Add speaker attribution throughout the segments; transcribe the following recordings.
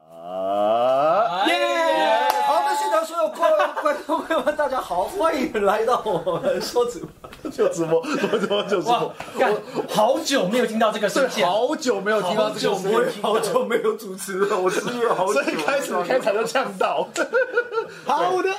Speaker 1: 啊
Speaker 2: 观众朋友们，大家好，欢迎来到我们说直播。
Speaker 1: 就直播，就直播，就直
Speaker 3: 哇
Speaker 1: 播。，
Speaker 3: 干啊好久没有听到这个
Speaker 1: 对，
Speaker 3: 声线，
Speaker 1: 好久没有听到这个
Speaker 3: 好
Speaker 1: 声
Speaker 3: 久没
Speaker 1: 音
Speaker 3: 有，
Speaker 2: 也好久没有主持了，我失业好
Speaker 1: 所以开始开场就呛到。
Speaker 2: 好的，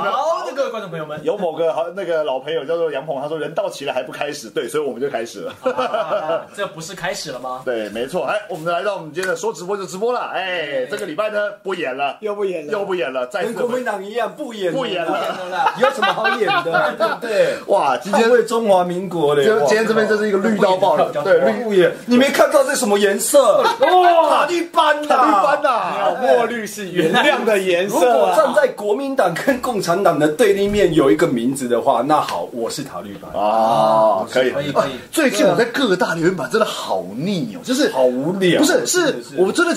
Speaker 3: 好的，各位观众朋友们，
Speaker 1: 有某个好那个老朋友叫做杨鹏，他说人到齐了还不开始，对，所以我们就开始了。
Speaker 3: 啊这不是开始了吗？
Speaker 1: 对，没错。哎，我们来到我们今天的说直播就直播了。哎，这个礼拜呢不演了，
Speaker 2: 又不演了，
Speaker 1: 又不演了，再
Speaker 2: 跟
Speaker 1: 次
Speaker 2: 国
Speaker 1: 我
Speaker 2: 民
Speaker 1: 们
Speaker 2: 党一样不演，
Speaker 1: 不演了。
Speaker 2: 了，有什么好演的？对不对？
Speaker 1: 哇，今天
Speaker 2: 捍卫中华民国的，
Speaker 1: 今
Speaker 2: 哇
Speaker 1: 今天这边就是一个绿到爆的，对，
Speaker 2: 靠
Speaker 1: 绿
Speaker 2: 不演，你没看到这什么颜色？塔利班呐，
Speaker 1: 绿班呐。
Speaker 4: 墨绿是原谅的颜
Speaker 2: 如
Speaker 4: 色
Speaker 2: 果
Speaker 4: 啊！
Speaker 2: 站在国民党跟共产党的对立面有一个名字的话，那好，我是塔利班。
Speaker 1: 啊，可以
Speaker 3: 可以可以
Speaker 1: 啊最近我在各个大留言板真的好腻哦，就是
Speaker 2: 好无聊
Speaker 1: 不是，
Speaker 2: 真
Speaker 1: 是
Speaker 2: 的是
Speaker 1: 我真的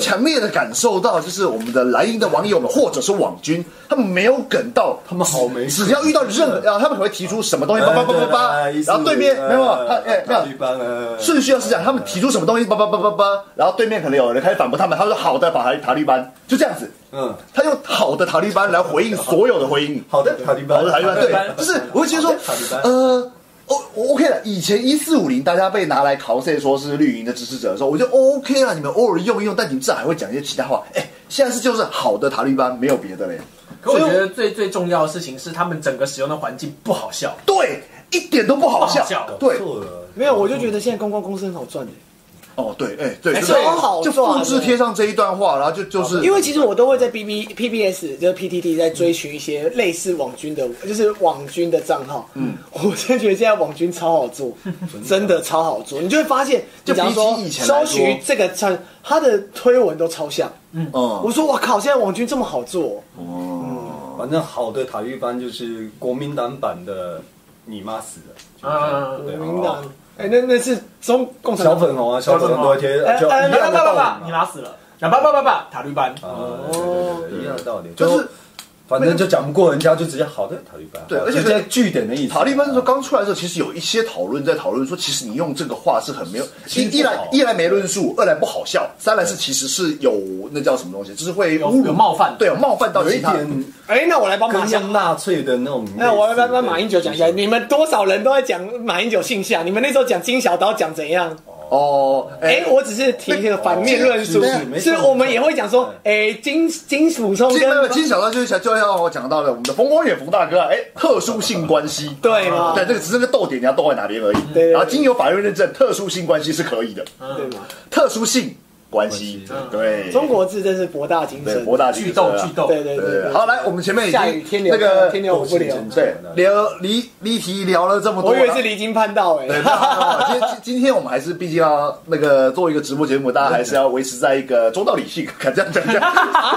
Speaker 1: 强烈的感受到，就是我们的来音的网友们或者是网军，他们没有梗到，
Speaker 2: 他们好没哎
Speaker 1: 只要遇到任何，啊他们可能会提出什么东西，叭叭叭叭叭，然后对面没有，他哎没有。顺序要是这样，他们提出什么东西，叭叭叭叭叭，然后对面可能有人开始反驳他们，他说好的，塔塔利班就这样子，
Speaker 2: 嗯，
Speaker 1: 他用好的塔利班来回应所有的回应，
Speaker 2: 好的，塔利班，
Speaker 1: 好的塔利班，对，就是我会觉得说
Speaker 2: 塔利班，
Speaker 1: 呃。O OK 了，以前一四五零大家被拿来 cos 说是绿营的支持者的时候，我就哦 OK 了，你们偶尔用一用，但你们至少还会讲一些其他话。哎、现在是就是好的塔利班，没有别的嘞。
Speaker 3: 可我觉得最最重要的事情是，他们整个使用的环境不好笑。
Speaker 1: 对，一点都不好笑。
Speaker 3: 不好笑
Speaker 1: 对，
Speaker 2: 错了，
Speaker 4: 没有，我就觉得现在公关公司很好赚的，欸
Speaker 1: 哦对，哎、对，
Speaker 4: 哎
Speaker 1: 就是
Speaker 4: 超好
Speaker 1: 就
Speaker 4: 赚
Speaker 1: 复
Speaker 4: 的
Speaker 1: 制贴上这一段话，然后就就是
Speaker 4: 因为其实我都会在 B B P B S 就是 P T T 在追寻一些类似网军的，就是网军的账号。嗯，我真的觉得现在网军超好做，真的超好做。你就会发现，
Speaker 1: 就
Speaker 4: 你假如
Speaker 1: 比起
Speaker 4: 说
Speaker 1: 以前来说
Speaker 4: 搜寻这个账，它的推文都超像。我
Speaker 1: 嗯，
Speaker 4: 说我靠，现在网军这么好做哦，
Speaker 2: 反正好的塔利班就是国民党版的你妈死了，
Speaker 3: 啊
Speaker 2: 就
Speaker 4: 国
Speaker 2: 是这样
Speaker 4: 民党，哎，那那是中共
Speaker 2: 对
Speaker 4: 产
Speaker 2: 小
Speaker 4: 党
Speaker 2: 粉红啊，小粉红都会贴，
Speaker 4: 哎
Speaker 2: 就一
Speaker 4: 哎
Speaker 2: 样的
Speaker 3: 爸
Speaker 2: 道
Speaker 3: 爸
Speaker 2: 理
Speaker 3: 爸，
Speaker 2: 嘛
Speaker 3: 你。拉死了！然后叭叭叭叭，塔绿班。
Speaker 2: 啊，对对对，一样的道理，
Speaker 1: 就是
Speaker 2: 反正就讲不过人家，就直接好的塔利班，啊
Speaker 1: 对而且
Speaker 2: 直接据点的意思。
Speaker 1: 塔利班那时候刚出来的时候，其实有一些讨论在讨论说，其实你用这个话是很没有
Speaker 2: 其实
Speaker 1: 一一
Speaker 2: 不
Speaker 1: 来
Speaker 2: 好
Speaker 1: 一来没论述，二来不好笑，三来是其实是有那叫什么东西，就是会侮辱
Speaker 3: 有冒犯
Speaker 1: 对，有冒犯到
Speaker 2: 有
Speaker 1: 其
Speaker 2: 一
Speaker 1: 他。
Speaker 2: 点
Speaker 4: 哎，那我来帮忙一下
Speaker 2: 跟纳粹的那种类似。
Speaker 4: 那我来帮帮
Speaker 2: 对
Speaker 4: 马英九讲一下，你们多少人都在讲马英九性向？你们那时候讲金小刀讲怎样？
Speaker 1: 哦，
Speaker 4: 哎、我只是提一个反面论述
Speaker 1: 是是
Speaker 2: 没，错
Speaker 4: 是我们也会讲说，哎、金金属冲
Speaker 1: 今
Speaker 4: 跟
Speaker 1: 天的金小刀就是想就像我讲到的，我们的冯光远冯大哥啊，哎，特殊性关系。
Speaker 4: 对吗？
Speaker 1: 对，这个只是个逗点，你要逗在哪边而已。
Speaker 4: 对对
Speaker 1: 然后经由法院认证，特殊性关系是可以的。
Speaker 4: 对吗？
Speaker 1: 特殊性关系，对，
Speaker 4: 中国字真是博大精
Speaker 1: 对
Speaker 4: 深，
Speaker 1: 博大精
Speaker 3: 巨
Speaker 1: 深
Speaker 3: 斗
Speaker 1: 啊
Speaker 3: 巨斗，
Speaker 4: 对对
Speaker 1: 对
Speaker 4: 对
Speaker 1: 对
Speaker 4: 对
Speaker 1: 对。好，来，我们前面已
Speaker 4: 下雨
Speaker 1: 经
Speaker 4: 天
Speaker 1: 那
Speaker 4: 流
Speaker 1: 个
Speaker 4: 天流不流，
Speaker 1: 对聊离离题聊了这么多，
Speaker 4: 我以为是离经叛道哎、
Speaker 1: 对。那好今今今天我们还是毕竟要那个做一个直播节目，大家还是要维持在一个周到理性， 敢这样讲讲，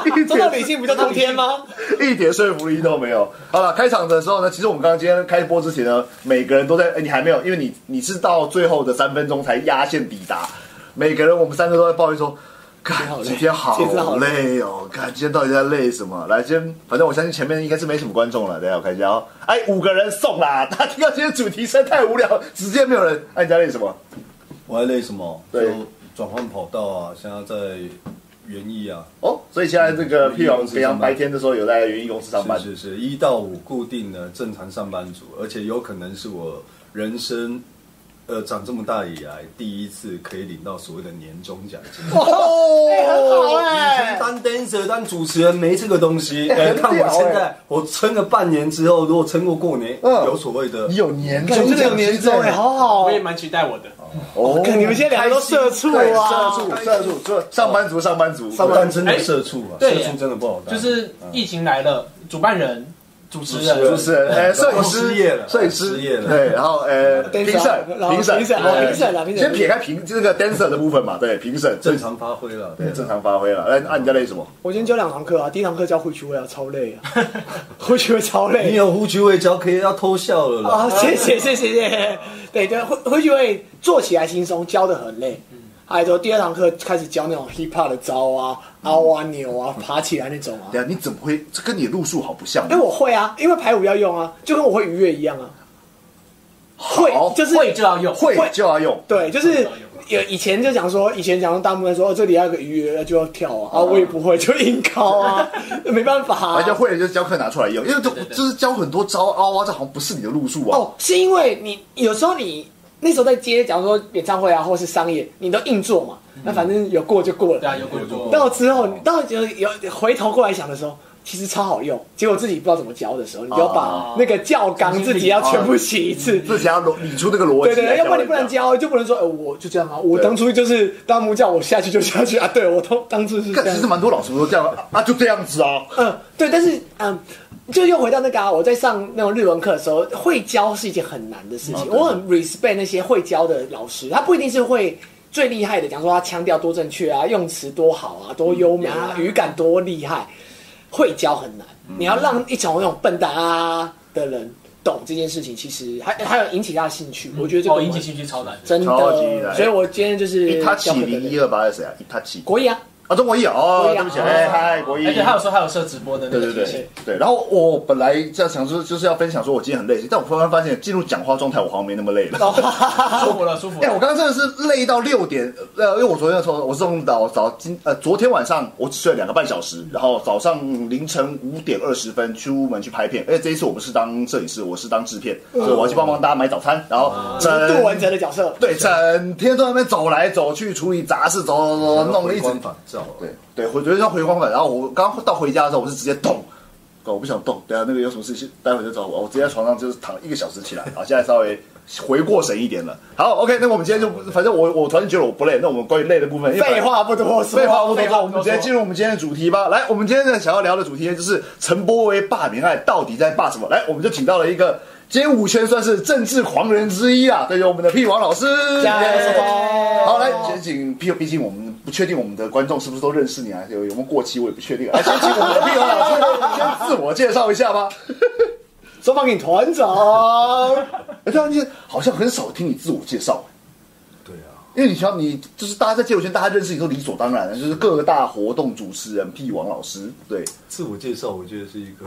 Speaker 1: 一点
Speaker 4: 啊中道理性不就通天吗？
Speaker 1: 一点说服力都没有。好了，开场的时候呢，其实我们刚刚今天开播之前呢，每个人都在，哎，你还没有，因为你你是到最后的三分钟才压线抵达，每个人我们三个都在抱怨说。看
Speaker 4: 好，累
Speaker 1: 今天好
Speaker 4: 今天好
Speaker 1: 累哦！看今天到底在累什么？来，先反正我相信前面应该是没什么观众了，等一下我看一下哦。哎，五个人送啦！大家听到今天主题实在太无聊，直接没有人。哎，你在累什么？
Speaker 2: 我还累什么？
Speaker 1: 对
Speaker 2: 就转换跑道啊，现在在园艺啊，
Speaker 1: 哦，所以现在这个
Speaker 2: 嗯
Speaker 1: 譬如
Speaker 2: 公司
Speaker 1: 平常
Speaker 2: 上班
Speaker 1: 白天的时候有在园艺公司上班，
Speaker 2: 是是是，一到五固定的正常上班族，而且有可能是我人生。呃，长这么大以来，第一次可以领到所谓的年终奖金。
Speaker 1: 哦，很好啊
Speaker 4: 哎
Speaker 2: 以前当 dancer 当主持人没这个东西，哎，
Speaker 1: 很屌
Speaker 2: 看我现
Speaker 1: 哎
Speaker 2: 在，我撑了半年之后，如果撑过过年，
Speaker 1: 嗯
Speaker 2: 有所谓的
Speaker 1: 你有年
Speaker 4: 感
Speaker 1: 终
Speaker 4: 觉
Speaker 1: 奖啊
Speaker 4: 这
Speaker 1: 金
Speaker 4: 个年终哎、好好
Speaker 3: 我
Speaker 4: 哦、
Speaker 3: 也蛮期待我的。
Speaker 1: 哦
Speaker 4: 看你们现在两个都社畜
Speaker 1: 对
Speaker 4: 啊，
Speaker 1: 社畜，社畜，社上班族，上班族，
Speaker 4: 上班
Speaker 2: 但真的社畜
Speaker 3: 哎
Speaker 2: 啊，社
Speaker 3: 对
Speaker 2: 畜真的不好当，
Speaker 3: 就是疫情来了，主办人、主持
Speaker 2: 主持人
Speaker 3: 人
Speaker 1: 主持人，哎，摄影师
Speaker 2: 失业了
Speaker 1: 摄影师
Speaker 2: 失业了
Speaker 1: 对，然后呃，
Speaker 4: 对
Speaker 1: 评审，
Speaker 4: 然后
Speaker 1: 评审，啊
Speaker 4: 评审
Speaker 1: 对
Speaker 4: 评审啦评审
Speaker 1: 先撇开评这个 dancer 的部分嘛，对，评审
Speaker 2: 正，常发挥了。对啊
Speaker 1: 对，正常发挥了。哎那那你在累什么？
Speaker 4: 我今天教两堂课啊，第一堂课教胡曲威啊，超累啊， 胡曲威超累。
Speaker 2: 你有胡曲味交，可以要偷笑了啦。
Speaker 4: 啊，谢谢谢谢谢谢，对对，回回去会做起来轻松，教的很累。还有说第二堂课开始教那种 hip hop 的招啊，凹啊扭啊，爬起来那种啊。
Speaker 1: 对啊，你怎么会？这跟你的路数好不像。
Speaker 4: 哎，我会啊，因为排舞要用啊，就跟我会愉悦一样啊。会
Speaker 1: 好
Speaker 4: 就是
Speaker 3: 会就要用，
Speaker 1: 会就要用，
Speaker 4: 对，就是有以前就讲说，以前讲说大部分说、哦、这里要有个鱼那就要跳啊，啊我也不会就硬靠啊， 没办法、啊。
Speaker 1: 反正会了就教课拿出来用，因为就
Speaker 3: 对对
Speaker 1: 就是教很多招凹啊，这好像不是你的路数啊。
Speaker 4: 哦，是因为你有时候你那时候在接，假如说演唱会啊，或是商业，你都硬做嘛，那反正有过就过
Speaker 3: 对
Speaker 4: 了。
Speaker 3: 啊，有过多。
Speaker 4: 到之后，你到有有回头过来想的时候，其实超好用。结果自己不知道怎么教的时候，你就把
Speaker 3: 哦
Speaker 4: 那个教纲自己要全部洗一次。
Speaker 1: 嗯自己要嗯逻理出那个逻辑
Speaker 4: 对
Speaker 1: 来教人家，
Speaker 4: 对对，要不然你不能教，就不能说，呃，我就这样啊，我当初就是大木叫我下去就下去啊，对我当当初是这
Speaker 1: 干。其实
Speaker 4: 样。
Speaker 1: 蛮多老师都这样啊啊，就这样子啊。
Speaker 4: 嗯，对，但是嗯，就又回到那个啊，我在上那种日文课的时候，会教是一件很难的事情。我很 respect 那些会教的老师，他不一定是会最厉害的，讲说他腔调多正确啊，用词多好啊，多优美啊，语感多厉害，会教很难。你要让一种那种笨蛋啊的人懂这件事情，其实还还有引起他的兴趣，我觉得这个
Speaker 3: 哦，引起兴趣超难的。
Speaker 4: 真
Speaker 1: 超级难
Speaker 4: 的，所以我今天就是
Speaker 1: 一他起
Speaker 4: 教课的
Speaker 1: 零
Speaker 4: 人
Speaker 1: 一二八是谁啊？一他起
Speaker 4: 国语啊，
Speaker 1: 啊，中国一哦
Speaker 4: 国，一
Speaker 1: 对
Speaker 4: 啊
Speaker 1: 不起，哎嗨，国一。
Speaker 3: 而且他有说他有设直播的那
Speaker 1: 对
Speaker 3: 个
Speaker 1: 对
Speaker 3: 提
Speaker 1: 对
Speaker 3: 醒，
Speaker 1: 对，然后我本来这样想说，就是要分享说我今天很累，但我突然发现进入讲话状态，我好像没那么累了。
Speaker 3: 舒服了，舒服
Speaker 1: 哎、
Speaker 3: 了。
Speaker 1: 我刚刚真的是累到六点，呃，因为我昨天的时候我是从早早今呃昨天晚上我只睡了两个半小时，然后早上凌晨五点二十分出门去拍片，而且这一次我不是当摄影师，我是当制片，所以我要去帮忙大家买早餐，然后整
Speaker 4: 杜文泽的角色，
Speaker 1: 对整天都在那边走来走去，处理杂事，走走走，走弄了一整
Speaker 2: 啊光返照，啊
Speaker 1: 对对，回昨天要回光返，然后我刚到回家的时候，我是直接动，搞我不想动，啊等下那个有什么事情，待会就找我，我直接在床上就是躺一个小时起来，好，现在稍微回过神一点了。好，OK，那我们今天就反正我我突然觉得我不累，那我们关于累的部分，因为
Speaker 4: 废话不多说，
Speaker 1: 废话不多
Speaker 3: 废话
Speaker 1: 说，我
Speaker 3: 不多说
Speaker 1: 们直接进入我们今天的主题吧。来，我们今天呢想要聊的主题呢就是陈柏惟罢免案到底在罢什么？来，我们就请到了一个街舞圈算是政治狂人之一啊，对，有我们的屁王老师，
Speaker 4: 加油
Speaker 1: 好，来，先请毕，毕竟我们不确定我们的观众是不是都认识你啊，有有没有过期我也不确定啊。来，先请我们的屁王老师先自我介绍一下吧。
Speaker 4: 说放给你团长，
Speaker 1: 哎，突然间好像很少听你自我介绍、
Speaker 2: 对啊，
Speaker 1: 因为你像你就是大家在街舞圈，大家认识你都理所当然，就是各大活动主持人屁王老师，对，
Speaker 2: 自我介绍我觉 得是一个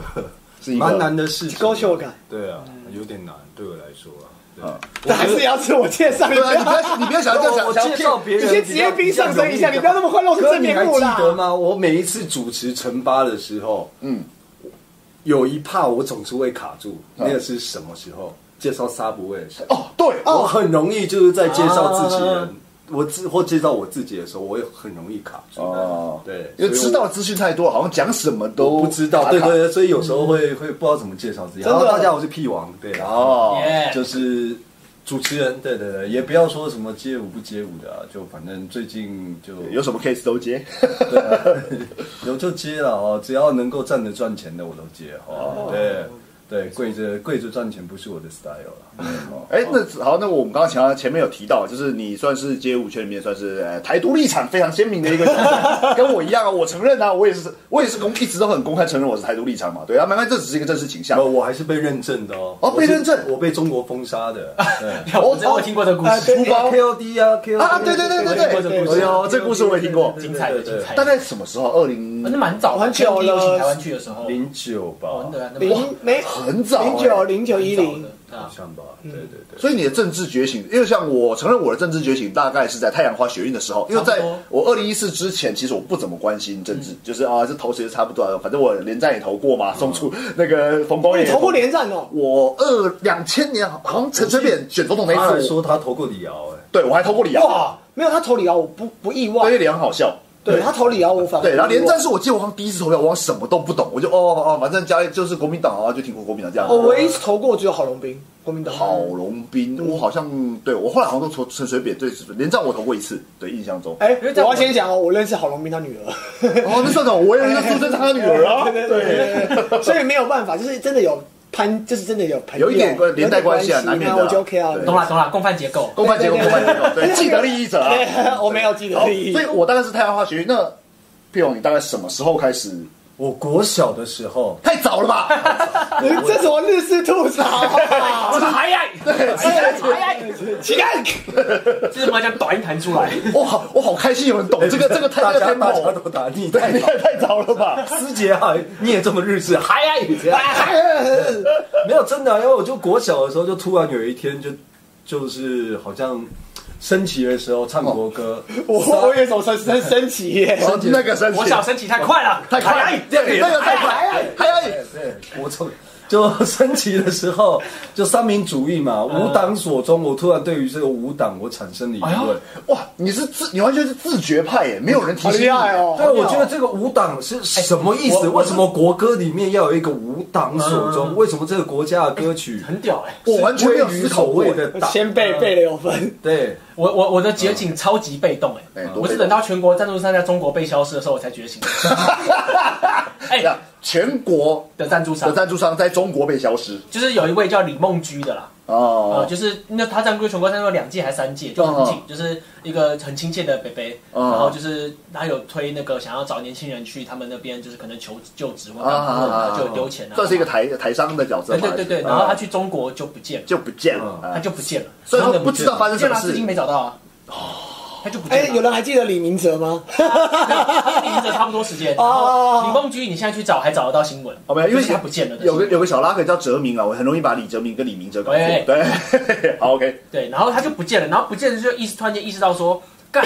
Speaker 1: 是一个
Speaker 2: 蛮难的事情，
Speaker 4: 高效感，嗯
Speaker 2: 对啊，有点难对我来说啊，对
Speaker 1: 啊
Speaker 4: 但还是要自我介绍一
Speaker 1: 对啊，你不
Speaker 4: 下。
Speaker 1: 要你不要想 要这样想，
Speaker 2: 我介绍别
Speaker 4: 你
Speaker 2: 人，
Speaker 4: 先直接逼上升一下，你不要那么快露出
Speaker 2: 哥，
Speaker 4: 正
Speaker 2: 你
Speaker 4: 面
Speaker 2: 还
Speaker 4: 目
Speaker 2: 记
Speaker 4: 啦。
Speaker 2: 得吗？我每一次主持城巴的时候，
Speaker 1: 嗯，
Speaker 2: 有一怕我总是会卡住，那个是什么时候？介绍沙不畏的时候，
Speaker 1: 哦，对
Speaker 2: 我
Speaker 1: 哦，
Speaker 2: 很容易就是在介绍自己人
Speaker 3: 啊，
Speaker 2: 我自或介绍我自己的时候，我也很容易卡住。
Speaker 1: 哦，
Speaker 2: 对
Speaker 1: 因为知道的资讯太多，好像讲什么都
Speaker 2: 我不知道，
Speaker 1: 卡
Speaker 2: 对
Speaker 1: 卡
Speaker 2: 对，对，所以有时候会会不知道怎么介绍自己。
Speaker 4: 真的
Speaker 2: 然后大家好，我是屁王，对，然后
Speaker 1: 哦，
Speaker 3: 耶
Speaker 2: 就是主持人，对对对，也不要说什么街舞不街舞的啊，就反正最近就
Speaker 1: 有什么 case 都接，
Speaker 2: 有就接了哦，只要能够站着赚钱的我都接哦，对。对，跪着跪着赚钱不是我的 style 了。
Speaker 1: 哎，那好，那我们刚刚前前面有提到，就是你算是街舞圈里面算是、呃、台独立场非常鲜明的一个人，跟我一样啊，我承认啊，我也是我也是公一直都很公开承认我是台独立场嘛，对啊，慢慢这只是一个正式倾向
Speaker 2: 然后。我还是被认证的哦。
Speaker 1: 哦被
Speaker 2: 我是
Speaker 1: 认证
Speaker 2: 我被中国封杀的。对
Speaker 3: 我知道我听过这个故事，
Speaker 2: 出包 KOD 啊，KOD
Speaker 1: 啊对对对对
Speaker 3: 对对
Speaker 2: 对
Speaker 3: 哎
Speaker 1: 呦这故事我也听过
Speaker 3: 精彩的精彩。
Speaker 1: 大概什么时候？二零
Speaker 3: 反正蛮早的，
Speaker 4: 很久了
Speaker 3: 第一期台湾去的时候，
Speaker 2: 零九吧，
Speaker 3: 哦，对啊，那
Speaker 4: 零没
Speaker 1: 很早
Speaker 4: 零
Speaker 1: 哎
Speaker 4: 九零九一
Speaker 3: 零
Speaker 4: 零，
Speaker 2: 好
Speaker 3: 啊，
Speaker 2: 像吧，
Speaker 1: 嗯
Speaker 2: 对对对。
Speaker 1: 所以你的政治觉醒，因为像我承认我的政治觉醒大概是在太阳花学运的时候，因为在
Speaker 3: 差不多
Speaker 1: 我二零一四之前，其实我不怎么关心政治，就是啊，这投谁差不多啊，反正我连战也投过嘛，宋楚那个冯光
Speaker 4: 你
Speaker 1: 远也
Speaker 4: 头部。连战哦，
Speaker 1: 我二两千年好像陈水扁选总统那
Speaker 2: 他还
Speaker 1: 一次，
Speaker 2: 说他投过李敖，哎，
Speaker 1: 对我还投过李敖，
Speaker 4: 哇，没有他投李敖，我不不意
Speaker 1: 因
Speaker 4: 外
Speaker 1: 为，李敖很好笑。
Speaker 4: 对他投李敖，我反而
Speaker 1: 对，然后
Speaker 4: 不意
Speaker 1: 连
Speaker 4: 外
Speaker 1: 战是我记得我好像第一次投票，我好像什么都不懂，我就哦哦哦，反正家就是国民党啊，就挺过国民党这样。
Speaker 4: 哦，我唯一投过只有郝龙斌，国民党
Speaker 1: 郝龙斌，我好像对我后来好像都投陈水扁，对连战我投过一次，对印象中。
Speaker 4: 哎
Speaker 3: 因为，
Speaker 4: 我
Speaker 3: 在我
Speaker 4: 要先讲哦，我认识郝龙斌他女儿。
Speaker 1: 哦，那算了，我也
Speaker 4: 哎
Speaker 1: 是出生他女儿啊。
Speaker 4: 对对对，所以没有办法，就是真的有攀，就是真的有朋友，
Speaker 1: 有一点关连带关
Speaker 4: 关
Speaker 1: 系啊难免的啊
Speaker 4: 那我就 OK 啊
Speaker 1: 对。
Speaker 3: 懂了懂了，共犯结构。
Speaker 1: 共犯结构，共犯结
Speaker 4: 哎
Speaker 1: 构，对，既得利益者啊。
Speaker 4: 对哎我没有既得利益
Speaker 1: 好所以我大概是太阳花学运。那毕勇，你大概什么时候开始？
Speaker 2: 我国小的时候，
Speaker 1: 太早了吧？
Speaker 4: 你这什么日式吐 槽啊？
Speaker 3: 哎呀，哎呀，
Speaker 4: 乞丐，
Speaker 3: 这是麻将短音弹出来，
Speaker 1: 我好，我好开心，有人
Speaker 4: 哎
Speaker 1: 懂这个，这个太
Speaker 2: 大
Speaker 1: 这个
Speaker 2: 家
Speaker 1: 太
Speaker 2: 大家
Speaker 1: 猛，
Speaker 2: 都打你，
Speaker 1: 对，
Speaker 2: 太
Speaker 1: 你太太早了吧？
Speaker 2: 师姐啊，你也这么日式，嗨呀，以前
Speaker 4: 哎
Speaker 2: 没有真的啊，因为我就国小的时候，就突然有一天就就是好像升旗的时候唱国歌，
Speaker 4: 我我有一首升升升旗耶，
Speaker 1: 哦那个升旗
Speaker 3: 我想哎升旗太快了，
Speaker 1: 太快了，
Speaker 2: 这个也
Speaker 1: 那个太快哎了，还有
Speaker 2: 对，我错了。就升旗的时候，就三民主义嘛，
Speaker 1: 嗯
Speaker 2: 无党所宗。我突然对于这个无党，我产生了
Speaker 1: 哎
Speaker 2: 疑问。
Speaker 1: 哇，你是自你完全是自觉派耶，没有人提
Speaker 4: 好
Speaker 1: 醒你
Speaker 4: 厉害哦！
Speaker 2: 对，我觉得这个无党是什么意
Speaker 3: 哎
Speaker 2: 思？
Speaker 3: 我我
Speaker 2: 为什么国歌里面要有一个无党所宗？为什么这个国家的歌曲
Speaker 3: 很屌哎、
Speaker 1: 嗯我完全没有
Speaker 2: 归于
Speaker 1: 思考
Speaker 2: 口
Speaker 1: 过
Speaker 2: 味的党？
Speaker 4: 先背
Speaker 1: 嗯
Speaker 4: 背了有分，
Speaker 2: 对，
Speaker 3: 我我我的觉醒超级被动
Speaker 1: 哎多
Speaker 3: 哎、
Speaker 1: 被动
Speaker 3: 我是等到全国赞助商在中国被消失的时候我才觉醒。哎、
Speaker 1: 那全国
Speaker 3: 的赞助
Speaker 1: 的
Speaker 3: 商
Speaker 1: 赞助商在中国被消失
Speaker 3: 就是有一位叫李梦居的啦，呃，
Speaker 1: 哦，
Speaker 3: 就是那他在全国战过两届还三届，就很近，就是一个很亲切的北北，
Speaker 1: 嗯
Speaker 3: 然后就是他有推那个想要找年轻人去他们那边，就是可能求就职或
Speaker 1: 啊啊啊啊
Speaker 3: 干
Speaker 1: 啊
Speaker 3: 嘛，就丢钱啊，
Speaker 1: 这是一个台台商的角色
Speaker 3: 对
Speaker 1: 嘛，
Speaker 3: 对对对，
Speaker 1: 啊
Speaker 3: 然后他去中国就不见了，
Speaker 1: 就不见了，
Speaker 2: 嗯
Speaker 1: 啊
Speaker 3: 他就不见了，
Speaker 1: 所以他
Speaker 3: 真的
Speaker 1: 不知道
Speaker 3: 见了
Speaker 1: 发生什么
Speaker 3: 见了
Speaker 1: 事哦
Speaker 3: 资金没找到啊，他就不
Speaker 4: 哎，
Speaker 3: 见了。
Speaker 4: 有人还记得李明哲吗？
Speaker 3: 盯着差不多时间，然
Speaker 4: 哦
Speaker 3: 后李梦居，你现在去找还找得到新闻？
Speaker 1: 哦没有，因为
Speaker 3: 就是他不见了的
Speaker 1: 有个
Speaker 3: 新闻
Speaker 1: 有个小拉可叫哲明啊，我很容易把李哲明跟李明哲搞错。
Speaker 3: 喂
Speaker 1: 对， 好 OK，
Speaker 3: 对，然后他就不见了，然后不见了就意识突然间意识到说， 干，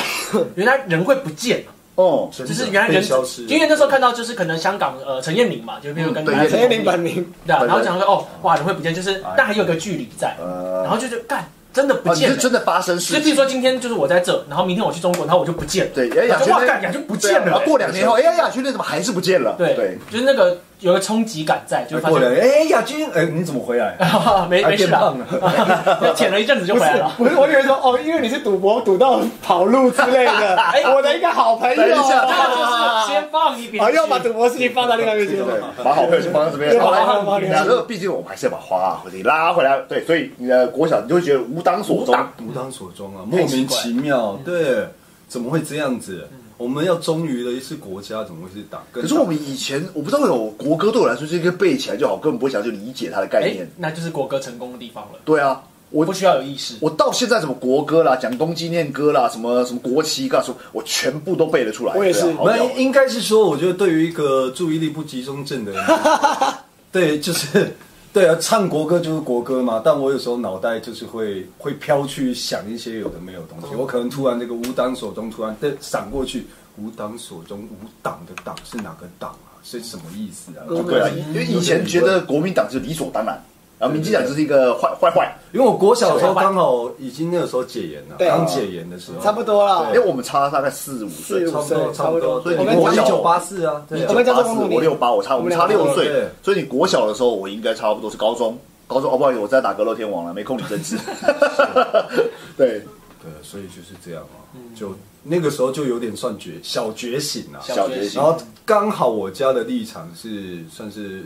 Speaker 3: 原来人会不见啊
Speaker 1: 哦，
Speaker 2: 只
Speaker 3: 只是原来人
Speaker 2: 消失，
Speaker 3: 因为那时候看到就是可能香港呃陈彦霖嘛，就比如
Speaker 1: 嗯
Speaker 3: 跟
Speaker 1: 对
Speaker 3: 大家
Speaker 4: 陈彦霖本名
Speaker 3: 对啊，然后讲说哦哇人会不见，就是
Speaker 2: 哎
Speaker 3: 但还有个距离在，
Speaker 1: 呃
Speaker 3: 然后就是干真的不
Speaker 1: 啊，你
Speaker 3: 见
Speaker 1: 是
Speaker 3: 了。
Speaker 1: 真的发生
Speaker 3: 所
Speaker 1: 事
Speaker 3: 以，比
Speaker 1: 情，
Speaker 3: 如说今天就是我在这，然后明天我去中国，然后我就不见了。
Speaker 1: 对，哎
Speaker 3: 然
Speaker 1: 雅
Speaker 3: 后
Speaker 1: 轩
Speaker 3: 就哇，
Speaker 1: 那
Speaker 3: 干，呀就不见
Speaker 1: 然
Speaker 3: 了
Speaker 1: 后。过两年后，哎呀，雅轩那怎么还是不见了？
Speaker 3: 对
Speaker 1: 对，
Speaker 3: 就是那个有个冲击感在，就
Speaker 2: 哎
Speaker 3: 发
Speaker 2: 过来，
Speaker 3: 现
Speaker 2: 哎，亚军，哎，你怎么回来？
Speaker 3: 没
Speaker 2: 还
Speaker 3: 没事啊了
Speaker 2: 变胖，了。
Speaker 3: 就舔了一阵子就
Speaker 4: 不
Speaker 3: 回
Speaker 4: 是
Speaker 3: 来 了。
Speaker 4: 不是，我以为说哦，因为你是赌博赌到跑路之类的， 哎我的一个好朋友，
Speaker 1: 等一 下
Speaker 3: 这个就是先放一边
Speaker 4: 好
Speaker 3: 去，
Speaker 4: 要把赌博事情放到另外一边去
Speaker 1: 对，把好朋友先放到这边，
Speaker 4: 对
Speaker 1: 然后来
Speaker 4: 把好朋友放这边
Speaker 1: 两个，毕竟我们还是要把花回去拉回来，对，所以你的国小你就会觉得无当所终，
Speaker 2: 无当所终啊，莫名其妙，
Speaker 3: 嗯
Speaker 2: 对，怎么会这样子？我们要忠于的是国家，怎么会是党？
Speaker 1: 可
Speaker 2: 可
Speaker 1: 是我们以前我不知道有国歌对我来说是一个背起来就好，根本不会想去理解它的概
Speaker 3: 哎
Speaker 1: 念，。
Speaker 3: 那就是国歌成功的地方了，
Speaker 1: 对啊，我
Speaker 3: 不需要有意识。
Speaker 1: 我到现在什么国歌啦、蒋公纪念歌啦、什么什么国旗啊，什么我全部都背得出来。
Speaker 4: 我也是
Speaker 1: 对啊好
Speaker 2: 那
Speaker 1: 屌
Speaker 2: 应应该是说，我觉得对于一个注意力不集中症的人，对，就是对啊，唱国歌就是国歌嘛。但我有时候脑袋就是会会飘去想一些有的没有的东西，我可能突然这个无党所中突然的闪过去，无党所中，无党的党是哪个党啊？是什么意思啊？
Speaker 4: 嗯
Speaker 1: 对啊，因为以前觉得国民党是理所当然，然后民进党就是一个坏坏坏，
Speaker 2: 因为我国小的时候刚好已经那个时候解严了，
Speaker 4: 对
Speaker 2: 刚解严的时候，
Speaker 4: 差不多了
Speaker 1: 因哎为。我们差大概四五岁
Speaker 4: 四。
Speaker 2: 差不多，差不多。
Speaker 1: 所以
Speaker 2: 对
Speaker 4: 我们
Speaker 2: 我
Speaker 4: 讲
Speaker 2: 一九八四啊，对啊
Speaker 4: 我们讲
Speaker 1: 八
Speaker 4: 这
Speaker 1: 四
Speaker 4: 个公主年
Speaker 1: 我六八，我差我们差六岁
Speaker 2: 对，
Speaker 1: 所以你国小的时候，我应该差不多是高中。高中哦，不好意思，我在打格斗天王了，没空理政 治。对，
Speaker 2: 对，所以就是这样啊，
Speaker 3: 嗯
Speaker 2: 就那个时候就有点算觉小觉醒啊，
Speaker 1: 小学
Speaker 3: 醒
Speaker 2: 然后刚好我家的立场是算是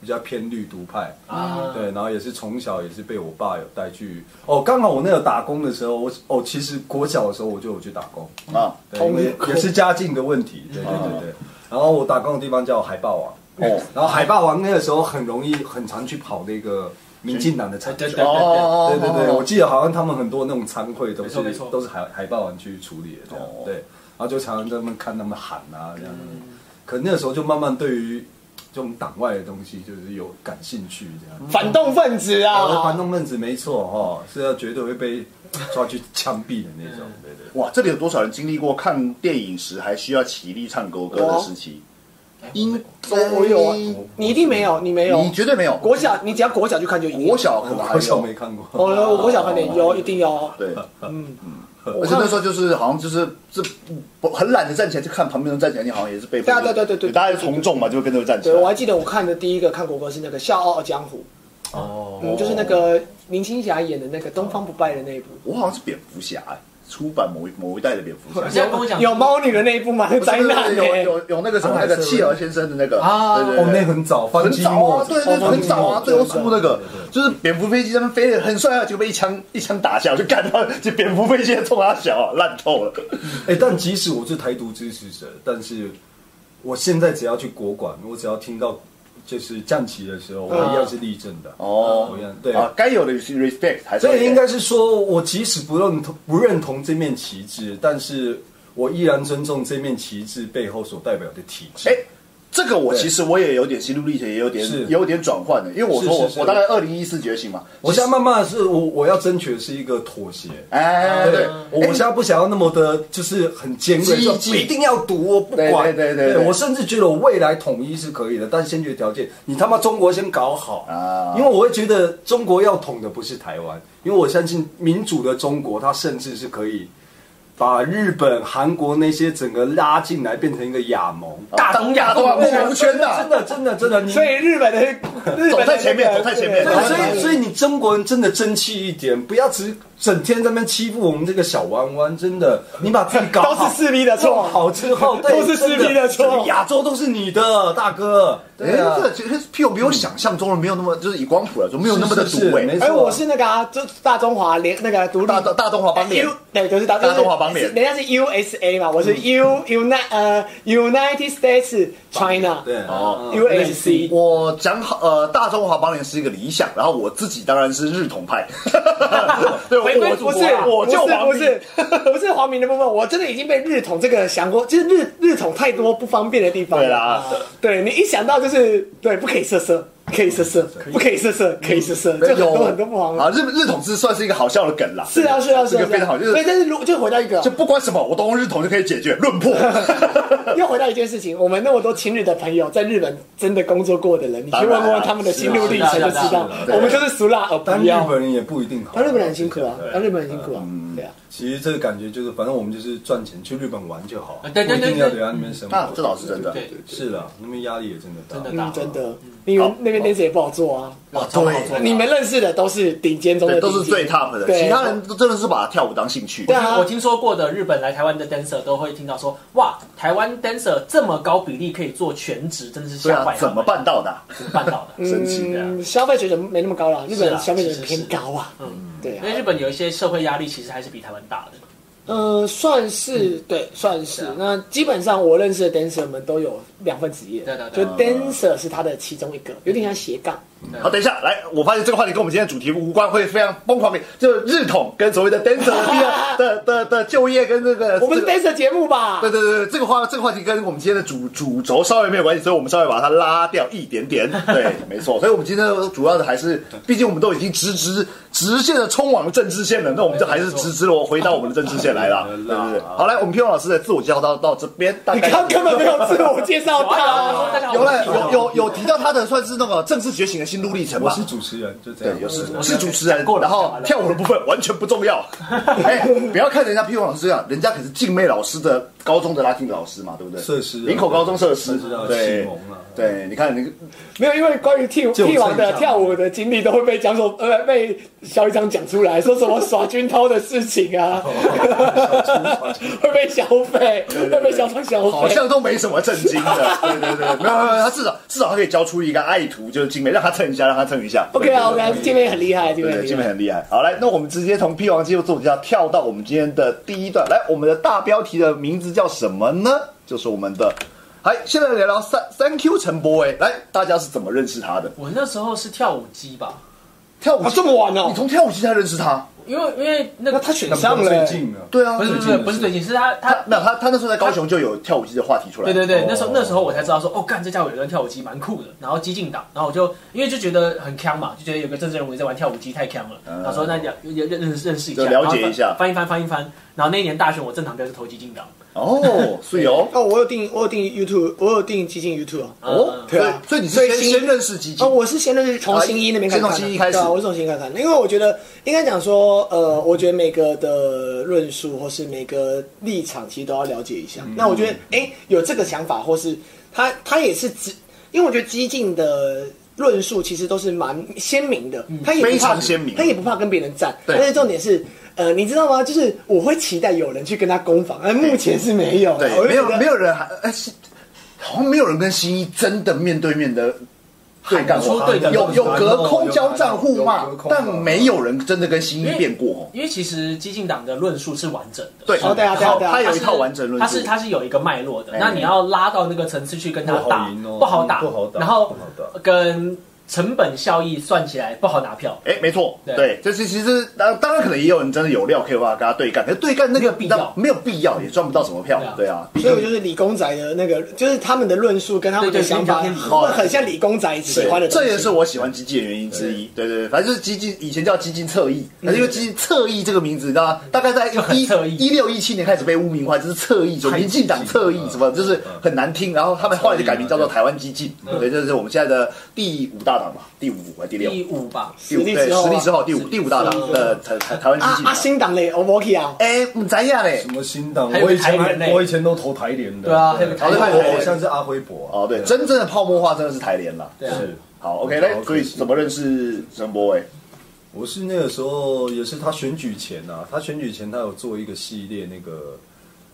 Speaker 2: 比较偏绿独派，
Speaker 3: 啊，
Speaker 2: 对，然后也是从小也是被我爸有带去哦，刚好我那个打工的时候，我哦其实国小的时候我就有去打工，
Speaker 1: 啊，
Speaker 2: 对，因为也是家境的问题，对对对对，
Speaker 3: 嗯
Speaker 2: 然后我打工的地方叫海霸王，
Speaker 1: 哦
Speaker 2: 然后海霸王那个时候很容易很常去跑那个民进党的产
Speaker 3: 对
Speaker 2: 学
Speaker 3: 对。
Speaker 1: 哦哦
Speaker 2: 对对对，我
Speaker 1: 哦
Speaker 2: 记得好像他们很多那种参会都
Speaker 3: 没
Speaker 2: 是
Speaker 3: 错没错
Speaker 2: 都是海海豹湾去处理的这样
Speaker 1: 哦，
Speaker 2: 对，然后就常常在那边看他们喊啊这样，可那个时候就慢慢对于这种党外的东西就是有感兴趣这样。哎
Speaker 4: 反动分子
Speaker 2: 而反
Speaker 4: 啊！
Speaker 2: 动分子没错哦，是要绝对会被抓去枪毙的那种，对对。
Speaker 1: 哇，这里有多少人经历过看电影时还需要起立唱国歌的时期？
Speaker 3: 哎
Speaker 1: 应
Speaker 4: 我我有啊，你一定没有，你没有
Speaker 1: 你。绝对没有。
Speaker 4: 国小，你只要国小去看就有。
Speaker 1: 国，小可能还
Speaker 2: 我小
Speaker 1: 有
Speaker 2: 没，看过，
Speaker 4: 我我国小看点有，一定有。
Speaker 1: 对，
Speaker 4: 嗯，
Speaker 1: 而且呃那时候就是好像就是这不很懒得站起来，就看旁边人站起来，你好像也是被
Speaker 4: 对啊对对对对
Speaker 1: 大家就从众嘛，就会跟着站起
Speaker 4: 对，我
Speaker 1: 来。
Speaker 4: 还记得我看的第一个看国歌是那个《笑傲江湖》，
Speaker 3: 哦，
Speaker 4: 嗯，就是那个林青霞演的那个东方不败的那一部，
Speaker 1: 我好像是蝙蝠侠，哎出版某一某一代的蝙蝠侠
Speaker 3: 你。现在跟我讲
Speaker 4: 有猫女的那一部嘛，灾难
Speaker 1: 有
Speaker 4: 欸
Speaker 1: 有有那个什么那个企鹅先生的那个
Speaker 3: 啊
Speaker 1: 对对
Speaker 2: 哦，
Speaker 1: 对
Speaker 2: 那很早，
Speaker 1: 很
Speaker 2: 翻积
Speaker 1: 早
Speaker 2: 木
Speaker 1: 啊，，对对，
Speaker 4: 哦
Speaker 1: 很早啊，
Speaker 4: 对
Speaker 1: 最
Speaker 4: 对
Speaker 1: 后出那个
Speaker 2: 对对
Speaker 1: 就是蝙蝠飞机，他们飞得很帅啊，结果被一枪一枪打下，我就干到这蝙蝠飞机在冲他小啊，烂透了。
Speaker 2: 哎、但即使我是台独支持者，但是我现在只要去国馆，我只要听到就是降旗的时候，我一样是立正的。啊
Speaker 1: 哦
Speaker 2: 我一样对。
Speaker 1: 啊，该有的 respect 还是
Speaker 2: 所
Speaker 1: 要
Speaker 2: 以
Speaker 1: 给
Speaker 2: 应该是说，我即使不认同不认同这面旗帜，但是我依然尊重这面旗帜背后所代表的体制。
Speaker 1: 哎，这个我
Speaker 2: 对
Speaker 1: 其实我也有点心路历程，也有点
Speaker 2: 是
Speaker 1: 也有点转换的，因为我说
Speaker 2: 是是
Speaker 1: 我
Speaker 2: 是
Speaker 1: 我大概二零一四觉醒嘛，
Speaker 2: 我现在慢慢的是我我要争取的是一个妥协。
Speaker 1: 哎对，
Speaker 2: 我我现在不想要那么的，就是很尖锐，
Speaker 1: 激
Speaker 2: 说
Speaker 1: 进
Speaker 2: 我一定要读，我不管。
Speaker 1: 对对对对对
Speaker 2: 我甚至觉得我未来统一是可以的，但是先决条件，你他妈中国先搞好
Speaker 1: 啊
Speaker 2: 因为我会觉得中国要统的不是台湾，因为我相信民主的中国，它甚至是可以把日本、韩国那些整个拉进来，变成一个亚盟。
Speaker 3: 大东亚
Speaker 1: 大东亚
Speaker 3: 共
Speaker 1: 共同圈呐
Speaker 2: 真的真的真的，你
Speaker 4: 所以日本的日
Speaker 1: 走
Speaker 4: 本的那个
Speaker 1: 在前面走在前面
Speaker 4: 对
Speaker 2: 对，所以所以你中国人真的争气一点，不要只整天在那边欺负我们这个小弯弯，真的，你把自己搞好
Speaker 4: 都是势力的错
Speaker 2: 做好 之后，对
Speaker 4: 都是势力的错
Speaker 2: 真整个亚洲都是你的，大哥。
Speaker 1: 哎，
Speaker 2: 对啊
Speaker 1: 这，个其实屁股比我想象中的没有那么，就是以光谱来说，没有那么的
Speaker 2: 是是
Speaker 1: 毒哎
Speaker 2: 没。
Speaker 4: 哎，
Speaker 2: 错
Speaker 4: 我是那个啊，就大中华联那个独立呃
Speaker 1: 大大中华邦联
Speaker 4: U 对，就是大
Speaker 1: 大中华邦联嗯
Speaker 4: 人家是 USA 嘛，我是 U Uni 呃 United States China
Speaker 2: 对
Speaker 1: 哦
Speaker 2: 哦，嗯
Speaker 4: USC。
Speaker 1: 我讲好，呃，大中华邦联是一个理想，然后我自己当然是日统派。 对，
Speaker 4: 回归
Speaker 1: 我啊
Speaker 4: 不是
Speaker 1: 我就
Speaker 4: 啊不是
Speaker 1: 王
Speaker 4: 不
Speaker 1: 明
Speaker 4: 是不是 黄明的部分，我真的已经被日统这个想过，就是日日统太多不方便的地方。
Speaker 1: 对，啦，
Speaker 4: 对你一想到就是对，不可以色色，可以色色，不可以色色，可以色
Speaker 1: 嗯
Speaker 4: 色，就很多很多不方便。
Speaker 1: 啊，日日统是算是一个好笑的梗啦。
Speaker 4: 是啊是啊是
Speaker 1: 这
Speaker 4: 啊，
Speaker 1: 个非常好，就
Speaker 4: 所以
Speaker 1: 是
Speaker 4: 但是如就回到一个
Speaker 1: 就不管什么，我都用日统就可以解决，论破。
Speaker 4: 又回到一件事情，我们那么多亲日的朋友，在日本真的工作过的人，你去
Speaker 1: 啊
Speaker 4: 问问他们的心路历程就知道，我们就是俗辣而哦
Speaker 2: 但
Speaker 4: 不
Speaker 2: 日
Speaker 4: 要。
Speaker 2: 本人也不一定好。
Speaker 4: 当日本人很辛苦啊，当日本人很辛苦啊，
Speaker 1: 嗯
Speaker 4: 对啊，
Speaker 2: 其实这个感觉就是，反正我们就是赚钱去日本玩就好，
Speaker 3: 啊对对对
Speaker 2: 不一定要留在那边生活。
Speaker 1: 啊，这倒是真的。
Speaker 3: 对，
Speaker 2: 是啦，那边压力也真的大。
Speaker 3: 真的
Speaker 4: 嗯，真的，因为那边电视也不好做啊。
Speaker 1: 哇，
Speaker 3: 超好做
Speaker 1: 对，
Speaker 4: 你们认识的都是顶尖中
Speaker 1: 对，
Speaker 4: 的顶
Speaker 1: 都
Speaker 4: 尖，
Speaker 1: 是最 top 的，
Speaker 4: 对
Speaker 1: 其他人都真的是把跳舞当兴趣
Speaker 4: 对。啊
Speaker 3: 我听说过的日本来台湾的 dancer 都会听到说，哇，台湾 dancer 这么高比例可以做全职，真的是
Speaker 1: 对
Speaker 3: 吓
Speaker 1: 啊
Speaker 3: 坏，了
Speaker 1: 怎么办到的啊？
Speaker 3: 怎么办到的？
Speaker 1: 神奇的啊。
Speaker 4: 嗯，消费水准没那么高了，日本
Speaker 3: 是啊
Speaker 4: 消费水
Speaker 3: 是
Speaker 4: 准
Speaker 3: 是是
Speaker 4: 偏高啊。
Speaker 3: 嗯，
Speaker 4: 对
Speaker 3: 因
Speaker 4: 啊，
Speaker 3: 为日本有一些社会压力，其实还是比台湾大的。
Speaker 4: 嗯，算是对，算是。
Speaker 1: 啊
Speaker 4: 那基本上我认识的 dancer 们都有两份职业，
Speaker 3: 对对
Speaker 4: 就
Speaker 3: 对
Speaker 4: dancer 是他的其中一个，有点像斜杠。
Speaker 1: 好，等一下，来，我发现这个话题跟我们今天的主题无关，会非常疯狂的，就是日统跟所谓的 dancer 的地 方的的的的就业跟这个，
Speaker 4: 我们是 dancer 节目吧？
Speaker 1: 对对对，对这个话这个话题跟我们今天的主主轴稍微没有关系，所以我们稍微把它拉掉一点点。对，没错。所以我们今天主要的还是，毕竟我们都已经直直直线的冲往政治线了，那我们就还是直直的回到我们的政治线来 了。对对对。好，来，我们皮勇老师的自我介绍到到这边，大
Speaker 4: 你
Speaker 1: 概
Speaker 4: 刚刚根本没有自我介绍
Speaker 3: 有啊有啊，大。
Speaker 4: 他
Speaker 3: 家好
Speaker 1: 有
Speaker 3: 我
Speaker 1: 了
Speaker 3: 是
Speaker 1: 有有有提到他的算是那个政治觉醒的心路历程吧？
Speaker 2: 我是主持人，就这样
Speaker 1: 对，。有是
Speaker 3: 我
Speaker 1: 是主持人
Speaker 3: 讲过，了
Speaker 1: 然
Speaker 3: 讲
Speaker 1: 后
Speaker 3: 完了
Speaker 1: 跳舞的部分完全不重要。哎，不要看人家批勇老师这样，人家可是静妹老师的高中的拉丁老师嘛，对不对？
Speaker 2: 设施啊
Speaker 1: 林口高中设施
Speaker 2: 设施啊，启
Speaker 1: 对
Speaker 2: 蒙啊
Speaker 1: 对，你看你
Speaker 4: 没有，因为关于替
Speaker 2: 就
Speaker 4: 替王
Speaker 2: 这
Speaker 4: 的
Speaker 2: 样
Speaker 4: 跳舞的经历都会被讲所呃被小雨长讲出来，说什 么耍军偷的事情啊，会被消费，会被小厂消
Speaker 1: 好
Speaker 4: 费。
Speaker 1: 像都没什么震惊的，对对对，没有没有，没有他至少至少他可以教出一个爱徒，就是静妹，让他蹭一下，让他蹭一下。
Speaker 4: OK 啊，OK 啊，这边很厉害，这
Speaker 1: 对
Speaker 4: 边
Speaker 1: 对
Speaker 4: 很
Speaker 1: 对，
Speaker 4: 厉
Speaker 1: 金美
Speaker 4: 害。
Speaker 1: 很厉害。好，来，那我们直接从 P 王肌肉自我介绍跳到我们今天的第一段。来，我们的大标题的名字叫什么呢？就是我们的，来，现在聊聊三三 Q 陈柏伟。来，大家是怎么认识他的？
Speaker 3: 我那时候是跳舞机吧，
Speaker 1: 跳舞
Speaker 4: 啊这么晚哦
Speaker 1: 你从跳舞机才认识他？
Speaker 3: 因为因为那个
Speaker 4: 那他选
Speaker 2: 那
Speaker 4: 上
Speaker 2: 不
Speaker 4: 了
Speaker 2: 最
Speaker 4: 欸，
Speaker 2: 近呢？
Speaker 1: 对啊
Speaker 3: 不，是不是不是最近，是他
Speaker 1: 他
Speaker 3: 他
Speaker 1: 没有他他那时候在高雄就有跳舞机的话题出来。
Speaker 3: 对对对，那时
Speaker 1: 哦
Speaker 3: 候那时候我才知道说，哦，干这家有人跳舞机蛮酷的，然后激进党，然后我就因为就觉得很坑嘛，就觉得有个政治人物在玩跳舞机太坑了，他说那你要认认认认识一下，
Speaker 1: 就了解一下
Speaker 3: 然后翻翻一翻翻一翻，然后那一年大选我正常标是投激进党，
Speaker 1: 哦，所以哦
Speaker 4: 哦，我有订，我有订 YouTube，我有订基金 YouTube 啊。
Speaker 1: 哦，
Speaker 4: 对啊
Speaker 1: 所以所以你是
Speaker 4: 所以
Speaker 1: 先
Speaker 4: 新
Speaker 1: 先认识基
Speaker 4: 哦，
Speaker 1: 金
Speaker 4: 我是先认识从新一那边开始看的，
Speaker 1: 先从新一开始
Speaker 4: 对啊，我是从新一开始看的，因为我觉得应该讲说，呃，我觉得每个的论述或是每个立场，其实都要了解一
Speaker 1: 嗯
Speaker 4: 下。那我觉得，哎、有这个想法，或是他他也是只，因为我觉得激进的。论述其实都是蛮鲜明的，他也不怕
Speaker 1: 嗯非常鲜明
Speaker 4: 他也不怕跟别人战。
Speaker 1: 对
Speaker 4: 但是重点是，呃，你知道吗？就是我会期待有人去跟他攻防，但目前是没有的。
Speaker 1: 对
Speaker 4: 我就
Speaker 1: 没有
Speaker 4: 觉得
Speaker 1: 没有人还哎是好像没有人跟新一真的面对面的对干
Speaker 3: 喊
Speaker 1: 过
Speaker 3: 出对的
Speaker 1: 有有隔空交战互骂
Speaker 2: 有隔，空
Speaker 1: 但没有人真的跟新一变过哦。
Speaker 3: 因为其实激进党的论述是完整的，
Speaker 1: 对，
Speaker 4: 哦对啊对啊对啊
Speaker 1: 他有一
Speaker 3: 是
Speaker 1: 套完整论
Speaker 3: 它
Speaker 1: 述
Speaker 3: 是。它是有一个脉络的，
Speaker 1: 哎
Speaker 3: 那你要拉到那个层次去跟他
Speaker 2: 不好
Speaker 3: 打
Speaker 2: 赢哦，
Speaker 3: 不好打，
Speaker 2: 不好打
Speaker 3: 然后
Speaker 2: 不好打
Speaker 3: 跟成本效益算起来不好拿票。
Speaker 1: 哎，没错，
Speaker 3: 对
Speaker 1: 对，这是其实当当然可能也有人真的有料可以有办法跟他对干，可是对干那个
Speaker 3: 没有必要
Speaker 1: 没有必要，也赚不到什么票，对
Speaker 3: 对
Speaker 1: 啊。
Speaker 4: 所以我就是理工宅的那个，就是他们的论述跟他们的
Speaker 3: 对对
Speaker 4: 想法，
Speaker 3: 偏偏
Speaker 4: 会很像理工宅喜欢的东
Speaker 1: 这
Speaker 4: 西。
Speaker 1: 也是我喜欢激进的原因之一。对对对，反正就是激进，以前叫激进侧翼，那因为激进侧翼这个名字，你知道吗大概在
Speaker 3: 很
Speaker 1: 一
Speaker 3: 侧翼
Speaker 1: 一六一七年开始被污名化，就是侧翼，就
Speaker 3: 太
Speaker 1: 民进党侧翼什么，就是很难听。然后他们后来就改名叫做台湾激进，对，这是我们现在的第五大党嘛，第五还是第六？
Speaker 3: 第五吧，
Speaker 1: 第五
Speaker 4: 实力
Speaker 1: 对
Speaker 4: 之后啊
Speaker 1: 实力之后第五第五大
Speaker 4: 实力
Speaker 1: 党
Speaker 4: 之后
Speaker 1: 的台台台湾激
Speaker 4: 啊
Speaker 1: 进
Speaker 4: 啊，
Speaker 1: 党。
Speaker 4: 新党嘞 o v o k 啊，
Speaker 1: 哎，唔知呀嘞
Speaker 2: 什。么新党？
Speaker 3: 还有
Speaker 2: 我以前
Speaker 3: 台联
Speaker 2: 还
Speaker 3: 嘞
Speaker 2: 我以前都投台联的。
Speaker 3: 对啊还有台
Speaker 2: 台
Speaker 1: 联
Speaker 2: 联，我像是阿辉伯啊。
Speaker 1: 哦，对，真正的泡沫化真的是台联了。
Speaker 3: 对啊，
Speaker 2: 是，
Speaker 1: 好，OK，那
Speaker 2: 好
Speaker 1: 所以
Speaker 2: 可惜
Speaker 1: 怎么认识陈柏伟？
Speaker 2: 我是那个时候也是他选举前啊，他选举前他有做一个系列那个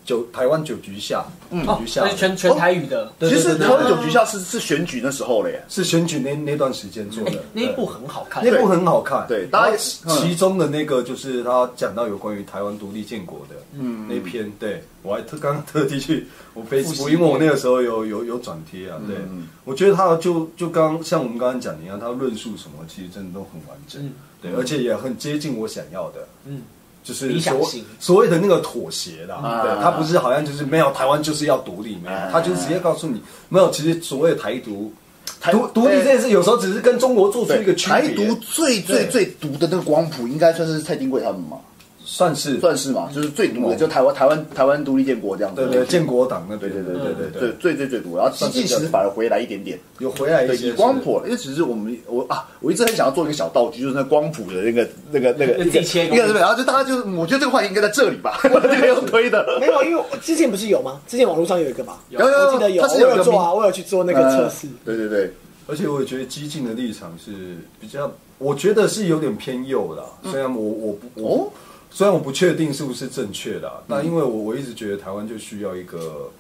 Speaker 2: 九台湾九局下，嗯
Speaker 3: 哦
Speaker 2: 局，下
Speaker 3: 那是全全啊台语的，
Speaker 2: 对
Speaker 1: 其实
Speaker 2: 对对
Speaker 1: 台湾九局校是是选举那时候了耶。
Speaker 2: 是选举那那段时间做
Speaker 3: 哎
Speaker 2: 的，，
Speaker 3: 那一部很好看，
Speaker 2: 那部很好看，
Speaker 1: 对
Speaker 2: 然
Speaker 1: 大家
Speaker 2: 后
Speaker 1: 也
Speaker 2: 其
Speaker 1: 嗯
Speaker 2: 其中的那个就是他讲到有关于台湾独立建国的，嗯，那篇，对我还特刚刚特地去我 Facebook，因为我那个时候有有有转贴啊，对，
Speaker 1: 嗯
Speaker 2: 我觉得他就就刚像我们刚刚讲的一样，他论述什么其实真的都很完整，
Speaker 3: 嗯
Speaker 2: 对，而且也很接近我想要的，
Speaker 3: 嗯，
Speaker 2: 就是
Speaker 3: 理想
Speaker 2: 所
Speaker 3: 型
Speaker 2: 所谓的那个妥协啦，
Speaker 1: 嗯
Speaker 2: 对，他不是好像就是没有台湾就是要独立，没有
Speaker 1: 嗯，
Speaker 2: 他就直接告诉你没有，其实所谓的台独。
Speaker 1: 台
Speaker 2: 独独立这件事，有时候只是跟中国做出一个
Speaker 1: 对，
Speaker 2: 区别。
Speaker 1: 台独最最
Speaker 2: 对
Speaker 1: 最毒的那个光谱，应该算是蔡丁贵他们嘛，
Speaker 2: 算是
Speaker 1: 算是嘛，就是最毒的，
Speaker 2: 嗯
Speaker 1: 就台湾台湾台湾独立建国这样子。
Speaker 2: 对对，建国嗯党那
Speaker 1: 对
Speaker 2: 边，
Speaker 1: 对对
Speaker 2: 对
Speaker 1: 对
Speaker 2: 对
Speaker 1: 对，最最最毒。然后激进其实反而回来一点点，
Speaker 2: 有回来一
Speaker 1: 对，
Speaker 2: 些
Speaker 1: 以
Speaker 2: 是
Speaker 1: 光谱，因为其实我们我啊，我一直很想要做一个小道具，就是那光谱的那个那个那个
Speaker 3: 自己切
Speaker 1: 一
Speaker 3: 一
Speaker 1: 个
Speaker 3: 个
Speaker 1: 对不对？然后就大家就是，我觉得这个话题应该在这里吧，这个用推 的。
Speaker 4: 没有，因为我之前不是有吗？之前网络上有一个吧，
Speaker 3: 有
Speaker 1: 有有
Speaker 4: 我记得有，
Speaker 1: 它
Speaker 4: 我
Speaker 1: 是有一
Speaker 4: 有
Speaker 1: 个
Speaker 4: 做
Speaker 1: 名
Speaker 4: 啊，我有去做那个测试。
Speaker 1: 呃对对对，
Speaker 2: 而且我也觉得激进的立场是比较，我觉得是有点偏右的啊，虽然我我不
Speaker 1: 嗯哦嗯
Speaker 2: 我虽然我不确定是不是正确的啊，但因为我我一直觉得台湾就需要一个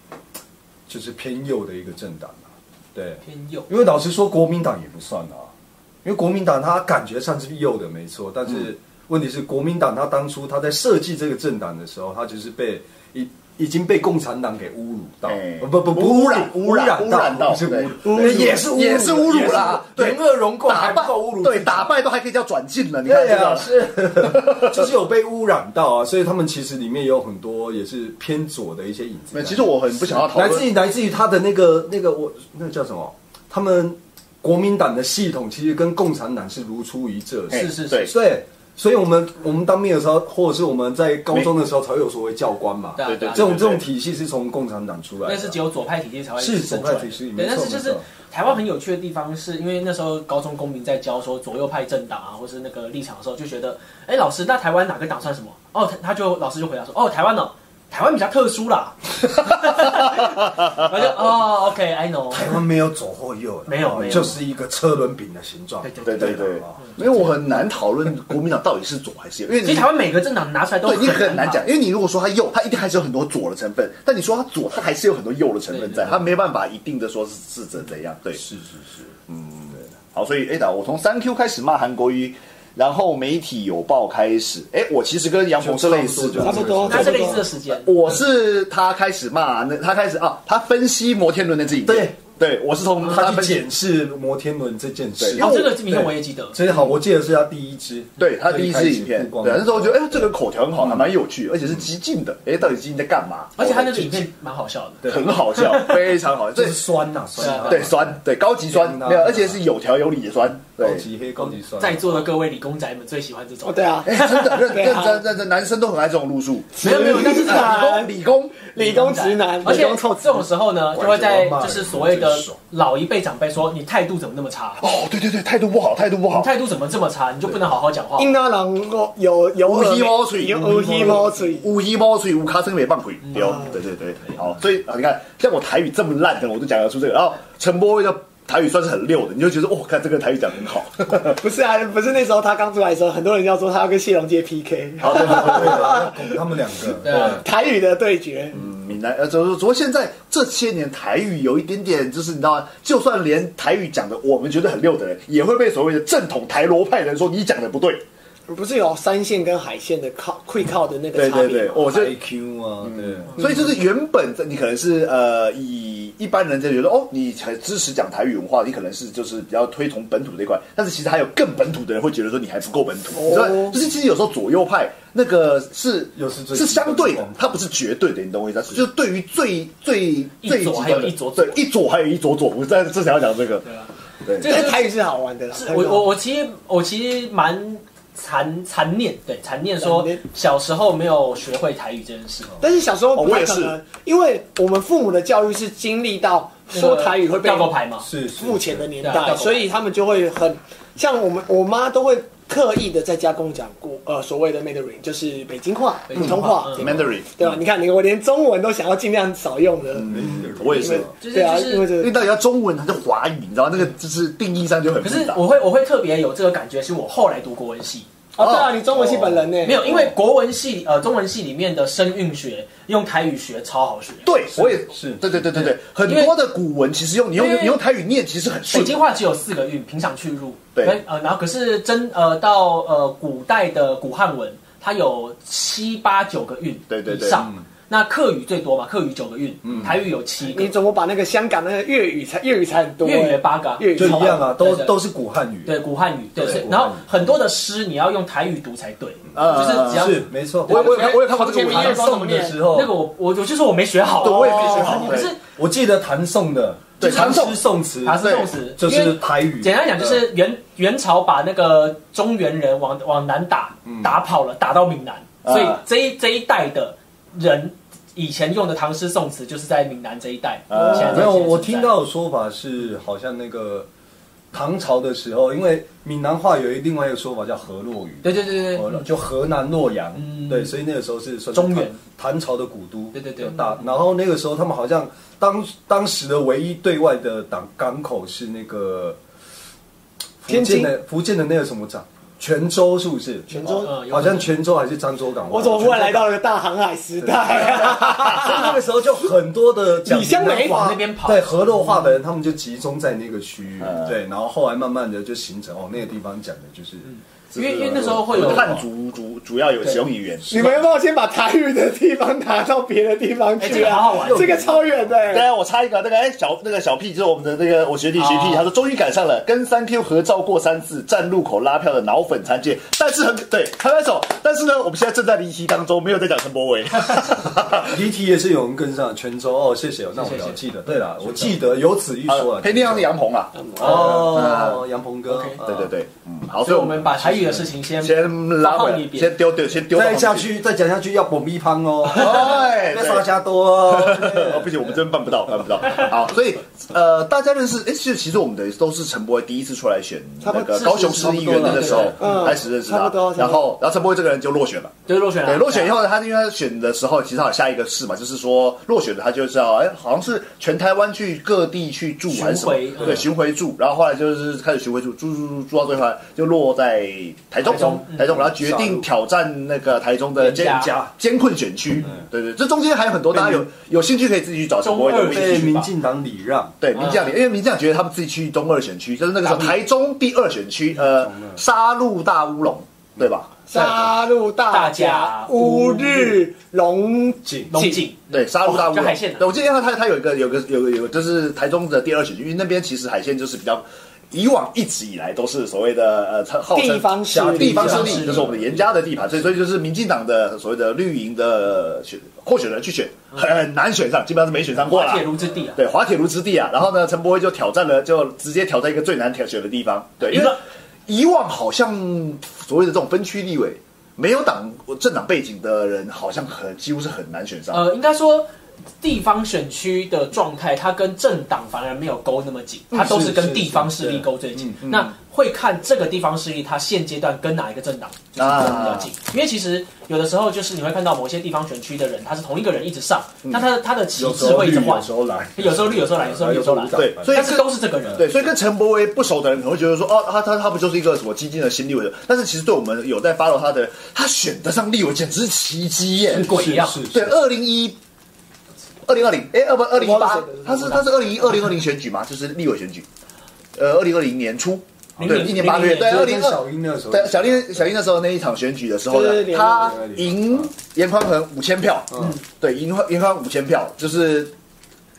Speaker 2: 就是偏右的一个政党啊，对，
Speaker 3: 偏右，
Speaker 2: 因为老实说，国民党也不算啊，因为国民党它感觉上是右的没错，但
Speaker 1: 嗯
Speaker 2: 是问题是国民党它当初它在设计这个政党的时候，它就是被已已经被共产党给侮辱到，呃
Speaker 1: 哎
Speaker 2: 不不不
Speaker 1: 污
Speaker 2: 污
Speaker 1: 染污
Speaker 2: 污
Speaker 1: 染
Speaker 2: 染
Speaker 1: 污染到
Speaker 2: 不是
Speaker 1: 对
Speaker 2: 侮辱，哎也是
Speaker 1: 也是侮辱啦，对
Speaker 2: 联俄容共
Speaker 1: 打
Speaker 2: 还不
Speaker 1: 败
Speaker 2: 够侮辱，
Speaker 1: 对打败都还可以叫转进了，你看
Speaker 2: 对
Speaker 1: 这
Speaker 2: 呀，
Speaker 1: 个。
Speaker 2: 是，就是有被污染到啊，所以他们其实里面有很多也是偏左的一些影子
Speaker 1: 没有
Speaker 2: 在里面。
Speaker 1: 其实我很不想要讨
Speaker 2: 来
Speaker 1: 论，
Speaker 2: 自于来自于他的那个那个我那个叫什么？他们国民党的系统其实跟共产党是如出一辙，
Speaker 1: 嘿
Speaker 3: 是是是
Speaker 1: 对
Speaker 2: 对，所以我们我们当兵的时候，或者是我们在高中的时候，才会有所谓教官嘛。
Speaker 3: 对啊
Speaker 1: 对对
Speaker 3: 啊
Speaker 2: 这种
Speaker 1: 对
Speaker 2: 这种体系是从共产党出来的，
Speaker 3: 那是只有左派体系才会
Speaker 2: 是
Speaker 3: 生
Speaker 2: 左派
Speaker 3: 出来
Speaker 2: 体系
Speaker 3: 的
Speaker 2: 没
Speaker 3: 对，但
Speaker 2: 错
Speaker 3: 是就
Speaker 2: 没
Speaker 3: 是
Speaker 2: 错
Speaker 3: 台湾很有趣的地方，是因为那时候高中公民在教说左右派政党啊，或是那个立场的时候，就觉得，哎，老师，那台湾哪个党算什么？哦，他他就老师就回答说，哦，台湾哦，台湾比较特殊啦。 我就哦，OK，I know。
Speaker 2: 台湾没有左或右的，
Speaker 3: 没有没有
Speaker 2: 就是一个车轮饼的形状。
Speaker 3: 对对
Speaker 1: 对对对
Speaker 2: 好，
Speaker 1: 因为我很难讨论国民党到底是左还是右，因为
Speaker 3: 其
Speaker 1: 你
Speaker 3: 实台湾每个政党拿出来都
Speaker 1: 对你很难
Speaker 3: 把
Speaker 1: 讲，因为你如果说他右，他一定还是有很多左的成分；但你说他左，他还是有很多右的成分在，
Speaker 3: 对对对
Speaker 1: 他没办法一定的说是是怎怎样。对，嗯
Speaker 2: 是是是，
Speaker 1: 好，所以哎，那我从三 Q 开始骂韩国瑜，然后媒体有报开始，哎，我其实跟杨鹏是类似
Speaker 2: 就
Speaker 1: 的
Speaker 2: 差，
Speaker 4: 差不多，
Speaker 3: 那
Speaker 4: 差
Speaker 3: 是
Speaker 4: 不
Speaker 3: 类似的
Speaker 4: 多。
Speaker 3: 时间，哦
Speaker 1: 我是他开始骂，那他开始啊，他分析摩天轮的自己，
Speaker 2: 对，
Speaker 1: 对我是从
Speaker 2: 他去
Speaker 1: 分析
Speaker 2: 检视摩天轮这件事
Speaker 1: 对。
Speaker 3: 哦，这个
Speaker 2: 对
Speaker 3: 名片我也记得，
Speaker 2: 这好，我记得是他第一支，
Speaker 1: 对他第一支影
Speaker 2: 开始
Speaker 1: 片，
Speaker 2: 曝光
Speaker 1: 对，那时候我觉得，哎，这个口条很好，还蛮有趣，而且是激进的，哎，到底激进在干嘛？哦
Speaker 3: 而且他那个影片蛮好笑的，
Speaker 1: 很好笑，非常好笑，
Speaker 2: 就
Speaker 1: 对
Speaker 2: 是酸呐，酸啊
Speaker 3: 对
Speaker 1: 对酸，对高级酸，没有，而且是有条有理的酸，对
Speaker 2: 高。级黑，高级酸，
Speaker 3: 在座的各位理工宅们最喜欢这种
Speaker 4: 哦，，对啊，
Speaker 1: 哎，真的认
Speaker 4: 对
Speaker 1: 认
Speaker 4: 啊
Speaker 1: 真认真，男生都很爱这种路数。
Speaker 3: 没有没有，但是这个
Speaker 1: 哎理工理工，
Speaker 4: 理工直男，
Speaker 3: 而
Speaker 4: 理
Speaker 3: 且
Speaker 4: 工臭直
Speaker 3: 这种时候呢，
Speaker 2: 我
Speaker 3: 就会在
Speaker 2: 觉得骂人
Speaker 3: 就是所谓的
Speaker 2: 最爽
Speaker 3: 老一辈长辈说你态度怎么那么差，
Speaker 1: 哦，对对对，态度不好，态度不好
Speaker 3: 你。嗯态度怎么这么差，你就不能好好讲话。
Speaker 4: 英拉郎有有有
Speaker 1: 无鱼毛嘴
Speaker 4: 有乌黑猫嘴，
Speaker 1: 无一猫嘴，无卡生没棒腿，对哦对对对，好，所以啊，你看，像我台语这么烂的，我都讲得出这个。然后陈柏威的台语算是很溜的，你就觉得哦，看这个台语讲得很好。
Speaker 4: 不是啊，不是那时候他刚出来的时候，很多人要说他要跟谢龙介 PK
Speaker 1: 好，对对对
Speaker 2: 对啊，要拱他们两个，
Speaker 3: 对啊
Speaker 4: 台语的对决，
Speaker 1: 闽南呃，就是说现在这些年台语有一点点，就是你知道吗？就算连台语讲的我们觉得很溜的人，也会被所谓的正统台罗派人说你讲的不对。
Speaker 4: 不是有山线跟海线的靠会靠的那个
Speaker 1: 对
Speaker 4: 差别
Speaker 1: 对
Speaker 4: 吗？
Speaker 1: 对，我就
Speaker 2: IQ 啊，对。
Speaker 1: 所以就是原本在你可能是呃，以一般人就觉得哦，你很支持讲台语文化，你可能是就是比较推崇本土这一块，但是其实还有更本土的人会觉得说你还不够本土，
Speaker 4: 哦
Speaker 1: 你知道就是其实有时候左右派那个是
Speaker 2: 又是最
Speaker 1: 是相对
Speaker 2: 极
Speaker 1: 的
Speaker 2: 端，
Speaker 1: 它不是绝对的，你懂我意思啊？就是对于最最
Speaker 3: 一
Speaker 1: 最
Speaker 3: 左
Speaker 1: 极
Speaker 3: 还有
Speaker 1: 端的
Speaker 3: 一左左
Speaker 1: 对一左还有一左左，我在正想要讲这个，
Speaker 3: 啊
Speaker 1: 对
Speaker 3: 这
Speaker 4: 但
Speaker 3: 个
Speaker 4: 台语是好玩的啦。
Speaker 3: 是
Speaker 4: 台语
Speaker 3: 我
Speaker 4: 好玩
Speaker 3: 我我其实我其实蛮残残念，对残念说
Speaker 4: 残念
Speaker 3: 小时候没有学会台语这件事。
Speaker 4: 但是小时候
Speaker 1: 哦我
Speaker 4: 不太
Speaker 1: 也
Speaker 4: 可
Speaker 1: 是
Speaker 4: 能，因为我们父母的教育是经历到说台语会被
Speaker 3: 掉过牌嘛？
Speaker 2: 是是
Speaker 4: 目前的年
Speaker 3: 对啊
Speaker 4: 代，
Speaker 3: 大头
Speaker 4: 所以他们就会很像我们，我妈都会刻意的在家跟我讲过，呃，所谓的 Mandarin 就是北京话、
Speaker 3: 北
Speaker 4: 普
Speaker 3: 京
Speaker 4: 通
Speaker 3: 话
Speaker 4: 话，
Speaker 3: 嗯
Speaker 4: 对吧
Speaker 1: Mandarin，
Speaker 4: 对
Speaker 2: 啊
Speaker 4: 吧？你看，你我连中文都想要尽量少用的，
Speaker 1: 我也是，
Speaker 3: 就是
Speaker 4: 对啊，
Speaker 3: 就是
Speaker 4: 因为这
Speaker 1: 因为
Speaker 4: 个
Speaker 1: 到底要中文还是华语，你知道那个就是定义上就很
Speaker 3: 可
Speaker 1: 复
Speaker 3: 是
Speaker 1: 杂。
Speaker 3: 我会我会特别有这个感觉，是我后来读国文系，
Speaker 4: 哦，对啊，你中文系本人呢？
Speaker 3: 没有，因为国文系呃中文系里面的声韵学用台语学超好学，
Speaker 1: 对，我也
Speaker 2: 是
Speaker 1: 对对对对对，很
Speaker 3: 因为
Speaker 1: 多的古文其实用你用
Speaker 3: 因为
Speaker 1: 你用台语念其实很
Speaker 3: 北
Speaker 1: 顺。
Speaker 3: 京话只有四个韵，平常去入。
Speaker 1: 对
Speaker 3: 可呃，然后可是真呃到呃古代的古汉文，它有七八九个韵，
Speaker 1: 对对对嗯
Speaker 3: 以上。那客语最多嘛，客语九个韵，台语有七个
Speaker 4: 你，怎么把那个香港那个粤语才粤语才很多欸？
Speaker 3: 粤语也八个啊，
Speaker 4: 粤语
Speaker 2: 就一样啊，都
Speaker 3: 对对
Speaker 2: 都是古汉语。
Speaker 3: 对古汉语，对，
Speaker 2: 对
Speaker 3: 是
Speaker 2: 古汉语
Speaker 3: 然后很多的诗你要用台语读才对，
Speaker 1: 呃
Speaker 3: 就是只要
Speaker 2: 是没错。
Speaker 1: 我我有看我有看过这个
Speaker 4: 前
Speaker 1: 文
Speaker 4: 面
Speaker 2: 唐
Speaker 1: 章，
Speaker 2: 宋的时候，
Speaker 3: 那个我我我就说我没学好，
Speaker 1: 对我也没学好
Speaker 3: 哦可是
Speaker 2: 我记得唐宋的，
Speaker 1: 对
Speaker 2: 就是唐
Speaker 1: 唐宋
Speaker 2: 诗宋词，
Speaker 3: 它是动词，
Speaker 2: 就
Speaker 3: 因为
Speaker 2: 是台语。
Speaker 3: 简单讲，就是
Speaker 1: 嗯
Speaker 3: 元元朝把那个中原人往往南打，打跑了，打到闽南，
Speaker 1: 嗯啊
Speaker 3: 所以这一这一代的人以前用的唐诗宋词就是在闽南这一代。
Speaker 1: 啊
Speaker 3: 现在才
Speaker 2: 没有，
Speaker 3: 现在
Speaker 2: 我
Speaker 3: 存
Speaker 2: 听
Speaker 3: 在
Speaker 2: 到的说法是，好像那个唐朝的时候，因为闽南话有一另外一个说法叫河洛语，
Speaker 3: 对对对
Speaker 2: 河
Speaker 1: 哦
Speaker 3: 对
Speaker 2: 洛哦就河南洛阳，对，所以那个时候是算是
Speaker 3: 中原
Speaker 2: 唐唐朝的古都，
Speaker 3: 对对对
Speaker 2: 有大。然后那个时候他们好像当当时的唯一对外的港港口是那个福
Speaker 4: 天
Speaker 2: 建
Speaker 4: 津
Speaker 2: 的福建的那个什么港，泉州是不是？
Speaker 4: 泉
Speaker 3: 哦
Speaker 4: 州
Speaker 3: 呃有
Speaker 2: 好像
Speaker 3: 可
Speaker 2: 泉州还是漳州港，
Speaker 4: 我怎么忽然来到了大航海时代啊？
Speaker 2: 所以那个时候就很多的讲
Speaker 4: 李香梅
Speaker 2: 闽南话
Speaker 3: 往那边跑
Speaker 2: 对河洛话的人，他们就集中在那个区域
Speaker 1: 嗯，
Speaker 2: 对，然后后来慢慢的就形成哦，那个地方讲的就是，
Speaker 3: 能因为因为那时候会有
Speaker 1: 汉族主主要有使用语言，
Speaker 4: 你们要不要先把台语的地方拿到别的地方
Speaker 3: 哎这
Speaker 4: 去
Speaker 3: 个好
Speaker 4: 啊
Speaker 3: 好玩？
Speaker 4: 这个超远的
Speaker 1: 对
Speaker 4: 欸。
Speaker 1: 啊，我插一个，那个哎小那个小 P 就是我们的那个我学弟学
Speaker 3: 哦
Speaker 1: 弟，他说终于赶上了，跟三 Q 合照过三次，站路口拉票的脑粉参见，但是很对拍拍手，但是呢，我们现在正在离题当中，没有在讲陈柏伟，
Speaker 2: 离题也是有人跟上，泉州哦，谢谢，那我
Speaker 3: 谢谢
Speaker 2: 了记得，对了，我记得有此一说啊，
Speaker 1: 裴天阳的杨鹏啊，
Speaker 2: 哦，杨鹏哥
Speaker 3: OK，
Speaker 2: 啊
Speaker 1: 对对对，嗯，好，
Speaker 3: 所以我们把台语的事情先
Speaker 1: 先拉回
Speaker 3: 放一
Speaker 1: 来，
Speaker 3: 边
Speaker 1: 先丢丢，先丢到
Speaker 2: 再下
Speaker 1: 旁边，
Speaker 2: 去再讲下去要保密潘哦，
Speaker 1: 哎，
Speaker 2: 再
Speaker 1: 对
Speaker 2: 撒加多哦，
Speaker 1: 哦，不行，我们真办不到，办不到。好，所以呃，大家认识，哎，是其实我们的都是陈柏惟第一次出来选
Speaker 4: 差不
Speaker 1: 那
Speaker 4: 多
Speaker 1: 个高雄市议员的那时
Speaker 3: 差
Speaker 1: 候
Speaker 3: 不
Speaker 4: 多了对嗯
Speaker 1: 开始认识
Speaker 4: 差
Speaker 1: 他
Speaker 4: 不多差不，多
Speaker 1: 然后然后陈柏惟这个人就落选了。
Speaker 3: 就是落选了，
Speaker 1: 对，落选以后呢，他因为他选的时候，其实他有下一个事嘛，就是说落选了，他就是要哎，好像是全台湾去各地去住还是什么
Speaker 3: 巡回，
Speaker 1: 对，
Speaker 3: 嗯
Speaker 1: 巡回住，然后后来就是开始巡回住，住住住住到最后就落在台中，
Speaker 3: 台中嗯
Speaker 1: 台中，然后决定挑战那个台中的
Speaker 3: 严家
Speaker 1: 监监困选区，对对，这中间还有很多，大家有有兴趣可以自己去找陈柏惟
Speaker 3: 中
Speaker 1: 的
Speaker 3: 二嗯
Speaker 1: 位
Speaker 2: 被
Speaker 1: 置去
Speaker 2: 民
Speaker 1: 吧。
Speaker 2: 进党礼让，
Speaker 1: 对民进党，因为民进党觉得他们自己去中二选区，就是那个时候
Speaker 3: 打屁
Speaker 1: 台中第二选区，呃，杀戮大乌龙，对吧？
Speaker 4: 杀戮大家乌日龙
Speaker 2: 进
Speaker 3: 龙井
Speaker 1: 对，杀戮大乌龙
Speaker 3: 哦就海鲜啊
Speaker 1: 对，我记得他他他有一个有个有个有个，就是台中的第二选区，因为那边其实海鲜就是比较。以往一直以来都是所谓的呃称，号称
Speaker 4: 地方势力
Speaker 1: 地方势
Speaker 2: 地方势力
Speaker 1: 力，就是我们的严家的地盘，所以所以就是民进党的所谓的绿营的选候选人去选，很难选上，基本上是没选上过
Speaker 3: 滑
Speaker 1: 啦
Speaker 3: 铁。卢之地啊，
Speaker 1: 对，滑铁卢之地啊。然后呢，陈柏惟就挑战了，就直接挑战一个最难挑选的地方。对，因为
Speaker 3: 一个
Speaker 1: 以往好像所谓的这种分区立委，没有党政党背景的人，好像很几乎是很难选上。
Speaker 3: 呃，应该说地方选区的状态，它跟政党反而没有勾那么紧，它都是
Speaker 2: 嗯是
Speaker 3: 跟
Speaker 2: 是
Speaker 3: 地方势力勾最
Speaker 2: 是
Speaker 3: 紧。
Speaker 2: 嗯嗯
Speaker 3: 那会看这个地方势力，它现阶段跟哪一个政党就是勾得比
Speaker 2: 啊
Speaker 3: 较紧，因为其实有的时候就是你会看到某些地方选区的人，他是同一个人一直上，那他的他的旗
Speaker 2: 嗯有时
Speaker 3: 帜
Speaker 2: 候
Speaker 3: 会一
Speaker 2: 绿，
Speaker 3: 直换
Speaker 2: 有，时候蓝，
Speaker 3: 有时候绿，有时候蓝，有时候绿，有时候蓝
Speaker 2: 无，党
Speaker 1: 对所以
Speaker 3: 但是都是这个人。
Speaker 1: 对，所以跟陈柏惟不熟的人可能会觉得说，哦，他他他不就是一个什么激进的新立委的？但是其实对我们有在 follow 他的人，他选得上立委简直是奇迹耶！
Speaker 3: 跟鬼一样
Speaker 2: 是是是
Speaker 1: 对，二零一。二零二零，哎，呃不，二零一
Speaker 4: 我
Speaker 1: 八
Speaker 4: 忘了谁的，
Speaker 1: 他是他是二零一二零二零选举嘛，就是立委选举，呃，二零二零年初，
Speaker 3: 零
Speaker 1: 对，
Speaker 3: 零
Speaker 1: 一年八个月，对，
Speaker 2: 对
Speaker 1: 二零
Speaker 2: 跟小
Speaker 1: 二。
Speaker 2: 英那时候，
Speaker 1: 对，小英小英那时候那一场选举的时候呢
Speaker 4: 对对，对
Speaker 1: 他
Speaker 2: 对对对
Speaker 1: 赢严宽恒五千票，嗯，对，赢严宽五千票，就是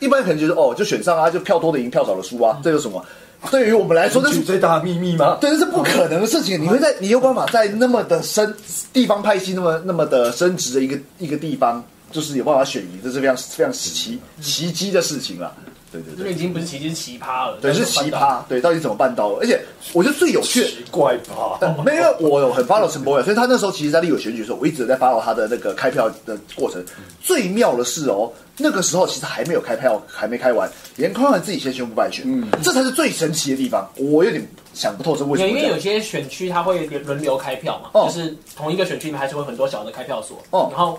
Speaker 1: 一般人可能觉得哦，就选上啊，就票多的赢，票少的输啊，这有什么？对于我们来说，这是
Speaker 2: 举最大的秘密吗？
Speaker 1: 对，这是不可能的事情。你会在你有办法在那么的深地方派系那么那么的升值的一个一个地方，就是有办法选赢，这是非常非常奇奇迹的事情啦。对对
Speaker 3: 这个
Speaker 1: 对，
Speaker 3: 已经不是奇迹，是奇葩了。
Speaker 1: 对是奇葩，对，到底怎么办到的？而且我觉得最有趣的，
Speaker 2: 奇怪吧？
Speaker 1: 没有，因为我有很 follow 陈柏伟，所以他那时候其实，在立委选举的时候，我一直有在 follow 他的那个开票的过程。最妙的是哦，那个时候其实还没有开票，还没开完，严宽恒自己先宣布败选，嗯，这才是最神奇的地方。我有点想不透这为什么
Speaker 3: 有因
Speaker 1: 这
Speaker 3: 为
Speaker 1: 样
Speaker 3: 有些选区它会轮轮流开票嘛，
Speaker 1: 哦
Speaker 3: 就是同一个选区里面还是会有很多小的开票所，
Speaker 1: 哦
Speaker 3: 然后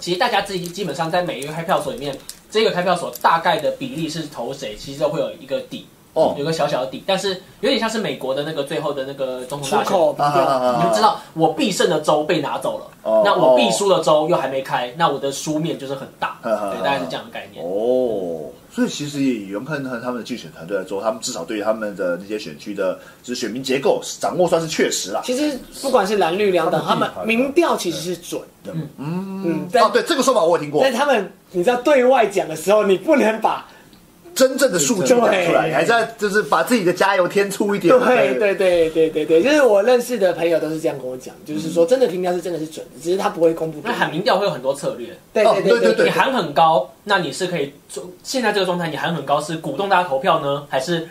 Speaker 3: 其实大家自己基本上在每一个开票所里面，这个开票所大概的比例是投谁，其实都会有一个底，
Speaker 1: 哦
Speaker 3: 有个小小的底，但是有点像是美国的那个最后的那个总统
Speaker 4: 出
Speaker 3: 大选。
Speaker 4: 口比
Speaker 1: 啊啊啊
Speaker 4: 较
Speaker 1: 啊！
Speaker 3: 你就知道我必胜的州被拿走了，
Speaker 1: 哦
Speaker 3: 那我必输的州又还没开，那我的输面就是很大，
Speaker 1: 嗯嗯
Speaker 3: 对，
Speaker 1: 嗯
Speaker 3: 大概是这样的概念。
Speaker 1: 哦，所以其实以袁喷和他们的竞选团队来说，他们至少对于他们的那些选区的，就是选民结构掌握算是确实啦。
Speaker 4: 其实不管是蓝绿两党，他
Speaker 2: 他们
Speaker 4: 们
Speaker 2: 地盘
Speaker 4: 民调其实是准的。嗯嗯，但
Speaker 1: 哦，对，这个说法我有听过
Speaker 4: 但。他们你知道对外讲的时候，你不能把
Speaker 1: 真正的数据讲出来，
Speaker 4: 对
Speaker 1: 还是要就是把自己的加油添醋一点。
Speaker 4: 对对对对对对，就是我认识的朋友都是这样跟我讲，就是说真的评价是真的是准的，只是他不会公布给
Speaker 3: 那
Speaker 4: 你。
Speaker 3: 喊民调会有很多策略，
Speaker 4: 对
Speaker 1: 哦
Speaker 4: 对
Speaker 1: 对对
Speaker 3: 你喊很高，那你是可以做。现在这个状态，你喊很高是鼓动大家投票呢，还是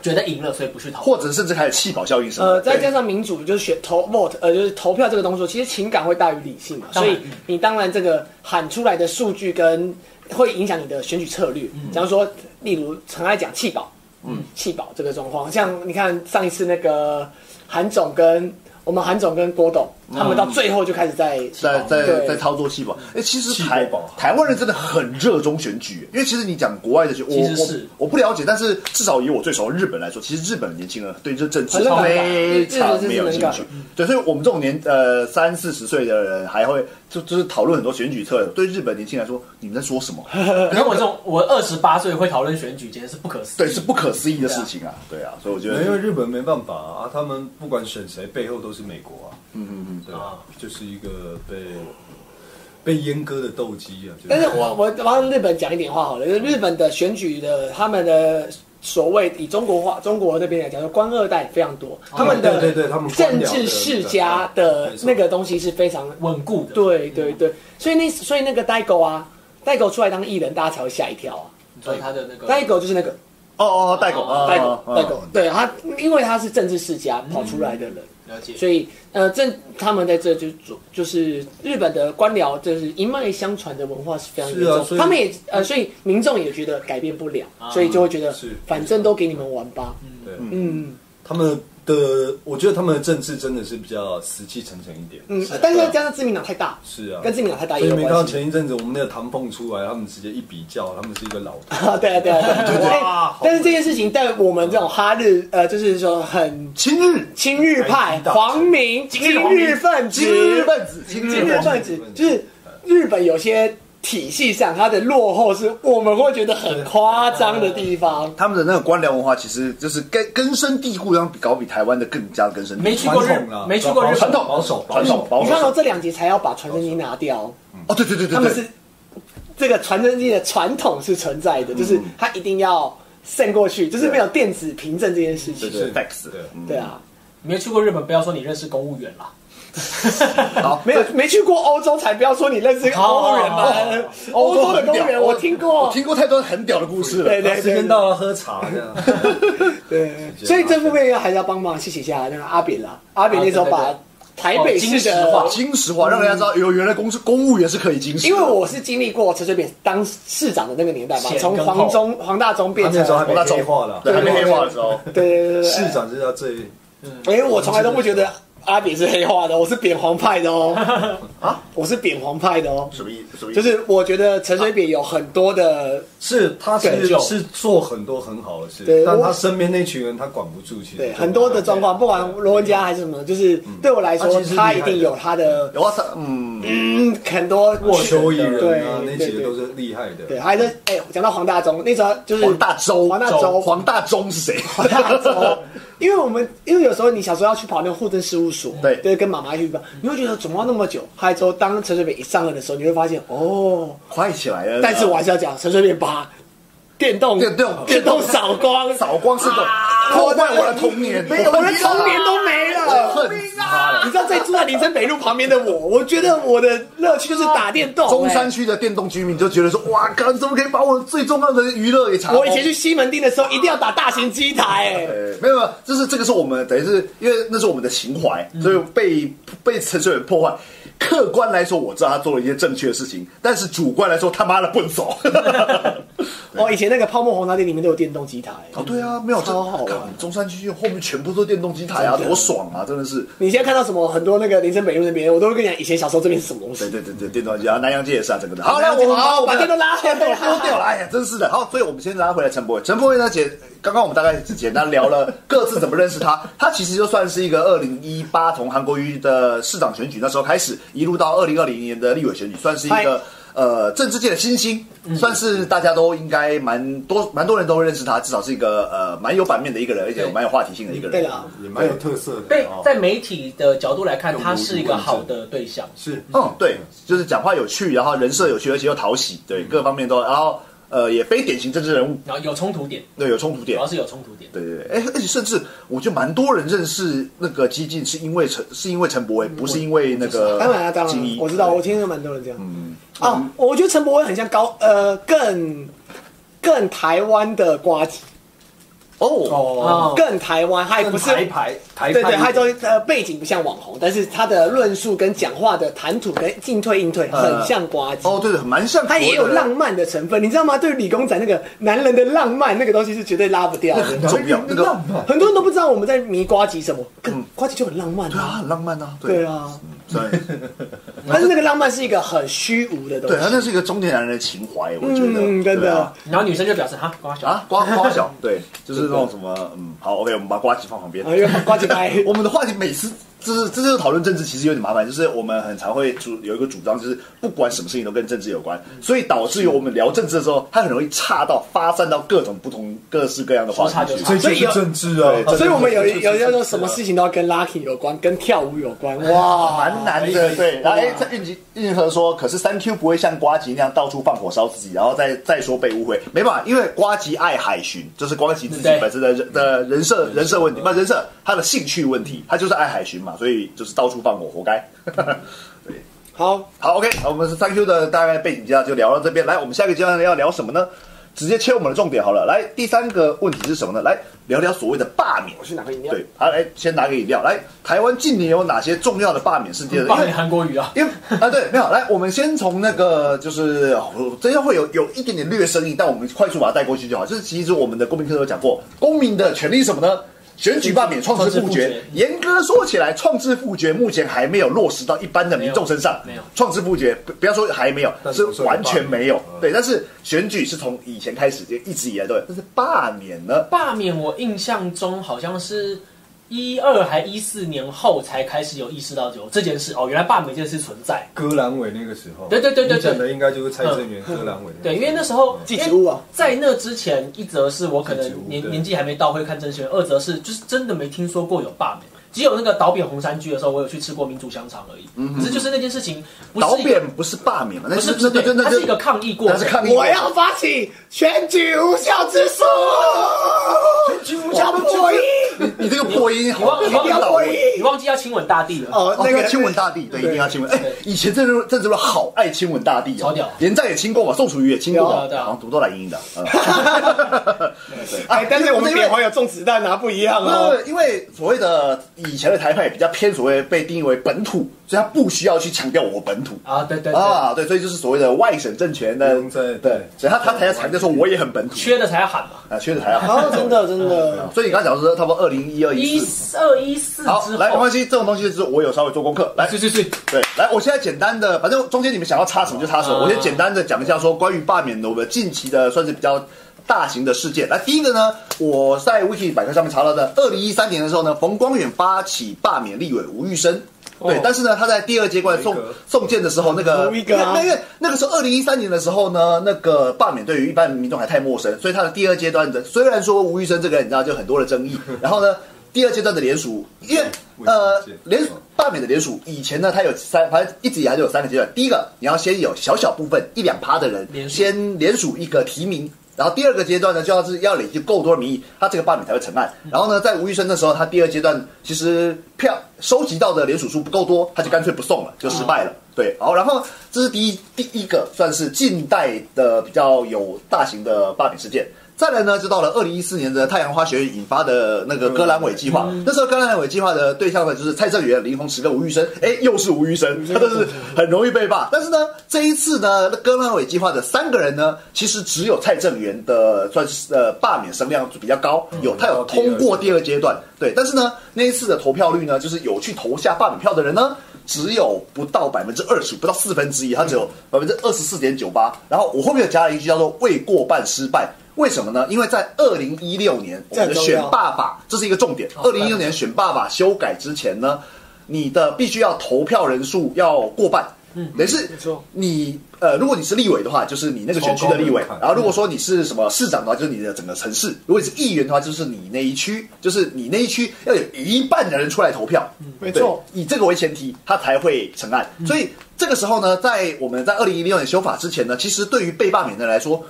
Speaker 3: 觉得赢了所以不去投？
Speaker 1: 或者甚至还有气泡效应什么的。
Speaker 4: 呃，再加
Speaker 1: 对
Speaker 4: 上民主就是选投 vote，呃，就是投票这个动作，其实情感会大于理性嘛，
Speaker 3: 当
Speaker 4: 所
Speaker 3: 然
Speaker 4: 以你当然这个喊出来的数据跟会影响你的选举策略。假如说，例如很爱讲弃保，嗯，弃保这个状况，像你看上一次那个韩总跟我们韩总跟郭董，他们到最后就开始在
Speaker 1: 在在
Speaker 4: 对
Speaker 1: 在操作气泡。哎，其实
Speaker 2: 气
Speaker 1: 台
Speaker 2: 泡宝
Speaker 1: 台湾人真的很热衷选举，因为其实你讲国外的选，我
Speaker 3: 其实
Speaker 1: 我
Speaker 3: 是
Speaker 1: 我不了解，但是至少以我最熟的日本来说，其实日本的年轻人对这政治
Speaker 4: 很冷感
Speaker 1: 非
Speaker 4: 日日本
Speaker 1: 常
Speaker 4: 是
Speaker 1: 没有
Speaker 4: 冷
Speaker 1: 兴
Speaker 4: 感
Speaker 1: 趣。对，所以我们这种年呃三四十岁的人还会就就是讨论很多选举策略。对日本年轻人来说，你们在说 什么？
Speaker 3: 可是我这种，我二十八岁会讨论选举，简直是不可思
Speaker 1: 对，
Speaker 3: 议。
Speaker 1: 是不可思议的事情啊！对啊，所以我觉
Speaker 2: 没有因为
Speaker 1: 得
Speaker 2: 日本没办法啊，他们不管选谁，背后都是美国啊。嗯嗯嗯，对啊
Speaker 3: 啊，
Speaker 2: 就是一个被被阉割的斗鸡啊。就是
Speaker 4: 但是我我帮日本讲一点话好了，
Speaker 2: 嗯
Speaker 4: 就是日本的选举的他们的所谓以中国话中国那边来讲，说官二代非常多，他们的
Speaker 2: 哦对对对他们官僚
Speaker 4: 政
Speaker 2: 的
Speaker 4: 治世家的
Speaker 2: 对对对
Speaker 4: 那个东西是非常
Speaker 3: 稳固的。
Speaker 4: 对对对，所以那所以那个代沟啊，代沟出来当艺人，大家才会吓一跳啊。
Speaker 3: 所以他的那个
Speaker 4: 代沟就是那个
Speaker 1: 哦哦，代狗，
Speaker 4: 代沟
Speaker 1: 哦
Speaker 4: 代沟，，对他，因为他是政治世家跑出来的人，
Speaker 3: 了解，
Speaker 4: 所以呃，政他们在这就做就是日本的官僚，就是一脉相传的文化是非常严
Speaker 2: 是啊
Speaker 4: 重，
Speaker 2: 所以
Speaker 4: 他们也呃，所以民众也觉得改变不了，所以就会觉得
Speaker 2: 是
Speaker 4: 反正都给你们玩吧，
Speaker 2: 对，啊
Speaker 4: 嗯
Speaker 2: 他们的我觉得他们的政治真的是比较死气沉沉一点。
Speaker 4: 嗯，但是再加上自民党太大，
Speaker 2: 是啊，
Speaker 4: 跟自民党太大
Speaker 2: 所
Speaker 4: 也
Speaker 2: 以
Speaker 4: 有
Speaker 2: 没看到
Speaker 4: 关系。
Speaker 2: 前一阵子我们那个唐凤出来，他们直接一比较，他们是一个老头。
Speaker 4: 啊， 对啊，对啊，对
Speaker 3: 对
Speaker 4: 啊
Speaker 3: 哇
Speaker 4: 哎但是这件事情在我们这种哈日，呃，就是说很
Speaker 1: 今日
Speaker 4: 亲日派、皇民、
Speaker 3: 今
Speaker 4: 今
Speaker 3: 日皇民
Speaker 4: 日分子、
Speaker 1: 今日分子，今
Speaker 4: 今日
Speaker 1: 日
Speaker 4: 分子，就是日本有些体系上它的落后是我们会觉得很夸张的地方。
Speaker 1: 他们的那个官僚文化，其实就是根根深蒂固，然后比搞比台湾的更加根深蒂固。
Speaker 3: 没去过日
Speaker 2: 传统啦，
Speaker 3: 没去过日
Speaker 1: 传
Speaker 3: 本，
Speaker 1: 统
Speaker 2: 保守
Speaker 1: 传统保
Speaker 4: 你看到
Speaker 1: 守。
Speaker 4: 这两集才要把传真机拿掉哦，
Speaker 1: 哦，对对对对，
Speaker 4: 他们是这个传真机的传统是存在的，就是它一定要渗过去，就是没有电子凭证这件事
Speaker 1: 对嗯
Speaker 4: 情。
Speaker 1: 对
Speaker 2: 是
Speaker 1: fax
Speaker 2: 对
Speaker 4: 对啊，
Speaker 3: 没去过日本，不要说你认识公务员啦。
Speaker 1: 好
Speaker 4: 没有没去过欧洲才不要说你认识公务
Speaker 3: 好
Speaker 4: 员
Speaker 3: 好好
Speaker 4: 吧，欧洲的公务员我听过，
Speaker 1: 我听过太多很屌的故事了。
Speaker 4: 对对
Speaker 2: 时
Speaker 4: 对
Speaker 2: 间到了喝茶这 样。
Speaker 4: 对，所以这部分还是要帮忙谢谢一下那个阿扁啦。阿扁那时候把
Speaker 3: 啊
Speaker 4: 台北市
Speaker 3: 哦金石化
Speaker 4: 的，
Speaker 1: 金石啊化让人家知道，有原来公司公务员是可以金石的。哦
Speaker 4: 因为我是经历过陈水扁当市长的那个年代嘛
Speaker 3: 前，跟
Speaker 4: 从黄忠、黄大中
Speaker 2: 他
Speaker 4: 变
Speaker 2: 那
Speaker 4: 成
Speaker 2: 时候还没
Speaker 1: 那种
Speaker 2: 黑化了，
Speaker 1: 对还没
Speaker 4: 对
Speaker 1: 黑化的时候，
Speaker 4: 对对对对
Speaker 2: 市长就是要最
Speaker 4: 对，哎，我从来都不觉得阿扁是黑化的，我是扁黄派的哦。 啊，我是扁黄派的哦。
Speaker 1: 什么意什么意思？
Speaker 4: 就是我觉得陈水扁有很多
Speaker 2: 啊
Speaker 4: 的，
Speaker 2: 是他
Speaker 4: 拯
Speaker 2: 是
Speaker 4: 救
Speaker 2: 是做很多很好的
Speaker 4: 对
Speaker 2: 事，但
Speaker 4: 我
Speaker 2: 他身边那群人他管不住，其实
Speaker 4: 对
Speaker 2: 就
Speaker 4: 很多的状况，不管罗文家还是什么，就是对我来说
Speaker 2: 嗯他其，实
Speaker 4: 他
Speaker 2: 厉
Speaker 4: 一
Speaker 2: 害的
Speaker 4: 定有他的
Speaker 1: 我操，嗯，
Speaker 4: 嗯很多
Speaker 2: 过丘一人啊，
Speaker 4: 对
Speaker 2: 那
Speaker 4: 对
Speaker 2: 些
Speaker 4: 对
Speaker 2: 都是厉害的。
Speaker 4: 对，还是哎，讲到黄大中那时候就是
Speaker 1: 黄大周，
Speaker 4: 黄大周
Speaker 1: 黄大中是谁？
Speaker 4: 跑大洲，因为我们因为有时候你小时候要去跑那个户政事务所，
Speaker 1: 对
Speaker 4: 对，跟妈妈去跑，你会觉得怎么要那么久？后来之后，当陈水扁一上任的时候，你会发现哦，
Speaker 1: 快起来了！
Speaker 4: 但是我还是要讲，陈水扁把电动
Speaker 1: 啊电动
Speaker 4: 电动扫光，
Speaker 1: 扫光是个破坏啊我的童年，
Speaker 4: 没有我的童年都没
Speaker 1: 我
Speaker 4: 了。
Speaker 1: 恨死他了。
Speaker 4: 你知道，在住在林森北路旁边的我，我觉得我的乐趣就是打电动。欸
Speaker 1: 中山区的电动居民就觉得说：“哇靠，你怎么可以把我最重要的娱乐给查
Speaker 4: 哎，
Speaker 1: 封？”
Speaker 4: 我以前去西门町的时候，一定要打大型机台，哎，
Speaker 1: 呃，没有没有，这是这个是我们等于是因为那是我们的情怀，
Speaker 4: 嗯
Speaker 1: 所以被被陈水扁破坏。客观来说，我知道他做了一件正确的事情，但是主观来说，他妈的笨 手。
Speaker 4: 哦，以前那个泡沫红茶店里面都有电动机台，哎
Speaker 1: 哦，对啊，没有这
Speaker 4: 超好玩
Speaker 1: 靠中山区后面全部都电动机台啊，
Speaker 4: 真的
Speaker 1: 多爽啊！真的是，
Speaker 4: 你现在看到什么很多那个林森北路那边，我都会跟你讲，以前小时候这边是什么东西
Speaker 1: 对。对对对，电动机啊，南洋街也是啊，整个的。好，
Speaker 4: 南
Speaker 1: 那
Speaker 4: 洋街
Speaker 1: 我们
Speaker 4: 好
Speaker 1: 好，
Speaker 4: 把
Speaker 1: 们
Speaker 4: 电动拉啊回来
Speaker 1: 电动丢掉了。哎呀，真是的。好，所以我们先拉回来陈柏伟。陈柏伟呢，简刚刚我们大概只简单聊了各自怎么认识他。他其实就算是一个二零一八从韩国瑜的市长选举那时候开始，一路到二零二零年的立委选举，算是一
Speaker 4: 嗨嗯
Speaker 1: 个。呃，政治界的新星，算是大家都应该蛮多蛮多人都会认识他，至少是一个呃蛮有版面的一个人，而且有蛮有话题性的一个人。
Speaker 4: 对啊了，
Speaker 2: 也蛮有特色的
Speaker 3: 被
Speaker 2: 哦。
Speaker 3: 在媒体的角度来看，
Speaker 2: 用
Speaker 3: 他
Speaker 2: 无
Speaker 3: 是一
Speaker 2: 毒
Speaker 3: 个
Speaker 2: 文字
Speaker 3: 好的对象。
Speaker 2: 是
Speaker 1: 嗯，对，就是讲话有趣，然后人设有趣，而且又讨喜，
Speaker 4: 嗯
Speaker 1: 对，各方面都，然后呃，也非典型政治人物，
Speaker 3: 然后有冲突点，
Speaker 1: 对，有冲突
Speaker 3: 主
Speaker 1: 点
Speaker 3: 要，是有冲突点。
Speaker 1: 对对对，哎，而且甚至我觉得蛮多人认识那个激进是因为陈是因为陈柏伟，不是因为那个
Speaker 4: 当然啊，当
Speaker 1: 金
Speaker 4: 然
Speaker 1: 一
Speaker 4: 啊，我知道，我听了蛮多人这样。嗯，哦，我觉得陈柏伟很像高呃更更台湾的瓜吉，
Speaker 1: 哦，
Speaker 3: 哦
Speaker 4: 更台湾，还哎不是
Speaker 2: 台牌台
Speaker 4: 对对，
Speaker 2: 派
Speaker 4: 他都呃背景不像网红，但是他的论述跟讲话的谈吐跟进退应退很像瓜吉。
Speaker 1: 哦，对对，蛮像
Speaker 4: 他也有
Speaker 1: 国的
Speaker 4: 浪漫啊的成分，你知道吗？对于理工仔那个男人的浪漫那个东西是绝对拉不 掉的。
Speaker 1: 很重要，那个
Speaker 4: 很多人都不知道我们在迷瓜吉什么，更瓜吉就很浪漫
Speaker 1: 对啊，
Speaker 4: 啊。
Speaker 1: 很浪漫啊，
Speaker 4: 对
Speaker 1: 嗯对，
Speaker 4: 啊，
Speaker 1: 虽然
Speaker 4: 但是那个浪漫是一个很虚无的东
Speaker 1: 对，他
Speaker 4: 西。
Speaker 1: 那是一个中年男人的情怀，我觉得，
Speaker 4: 嗯，
Speaker 1: 对
Speaker 4: 真的。
Speaker 1: 啊
Speaker 3: 然后女生就表示哈，瓜小
Speaker 1: 啊，瓜瓜小，对，就是那种什么，嗯，好，OK，我们把瓜子放旁边
Speaker 4: 啊，。因为瓜子白
Speaker 1: 我们的话题每次就是这就是讨论政治，其实有点麻烦，就是我们很常会主有一个主张，就是不管什么事情都跟政治有关，
Speaker 2: 嗯
Speaker 1: 所以导致于我们聊政治的时候，它很容易岔到发散到各种不同各式各样的话
Speaker 3: 说岔
Speaker 1: 题
Speaker 3: 就
Speaker 1: 去。
Speaker 3: 岔
Speaker 2: 这就是政治啊
Speaker 1: 对，
Speaker 4: 所以我们有有要
Speaker 1: 啊
Speaker 4: 说什么事情都要跟 lucky 有关，跟跳舞有关，哇，
Speaker 1: 蛮难的，对。然后哎，这运气运河说，可是三 Q 不会像瓜吉那样到处放火烧自己，然后再再说被误会，没办法，因为瓜吉爱海巡，就是瓜吉自己
Speaker 3: 对
Speaker 1: 本身的人的人设嗯人设问题，不人设他的兴趣问题，他就是爱海巡嘛，所以就是到处放火，活 该。
Speaker 4: 好，
Speaker 1: 好，OK，我们是三 Q 的大概背景介绍就聊到这边。来，我们下一个阶段要聊什么呢？直接切我们的重点好了。来，第三个问题是什么呢？来聊聊所谓的罢免
Speaker 4: 我。去拿个饮料。
Speaker 1: 对，好，来先拿个饮料。来，台湾近年有哪些重要的罢免事件？
Speaker 3: 罢
Speaker 1: 因为
Speaker 3: 免韩国瑜啊，
Speaker 1: 因为啊，对，没有来，我们先从那个就是，哦真的会有有一点点略生硬，但我们快速把它带过去就好。就是其实我们的公民课都有讲过，公民的权利是什么呢？选举罢免、创制复
Speaker 3: 创制复
Speaker 1: 决
Speaker 3: 决。
Speaker 1: 严格说起来，创制复决目前还没有落实到一般的民众身上。
Speaker 3: 没有没有
Speaker 1: 创制复决，不不要说还没有，
Speaker 2: 但
Speaker 1: 是
Speaker 2: 是不是有
Speaker 1: 完全
Speaker 2: 罢免
Speaker 1: 没有。
Speaker 2: 嗯
Speaker 1: 对，但是选举是从以前开始就一直以来都有，但是罢免呢？
Speaker 3: 罢免我印象中好像是一二还一四年后才开始有意识到有这件事哦，原来罢免这件事存在。
Speaker 2: 啊戈兰伟那个时候，
Speaker 3: 对对对对对
Speaker 2: 你讲的应该就是蔡正元、
Speaker 4: 嗯
Speaker 2: 戈兰伟那个时候。
Speaker 3: 对，因为那时候
Speaker 4: 记职务啊，
Speaker 3: 因为在那之前，一则是我可
Speaker 2: 记职务
Speaker 3: 能年
Speaker 2: 对
Speaker 3: 年纪还没到会看甄选，二则是就是真的没听说过有罢免，只有那个倒扁红山居的时候，我有去吃过民主香肠而已。可是就是那件事情不是
Speaker 1: 嗯导
Speaker 3: 一个
Speaker 1: 扁不是罢免嘛？那
Speaker 3: 不是
Speaker 1: 是
Speaker 3: 不
Speaker 1: 那那
Speaker 3: 是对，
Speaker 1: 那
Speaker 3: 它
Speaker 1: 就是
Speaker 3: 一个抗议过
Speaker 1: 那
Speaker 3: 程，
Speaker 1: 是抗议。
Speaker 4: 我要发起选举无效之诉，选举无效破译。
Speaker 1: 你你这个破音
Speaker 3: 你
Speaker 1: 好
Speaker 3: 忘你
Speaker 1: 好
Speaker 3: 忘
Speaker 1: 老
Speaker 4: 破
Speaker 1: 哦
Speaker 4: 音
Speaker 3: 你忘记要亲吻大地了。
Speaker 4: 哦，
Speaker 1: 哦，
Speaker 4: 那
Speaker 1: 那
Speaker 4: 个
Speaker 1: 个亲吻大地，对，一定要亲吻。哎
Speaker 3: 对，
Speaker 1: 以前政治政治人好爱亲吻大地哦，
Speaker 3: 超屌
Speaker 1: 连战也亲过嘛，宋楚瑜也亲过
Speaker 3: 有
Speaker 1: 嘛
Speaker 3: 啊对，啊
Speaker 1: 好像读到蓝莹莹的。嗯
Speaker 4: 哎，但是我们
Speaker 1: 因为
Speaker 4: 扁花有中子弹啊，不一样哦。
Speaker 1: 那因为所谓的以前的台派比较偏所谓被定义为本土，所以他不需要去强调我本土
Speaker 3: 啊，对对对，
Speaker 1: 啊，对，所以就是所谓的外省政权的
Speaker 2: 不用再，
Speaker 1: 对，所以他他才要强调说我也很本土
Speaker 3: 缺的才要喊嘛。
Speaker 1: 啊，缺的才好。
Speaker 4: 哦，真的真的，
Speaker 1: 所以你刚才讲说差不多二零一二
Speaker 3: 一
Speaker 1: 一四，
Speaker 3: 四二一四
Speaker 1: 好，
Speaker 3: 之
Speaker 1: 来没
Speaker 3: 后
Speaker 1: 关，系，这种东西就是我有稍微做功课，来
Speaker 3: 去去去，
Speaker 1: 对，来，我现在简单的，反正中间你们想要插什么就插什么，
Speaker 3: 嗯
Speaker 1: 我先简单的讲一下说关于罢免的我们近期的算是比较大型的事件。来，第一个呢，我在 wiki 百科上面查到的，二零一三年的时候呢，冯光远发起罢免立委吴玉生。对
Speaker 3: 哦，
Speaker 1: 但是呢，他在第二阶段送
Speaker 2: 有一个
Speaker 1: 送件的时候，那个
Speaker 4: 有一个
Speaker 1: 因
Speaker 4: 啊
Speaker 1: 为因为那个时候二零一三年的时候呢，那个罢免对于一般民众还太陌生，所以他的第二阶段的，虽然说吴玉生这个人你知道就很多的争议，然后呢，第二阶段的联署，因为呃
Speaker 2: 卫生间
Speaker 1: 联署罢免的联署，以前呢它有三，反正一直以来就有三个阶段。第一个，你要先有小小部分一两趴的人
Speaker 3: 联署
Speaker 1: 先联署一个提名。然后第二个阶段呢，呃就要是要累积够多的民意，他这个罢免才会成案。然后呢，在吴玉生的时候，他第二阶段其实票收集到的联署数不够多，他就干脆不送了，就失败了。对，好，然后这是第一第一个算是近代的比较有大型的罢免事件。再来呢，就到了二零一四年的太阳花学运引发的那个戈兰伟计划。那时候戈兰伟计划的对象呢，就是蔡正元、林鸿池跟吴玉生。哎，又是吴玉生，他真是很容易被罢。但是呢，这一次呢，那戈兰伟计划的三个人呢，其实只有蔡正元的算是呃罢免声量比较高，有他有通过嗯哦第二阶段。对，但是呢，那一次的投票率呢，就是有去投下罢免票的人呢，只有不到百分之二十，不到四分之一，他只有百分之二十四点九八。然后我后面有加了一句叫做“未过半失败”，为什么呢？因为在二零一六年我
Speaker 4: 这
Speaker 1: 们
Speaker 4: 很
Speaker 1: 的
Speaker 4: 重要
Speaker 1: 选罢法，这是一个重点。
Speaker 3: 哦
Speaker 1: 二零一六年选罢法修改之前呢，你的必须要投票人数要过半，嗯，等于是
Speaker 4: 没错
Speaker 1: 你呃，如果你是立委的话，就是你那个选区的立委
Speaker 2: 超高门槛，
Speaker 1: 然后如果说你是什么市长的话，就是你的整个城市；如果你是议员的话，就是你那一区，就是你那一区要有一半的人出来投票，
Speaker 4: 没错
Speaker 1: 对，以这个为前提，它才会成案。
Speaker 3: 嗯
Speaker 1: 所以这个时候呢，在我们在二零一六年修法之前呢，其实对于被罢免的人来说，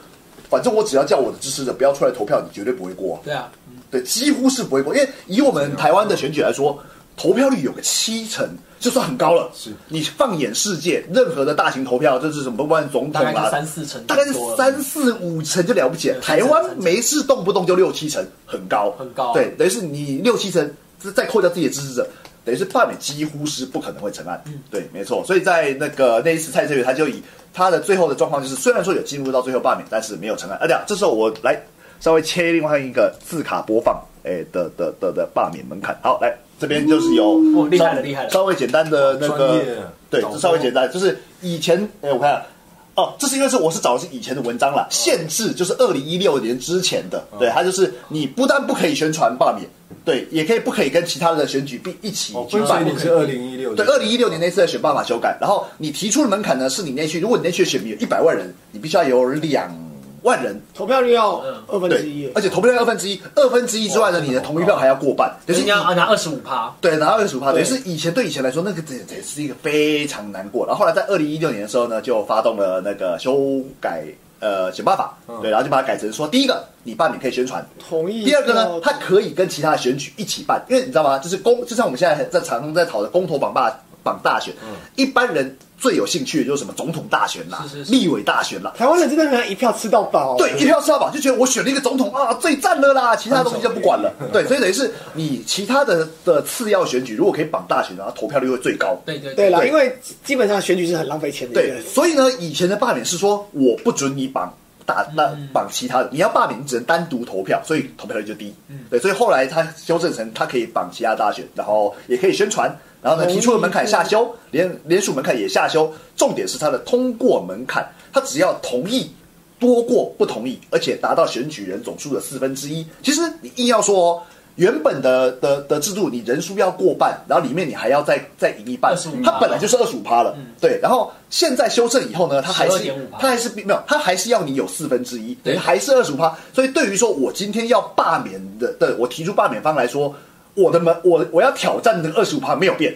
Speaker 1: 反正我只要叫我的支持者不要出来投票，你绝对不会过啊、
Speaker 3: 对啊，
Speaker 1: 对，几乎是不会过，因为以我们台湾的选举来说，投票率有个七成，就算很高了。
Speaker 2: 是
Speaker 1: 你放眼世界，任何的大型投票，就是什么不管总统啊
Speaker 3: 大概
Speaker 1: 啦、
Speaker 3: 就三四成，
Speaker 1: 大概是三四五成就了不起了。台湾没事动不动就六七成，很高，
Speaker 3: 很高啊
Speaker 1: 对，等于是你六七成，再扣掉自己的支持者，等于是罢免几乎是不可能会成案。嗯，对，没错。所以在那个那一次蔡正元，他就以他的最后的状况就是，虽然说有进入到最后罢免，但是没有成案。而哎且这时候我来稍微切另外一个字卡播放，哎的的的的罢免门槛。好，来这边就是有
Speaker 3: 哦厉害了
Speaker 1: 稍微
Speaker 3: 厉害了
Speaker 1: 稍微简单的那
Speaker 2: 专
Speaker 1: 个
Speaker 2: 业，
Speaker 1: 对
Speaker 2: 导，播
Speaker 1: 稍微简单，就是以前，哎、我看一下哦，这是因为是我是找的是以前的文章啦，限制就是二零一六年之前的，
Speaker 2: 哦
Speaker 1: 对，它就是你不但不可以宣传罢免，对，也可以不可以跟其他的选举并一起
Speaker 2: 哦，
Speaker 1: 举
Speaker 2: 所
Speaker 1: 办
Speaker 2: 以。你
Speaker 4: 嗯
Speaker 2: 是二零一六
Speaker 1: 对，二零一六年那次的选罢法修改，然后你提出的门槛呢，是你那区，如果你那区的选民有一百万人，你必须要有两万人
Speaker 4: 投票率要二分之
Speaker 1: 嗯
Speaker 4: 一
Speaker 1: 对，，而且投票二分之一，二分之一之外呢，你的同意票还要过半，就
Speaker 3: 人
Speaker 1: 是
Speaker 3: 家啊拿二十五趴，
Speaker 1: 对，拿二十五趴，等于
Speaker 4: 对
Speaker 1: 是以前对以前来说，那个这这是一个非常难过。然后后来在二零一六年的时候呢，就发动了那个修改呃选罢法，
Speaker 3: 嗯
Speaker 1: 对，然后就把它改成说，第一个你罢免可以宣传，
Speaker 4: 同意。
Speaker 1: 第二个呢，它可以跟其他的选举一起办，因为你知道吗？就是公，就像我们现在很在常常在讨论公投榜大榜大选，
Speaker 3: 嗯
Speaker 1: 一般人最有兴趣的就是什么总统大选啦、
Speaker 3: 是是是
Speaker 1: 立委大选啦，
Speaker 4: 台湾人真的很难一票吃到饱。哦
Speaker 1: 哦对，一票吃到饱，就觉得我选了一个总统啊，最赞嗯了啦，其他东西就不管了。对，所以等于是你其他的的次要选举，如果可以绑大选，然后投票率会最高。
Speaker 3: 对对
Speaker 4: 对啦，
Speaker 1: 对
Speaker 4: 因为基本上选举是很浪费钱的一个
Speaker 1: 对，所以呢，以前的罢免是说我不准你绑大那绑其他的，你要罢免你只能单独投票，所以投票率就低。对，所以后来他修正成他可以绑其他大选，然后也可以宣传，然后呢
Speaker 4: 同意
Speaker 1: 提出的门槛下修，连连署门槛也下修，重点是他的通过门槛，他只要同意。多过不同意，而且达到选举人总数的四分之一。其实你硬要说、哦，原本的的的制度，你人数要过半，然后里面你还要再再赢一半
Speaker 3: 25%，
Speaker 1: 它本来就是二十五趴嗯了。对，然后现在修正以后呢，它还是
Speaker 3: 12.5%
Speaker 1: 它还是没有，它还是要你有四分之一，
Speaker 3: 对
Speaker 1: 对，还是二十五趴。所以对于说我今天要罢免的的，我提出罢免方来说，我的门我我要挑战的二十五趴没有变，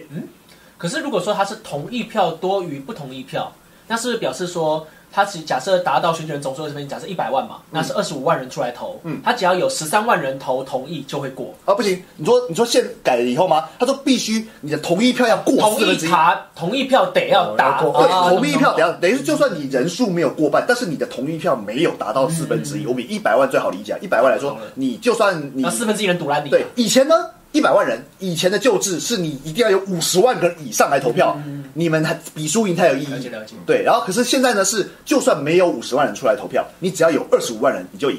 Speaker 3: 可是如果说他是同意票多于不同意票，那是不是表示说，他其实假设达到选举人总数的这边，假设一百万
Speaker 1: 嗯
Speaker 3: 嘛，那是二十五万人出来投，嗯，他只要有十三万人投同意就会过，
Speaker 1: 啊，不行，你说你说现改了以后吗？他说必须你的同意票要过
Speaker 3: 同
Speaker 1: 四分
Speaker 3: 意
Speaker 1: 之一。
Speaker 3: 卡同意票得要达
Speaker 2: 哦要过
Speaker 1: 对，
Speaker 3: 啊
Speaker 1: 同意票，
Speaker 3: 懂
Speaker 1: 等下等于是就算你人数没有过半，但是你的同意票没有达到四分之一。我们以一百万最好理解，啊一百万来说
Speaker 3: 嗯懂了，啊
Speaker 1: 你就算你
Speaker 3: 那四分之一人堵烂你，
Speaker 1: 嗯对，以前呢，一百万人，以前的旧制是你一定要有五十万个人以上来投票，你们还比输赢才有意
Speaker 3: 嗯了解
Speaker 1: 义
Speaker 3: 了解。
Speaker 1: 对，然后可是现在呢是，就算没有五十万人出来投票，你只要有二十五万人你就赢。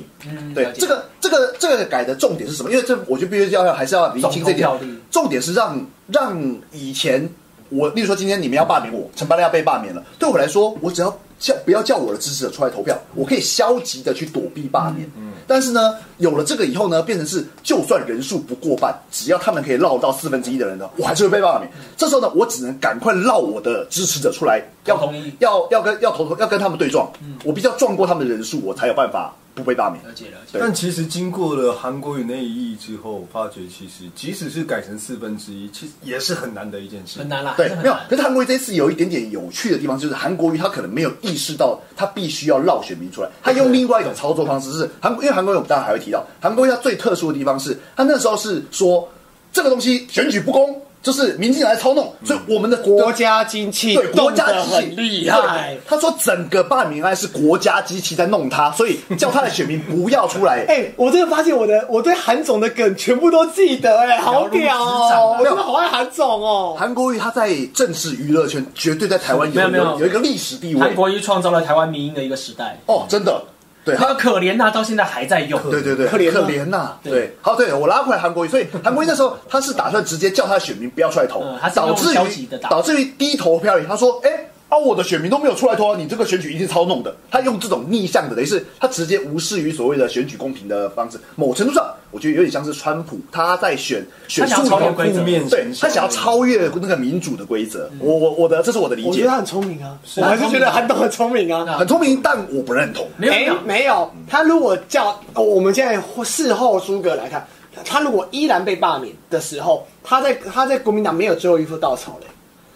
Speaker 1: 对
Speaker 3: 嗯了，解
Speaker 1: 这个这个这个改的重点是什么？因为这我觉得必须要还是要厘清这点
Speaker 3: 总投票率。
Speaker 1: 重点是让让以前我，例如说今天你们要罢免我，陈巴拉要被罢免了，对我来说，我只要叫不要叫我的支持者出来投票，我可以消极的去躲避罢免。但是呢，有了这个以后呢，变成是就算人数不过半，只要他们可以绕到四分之一的人呢，我还是会被罢免。这时候呢，我只能赶快绕我的支持者出来，要
Speaker 3: 同意
Speaker 1: 要要跟要投要跟他们对撞，我必须要撞过他们的人数，我才有办法不被罢免。
Speaker 3: 了解了解，
Speaker 1: 对
Speaker 2: 但其实经过了韩国瑜那一役之后，发觉其实即使是改成四分之一，其实也是很难的一件事。
Speaker 3: 很难啦，
Speaker 1: 对
Speaker 3: 还是，很
Speaker 1: 没有
Speaker 3: 难。
Speaker 1: 可是韩国瑜这次有一点点有趣的地方，就是韩国瑜他可能没有意识到他必须要绕选民出来，他用另外一种操作方式是韩，因为韩国瑜我们当然还会提到，韩国瑜他最特殊的地方是他那时候是说这个东西选举不公，就是民进党来操弄，所以我们的国
Speaker 4: 国家经济
Speaker 1: 对国
Speaker 4: 动
Speaker 1: 家
Speaker 4: 得
Speaker 1: 机器
Speaker 4: 很厉害
Speaker 1: 对。他说整个罢免案是国家机器在弄他，所以叫他的选民不要出 来。
Speaker 4: 哎、我真的发现我的我对韩总的梗全部都记得、哎，好屌哦、
Speaker 1: 啊
Speaker 4: 我真的好爱韩总哦、
Speaker 1: 韩国瑜他在政治娱乐圈绝对在台湾有
Speaker 3: 没有没有
Speaker 1: 有一个历史地位
Speaker 3: 韩国瑜创造了台湾民音的一个时代，
Speaker 1: 哦，真的，对他
Speaker 3: 他可怜呐，到现在还在用，
Speaker 1: 对对对，
Speaker 4: 可怜啊
Speaker 1: 呐、
Speaker 3: 对
Speaker 1: 对，好，对我拉回来韩国瑜，所以韩国瑜那时候 他是打算直接叫他的选民不要出来投，
Speaker 3: 嗯他是
Speaker 1: 导致
Speaker 3: 用消极
Speaker 1: 于
Speaker 3: 的打
Speaker 1: 导致于低投票率，他说，哎、啊，我的选民都没有出来投啊，你这个选举一定是操弄的。他用这种逆向的，等于是他直接无视于所谓的选举公平的方式。某程度上，我觉得有点像是川普他在选选
Speaker 3: 他想
Speaker 1: 术
Speaker 3: 要
Speaker 1: 里
Speaker 3: 超越
Speaker 1: 头，
Speaker 3: 规则
Speaker 2: 负面
Speaker 1: 对
Speaker 2: 形
Speaker 1: 他
Speaker 2: 象，
Speaker 1: 想要超越那个民主的规则。
Speaker 3: 嗯
Speaker 1: 我我我的这是我的理
Speaker 4: 我觉
Speaker 1: 解
Speaker 4: 得，他很聪明啊，我还是觉得韩总很聪明啊。
Speaker 1: 很聪明，但我不认同。
Speaker 3: 没有没有
Speaker 4: 哎没有，他如果叫哦我们现在事后诸葛来看，他如果依然被罢免的时候，他在他在国民党没有最后一副稻草嘞，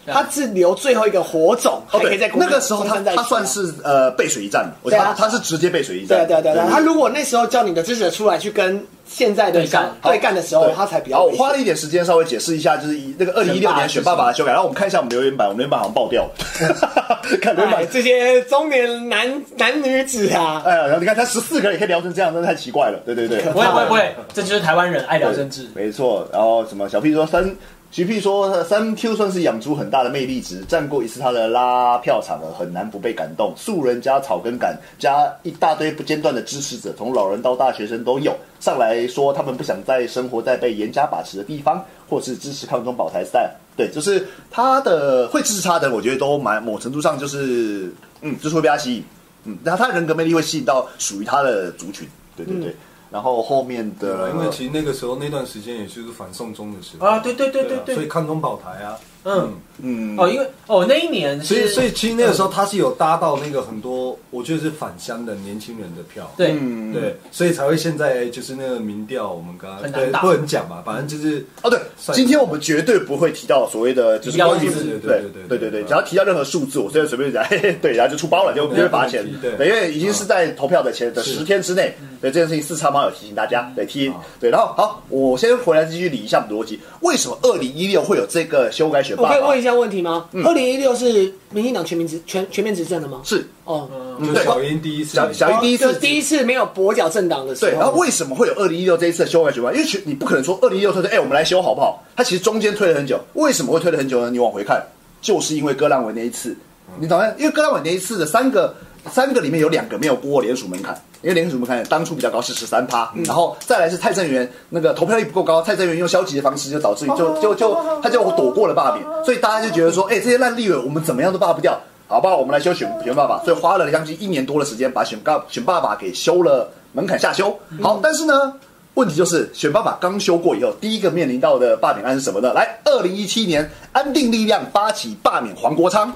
Speaker 3: 对
Speaker 4: 他是留最后一个火种，还
Speaker 1: 哦，
Speaker 4: 可
Speaker 1: 对
Speaker 4: 以在，国民
Speaker 1: 那个
Speaker 4: 党
Speaker 1: 时候他
Speaker 4: 中间再
Speaker 1: 他
Speaker 4: 选
Speaker 1: 算
Speaker 4: 啊
Speaker 1: 是呃背水一战了，我觉得他
Speaker 4: 对啊
Speaker 1: 他是直接背水一
Speaker 4: 对
Speaker 1: 战。
Speaker 4: 啊对啊对啊对啊，他如果那时候叫你的支持者出来去跟现在的
Speaker 3: 对干
Speaker 4: 对干的时候，他才比较
Speaker 1: 好，
Speaker 4: 危
Speaker 1: 我
Speaker 4: 险
Speaker 1: 花了一点时间稍微解释一下，就是以那个二零一六年选爸爸的修改，然后我们看一下我们留言板，我们留言板好像爆 掉了，看留言
Speaker 4: 哎
Speaker 1: 板。
Speaker 4: 这些中年男男女子啊，
Speaker 1: 哎呀，然后你看他十四个人也可以聊成这啊样，真的太奇怪了。对对对，
Speaker 3: 不会不会不会，这就是台湾人爱聊政治。
Speaker 1: 没错。然后什么小 P 说三，徐 P 说三 Q 算是养出很大的魅力值，站过一次他的拉票场了，很难不被感动。素人加草根感加一大堆不间断的支持者，从老人到大学生都有。上来说他们不想再生活在被严加把持的地方，或是支持抗中保台赛。对，就是他的会支持他的人，我觉得都蛮某程度上就是嗯，就是会被他吸引。嗯，然后他的人格魅力会吸引到属于他的族群。对对对。然后后面的，
Speaker 2: 因为其实那个时候那段时间也就是反送中的时候
Speaker 3: 啊，对对对对
Speaker 2: 啊
Speaker 3: 对，
Speaker 2: 所以抗中保台啊，
Speaker 3: 嗯嗯，哦，因为哦那一年是，
Speaker 2: 所以所以其实那个时候他是有搭到那个很多，我觉得是返乡的年轻人的票，
Speaker 3: 对，
Speaker 2: 对，所以才会现在就是那个民调，我们刚刚
Speaker 3: 很难
Speaker 2: 对
Speaker 3: 打
Speaker 2: 不能讲嘛，反正就是
Speaker 1: 哦，对，
Speaker 2: 算
Speaker 1: 今天我们绝对不会提到所谓的就是
Speaker 3: 要
Speaker 1: 关于
Speaker 3: 数
Speaker 2: 字
Speaker 1: 对
Speaker 2: 对
Speaker 1: 对
Speaker 2: 对
Speaker 1: 对对
Speaker 2: 对
Speaker 1: 对，
Speaker 2: 对
Speaker 1: 只要提到任何数字，我现在随便讲， 嘿嘿，对，然后就出包了，就就会罚钱，
Speaker 2: 对
Speaker 1: 对，因为已经是在投票的前的
Speaker 2: 是
Speaker 1: 十天之内，对这件事情四叉猫有提醒大家，对提对，然后好，我先回来继续理一下我们的逻辑，为什么二零一六会有这个修改选
Speaker 4: 我
Speaker 1: 罢
Speaker 4: 可以
Speaker 1: 法
Speaker 4: 问？一下问题吗？二零一六是民进党全民执全全面执政的吗？
Speaker 1: 嗯是
Speaker 4: 哦，
Speaker 2: 就
Speaker 1: 对
Speaker 2: 是小英第一次
Speaker 1: 小小英第一
Speaker 4: 就
Speaker 1: 次
Speaker 4: 是第一次没有跛脚政党的时候，
Speaker 1: 对，然后为什么会有二零一六这一次的修改选拔？因为其你不可能说二零一六他说，哎、我们来修好不好？他其实中间推了很久，为什么会推了很久呢？你往回看，就是因为戈兰文那一次，你懂吗？因为戈兰文那一次的三个三个里面有两个没有过联署门槛，因为联署门槛当初比较高是十三趴，
Speaker 4: 嗯
Speaker 1: 然后再来是蔡正元那个投票率不够高，蔡正元用消极的方式就导致就就就他就躲过了罢免，所以大家就觉得说，哎、这些烂立委我们怎么样都罢不掉。好吧，我们来修选选爸爸，所以花了将近一年多的时间把选爸选爸爸给修了门槛下修。好，但是呢，问题就是选爸爸刚修过以后，第一个面临到的罢免案是什么呢？来，二零一七年安定力量发起罢免黄国昌，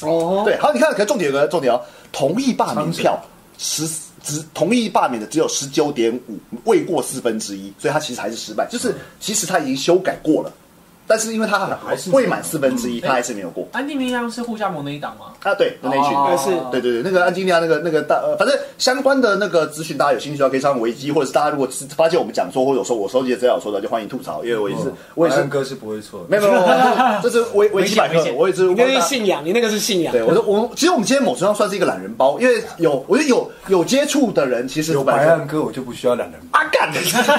Speaker 4: 哦，
Speaker 1: 对，好，你看，可是重点有个重点哦，同意罢免票十只同意罢免的只有十九点五，未过四分之一，所以他其实还是失败。就是其实他已经修改过了，但是因为他还
Speaker 2: 还是
Speaker 1: 未满四分之一，他还是没有过。
Speaker 3: 安定冰箱是互加盟那一档吗？
Speaker 1: 啊，对，那一群
Speaker 3: 哦
Speaker 4: 是
Speaker 1: 对对对，那个安吉利亚那个那个大，呃，反正相关的那个资讯，大家有兴趣的话可以上维基，或者是大家如果是发现我们讲错，或者说我收集的资料有错的，就欢迎吐槽，因为我也
Speaker 2: 哦
Speaker 1: 是、我也是
Speaker 2: 安哥是不会错的
Speaker 1: 没。有没有，没有这是维维基百科
Speaker 3: 危，险
Speaker 1: 我也是
Speaker 4: 你那是
Speaker 1: 我
Speaker 4: 信仰，你那个是信仰。
Speaker 1: 对，我说我其实我们今天某程度上算是一个懒人包，因为有我觉得有有接触的人，其实
Speaker 2: 有
Speaker 1: 本来
Speaker 2: 白
Speaker 1: 就
Speaker 2: 安哥，我就不需要两人。
Speaker 1: 啊干的，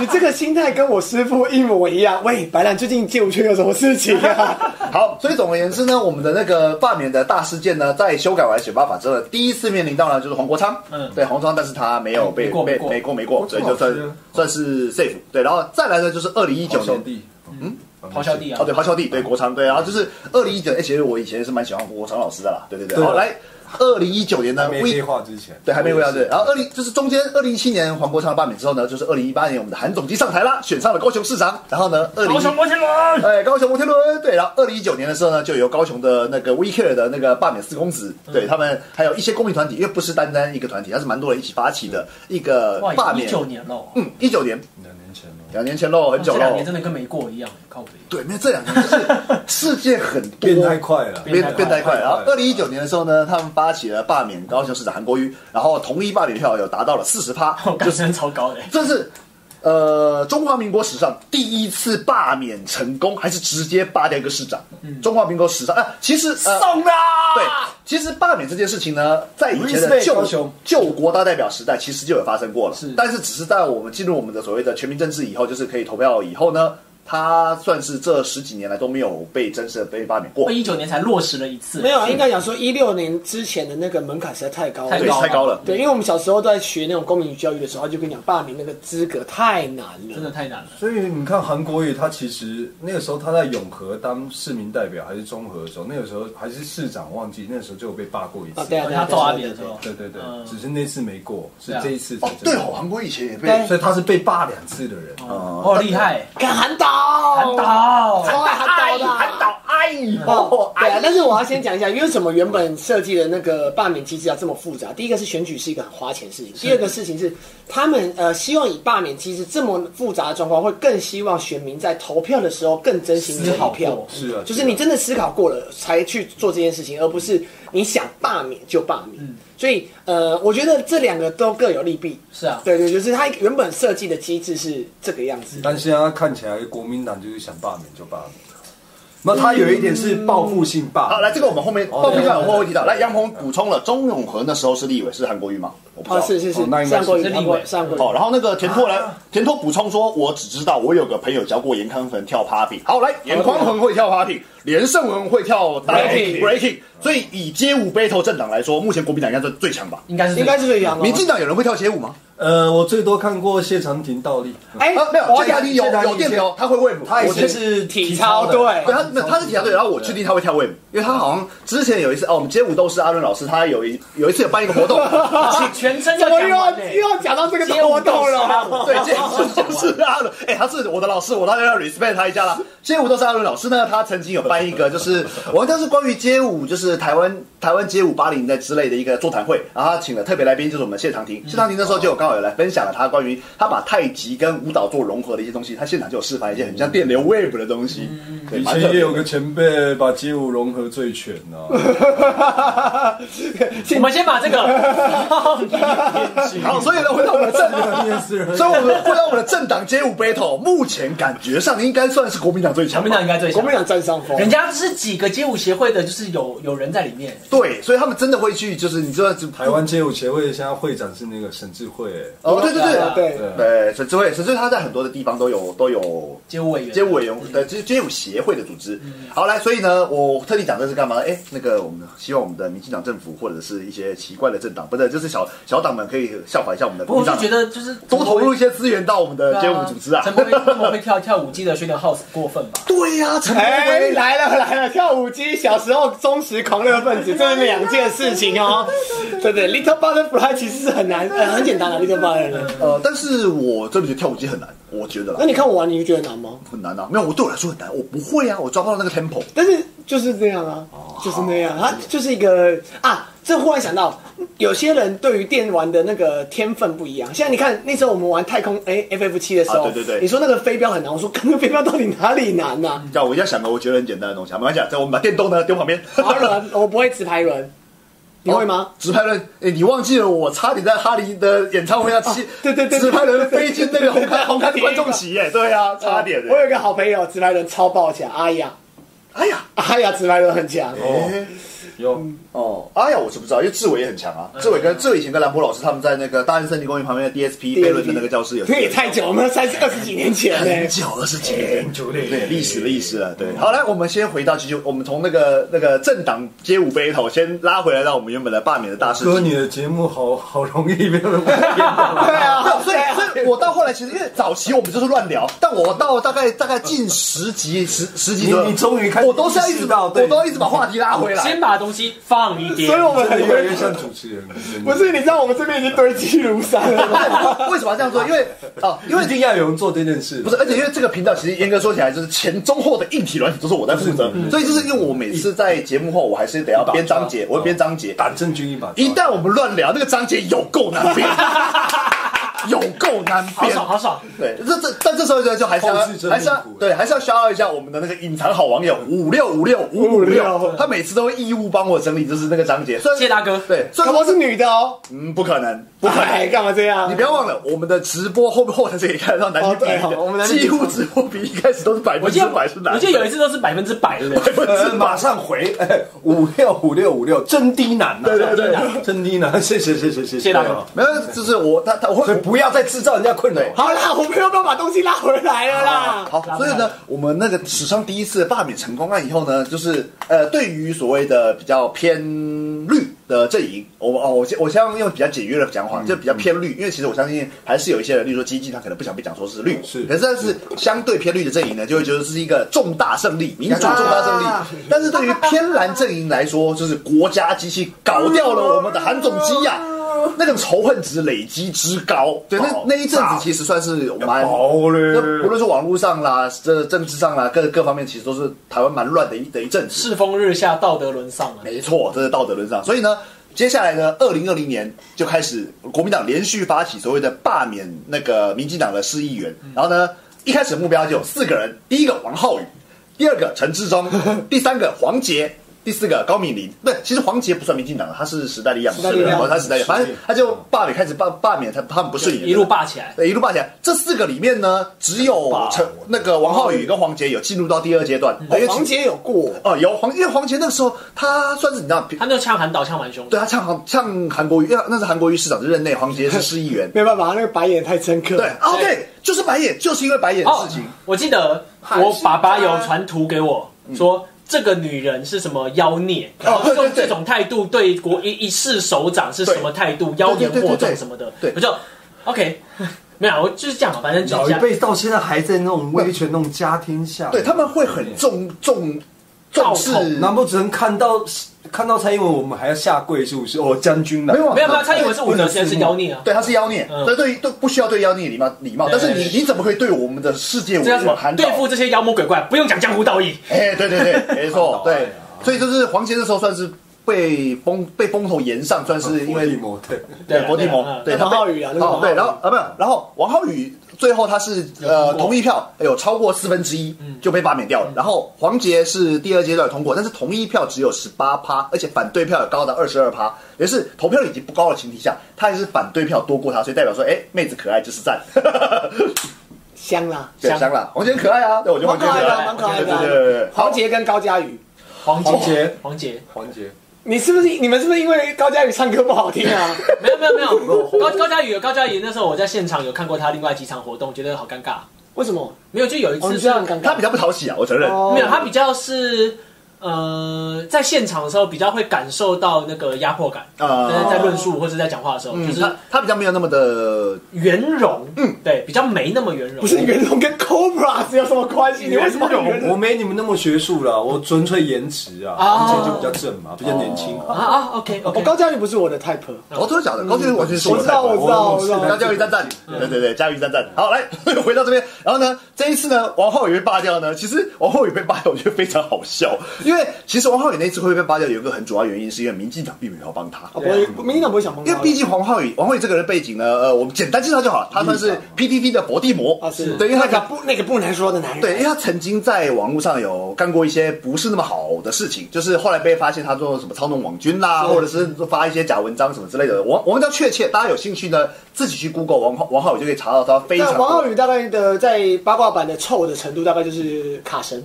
Speaker 4: 你这个心态跟我师傅一模一样。喂，白兰，最近街舞圈有什么事情啊？
Speaker 1: 好，所以总而言之呢，我们的那个罢免的大事件呢，在修改完选罢法之后，第一次面临到呢就是黄国昌，
Speaker 3: 嗯
Speaker 1: 对黄国昌，但是他没有被
Speaker 3: 没过
Speaker 1: 被
Speaker 3: 没过
Speaker 1: 没过没过，所以就
Speaker 2: 国昌
Speaker 1: 算
Speaker 2: 老师
Speaker 1: 算是 safe，对，然后再来呢就是二零一九
Speaker 2: 咆哮
Speaker 1: 年。
Speaker 2: 帝，嗯，
Speaker 3: 咆哮帝啊
Speaker 1: 哦，对，咆哮帝，对国昌，对，然后就是二零一九，哎，其实我以前是蛮喜欢国昌老师的啦，对对对。
Speaker 2: 对
Speaker 1: 好，来，二零一九年呢
Speaker 2: 还，没
Speaker 1: 微
Speaker 2: 黑化之前，
Speaker 1: 对，还没回答对。然
Speaker 2: 然
Speaker 1: 后
Speaker 2: 后
Speaker 1: 二零就是中间二零一七年黄国昌的罢免之后呢，就是二零一八年我们的韩总机上台啦，选上了高雄市长。然后呢，二零
Speaker 3: 高雄摩天轮，
Speaker 1: 哎，高雄摩天轮对，然后二零一九年的时候呢，就由高雄的那个 WeCare 的那个罢免四公子，
Speaker 3: 嗯
Speaker 1: 对他们还有一些公民团体，因为不是单单一个团体，它是蛮多人一起发起的一个罢
Speaker 3: 哇，
Speaker 1: 免
Speaker 3: 一。九年喽，
Speaker 1: 嗯，一九年，
Speaker 2: 两年前哦了，
Speaker 1: 两年前喽，很久
Speaker 3: 这两
Speaker 1: 喽
Speaker 3: 年。真的跟没过一样，靠北。
Speaker 1: 对，没有这两年就是世界很多
Speaker 2: 变太快了，
Speaker 3: 变
Speaker 1: 变变太快了。然后二
Speaker 2: 变
Speaker 1: 零一九年的时候呢，他们发起了罢免高雄市长韩国瑜，然后同意罢免票有达到了四十趴，
Speaker 3: 我哦感觉超高的，
Speaker 1: 这是呃中华民国史上第一次罢免成功，还是直接罢掉一个市长？中华民国史上，啊，其实呃。
Speaker 3: 送啦！
Speaker 1: 对，其实罢免这件事情呢，在以前的
Speaker 2: Respect，
Speaker 1: 旧
Speaker 2: 高雄
Speaker 1: 旧国大代表时代，其实就有发生过了。
Speaker 3: 是
Speaker 1: 但是只是在我们进入我们的所谓的全民政治以后，就是可以投票以后呢，他算是这十几年来都没有被真实的被罢免过
Speaker 3: 我。一九年才落实了一次，
Speaker 4: 没有，啊，应该讲说一六年之前的那个门槛实在太高了
Speaker 3: 太
Speaker 1: 对，
Speaker 3: 高了
Speaker 1: 太高了。
Speaker 4: 对，因为我们小时候都在学那种公民与教育的时候，他就跟你讲罢免那个资格太难了，
Speaker 3: 真的太难了。
Speaker 2: 所以你看韩国瑜，他其实那个时候他在永和当市民代表还是中和的时候，那个时候还是市长，忘记那个时候就有被罢过一次。
Speaker 4: 啊对啊
Speaker 3: 他揍阿扁的时候，
Speaker 2: 对对对
Speaker 3: 嗯
Speaker 2: 只是那次没过，是
Speaker 3: 对啊
Speaker 2: 这一次才
Speaker 1: 哦
Speaker 2: 真，的
Speaker 1: 对哦，韩国以前也被
Speaker 4: 对
Speaker 2: 所以他是被罢两次的人。
Speaker 3: 哦，厉害，
Speaker 4: 敢喊倒，
Speaker 3: 韩导，
Speaker 4: 超爱喊倒的，啊
Speaker 1: 韩导哎
Speaker 4: 哦
Speaker 1: 呦，，
Speaker 4: 对
Speaker 1: 哎
Speaker 4: 啊，但是我要先讲一下，因为什么原本设计的那个罢免机制要这么复杂？第一个是选举是一个很花钱的事情，第二个事情是他们呃希望以罢免机制这么复杂的状况，会更希望选民在投票的时候更珍惜每
Speaker 3: 思考
Speaker 4: 一
Speaker 3: 过
Speaker 4: 票。
Speaker 2: 是啊，
Speaker 4: 就是你真的思考过了才去做这件事情，而不是你想罢免就罢免。所以呃，我觉得这两个都各有利弊。
Speaker 3: 是啊
Speaker 4: 对对，就是它原本设计的机制是这个样子。
Speaker 2: 但现在看起来国民党就是想罢免就罢免，那他有一点是报复性罢免。
Speaker 1: 好，来这个我们后面
Speaker 2: 哦
Speaker 1: 后面
Speaker 2: 对
Speaker 1: 看我会提到。
Speaker 2: 对
Speaker 1: 来，
Speaker 2: 对
Speaker 1: 杨鹏补充了，钟永和那时候是立委，是韩国瑜吗？我不知
Speaker 4: 哦，
Speaker 1: 道。
Speaker 4: 是是是
Speaker 2: 哦，那应该
Speaker 4: 上过
Speaker 2: 是
Speaker 4: 瘾
Speaker 3: 是
Speaker 4: 上
Speaker 3: 立
Speaker 4: 过
Speaker 3: 委
Speaker 4: 瘾上过瘾。
Speaker 1: 哦，然后那个田拓来，
Speaker 2: 啊
Speaker 1: 田拓补充说，我只知道我有个朋友教过严康恒跳 popping。好，来，严匡衡会跳 popping，连胜文会跳
Speaker 4: Breaking
Speaker 1: breaking。所以以街舞 battle 政党来说，目前国民党应该是最强吧？
Speaker 3: 应该是
Speaker 4: 应该是最
Speaker 2: 哦
Speaker 4: 阳光。
Speaker 1: 民进党有人会跳街舞吗？
Speaker 2: 呃，我最多看过谢长廷倒立，
Speaker 4: 哎、
Speaker 1: 啊，没
Speaker 2: 哦
Speaker 1: 有，
Speaker 4: 我
Speaker 1: 谢家
Speaker 4: 要
Speaker 1: 庭有
Speaker 2: 谢长廷
Speaker 1: 有电流，他会为母，
Speaker 2: 他以
Speaker 1: 我
Speaker 2: 前
Speaker 1: 确
Speaker 2: 是
Speaker 4: 体
Speaker 2: 体
Speaker 4: 操
Speaker 2: 操
Speaker 4: 的
Speaker 2: 的，
Speaker 1: 对他，没有他是体校队，然后我确定他会跳 w a 因为他好像之前有一次哦，我们街舞斗士阿伦老师，他有一有一次有办一个活 动，
Speaker 3: 请 全身要
Speaker 4: 怎么又
Speaker 3: 讲
Speaker 4: 要
Speaker 3: 完
Speaker 4: 又要讲到这个活动 了？
Speaker 1: 对，街舞斗士阿伦，哎，他是我的老师，我当然要 respect 他一下啦。街舞斗士阿伦老师呢，他曾经有办一个，就是我好像是关于街舞，就是台湾台湾街舞八零代之类的一个座谈会，然后他请了特别来宾，就是我们谢长
Speaker 3: 嗯
Speaker 1: 廷。谢长廷那时候就有刚好有来分享了他关于他把太极跟舞蹈做融合的一些东西，他现场就有示范一些很像电流 wave 的东西，
Speaker 3: 嗯
Speaker 1: 对，
Speaker 2: 以
Speaker 1: 蛮
Speaker 2: 前
Speaker 1: 特别
Speaker 2: 也
Speaker 1: 的
Speaker 2: 有个前辈把街舞融合最全啊。
Speaker 3: 我们先把这个 放一边去。
Speaker 1: 好，所以呢，回到我们的政党，
Speaker 2: 面试人
Speaker 1: 所以我们回到我们的政党街舞 battle，目前感觉上应该算是国民党最强
Speaker 3: 国
Speaker 1: 吧。
Speaker 3: 民党应该最
Speaker 4: 国
Speaker 3: 强
Speaker 4: 民，党占上风。
Speaker 3: 人家是几个街舞协会的，就是有有人在里面，
Speaker 1: 对，所以他们真的会去，就是你知道，就
Speaker 2: 台湾街舞协会现在会长是那个沈智慧，哎
Speaker 1: 哦，对对
Speaker 4: 对
Speaker 3: 啊
Speaker 1: 对
Speaker 4: 对
Speaker 2: 对
Speaker 1: 对，沈志伟，沈志伟他在很多的地方都有都有
Speaker 3: 街舞委员，
Speaker 1: 街舞委员，对，就是街舞协会的组织。
Speaker 3: 嗯
Speaker 1: 好，来，所以呢，我特地讲这是干嘛？哎，那个我们希望我们的民进党政府或者是一些奇怪的政党，不是，就是小小党们可以效仿一下我们的
Speaker 3: 不
Speaker 1: 国
Speaker 3: 过我
Speaker 1: 民
Speaker 3: 就
Speaker 1: 党，
Speaker 3: 觉得就是
Speaker 1: 多投入一些资源到我们的街舞组织啊。
Speaker 3: 陈柏霖这么会跳跳舞机的，有点好过分吧？
Speaker 1: 对呀，陈柏
Speaker 4: 哎、
Speaker 1: 霖
Speaker 4: 来了来了，跳舞机，小时候忠实狂热分子，这是两件事情哦。对对，Little Butterfly 其实是很难，呃，很简单的 Little Butterfly。
Speaker 1: 呃，但是我真的觉得跳舞机很难，我觉得啦
Speaker 3: 嗯
Speaker 4: 那你看我玩，你就觉得难吗？
Speaker 1: 很难啊。没有，我对我来说很难，我不会啊，我抓不到那个 tempo。
Speaker 4: 但是就是这样啊，就是那样，它就是一个啊。这忽然想到，有些人对于电玩的那个天分不一样。像你看那时候我们玩太空哎 FF 七的时候，
Speaker 1: 啊对对对
Speaker 4: 你说那个飞镖很难，我说看那个飞镖到底哪里难 啊呐、
Speaker 1: 这样我一定要想个我觉得很简单的东西啊，没关系啊，这样我们把电动呢丢旁边。
Speaker 4: 滑轮我不会直排轮，你会吗？
Speaker 1: 直拍轮，哎，你忘记了我差点在哈利的演唱会上
Speaker 4: 啊
Speaker 1: 去，
Speaker 4: 对对对
Speaker 1: 直拍轮飞进那个红
Speaker 4: 对对
Speaker 1: 开
Speaker 4: 对
Speaker 1: 红开观众席，哎，对啊，差点
Speaker 4: 哦我
Speaker 1: 的。
Speaker 4: 有一个好朋友直排轮超爆强，阿雅
Speaker 1: 哎呀，
Speaker 4: 阿雅直排轮很强，
Speaker 1: 哎，
Speaker 2: 有
Speaker 1: 哦，哎呀，我是不知道，因为志伟也很强啊，志伟跟志伟以前跟兰波老师他们在那个大安森林公园旁边的 DSP 飞轮的那个教室有，
Speaker 4: 那也太久了，我们三十二十几年前呢、
Speaker 1: 很久二十几年。
Speaker 2: 九
Speaker 1: 对，历史的历史了，对。好，来，我们先回到继续，我们从那个那个政党街舞 battle 先拉回来，到我们原本的罢免的大事
Speaker 2: 哥，
Speaker 1: 情。
Speaker 2: 你的节目好 好容易被
Speaker 1: 对 啊，所以所以我到后来其实因为早期我们就是乱聊， 但我到大概大概近十集十十集
Speaker 2: 你
Speaker 1: 左右
Speaker 2: 你终于开始
Speaker 1: 我都是要一
Speaker 2: 意
Speaker 1: 直
Speaker 2: 识
Speaker 1: 把
Speaker 2: 到
Speaker 1: 我
Speaker 2: 对
Speaker 1: 都要一直把话题拉回 来。
Speaker 3: 先把东西放一点。
Speaker 4: 所以我们很
Speaker 2: 越来越像主 持人。
Speaker 4: 不是，你知道我们这边已经堆积如山了吗。
Speaker 1: 为什么要这样做？因为哦，因
Speaker 2: 因
Speaker 1: 为
Speaker 2: 为一定要有人做这件事，
Speaker 1: 不是，而且因为这个频道其实严格说起来，就是前中后的硬体软体都是我在负责，
Speaker 2: 嗯
Speaker 1: 所以就是因为我每次在节目后，我还是得要编章节，我会编章节。
Speaker 2: 打郑钧一把抓。
Speaker 1: 一旦我们乱聊，那个章节有够难 编，有够难
Speaker 3: 好
Speaker 1: 编，
Speaker 3: 爽好爽，
Speaker 1: 对，这这但这时候就就还是要
Speaker 2: 控制真
Speaker 1: 还是要
Speaker 2: 命苦
Speaker 1: 对还是要消耗一下我们的那个隐藏好网友五六五六五五六，他每次都会义务帮我整理，就是那个章节。虽然
Speaker 3: 谢谢大哥
Speaker 1: 对，虽
Speaker 4: 可
Speaker 1: 然
Speaker 4: 我是女的哦，
Speaker 1: 嗯不可能不可
Speaker 4: 哎，
Speaker 1: 能。
Speaker 4: 干嘛这样
Speaker 1: 你不？要忘了，我们的直播后面后台是可以看得到男女
Speaker 4: 哦
Speaker 1: 比
Speaker 4: 对
Speaker 1: 例
Speaker 4: 哦我们
Speaker 1: 的，
Speaker 4: 男女比
Speaker 1: 几乎直播比一开始都是百
Speaker 3: 我
Speaker 1: 分
Speaker 3: 记
Speaker 1: 之
Speaker 3: 得
Speaker 1: 百是啊男的，
Speaker 3: 我记得有一次都是百分之百的人，
Speaker 1: 百分
Speaker 2: 呃，
Speaker 1: 之百
Speaker 2: 马上回，哎，五六五六五六，真低男呐，
Speaker 1: 对对对，
Speaker 2: 真低男， 谢谢谢谢谢
Speaker 3: 谢
Speaker 2: 谢
Speaker 3: 大哥
Speaker 1: 没有，就是我他他我
Speaker 2: 所
Speaker 1: 会
Speaker 2: 以不要再制造人家困扰。
Speaker 4: 好啦，我们要不要把东西拉回来了啦？
Speaker 1: 好，所以呢，我们那个史上第一次罢免成功案以后呢，就是呃，对于所谓的比较偏绿的阵营，我哦，我先我先用比较简约的讲法，就比较偏绿，因为其实我相信还是有一些人，例如说激进，他可能不想被讲说是绿，
Speaker 2: 是
Speaker 1: 可是但是相对偏绿的阵营呢，就会觉得是一个重大胜利，民主重大胜利。但是对于偏蓝阵营来说，就是国家机器搞掉了我们的韩总机呀、那种仇恨值累积之高，对，那那一阵子其实算是蛮
Speaker 2: 好嘞
Speaker 1: 那
Speaker 4: 呃
Speaker 1: 不论是网络上啦，这政治上啦，各各方面，其实都是台湾蛮乱的一的一阵子。
Speaker 3: 世风日下，道德沦丧啊。
Speaker 1: 没错，这是道德沦丧。所以呢，接下来呢，二零二零年就开始国民党连续发起所谓的罢免那个民进党的市议员，
Speaker 4: 嗯
Speaker 1: 然后呢，一开始目标就有四个人，第一个王浩宇，第二个陈志 忠，第三个黄杰。第四个高敏玲，对，其实黄杰不算民进党的，他是时代力量嘛，哦
Speaker 4: 时代力量
Speaker 1: 对他时代力量，反正他就罢免开始罢罢免他，他们不顺眼，
Speaker 3: 一路霸起来。
Speaker 1: 对，呃一路霸起来。这四个里面呢，只有陈那个王浩宇跟黄杰有进入到第二阶段，
Speaker 3: 嗯
Speaker 1: 呃因为
Speaker 4: 黄杰有过，。
Speaker 1: 哦有黄，因为黄杰那个时候他算是你知道，
Speaker 3: 他那个呛韩导呛蛮凶的，
Speaker 1: 对他唱韩唱韩国瑜，因为那是韩国瑜市长任内，黄杰是市议员
Speaker 4: 没办法，那个白眼太深刻。
Speaker 1: 对，哦对，就是白眼，就是因为白眼的
Speaker 3: 哦
Speaker 1: 事情。，
Speaker 3: 我记得我爸爸有传图给我说。这个女人是什么妖孽？
Speaker 1: 嗯哦对对对
Speaker 3: 用这种态度对国一一世首长是什么态度？妖言惑众什么的，
Speaker 1: 对对对对对
Speaker 3: 我就 OK，没 有，啊我就是这样，反正就
Speaker 2: 老
Speaker 3: 这
Speaker 2: 一
Speaker 3: 样。
Speaker 2: 辈到现在还在那种威权、那种家天下，
Speaker 1: 对，他们会很重重重视。
Speaker 3: 爆
Speaker 2: 难不成看到看到蔡英文，我们还要下跪是不是？哦，将军来，
Speaker 1: 没有啊
Speaker 3: 没有没有，蔡英文是武则天是妖孽啊，
Speaker 1: 对，他是妖孽，
Speaker 3: 嗯
Speaker 1: 所以对都不需要对妖孽礼貌礼貌。但是
Speaker 3: 对
Speaker 1: 你你怎么可以对我们的世界
Speaker 3: 这叫什么
Speaker 1: 我韩？
Speaker 3: 对付这些妖魔鬼怪，不用讲江湖道义，
Speaker 1: 哎，对对对， 没错，
Speaker 2: 哎
Speaker 1: 对
Speaker 2: 呀。
Speaker 1: 所以就是黄杰那时候算是被风被风头延上，算
Speaker 4: 啊
Speaker 1: 是因为
Speaker 2: 模特，
Speaker 3: 对
Speaker 1: 佛地魔
Speaker 3: 嗯，
Speaker 1: 对，
Speaker 4: 那王浩宇啊那个
Speaker 1: 哦
Speaker 4: 王浩
Speaker 1: 对，
Speaker 4: 宇
Speaker 1: 然后啊不是，然后王浩宇最后他是
Speaker 3: 有
Speaker 1: 呃
Speaker 3: 通过
Speaker 1: 同意票有超过四分之一
Speaker 4: 嗯
Speaker 1: 就被罢免掉了，然后黄杰是第二阶段通过，但是同意票只有十八趴，而且反对票也高达二十二趴，也是投票率已经不高的前提下，他还是反对票多过他，所以代表说，哎，妹子可爱就是赞，
Speaker 4: 香啦，
Speaker 1: 对
Speaker 3: 香
Speaker 1: 香啦，黄杰很可爱啊，对，我觉得
Speaker 4: 蛮
Speaker 1: 黄杰很可
Speaker 4: 可爱的，
Speaker 1: 爱，
Speaker 4: 蛮可爱
Speaker 1: 对对对对对
Speaker 4: 的。黄杰跟高佳宇，
Speaker 3: 黄
Speaker 2: 黄
Speaker 3: 杰
Speaker 2: 杰，
Speaker 3: 黄杰，
Speaker 2: 环节
Speaker 4: 你是不是你们是不是因为高佳宇唱歌不好 听啊？
Speaker 3: 没有没有没
Speaker 1: 哦
Speaker 3: 有，高高佳宇高佳宇那时候我在现场有看过他另外几场活动，觉得好尴尬，
Speaker 4: 为什么？
Speaker 3: 没有就有一次
Speaker 4: 哦，你
Speaker 3: 是
Speaker 4: 这样尴尬。
Speaker 1: 他比较不讨喜啊，我承认。
Speaker 4: 哦
Speaker 3: 没有，他比较是呃，在现场的时候比较会感受到那个压迫感，
Speaker 1: 啊
Speaker 3: 在在论述或者在讲话的时候，就
Speaker 1: 嗯，
Speaker 3: 是
Speaker 1: 他他比较没有那么的
Speaker 3: 圆融，嗯，对，比较没那么圆融。
Speaker 4: 不是袁隆跟 Cobra 是有什么 关系？你为什么
Speaker 2: 我
Speaker 4: 袁
Speaker 2: 我
Speaker 4: 隆？
Speaker 2: 没你们那么学术啦，我纯粹颜值啊，
Speaker 3: 啊
Speaker 2: 黄杰就比较正嘛，比较年轻。
Speaker 3: 啊啊，OK
Speaker 4: 我
Speaker 3: OK，
Speaker 4: 哦高佳宇不是我的 type，
Speaker 1: 哦，真的假的？高
Speaker 3: 嗯
Speaker 1: 俊完全是
Speaker 4: 我知道，我
Speaker 1: 我
Speaker 4: 知道，我知
Speaker 2: 我
Speaker 1: 加
Speaker 4: 道
Speaker 2: 是。
Speaker 1: 教育赞赞，对对对，加油赞赞。好，来 回到这边，然后呢，这一次呢，王浩宇被罢掉呢，其实王浩宇被罢掉，我觉得非常好笑，因因为其实王浩宇那次会被扒掉，有一个很主要原因，是因为民进党并没有帮他。
Speaker 4: 啊，不会，民进党不会想碰他
Speaker 1: 因为毕竟黄浩宇，黄浩宇这个人背景呢，呃，我们简单介绍就好了。他算是 PTT 的伏地魔
Speaker 4: 啊，是
Speaker 1: 对，因为他
Speaker 4: 那个不那个不能说的男人，
Speaker 1: 对，因为他曾经在网络上有干过一些不是那么好的事情，就是后来被发现他做什么操弄网军啦，或者是发一些假文章什么之类的。王王叫确切，大家有兴趣呢，自己去 Google 王浩王浩宇就可以查到他非常
Speaker 4: 但
Speaker 1: 多
Speaker 4: 王浩宇大概的在八卦版的臭的程度，大概就是卡神，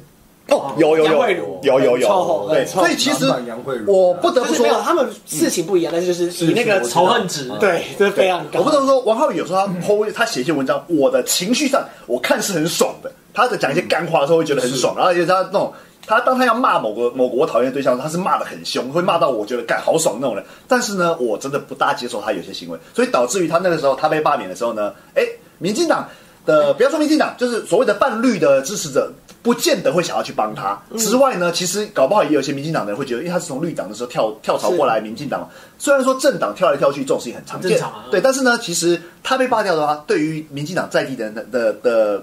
Speaker 1: 哦，有有
Speaker 4: 杨
Speaker 1: 有
Speaker 4: 慧茹
Speaker 1: 有有
Speaker 4: 很臭
Speaker 1: 有，
Speaker 4: 很
Speaker 1: 对，
Speaker 4: 臭
Speaker 1: 所以其实
Speaker 2: 男版杨慧茹
Speaker 1: 我不得
Speaker 4: 就
Speaker 1: 不
Speaker 4: 是
Speaker 1: 说
Speaker 4: 没有，他们事情不一样，但是就是以那个
Speaker 2: 是是
Speaker 3: 仇恨值，
Speaker 4: 对，这非常高。
Speaker 1: 我不得不说，王浩宇有时候他 PO 他写一些文章，我的情绪上我看是很爽的。他在讲一些干话的时候会觉得很爽，然后也是他那种，他当他要骂某个某个我讨厌的对象，他是骂的很凶，会骂到我觉得干好爽那种人。但是呢，我真的不大接受他有些行为，所以导致于他那个时候他被罢免的时候呢，哎，民进党的不要说民进党，就是所谓的泛绿的支持者。不见得会想要去帮他。之外呢，其实搞不好也有一些民进党的人会觉得，因为他是从绿党的时候跳跳槽过来民进党，虽然说政党跳来跳去这种事情很常见，
Speaker 3: 很正常啊
Speaker 1: 对，但是呢，其实他被罢掉的话，对于民进党在地的人的的，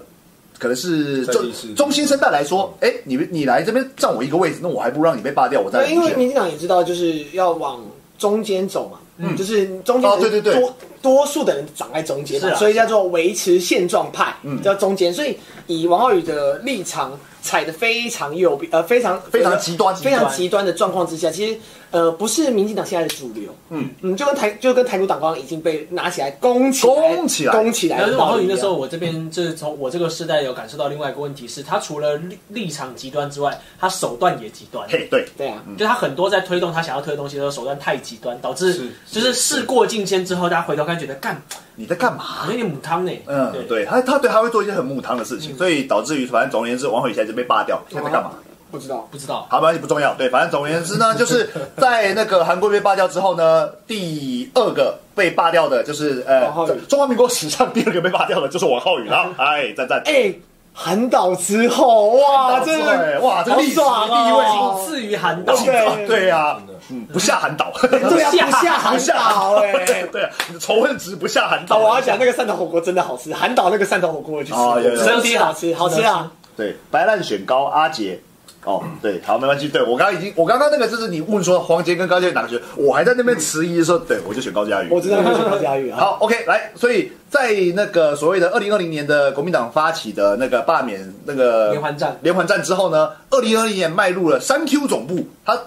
Speaker 1: 可能是
Speaker 2: 在
Speaker 1: 中
Speaker 2: 地是
Speaker 1: 中心生代来说，哎，你你来这边占我一个位置，那我还不如让你被罢掉，我再来
Speaker 4: 对，因为
Speaker 1: 选
Speaker 4: 民进党也知道就是要往中间走嘛，嗯，就是中间
Speaker 1: 哦对对对
Speaker 4: 多多数的人长在中间嘛，
Speaker 3: 是啊
Speaker 4: 所以叫做维持现状
Speaker 1: 啊
Speaker 4: 派，嗯，叫中间。所以以王浩宇的立场踩的非常右边，呃，非常
Speaker 1: 非常极端
Speaker 4: 非常极端的状况之下，其实呃不是民进党现在的主流，嗯嗯，就跟台就跟台独党光已经被拿起来攻起来，
Speaker 1: 攻起来
Speaker 4: 攻起来
Speaker 3: 但
Speaker 4: 的道理一
Speaker 3: 是王
Speaker 4: 样。
Speaker 3: 浩宇那时候，我这边就是从我这个世代呃有感受到另外一个问题是，他除了立立场极端之外，他手段也极端。
Speaker 1: 嘿，对，
Speaker 4: 对啊，
Speaker 3: 就他很多在推动他想要推的东西的时候，手段太极端，导致
Speaker 2: 是
Speaker 3: 就是事过境迁之后，大家回头看觉得干，
Speaker 1: 你在干嘛？
Speaker 3: 好像有点母汤呢。
Speaker 1: 嗯，，对他，他对他会做一些很母汤的事
Speaker 4: 嗯
Speaker 1: 情，所以导致于反正总而言之，王浩宇现在就被罢
Speaker 4: 哦
Speaker 1: 掉，他在干嘛？
Speaker 4: 不知道。
Speaker 3: 不知道。
Speaker 1: 好，没关系，不重要。对，反正总而言之呢，就是在那个韩国被罢掉之后呢，第二个被罢掉的就是呃
Speaker 4: 王浩宇，
Speaker 1: 中华民国史上第二个被罢掉的就是王浩宇 啦。哎，赞赞。
Speaker 4: 哎、韩导之后，哇，
Speaker 1: 韩导之
Speaker 4: 真
Speaker 1: 后哎
Speaker 4: 的
Speaker 1: 哇这个历史
Speaker 4: 好爽哦
Speaker 1: 地位
Speaker 3: 仅次于 韩导，
Speaker 4: 对
Speaker 1: 啊对呀，嗯，不下韩岛，
Speaker 4: 对啊，
Speaker 3: 不
Speaker 4: 不
Speaker 3: 下
Speaker 4: 下韩导哎、
Speaker 1: 对对，你的仇恨值不下韩岛。
Speaker 4: 我要讲那个汕头火锅真的好吃，韩岛那个汕头火锅我去吃
Speaker 1: 哦
Speaker 4: 过，
Speaker 1: 有有
Speaker 4: 真的好吃，好吃啊！
Speaker 1: 对白烂选高阿杰。哦，对，好，没关系。对我刚刚已经，我刚刚那个就是你问说黄杰跟高佳宇哪个选，我还在那边迟疑的时候，对我就选高佳宇。
Speaker 4: 我知道会去高佳玉啊。
Speaker 1: 好，OK，来，所以在那个所谓的二零二零年的国民党发起的那个罢免那个
Speaker 3: 连环战
Speaker 1: 连环战之后呢，二零二零年迈入了三 Q 总部，它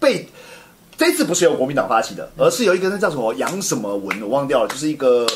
Speaker 1: 被这次不是由国民党发起的，而是由一个那叫什么杨什么文，我忘掉了，就是一个。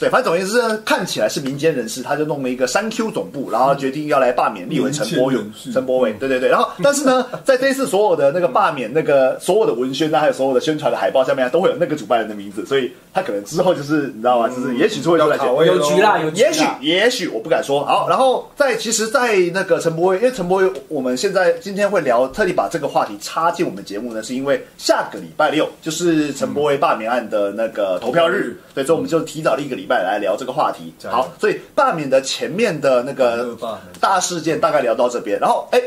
Speaker 1: 对，反正总而言之呢，看起来是民间人士，他就弄了一个三 Q 总部，然后决定要来罢免立委陈柏宇
Speaker 2: 民间人、士
Speaker 1: 陈柏伟，对对对。然后，但是呢，在这一次所有的那个罢免那个所有的文宣啊，还有所有的宣传的海报下面啊，都会有那个主办人的名字，所以他可能之后就是你知道吗？就是也许是会出来写
Speaker 2: 要卡位
Speaker 3: 有局啦，有局啦
Speaker 1: 哦也许，也许我不敢说。好，然后在其实，在那个陈柏威，因为陈柏威，我们现在今天会聊，特地把这个话题插进我们节目呢，是因为下个礼拜六就是陈柏威罢免案的那个投票日，
Speaker 2: 嗯
Speaker 1: 对，所以我们就提早了一个礼拜来聊这个话题。
Speaker 2: 加油
Speaker 1: 好，所以罢免的前面的那个
Speaker 2: 恶霸
Speaker 1: 大事件大概聊到这边，然后哎。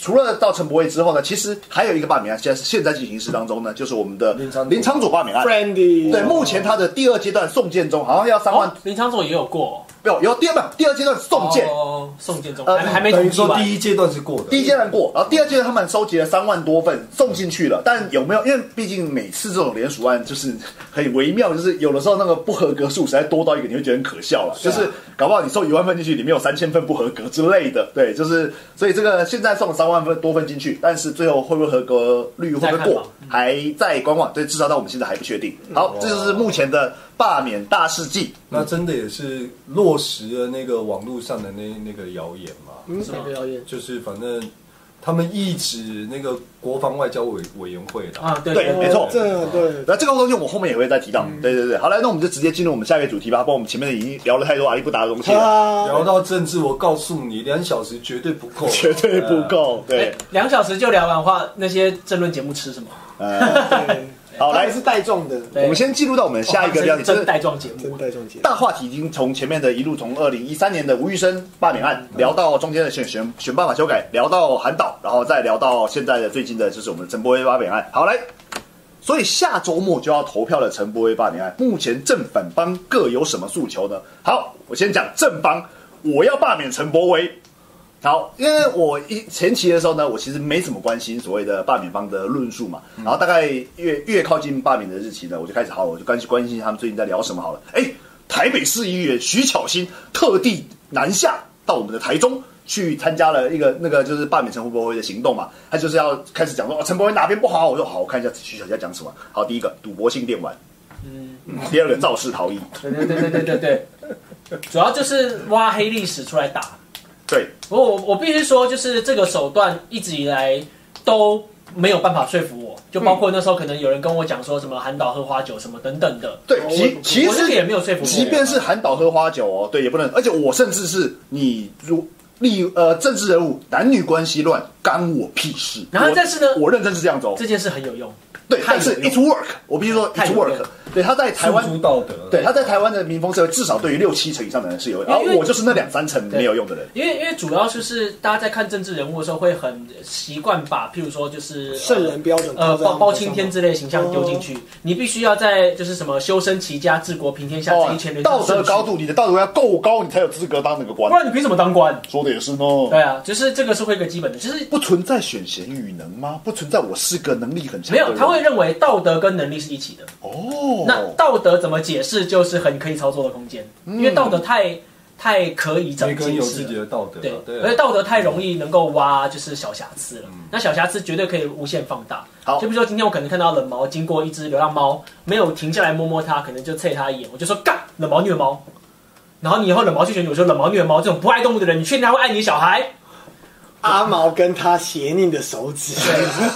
Speaker 1: 除了到陈柏威之后呢，其实还有一个罢免案，现在是现在进行时当中呢，就是我们的
Speaker 2: 林长佐
Speaker 1: 林昌佐罢免案。
Speaker 4: Brandy，
Speaker 1: 对，目前他的第二阶段送件中，好像要三万
Speaker 3: 哦，林昌佐也有过
Speaker 1: 没有，有第二不第二阶段送件，
Speaker 3: 哦，宋建中
Speaker 1: 呃
Speaker 3: 还还没
Speaker 2: 等于
Speaker 3: 统计
Speaker 2: 说
Speaker 3: 完，
Speaker 2: 第一阶段是过的，
Speaker 1: 第一阶段过，然后第二阶段他们收集了三万多份送进去了，但有没有？因为毕竟每次这种联署案就是很微妙，就是有的时候那个不合格数实在多到一个你会觉得很可笑了，啊
Speaker 3: 啊
Speaker 1: 就是搞不好你送一万份进去，里面有三千份不合格之类的，对，就是所以这个现在送了三万份多份进去，但是最后会不会合格率会不
Speaker 3: 再
Speaker 1: 会
Speaker 3: 看
Speaker 1: 过
Speaker 3: 吧，嗯哦
Speaker 1: 还在观望，对，至少到我们现在还不确定。好，这就是目前的罢免大事记。
Speaker 2: 那真的也是落实了那个网络上的那那个谣言嘛，
Speaker 4: 嗯，哪个表演？
Speaker 2: 就是反正他们一直那个国防外交委委员会啦，
Speaker 3: 啊，对
Speaker 1: 对没错
Speaker 4: 这对。
Speaker 1: 那这个东西我后面也会再提到。
Speaker 3: 嗯
Speaker 1: 对对对，好来，那我们就直接进入我们下一个主题吧，不然我们前面已经聊了太多阿里不达的东西了，
Speaker 4: 啊，
Speaker 2: 聊到政治，我告诉你，两小时绝对不够，
Speaker 1: 绝 对不够。对
Speaker 3: 哎，两小时就聊完的话，那些政论节目吃什么？
Speaker 1: 呃，
Speaker 4: 对
Speaker 1: 好
Speaker 4: 他
Speaker 1: 来
Speaker 4: 们是带状的，
Speaker 3: 对
Speaker 1: 我们先进入到我们下一个标题，就
Speaker 3: 哦这是真
Speaker 1: 是
Speaker 3: 带状节目
Speaker 4: 真。带状节。
Speaker 1: 大话题已经从前面的一路从二零一三年的吴玉生罢免案
Speaker 3: 嗯
Speaker 1: 聊到中间的选选选办法修改，聊到韩导，然后再聊到现在的最近的就是我们陈柏威罢免案。好来，所以下周末就要投票的陈柏威罢免案，目前正反方各有什么诉求呢？好，我先讲正方，我要罢免陈柏威。好，因为我一前期的时候呢，我其实没怎么关心所谓的罢免方的论述嘛。然后大概越越靠近罢免的日期呢，我就开始好，我就关心关心他们最近在聊什么好了。哎，台北市议员徐巧芯特地南下到我们的台中。去参加了一个那个就是罢免陈胡博威的行动嘛，他就是要开始讲说哦陈柏威哪边不好，我说好，我看一下徐小佳讲什么。好，第一个赌博性电玩，嗯，第二个肇事逃逸，
Speaker 3: 对对对对对对对， 主要就是挖黑历史出来打。
Speaker 1: 对，
Speaker 3: 不过我我必须说，就是这个手段一直以来都没有办法说服我，就包
Speaker 1: 嗯
Speaker 3: 括那时候可能有人跟我讲说什么韩导喝花酒什么等等的，
Speaker 1: 对，
Speaker 4: 我
Speaker 1: 其
Speaker 4: 我
Speaker 1: 其
Speaker 3: 我这
Speaker 1: 实
Speaker 3: 个也没有说服我。
Speaker 1: 即便是韩导喝花酒哦，对，也不能。而且我甚至是你如例呃政治人物男女关系乱，干我屁事。
Speaker 3: 然后
Speaker 1: 我
Speaker 3: 但是呢
Speaker 1: 我认真是这样子哦
Speaker 3: 这。件事很有用，
Speaker 1: 对，
Speaker 3: 太
Speaker 1: 但
Speaker 3: 有
Speaker 1: 是
Speaker 3: 用
Speaker 1: it's work，我必须说
Speaker 3: 太
Speaker 1: it's
Speaker 3: 有
Speaker 1: work
Speaker 3: 用。
Speaker 1: 对，他在台湾
Speaker 2: 诉，诸道德，
Speaker 1: 对他在台湾的民风社会，至少对于六七成以上的人是有用，然后啊
Speaker 3: 因为
Speaker 1: 我就是那两三成没有用的人。
Speaker 3: 因为因为主要就是大家在看政治人物的时候会很习惯把，譬如说就是呃
Speaker 4: 圣人标准
Speaker 3: 呃
Speaker 4: 高在他
Speaker 3: 包
Speaker 4: 们
Speaker 3: 包
Speaker 4: 头上哦
Speaker 3: 青天之类的形象丢进去，你必须要在就是什么修身齐家治国平天下这
Speaker 1: 哦
Speaker 3: 一千，年
Speaker 1: 道德高，度，你的道德要够高，你才有资格当那个官
Speaker 3: 不。然你凭什么当
Speaker 4: 哦
Speaker 3: 官？
Speaker 1: 说的也是呢。哦
Speaker 3: 对啊，就是这个是会一个基本的，就是
Speaker 1: 不存在选贤与能吗？不存在我是个能力很强
Speaker 3: 没
Speaker 1: 的人。
Speaker 3: 有他会认为道德跟能力是一起的。
Speaker 1: 哦，
Speaker 3: 那道德怎么解释，就是很可以操作的空间，因为道德太太可以
Speaker 2: 每
Speaker 3: 整
Speaker 2: 个人
Speaker 3: 解
Speaker 2: 有
Speaker 3: 释
Speaker 2: 自己
Speaker 3: 了。
Speaker 2: 的道德
Speaker 3: 对
Speaker 2: 啊，，对
Speaker 3: 而且
Speaker 2: 啊，
Speaker 3: 道德太容易能够挖就是小瑕疵了，那小瑕疵绝对可以无限放大。
Speaker 1: 嗯好
Speaker 3: 就比如说今天我可能看到冷毛经过一只流浪猫，没有停下来摸摸它，可能就啐它一眼，我就说干冷毛虐猫。然后你以后冷毛去选举，我说冷毛虐猫这种不爱动物的人，你确定他会爱你小 孩？
Speaker 4: 阿毛跟他邪佞的手指，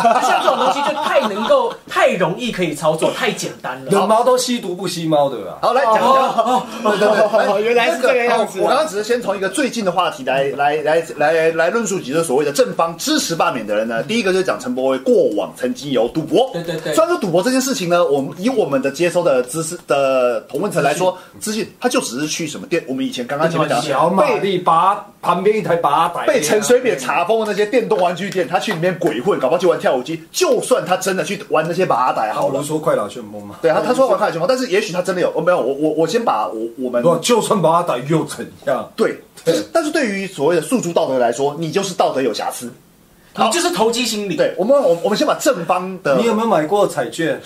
Speaker 3: 那像这种东西就太能够太容易可以操作，太简单了。
Speaker 2: 冷毛都吸毒不吸猫的啊啦。
Speaker 1: 好，来讲一
Speaker 3: 哦
Speaker 1: 下。对对对
Speaker 4: 哦
Speaker 1: 来
Speaker 4: 原来是
Speaker 1: 那
Speaker 4: 这个样子啊
Speaker 1: 我刚刚只是先从一个最近的话题来来来来来论述几个所谓的正方支持罢免的人
Speaker 4: 嗯
Speaker 1: 呢。第一个就是讲陈柏惟过往曾经有赌博，
Speaker 3: 对对对
Speaker 1: 虽然说赌博这件事情呢，我们以我们的接收的知识的同温层来说，资讯他就只是去什么店，我们以前刚刚前面讲的
Speaker 2: 小马力拔旁边一台拔仔，
Speaker 1: 被陈水扁查封的那些电动玩具店，他去里面鬼混，搞不好去玩跳舞机。就算他真的去玩那些马仔
Speaker 2: 他
Speaker 1: 好
Speaker 2: 不
Speaker 4: 嗯
Speaker 1: 了
Speaker 2: 是，说快打旋风吗？
Speaker 1: 对他他说玩快乐熊猫，但是也许他真的有，哦没有，我我我先把我我们
Speaker 2: 不，就算把他打又怎样？
Speaker 1: 对，就是但是对于所谓的诉诸道德来说，你就是道德有瑕疵。
Speaker 3: 你就是投机心理。
Speaker 1: 对我们，我们我们先把正方的
Speaker 2: 你有没有买过彩券？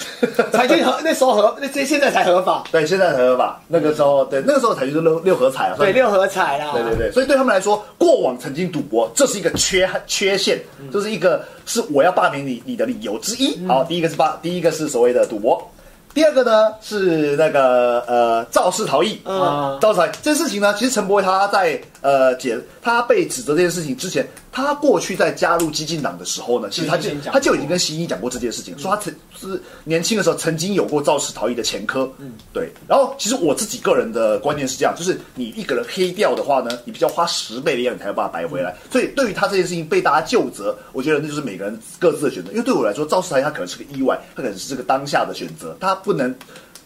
Speaker 4: 才去合那时候合那这现在才合法，
Speaker 1: 对现在才合法，那个时候对那个时候才就是六六合彩啊，
Speaker 4: 对六合彩啦，
Speaker 1: 对对对，所以对他们来说，过往曾经赌博，这是一个缺缺陷，这是一个是我要罢免你你的理由之一。好，第一个是罢，第一个是所谓的赌博，第二个呢是那个呃肇事逃逸。
Speaker 3: 啊，
Speaker 1: 肇事逃逸这件事情呢，其实陈柏惟他在呃解他被指责这件事情之前，他过去在加入激进党的时候呢，其实他就
Speaker 3: 就已经讲过
Speaker 1: 他就已经跟习近平讲过这件事
Speaker 3: 嗯
Speaker 1: 情，说他曾是年轻的时候曾经有过肇事逃逸的前科。嗯，对。然后其实我自己个人的观念是这样，就是你一个人黑掉的话呢，你必须要花十倍的样子才有办法白回
Speaker 3: 嗯
Speaker 1: 来。所以对于他这件事情被大家就责，我觉得那就是每个人各自的选择。因为对我来说，肇事逃逸他可能是个意外，他可能是这个当下的选择，他不能。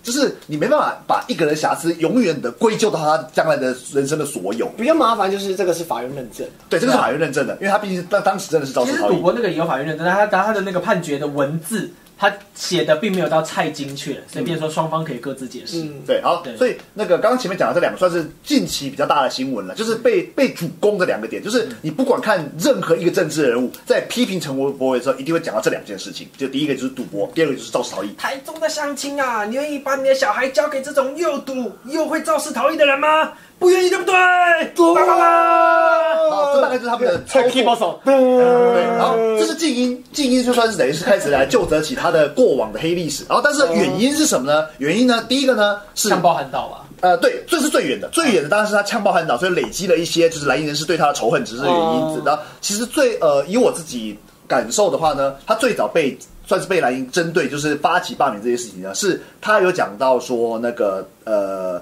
Speaker 1: 就是你没办法把一个人的瑕疵永远的归咎到他将来的人生的所有，
Speaker 4: 比较麻烦就是这个是法院认证，
Speaker 1: 对，这个是法院认证的，因为他毕竟是当当时真的是肇
Speaker 3: 其
Speaker 1: 事
Speaker 3: 实
Speaker 1: 逃逸
Speaker 3: 赌。博那个也有法院认证，但他但他的那个判决的文字，他写的并没有到太精确，
Speaker 1: 嗯
Speaker 3: 所以变成说双方可以各自解释。
Speaker 4: 嗯，
Speaker 1: 对，好
Speaker 3: 对，
Speaker 1: 所以那个刚刚前面讲的这两个算是近期比较大的新闻了，就是被被主攻的两个点，就是你不管看任何一个政治人物，在批评陈国博的时候，一定会讲到这两件事情，就第一个就是赌博，第二个就是肇事逃逸。
Speaker 3: 台中的相亲啊，你愿意把你的小孩交给这种又赌又会肇事逃逸的人吗？不愿意，对不对？叭叭叭
Speaker 1: 好，这大概就是他们的操
Speaker 4: 这个
Speaker 1: 作
Speaker 4: keyboard 手，对
Speaker 1: 对，然后这是静音，静音就算是等于是开始来就责起他的过往的黑历史。然后，但是原因是什么呢？原因呢，第一个呢是
Speaker 3: 像包含到吧，
Speaker 1: 呃，对，这是最远的，最远的当然是他呛爆韩导，所以累积了一些就是蓝营人士对他的仇恨，只是原因。
Speaker 4: 哦
Speaker 1: 然后其实最呃，以我自己感受的话呢，他最早被算是被蓝营针对，就是发起罢免这件事情呢，是他有讲到说那个呃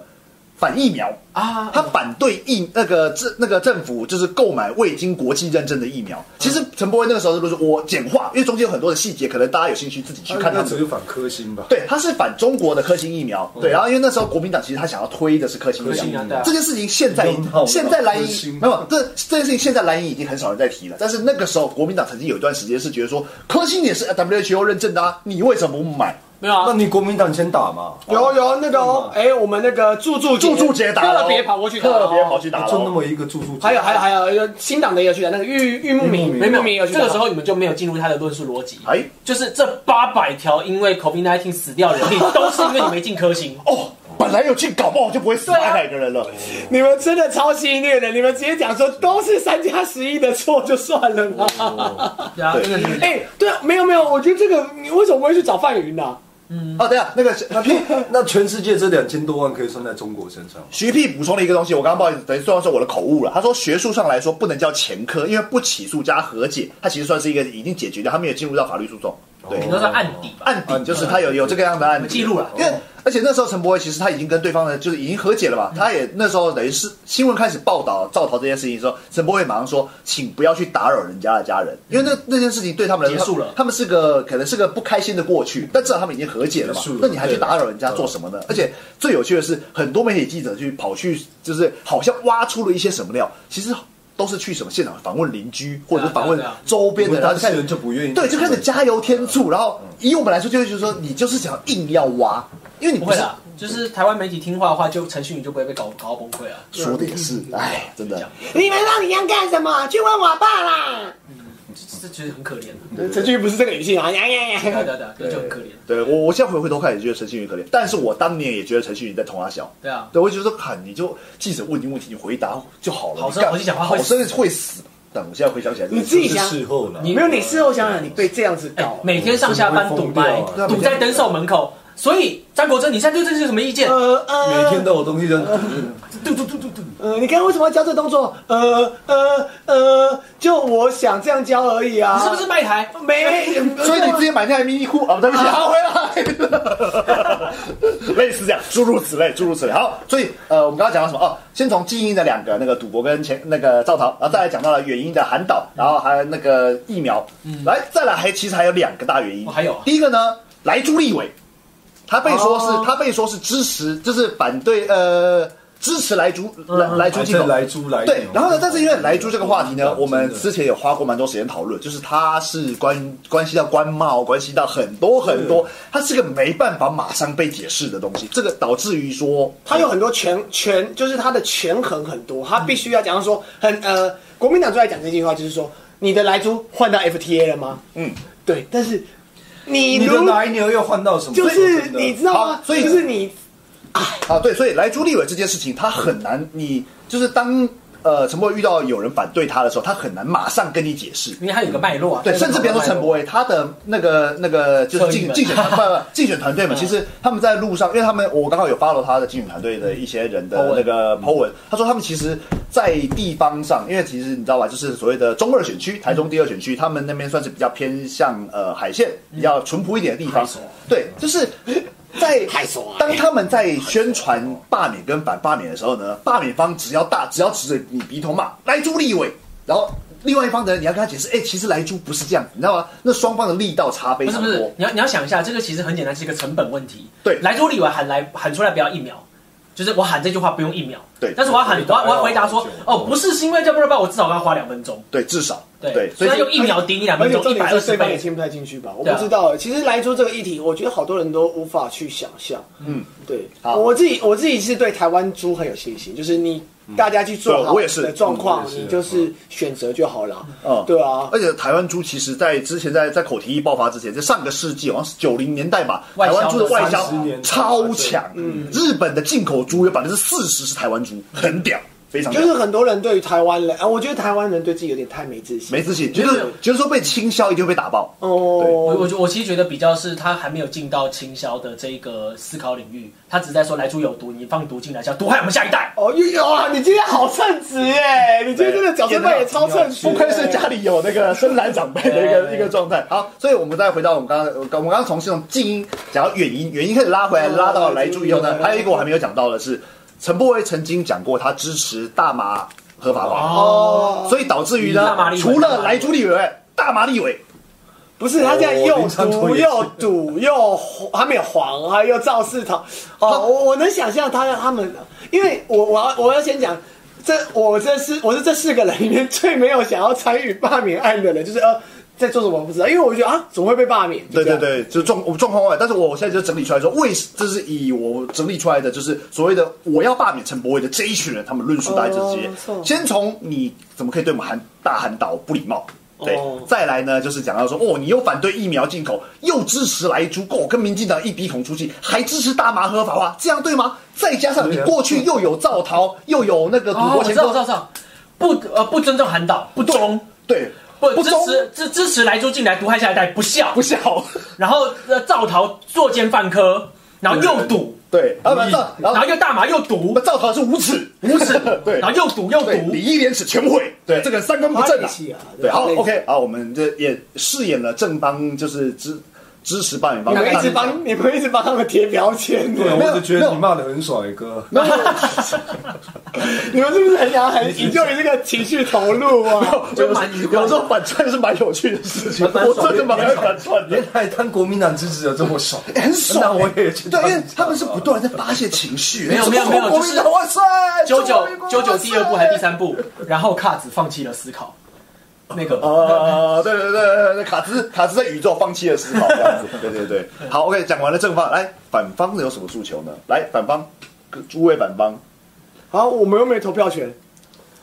Speaker 1: 反疫苗
Speaker 3: 啊
Speaker 1: 他反对疫那个政那个政府就是购买未经国际认证的疫苗。其实陈柏惟那个时候就是我简化，因为中间有很多的细节，可能大家有兴趣自己去看他
Speaker 2: 那
Speaker 1: 们
Speaker 2: 只是反科星吧？
Speaker 1: 对，他是反中国的科兴疫苗。对，然后因为那时候国民党其实他想要推的是嗯科兴
Speaker 3: 科
Speaker 1: 疫
Speaker 3: 兴
Speaker 1: 苗
Speaker 3: 啊，对啊
Speaker 1: 这件事情现在
Speaker 2: 你用到我
Speaker 1: 现在蓝
Speaker 2: 科
Speaker 1: 营
Speaker 2: 兴
Speaker 1: 没有这这件事情现在蓝营已经很少人在提了，但是那个时候国民党曾经有一段时间是觉得说科兴也是 WHO 认证的啊，你为什么不买？
Speaker 3: 没有啊
Speaker 2: 那，你国民党先打嘛，
Speaker 4: 有有那个哦，
Speaker 1: 嗯
Speaker 4: 哎，我们那个祝祝
Speaker 1: 祝祝姐打咯
Speaker 4: 特别跑过去打咯，
Speaker 1: 特别跑去打咯，
Speaker 2: 就那么一个住宿。
Speaker 4: 还有还有还有有新党的也有去打，那个玉玉木明，
Speaker 2: 玉木
Speaker 3: 没
Speaker 2: 明
Speaker 3: 有
Speaker 4: 明
Speaker 3: 没
Speaker 4: 也有
Speaker 3: 有，
Speaker 4: 去
Speaker 3: 这
Speaker 4: 打。
Speaker 3: 个时候你们就没有进入他的论述逻辑。
Speaker 1: 哎。
Speaker 3: 就是这八百条因为 COVID-19 死掉人命，都是因为你没进科星
Speaker 1: 哦，本来有进，搞不好就不会死八百个人了。
Speaker 4: 你们真的超戏虐的，你们直接讲说都是三加十一的错就算了嘛。
Speaker 3: 对啊，
Speaker 1: 对
Speaker 3: 真的是
Speaker 4: 哎、对啊，没有没有，我觉得这个你为什么不会去找范云呢、
Speaker 1: 哦，等一下那个
Speaker 2: 那屁那全世界这两千多万可以算在中国身上。
Speaker 1: 徐屁补充了一个东西，我刚刚不好意思，等于算是我的口误了。他说学术上来说不能叫前科，因为不起诉加和解，它其实算是一个已经解决掉，他没有进入到法律诉讼。
Speaker 2: 哦
Speaker 1: 对，
Speaker 3: 你都是案底吧？
Speaker 1: 案底就是他有有这个样的案底
Speaker 3: 记录了
Speaker 1: 因为而且那时候陈柏惟其实他已经跟对方的就是已经和解了嘛，他也那时候等于是新闻开始报道造逃这件事情的时候，陈柏惟马上说，请不要去打扰人家的家人，因为那那件事情对他们来说
Speaker 3: 结束了
Speaker 1: 他们是个可能是个不开心的过去，但至少他们已经和解了嘛
Speaker 2: 结束了，
Speaker 1: 那你还去打扰人家做什么呢？而且最有趣的是，很多媒体记者去跑去就是好像挖出了一些什么料，其实。都是去什么现场访问邻居，或者是
Speaker 3: 对啊
Speaker 1: 访问
Speaker 3: 对啊对啊
Speaker 1: 周边的，
Speaker 2: 我们
Speaker 1: 然后
Speaker 2: 当
Speaker 1: 开
Speaker 2: 事
Speaker 1: 始
Speaker 2: 人就不愿意
Speaker 1: 对，就开始加油添醋。然后以我们来说，就是说你就是想硬要挖，因为你
Speaker 3: 不
Speaker 1: 不
Speaker 3: 会
Speaker 1: 是
Speaker 3: 啦，就是台湾媒体听话的话，就陈讯宇就不会被搞搞到崩溃了。
Speaker 1: 说的也
Speaker 3: 嗯
Speaker 1: 是，哎，真的。
Speaker 4: 你们让你样干什么？去问我爸啦！
Speaker 3: 这这其实很可怜，
Speaker 4: 陈俊不是这个语气啊！呀呀
Speaker 3: 对啊
Speaker 4: 呀！
Speaker 3: 对啊对啊，对就很可怜。
Speaker 1: 对我，我现在回回头看也觉得陈信宇可怜，但是我当年也觉得陈信宇在同他小。
Speaker 3: 对啊，
Speaker 1: 对，我就说，看你就记者问你问题，你回答就好了。
Speaker 3: 好声
Speaker 1: 你干
Speaker 3: 好气讲话
Speaker 1: 好
Speaker 3: 会死
Speaker 1: 生会死。但我现在回想起来，
Speaker 4: 你自己
Speaker 2: 是
Speaker 4: 想
Speaker 2: 事后了，
Speaker 3: 你
Speaker 4: 没有，你事后想想，你被这样子
Speaker 3: 哎
Speaker 4: 搞，
Speaker 3: 每天上下班堵麦
Speaker 2: 对啊，
Speaker 3: 堵在灯手门口。所以张国珍，你现在对这是什么意见？
Speaker 4: 呃
Speaker 2: 每
Speaker 4: 呃
Speaker 2: 天都有东西在讨论。
Speaker 3: 嘟嘟嘟嘟嘟。
Speaker 4: 呃，你刚刚为什么要教这动作？呃呃呃，就我想这样教而已啊！
Speaker 3: 你是不是哎卖台？
Speaker 4: 没？
Speaker 1: 所以你直接买那台迷你裤啊？对不起，好回来， 类似这样，诸如此类，诸如此类。好，所以呃，我们刚刚讲到什么？哦，先从基因的两个，那个赌博跟前那个造逃，然后再来讲到了原因的韩导，然后还有那个疫苗，来再来还嗯其实还有两个大原因，
Speaker 3: 哦还有啊
Speaker 1: 第一个呢，莱猪立委，他被说是、
Speaker 4: 哦
Speaker 1: 他被说是支持，就是反对呃支持莱猪莱嗯莱猪嗯
Speaker 2: 还
Speaker 1: 进
Speaker 2: 在
Speaker 1: 口，
Speaker 2: 来猪来牛
Speaker 1: 对，然后呢，但是因为莱猪这个话题呢，我们
Speaker 2: 真的
Speaker 1: 之前也花过蛮多时间讨论，就是它是关关系到官帽，关系到很多很多，它是个没办法马上被解释的东西，这个导致于说
Speaker 4: 他有很多权权，就是他的权衡很多，他必须要讲到说很呃，国民党最爱讲这句话，就是说你的莱猪换到 FTA 了吗？
Speaker 1: 嗯，
Speaker 4: 对，但是你
Speaker 2: 你的
Speaker 4: 如
Speaker 2: 奶牛又换到什么？
Speaker 4: 就是你知道吗
Speaker 1: 好？所以
Speaker 4: 就是你
Speaker 1: 啊，对，所以莱猪立委这件事情，他很难，你就是当呃陈柏惟遇到有人反对他的时候，他很难马上跟你解释。
Speaker 3: 因为它有个脉络啊。
Speaker 1: 对，甚至别说陈柏
Speaker 3: 伟，
Speaker 1: 惟，他的那个那个就是
Speaker 3: 侧翼
Speaker 1: 竞
Speaker 3: 们嗯
Speaker 1: 竞选团不不 竞选团队嘛，其实他们在路上，因为他们我刚好有 follow 他的竞选团队的一些人的
Speaker 3: Po 文
Speaker 1: 那个 po 文，他说他们其实，在地方上，因为其实你知道吧，就是所谓的中二选区，台中第二选区，他们那边算是比较偏向呃海线，比较淳朴一点的地方
Speaker 3: 嗯海索，
Speaker 1: 对，就是 在
Speaker 4: 太爽啊了
Speaker 1: 当他们在宣传罢免跟反罢免的时候呢，罢免方只要大只要指着你鼻头骂莱猪立委，然后另外一方的人你要跟他解释，哎、其实莱猪不是这样，你知道吗？那双方的力道差非
Speaker 3: 不是
Speaker 1: 常
Speaker 3: 不
Speaker 1: 多。
Speaker 3: 是，你要你要想一下，这个其实很简单，是一个成本问题。
Speaker 1: 对
Speaker 3: 莱州里我喊来喊出来不要一秒，就是我喊这句话不用一秒。
Speaker 1: 对
Speaker 3: 但是我要喊，我要我要回答说
Speaker 2: 对，
Speaker 3: 哦，不是是因为这不知道，我至少要花两分钟。
Speaker 1: 对，至少
Speaker 3: 对，
Speaker 1: 所
Speaker 3: 所
Speaker 1: 以
Speaker 3: 以用一秒顶你两
Speaker 4: 而
Speaker 3: 分
Speaker 4: 且
Speaker 3: 钟，
Speaker 4: 重
Speaker 3: 一
Speaker 4: 点
Speaker 3: 百
Speaker 4: 是
Speaker 3: 二
Speaker 4: 对
Speaker 3: 十
Speaker 4: 方也
Speaker 3: 倍。
Speaker 4: 听不太进去吧？我
Speaker 3: 对啊
Speaker 4: 不知道。其实莱猪这个议题，我觉得好多人都无法去想象。
Speaker 1: 嗯，
Speaker 4: 对，
Speaker 1: 好
Speaker 4: 我自己我自己是对台湾猪很有信心，就是你大家去做
Speaker 1: 对
Speaker 4: 好
Speaker 1: 我也是
Speaker 4: 的状况
Speaker 2: 嗯，我也是
Speaker 4: 你就是选择就好了。
Speaker 1: 嗯
Speaker 4: 对啊，
Speaker 1: 而且台湾猪其实，在之前在在口蹄疫爆发之前，在上个世纪好像是九零年代吧，
Speaker 3: 外
Speaker 1: 台
Speaker 3: 销
Speaker 1: 湾猪的外销
Speaker 2: 30年
Speaker 1: 超强，
Speaker 3: 嗯
Speaker 1: 日本的进口猪有百分之四十是台湾猪，很屌，非常屌。
Speaker 4: 就是很多人对于台湾人，啊，我觉得台湾人对自己有点太没自信。
Speaker 1: 没自信，觉得觉得说被倾销一定会被打爆。
Speaker 3: 我
Speaker 4: 哦
Speaker 3: 我，觉我其实觉得比较是他还没有进到倾销的这个思考领域，他只是在说莱猪有毒，你放毒进来销，毒害我们下一代。
Speaker 4: 哦，又哇，你今天好称职耶！你今天真的角色扮演超称职耶，
Speaker 1: 不愧是家里有那个深蓝长辈的一个一个状态。好，所以我们再回到我们刚刚，我刚我们刚刚从这种静音讲到远音，远音开始拉回来，
Speaker 4: 嗯
Speaker 1: 拉到来住以后呢
Speaker 4: 嗯，
Speaker 1: 还有一个我还没有讲到的是，陈柏惟曾经讲过他支持大麻合法化，
Speaker 4: 哦，
Speaker 1: 所以导致于
Speaker 3: 大麻
Speaker 1: 呢，
Speaker 3: 立委
Speaker 1: 除了来猪立委，大麻立委
Speaker 4: 不是他这样
Speaker 2: 我
Speaker 4: 又
Speaker 2: 林昌
Speaker 4: 毒
Speaker 2: 图也是
Speaker 4: 又赌又黄他没有黄啊，又肇事逃。哦，我我能想象他他们，因为我我要我要先讲，这我这是我是这四个人里面最没有想要参与罢免案的人，就是呃在做什么我不知道，因为我就觉得啊，怎么会被罢免？就
Speaker 1: 对
Speaker 4: 这
Speaker 1: 对
Speaker 4: 样，
Speaker 1: 对，就是状我状况外，但是我现在就整理出来说，为这是以我整理出来的，就是所谓的我要罢免陈柏惟的这一群人，他们论述大概这些
Speaker 4: 哦没。错
Speaker 1: 先从你怎么可以对我们喊大喊倒不礼貌，对，
Speaker 4: 哦
Speaker 1: 再来呢就是讲到说，哦，你又反对疫苗进口，又支持来猪购，跟民进党一鼻孔出气，还支持大麻合法化，这样对吗？再加上你
Speaker 2: 对啊
Speaker 1: 过去又有造逃，又有那个赌
Speaker 3: 哦，
Speaker 1: 博
Speaker 3: 我
Speaker 1: 前
Speaker 3: 知
Speaker 1: 科，
Speaker 3: 道，知道，知道，不呃不尊重韩导，不忠，
Speaker 1: 对，
Speaker 3: 不
Speaker 1: 不
Speaker 3: 支
Speaker 1: 忠
Speaker 3: 持支支持莱猪进来毒害下一代，不孝，
Speaker 1: 不孝，
Speaker 3: 然后呃造逃作奸犯科，然后又赌，
Speaker 1: 对，啊然后造，然
Speaker 3: 然
Speaker 1: 后
Speaker 3: 后又大麻又
Speaker 1: 我
Speaker 3: 毒
Speaker 1: 们，造逃是无耻，，
Speaker 3: 无耻
Speaker 1: 对
Speaker 3: 然后又赌又
Speaker 1: 对，
Speaker 3: 毒
Speaker 1: 礼，义廉耻全部毁。对，这个三观不正
Speaker 4: 花力
Speaker 1: 啊
Speaker 4: 气啊。
Speaker 1: 对，好
Speaker 4: 对
Speaker 1: ，OK，好，我们这也饰演了正当，就是支支持罢免方
Speaker 4: 你们
Speaker 1: 面。
Speaker 4: 一直帮，你们一直帮他们贴标签呢
Speaker 2: 对，
Speaker 1: 没有
Speaker 2: 我只觉
Speaker 1: 没
Speaker 2: 得
Speaker 1: 有
Speaker 2: 你骂的很爽，哎哥。
Speaker 1: 没有，
Speaker 4: 你们是不是很想很引咎于这个情绪投入啊？
Speaker 3: 就蛮愉快
Speaker 1: 有时候反串是蛮有趣的事情，
Speaker 3: 蛮
Speaker 1: 我
Speaker 3: 爽
Speaker 1: 真的蛮爱反串的
Speaker 2: 原。来当国民党支持者这么爽，
Speaker 1: 很爽、
Speaker 2: 那我也去
Speaker 1: 对，
Speaker 2: 当
Speaker 1: 因为他们是不断地在发泄情绪，
Speaker 3: 没有没有没有
Speaker 1: 国民
Speaker 3: 就
Speaker 1: 党
Speaker 3: 是
Speaker 1: 哇塞，
Speaker 3: 九九
Speaker 1: 中华民国
Speaker 3: 九九
Speaker 1: 哇塞
Speaker 3: 第二部还是第三部，然后卡子放弃了思考，那个
Speaker 1: 哦，对对对对对，卡兹卡兹在宇宙放弃了思考，这样子。对对对，好，OK，讲完了正方，来反方的有什么诉求呢？来反方，诸位反方，
Speaker 4: 好，我们又没投票权，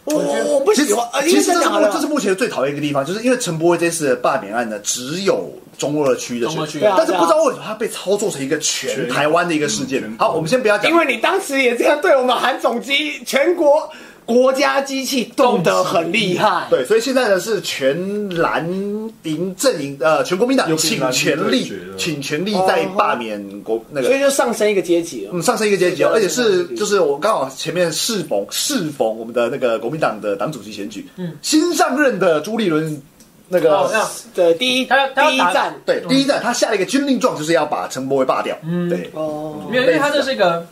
Speaker 4: 我我不喜欢，呃因
Speaker 1: 其
Speaker 4: 为
Speaker 1: 实这是
Speaker 4: 讲好
Speaker 1: 目
Speaker 4: 了
Speaker 1: 这是目前最讨厌一个地方，就是因为陈柏惟这次的罢免案呢，只有中二区的
Speaker 3: 中二区
Speaker 1: 选民
Speaker 3: 对啊，
Speaker 1: 但是不知道为什么它被操作成一个全台湾的一个事件。好，我们先不要讲，
Speaker 4: 因为你当时也这样对我们韩总机，全国国家机器动得很厉害。
Speaker 1: 对，所以现在呢是全蓝营阵营，呃，全国民党
Speaker 2: 又跟
Speaker 1: 请
Speaker 2: 蓝营
Speaker 1: 全
Speaker 2: 对
Speaker 1: 力
Speaker 2: 决了，
Speaker 1: 请全力在罢免国那个
Speaker 4: 所以就上升一个阶级了。
Speaker 1: 嗯，上升一个阶级哦，而且
Speaker 4: 对对
Speaker 1: 是
Speaker 4: 对
Speaker 1: 就是我刚好前面适逢适逢我们的那个国民党的党主席选举，嗯，新上任的朱立伦那个、
Speaker 3: 哦，那
Speaker 4: 对，第一
Speaker 3: 他要他要
Speaker 4: 第一
Speaker 3: 打
Speaker 4: 站，
Speaker 1: 对第一站他下了一个军令状，就是要把陈柏惟罢掉，嗯，对，
Speaker 4: 哦，
Speaker 3: 没有，因为他这是一个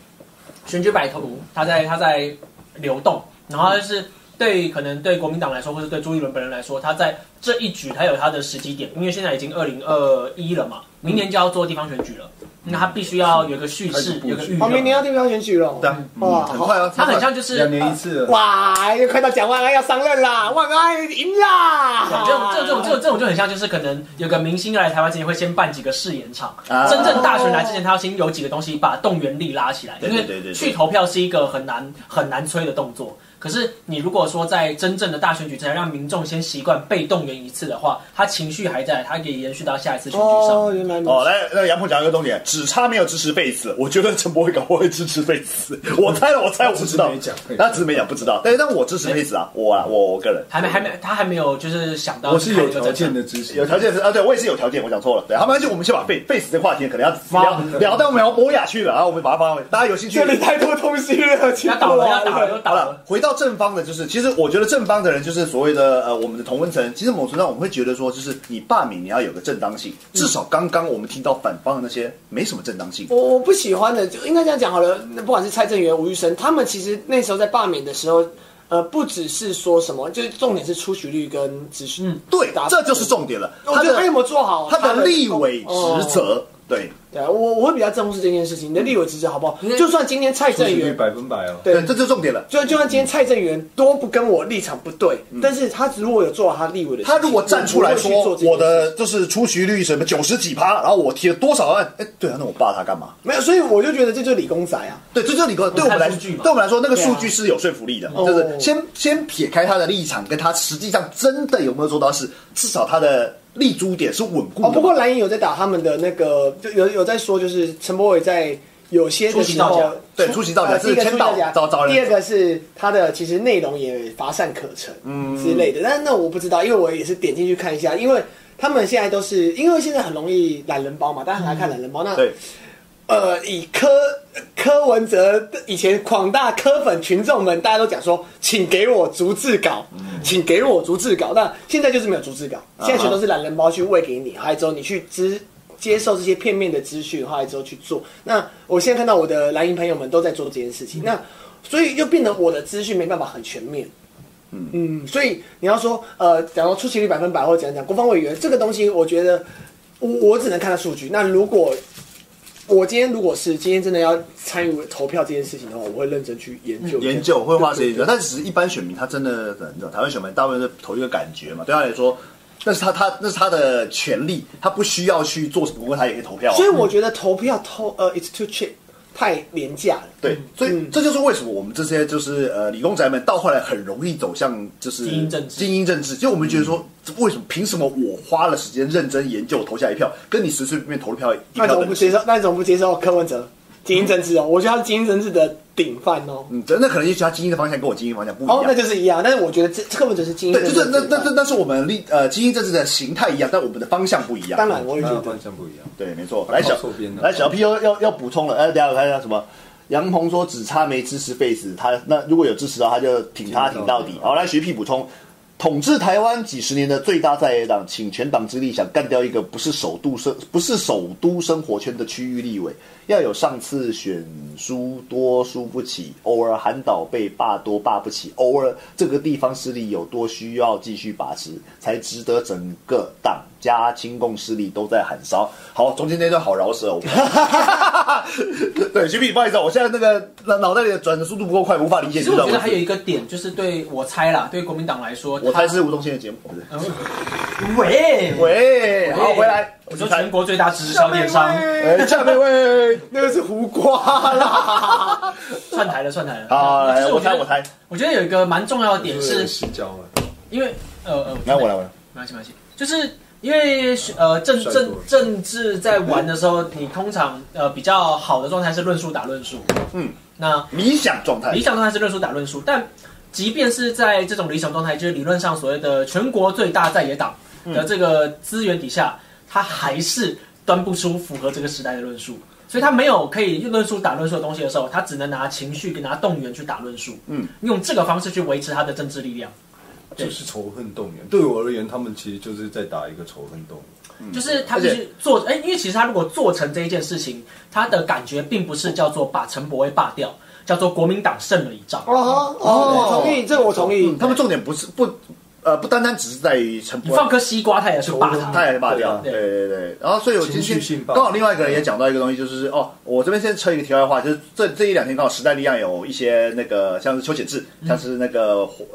Speaker 3: 选举摆图，他在他在流动，然后他就是对可能对国民党来说，或者对朱一伦本人来说，他在这一局他有他的时机点，因为现在已经二零二一了嘛，
Speaker 4: 嗯
Speaker 3: 明年就要做地方选举了，那他必须要有一个叙事，有一个预
Speaker 4: 哦，明年
Speaker 3: 热。
Speaker 4: 要地方选举了，
Speaker 1: 对啊，
Speaker 4: 哇，
Speaker 1: 很
Speaker 4: 好
Speaker 1: 快啊，
Speaker 3: 他很
Speaker 1: 很快
Speaker 3: 像就是
Speaker 2: 两年一次了，
Speaker 4: 哇，又快到蒋万安要上任啦，万安赢啦！
Speaker 3: 这种这种这种这种就很像，就是可能有个明星来台湾之前会先办几个试演场，
Speaker 1: 啊
Speaker 3: 真正大选来之前，他要先有几个东西把动员力拉起来，
Speaker 1: 对
Speaker 3: 因
Speaker 1: 对对对
Speaker 3: 为
Speaker 1: 对
Speaker 3: 去投票是一个很难很难催的动作。可是你如果说在真正的大选举之前，让民众先习惯被动员一次的话，他情绪还在，他可以延续到下一次选举
Speaker 4: 哦，
Speaker 3: 上。
Speaker 4: 原来如
Speaker 1: 哦，
Speaker 4: 此。
Speaker 1: 来，那杨鹏讲一个重点，只差没有支持贝斯，我觉得陈柏惟搞不好会支持贝斯，我猜了，我猜我不知道
Speaker 2: 他只是没讲，
Speaker 1: 他只是没讲，不知道，但是但我支持贝斯啊，我啊，我我个人
Speaker 3: 还没还没，他还没有就是想到
Speaker 2: 我是有
Speaker 3: 开一个
Speaker 2: 条
Speaker 3: 战
Speaker 2: 件的支持，
Speaker 1: 有条件是啊，对我也是有条件，我讲错了。对，好，没关系，我们先把 face face 这个话题可能要聊聊到苗博雅去了，然后我们把它放回，大家有兴趣
Speaker 4: 这。里太多东西了，请
Speaker 3: 要倒了，要打了，要
Speaker 1: 好
Speaker 3: 打
Speaker 1: 了
Speaker 3: 了。，
Speaker 1: 回到正方的，就是其实我觉得正方的人就是所谓的呃，我们的同温层。其实某种程度上，我们会觉得说，就是你罢免你要有个正当性，至少刚刚我们听到反方的那些没什么正当性。
Speaker 4: 我我不喜欢的，就应该这样讲好了。那不管是蔡正元、吴玉生，他们其实那时候在罢免的时候，呃，不只是说什么，就是重点是出席率跟执行。嗯，
Speaker 1: 对，这就是重点了。
Speaker 4: 我觉得他有没有做好
Speaker 1: 他的立委
Speaker 4: 哦
Speaker 1: 职责，对
Speaker 4: 对啊，我我会比较重视这件事情。你的立委职责好不好
Speaker 3: 因为？
Speaker 4: 就算今天蔡
Speaker 2: 出
Speaker 4: 正
Speaker 2: 席率
Speaker 4: 元，
Speaker 2: 百分百哦。
Speaker 4: 对
Speaker 1: 对，这就是重点了。
Speaker 4: 就就算今天蔡正元多不跟我立场不对，但是他如果有做好他立委的事
Speaker 1: 嗯
Speaker 4: 情，
Speaker 1: 他如果站出来
Speaker 4: 我
Speaker 1: 说
Speaker 4: 会去做这件事情
Speaker 1: 我的就是出席率什么九十几趴，然后我提了多少案，哎，对啊，那我爸他干嘛？
Speaker 4: 没有，所以我就觉得这就是理工仔啊。
Speaker 1: 对，这就是你个对我们来，
Speaker 3: 数据嘛
Speaker 1: 对我们来说，那个数据是有说服力的，就是
Speaker 4: 哦
Speaker 1: 先先撇开他的立场，跟他实际上真的有没有做到事，至少他的立足点是稳固的嘛。
Speaker 4: 哦，不过蓝营有在打他们的那个，就有有在说，就是陈柏伟在有些的时
Speaker 3: 出席造
Speaker 4: 候
Speaker 3: 假，
Speaker 1: 对出席造假
Speaker 4: 呃第一
Speaker 1: 是
Speaker 4: 个
Speaker 1: 签
Speaker 4: 出席造
Speaker 1: 到找找人
Speaker 4: 第二个是他的其实内容也乏善可陈，嗯之类的。但那我不知道，因为我也是点进去看一下，因为他们现在都是因为现在很容易懒人包嘛，大家
Speaker 1: 嗯
Speaker 4: 很爱看懒人包。那
Speaker 1: 对，
Speaker 4: 呃，以柯柯文哲以前广大柯粉群众们，大家都讲说，请给我逐字稿，请给我逐字稿。那现在就是没有逐字稿，现在全都是懒人包去喂给你，还有之后你去知接受这些片面的资讯，还有之后去做。那我现在看到我的蓝营朋友们都在做这件事情，那所以就变得我的资讯没办法很全面。嗯，所以你要说，呃，讲到出勤率百分百或者讲讲国防委员这个东西，我觉得我我只能看到数据。那如果我今天如果是今天真的要参与投票这件事情的话，我会认真去研究
Speaker 1: 研究会花时间研究，但只是一般选民他真的可能你知道台湾选民大部分是投一个感觉嘛，对他来说。那是他他那是他的权利，他不需要去做什么，不过他也可以投票、啊。
Speaker 4: 所以我觉得投票投呃，it's too cheap，太廉价了。
Speaker 1: 对，
Speaker 3: 嗯
Speaker 1: 所以、
Speaker 4: 嗯
Speaker 1: 这就是为什么我们这些就是呃理工宅们到后来很容易走向就是
Speaker 3: 精英政治
Speaker 1: 精英政治，就我们觉得
Speaker 4: 嗯
Speaker 1: 说，为什么凭什么我花了时间认真研究投下一票，跟你随随便便投了票一
Speaker 4: 那
Speaker 1: 票
Speaker 4: 怎么
Speaker 1: 等
Speaker 4: 不
Speaker 1: 于
Speaker 4: 接受？那怎么不接受柯文哲精英政治哦？我觉得他是精英政治的典范哦。
Speaker 1: 嗯，对，那可能也许他精英的方向跟我精英方向不一样。
Speaker 4: 哦，那就是一样。但是我觉得这柯文哲是精英
Speaker 1: 对，
Speaker 4: 政
Speaker 1: 就是
Speaker 4: 治的典
Speaker 1: 那
Speaker 4: 范。
Speaker 1: 那那那是我们立呃精英政治的形态一样，但我们的方向不一样。
Speaker 4: 当然，我也觉
Speaker 2: 那
Speaker 4: 得
Speaker 2: 方向不一样。
Speaker 1: 对，没错。来小
Speaker 2: 靠错边的
Speaker 5: 来，小 P 要要要补充了，
Speaker 1: 呃
Speaker 5: 哎、等一下我看一下什么。杨鹏说只差没支持 face，他那如果有支持的话，他就挺他挺到底
Speaker 2: 挺。到底
Speaker 5: 好，来徐 P 补充，统治台湾几十年的最大在野党，请全党之力想干掉一个不是首都生不是首都生活圈的区域立委，要有上次选输多输不起，偶尔韩岛被霸多霸不起，偶尔这个地方势力有多需要继续把持，才值得整个党加亲共势力都在喊烧。
Speaker 1: 好，中间那段好饶舌哦。 对，徐 P，不好意思啊，我现在那个脑脑袋里的转的速度不够快，无法理解
Speaker 3: 其
Speaker 1: 你这
Speaker 3: 实我
Speaker 1: 段
Speaker 3: 觉得
Speaker 1: 文
Speaker 3: 还有
Speaker 1: 字。
Speaker 3: 一个点，就是对我猜啦，对国民党来说，
Speaker 1: 我
Speaker 3: 他
Speaker 1: 猜是吴宗宪的节目。不是
Speaker 3: 喂，
Speaker 1: 喂，好，回来，
Speaker 3: 我说全国最大直销电商，
Speaker 1: 哎，下面一位，
Speaker 4: 那个是胡瓜啦。
Speaker 3: 串台了，串台了。
Speaker 1: 好，
Speaker 3: 就
Speaker 1: 来，
Speaker 3: 是
Speaker 1: 我
Speaker 3: 觉
Speaker 1: 猜，
Speaker 3: 得
Speaker 1: 我猜，
Speaker 3: 我觉得有一个蛮重要的点
Speaker 2: 就是
Speaker 3: 是，
Speaker 2: 洗脚了，
Speaker 3: 因为呃呃，
Speaker 1: 来，我来，我来。
Speaker 3: 没关系，没关系，就是因为呃政
Speaker 2: 帅
Speaker 3: 政
Speaker 2: 多了
Speaker 3: 政治在玩的时候，你通常呃比较好的状态是论述打论述，
Speaker 1: 嗯，
Speaker 3: 那
Speaker 1: 理想状态
Speaker 3: 理，想状态是论述打论述，但即便是在这种理想状态，就是理论上所谓的全国最大在野党
Speaker 1: 嗯
Speaker 3: 的这个资源底下，它还是端不出符合这个时代的论述。所以他没有可以论述打论述的东西的时候，他只能拿情绪跟拿动员去打论述，
Speaker 1: 嗯，
Speaker 3: 用这个方式去维持他的政治力量。
Speaker 2: 就是仇恨动员。对我而言，他们其实就是在打一个仇恨动员。
Speaker 3: 就是他必
Speaker 1: 嗯而
Speaker 3: 须做，哎、因为其实他如果做成这一件事情，他的感觉并不是叫做把陈柏威罢掉，叫做国民党胜了一仗。
Speaker 4: 哦哦，我同意，这个我同意
Speaker 1: 嗯嗯。他们重点不是不呃不单单只是在于陈
Speaker 3: 你
Speaker 1: 柏
Speaker 3: 放颗西瓜，他也是罢他。
Speaker 1: 他也罢掉，
Speaker 3: 对
Speaker 1: 对
Speaker 3: 啊
Speaker 1: 对对。然后，所以我今
Speaker 2: 情绪
Speaker 1: 天
Speaker 2: 性暴
Speaker 1: 刚好另外一个人也讲到一个东西，就是哦，我这边先扯一个题外话，就是这这一两天刚好时代力量有一些那个像是邱显志，像是那个火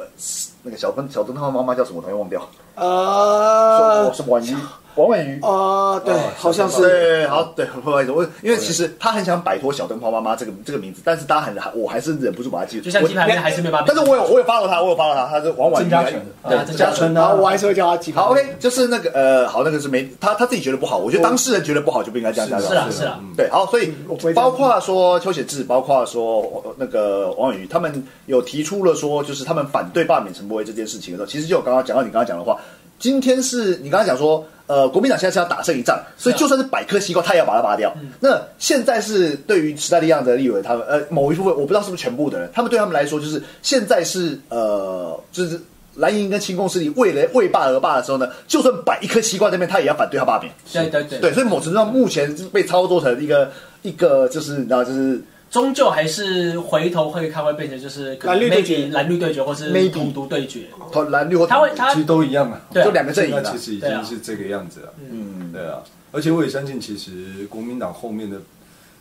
Speaker 1: 那个小灯小灯泡妈妈叫什么，我突然忘掉，
Speaker 4: 呃
Speaker 1: 我是婉瑜，王婉瑜。
Speaker 4: 呃，对，好像是。
Speaker 1: 对，好，对，不好意思，我因为其实他很想摆脱小灯泡妈妈这个这个名字，但是大家很我还是忍不住把它记住，
Speaker 3: 就像鸡排面还是没把它
Speaker 1: 但是我有我有 follow 他，我有 follow 他，他是王婉瑜，
Speaker 2: 郑嘉纯
Speaker 3: 对郑嘉纯
Speaker 4: 然啊后我还是会叫他几
Speaker 1: 好，OK，就是那个呃，好，那个是没他他自己觉得不好，我觉得当事人觉得不好就不应该这样加
Speaker 3: 是
Speaker 1: 上。
Speaker 3: 啊是啊，
Speaker 1: 对，好，所以
Speaker 4: 嗯我不会这样
Speaker 1: 包括说邱显志，包括说呃那个王婉瑜，他们有提出了说，就是他们反对罢免陈柏惟这件事情的时候，其实就有刚刚讲到你刚刚讲的话，今天是你刚刚讲说，呃，国民党现在是要打胜一
Speaker 4: 嗯
Speaker 1: 仗，所以
Speaker 3: 是啊
Speaker 1: 就算是百颗西瓜，他也要把它拔掉。那现在是对于时代力量的立委，他们呃某一部分，我不知道是不是全部的人，他们对他们来说，就是现在是呃就是。蓝营跟亲共势力为了为罢而罢的时候呢，就算摆一颗西瓜在那边，他也要反对他罢免。
Speaker 3: 对对对
Speaker 1: 对，所以某程度上目前是被操作成一个一个就是你知道就是
Speaker 3: 终究还是回头会看会变成就是可能
Speaker 4: 蓝绿对决
Speaker 3: maybe 蓝绿对决或是
Speaker 1: Maybe
Speaker 3: 统独对决，
Speaker 1: 投蓝绿或
Speaker 3: 他会
Speaker 1: 统
Speaker 3: 他
Speaker 2: 其实都一样啊。
Speaker 3: 对啊
Speaker 1: 就两个阵营
Speaker 2: 那
Speaker 1: 啊
Speaker 2: 其。实已经是这个样子了。嗯，对啊，而且我也相信，其实国民党后面的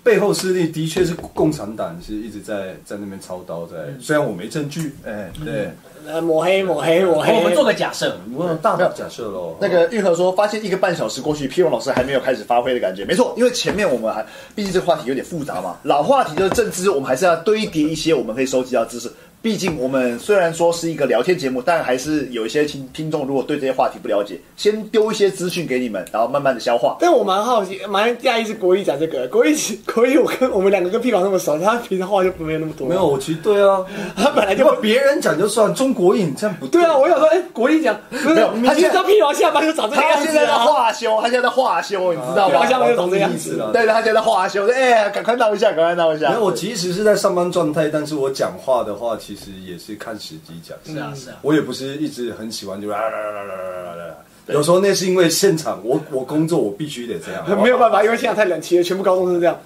Speaker 2: 背后势力的确是共产党，是一直在在那边操刀在。虽然我没证据，哎，对，
Speaker 4: 呃，抹黑抹黑抹黑。
Speaker 3: 哦我们做个假设，
Speaker 2: 我大胆假设喽。
Speaker 1: 那个玉和说，发现一个半小时过去，皮龙老师还没有开始发挥的感觉。没错，因为前面我们还，毕竟这个话题有点复杂嘛。老话题就是政治，我们还是要堆叠一些我们可以收集到知识。毕竟我们虽然说是一个聊天节目，但还是有一些听听众如果对这些话题不了解，先丢一些资讯给你们，然后慢慢的消化。
Speaker 4: 但我蛮好奇，蛮讶异是国义讲这个。国义 国义，我跟我们两个跟屁王那么熟，他平常话就没有那么多。
Speaker 2: 没有，，我其实对 啊，
Speaker 4: 他本来
Speaker 2: 如
Speaker 4: 就
Speaker 2: 果别人讲就算，中国影这样不
Speaker 4: 对啊。我想说，哎，国义讲，不
Speaker 1: 没
Speaker 4: 是
Speaker 1: 有，
Speaker 4: 你
Speaker 1: 他
Speaker 4: 知
Speaker 1: 现在
Speaker 4: 道屁王下巴就长这个
Speaker 1: 他
Speaker 4: 样
Speaker 1: 现
Speaker 4: 子
Speaker 1: 在在
Speaker 4: 啊？
Speaker 1: 化修，他现在在化修，你知道
Speaker 2: 啊
Speaker 1: 吗
Speaker 4: 我？现在就长这样
Speaker 2: 子了。
Speaker 1: 对，他现在在化修，哎、赶快闹一下，赶快闹一下。
Speaker 2: 没有，我即使是在上班状态，但是我讲话的话，其实也是看时机讲。
Speaker 3: 是啊是啊，
Speaker 2: 我也不是一直很喜欢就啦啦啦啦啦啦啦。有时候那是因为现场，我我工作我必须得这样。
Speaker 4: 没有办法，因为现在太冷清了，全部高中生都这样。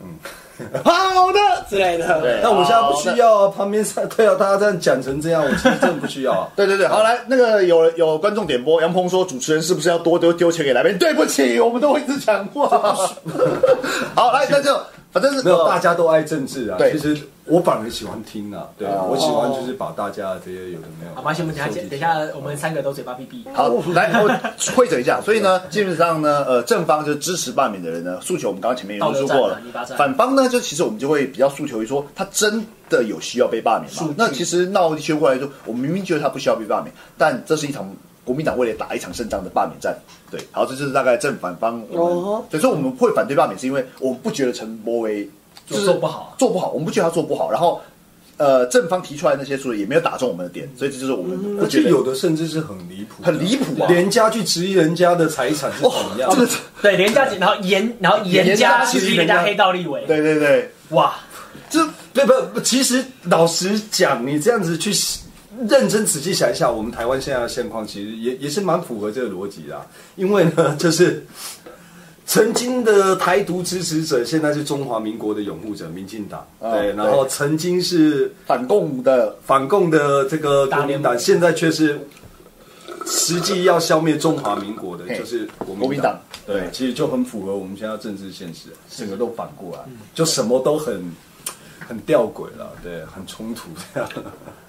Speaker 4: 嗯，好的之类的。
Speaker 1: 对。
Speaker 2: 但我现在不需要啊，旁边 三对啊，大家这样讲成这样，我其实真的不需要、啊
Speaker 1: 对对对，好来，那个有有观众点播，杨鹏说主持人是不是要多丢丢钱给来宾？对不起，我们都会一直讲话。好，来，那就。反正是
Speaker 2: 没有，大家都爱政治啊。
Speaker 1: 对
Speaker 2: 其实我反而喜欢听啊，对啊，
Speaker 1: 哦
Speaker 2: 我喜欢就是把大家的这些有的没有。
Speaker 3: 好吧，先我们等一下讲，等一下我们三个都嘴巴闭闭。
Speaker 1: 好，来我会诊一下。所以呢，基本上呢，呃，正方就是支持罢免的人呢，诉求我们刚刚前面也论述过了
Speaker 3: 道德战啊泥巴。战
Speaker 1: 反方呢，就其实我们就会比较诉求于说，他真的有需要被罢免
Speaker 3: 数
Speaker 1: 吗
Speaker 3: 据？
Speaker 1: 那其实闹一圈过来就，我们明明觉得他不需要被罢免，但这是一场国民党为了打一场胜仗的罢免战。对，好，这就是大概正反方我
Speaker 4: 哦
Speaker 1: 们。对所以我们会反对罢免，是因为我们不觉得陈柏维就是
Speaker 3: 做不好
Speaker 1: 做不好，我们不觉得他做不好，然后。呃，正方提出来那些说也没有打中我们的点，所以这就是我们不
Speaker 2: 而
Speaker 1: 觉
Speaker 2: 且
Speaker 1: 得
Speaker 3: 嗯
Speaker 2: 有的甚至是很离谱的，
Speaker 1: 很离谱啊
Speaker 2: 人家去质疑人家的财产是怎么样？
Speaker 1: 哦这个
Speaker 3: 对，廉价，然后严，然后严加
Speaker 1: 严加
Speaker 3: 去
Speaker 1: 质疑
Speaker 3: 人家
Speaker 1: 人家
Speaker 3: 黑道立委。
Speaker 1: 对对对，
Speaker 3: 哇，
Speaker 2: 这对不不，其实老实讲，你这样子去认真仔细想一下，我们台湾现在的现况，其实也也是蛮符合这个逻辑的啊、因为呢，就是曾经的台独支持者，现在是中华民国的拥护者，民进党。
Speaker 1: 啊
Speaker 2: 对，然后曾经是
Speaker 1: 反共的
Speaker 2: 反共的这个国民
Speaker 3: 大联
Speaker 2: 党，
Speaker 3: 盟
Speaker 2: 现在却是实际要消灭中华民国的，
Speaker 1: 嘿
Speaker 2: 就是国
Speaker 1: 国民
Speaker 2: 民
Speaker 1: 党
Speaker 2: 党。对
Speaker 1: 对，
Speaker 2: 其实就很符合我们现在政治现实，整个都反过来，就什么都很很吊诡了，对，很 冲突这样。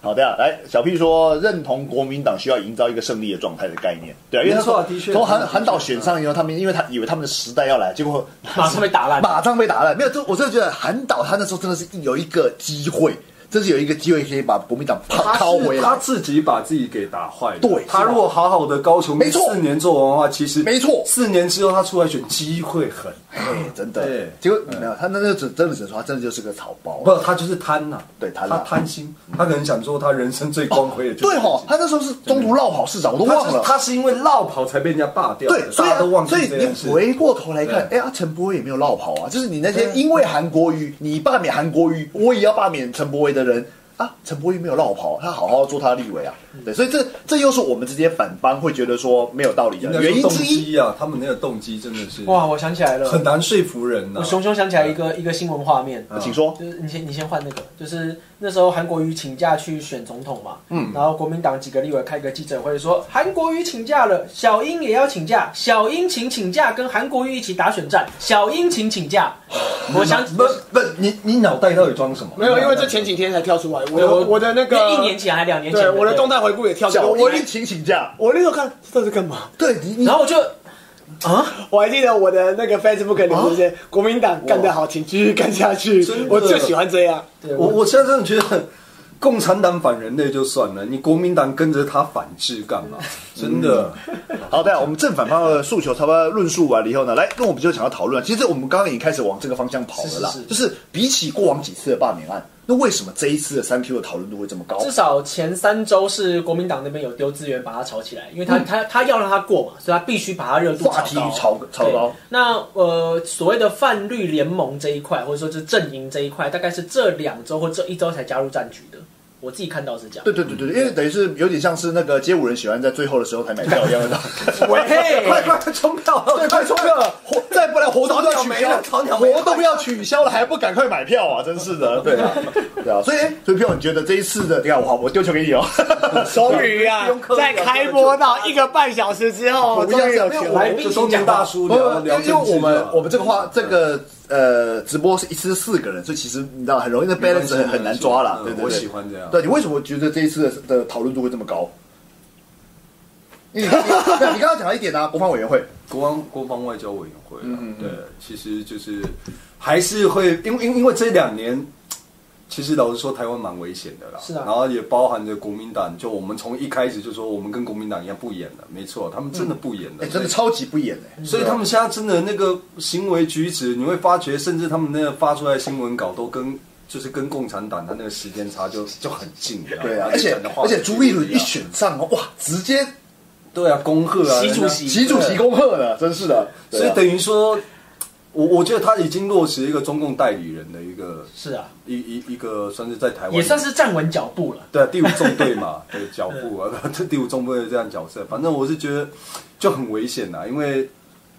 Speaker 5: 好的，来，小 P 说认同国民党需要营造一个胜利的状态的概念，对啊，因为他
Speaker 2: 没错啊
Speaker 5: 说
Speaker 2: 的确
Speaker 5: 从
Speaker 2: 的
Speaker 5: 韩
Speaker 2: 确
Speaker 5: 韩岛选上以后，他们因为他以为他们的时代要来，结果
Speaker 3: 马上被打烂。
Speaker 5: 马
Speaker 1: 马上被打烂。没有，就我真的觉得韩导他那时候真的是有一个机会，真是有一个机会可以把国民党
Speaker 2: 他
Speaker 1: 抛抛
Speaker 2: 是
Speaker 1: 回
Speaker 2: 他
Speaker 1: 来。
Speaker 2: 自己把自己给打坏了。
Speaker 1: 对
Speaker 2: 他如果好好的高雄
Speaker 1: 没错
Speaker 2: 四年做完的话，其实
Speaker 1: 没错
Speaker 2: 四年之后他出来选机会很
Speaker 1: 哎，真的
Speaker 2: 对，
Speaker 1: 结果没有他那那只真的只能说他真的就是个草包。
Speaker 2: 不，他就是贪呐、
Speaker 1: 对贪
Speaker 2: 他
Speaker 1: 婪
Speaker 2: 贪心，他可能想说他人生最光辉的就是
Speaker 1: 对吼，他那时候是中途绕跑市长，我都
Speaker 2: 他
Speaker 1: 忘
Speaker 2: 是
Speaker 1: 了。
Speaker 2: 他是因为绕跑才被人家罢掉的，
Speaker 1: 对，所以
Speaker 2: 大家
Speaker 1: 啊
Speaker 2: 都忘记
Speaker 1: 所以
Speaker 2: 这件事
Speaker 1: 你。回过头来看，哎
Speaker 2: 对
Speaker 1: 呀，陈柏威也没有落跑啊，就是你那些
Speaker 2: 对
Speaker 1: 因为韩国瑜，你罢免韩国瑜，我也要罢免陈柏威的人啊，陈柏威没有落跑，他好好做他立委啊，
Speaker 2: 嗯
Speaker 1: 对，所以这这又是我们这些反方会觉得说没有道理
Speaker 2: 应
Speaker 1: 的
Speaker 2: 该说
Speaker 1: 原因
Speaker 2: 动
Speaker 1: 之一。
Speaker 2: 机啊，他们那个动机真的是
Speaker 3: 哇，我想起来了，
Speaker 2: 很难说服人啊呐、
Speaker 3: 我熊熊想起来一个
Speaker 4: 嗯
Speaker 3: 一个新闻画面，啊
Speaker 1: 请说，
Speaker 3: 就是你先你先换那个，就是那时候韩国瑜请假去选总统嘛，嗯，然后国民党几个立委开个记者会说，韩国瑜请假了，小英也要请假，小英请请假，跟韩国瑜一起打选战，小英请请假，
Speaker 4: 嗯
Speaker 3: 我想
Speaker 2: 不不，你你脑袋到底装什么？
Speaker 4: 没有，因为这前几天才跳出来，我的
Speaker 3: 我
Speaker 4: 我的那个
Speaker 3: 一年前还两年前
Speaker 4: 对
Speaker 3: 的，
Speaker 4: 我的动态回顾也跳出
Speaker 2: 啊
Speaker 4: 来，
Speaker 1: 小
Speaker 4: 我
Speaker 1: 英请请假，
Speaker 4: 我那时候看这是干嘛？
Speaker 1: 对你你
Speaker 3: 对，然后我就
Speaker 4: 我还记得我的那个 Facebook 里面是国民党干得好，请继续干下去
Speaker 2: 真的，
Speaker 4: 我就喜欢这样。
Speaker 3: 对
Speaker 2: 我我现在真的觉得，共产党反人类就算了，你国民党跟着他反制干嘛？
Speaker 1: 嗯
Speaker 2: 真的，
Speaker 1: 好的，我们正反方的诉求差不多论述完了以后呢，来，那我们就想要讨论，啊其实我们刚刚已经开始往这个方向跑了啦，
Speaker 3: 是是是
Speaker 1: 就是比起过往几次的罢免案，那为什么这一次的三 Q 的讨论度会这么高？
Speaker 3: 至少前三周是国民党那边有丢资源把它炒起来，因为他、他他要让他过嘛，所以他必须把它热度
Speaker 1: 嗯话题
Speaker 3: 高
Speaker 1: 炒炒高
Speaker 3: 对那呃，所谓的泛绿联盟这一块，或者说是阵营这一块，大概是这两周或这一周才加入战局的。我自己看到是这样。
Speaker 1: 对对对对，因为等于是有点像是那个街舞人喜欢在最后的时候才买票一样的 道理。
Speaker 2: 快快快冲票！
Speaker 1: 对，快冲票了！活再不然活动就要取消了，
Speaker 2: 草鸟没了
Speaker 1: 活动要取消了，还不赶快买票啊！真是 的，对啊，对啊。所以，哎所以票，你觉得这一次的，你看我我丢球给你 哦。
Speaker 4: 终 于啊
Speaker 2: 不用客，气
Speaker 4: 在开播到一个半小时之后，
Speaker 1: 不要
Speaker 4: 终于有
Speaker 1: 这样没
Speaker 4: 球
Speaker 1: 有
Speaker 2: 来，就中年大叔
Speaker 1: 不
Speaker 2: 聊
Speaker 1: 不，因
Speaker 2: 聊
Speaker 1: 为
Speaker 2: 政治
Speaker 1: 因为我们
Speaker 2: 就好
Speaker 1: 我们这个话这个呃直播是一次四个人，所以其实你知道很容易的
Speaker 2: 没关系
Speaker 1: balance 很很难抓啦。
Speaker 2: 嗯
Speaker 1: 对对对，
Speaker 2: 我喜欢这样
Speaker 1: 对你为什么觉得这一次的的讨论度会这么高？因为 你对啊你刚刚讲到一点啊，国防委员会，
Speaker 2: 国防国防外交委员会、啊，
Speaker 1: 嗯
Speaker 2: 对，其实就是还是会，因为因为因为这两年，其实老实说，台湾蛮危险的啦。
Speaker 3: 是啊
Speaker 2: 然后也包含着国民党，就我们从一开始就说我们跟国民党一样不演了，没错，他们真的不演了，
Speaker 1: 哎，真的
Speaker 2: 所以
Speaker 1: 超级不演哎。
Speaker 2: 所以他们现在真的那个行为举止，你会发觉，甚至他们那个发出来的新闻稿都跟就是跟共产党他那个时间差就就很近，你知道吗
Speaker 1: 对啊，
Speaker 2: 就
Speaker 1: 而且
Speaker 2: 讲的话
Speaker 1: 而且
Speaker 2: 就
Speaker 1: 朱
Speaker 2: 不
Speaker 1: 立伦
Speaker 2: 样
Speaker 1: 一选上哦，哇，直接
Speaker 2: 对啊，恭贺啊，
Speaker 3: 习主
Speaker 2: 人家
Speaker 3: 席
Speaker 1: 习主席恭贺了，真是的。对
Speaker 2: 所
Speaker 1: 啊
Speaker 2: 以等于说，我我觉得他已经落实一个中共代理人的一个
Speaker 3: 是啊，
Speaker 2: 一一一个算是在台湾
Speaker 3: 也算是站稳脚步了。
Speaker 2: 对、啊、第五纵队嘛，对脚步啊，这 第五纵队的这样角色，反正我是觉得就很危险啊呐、因为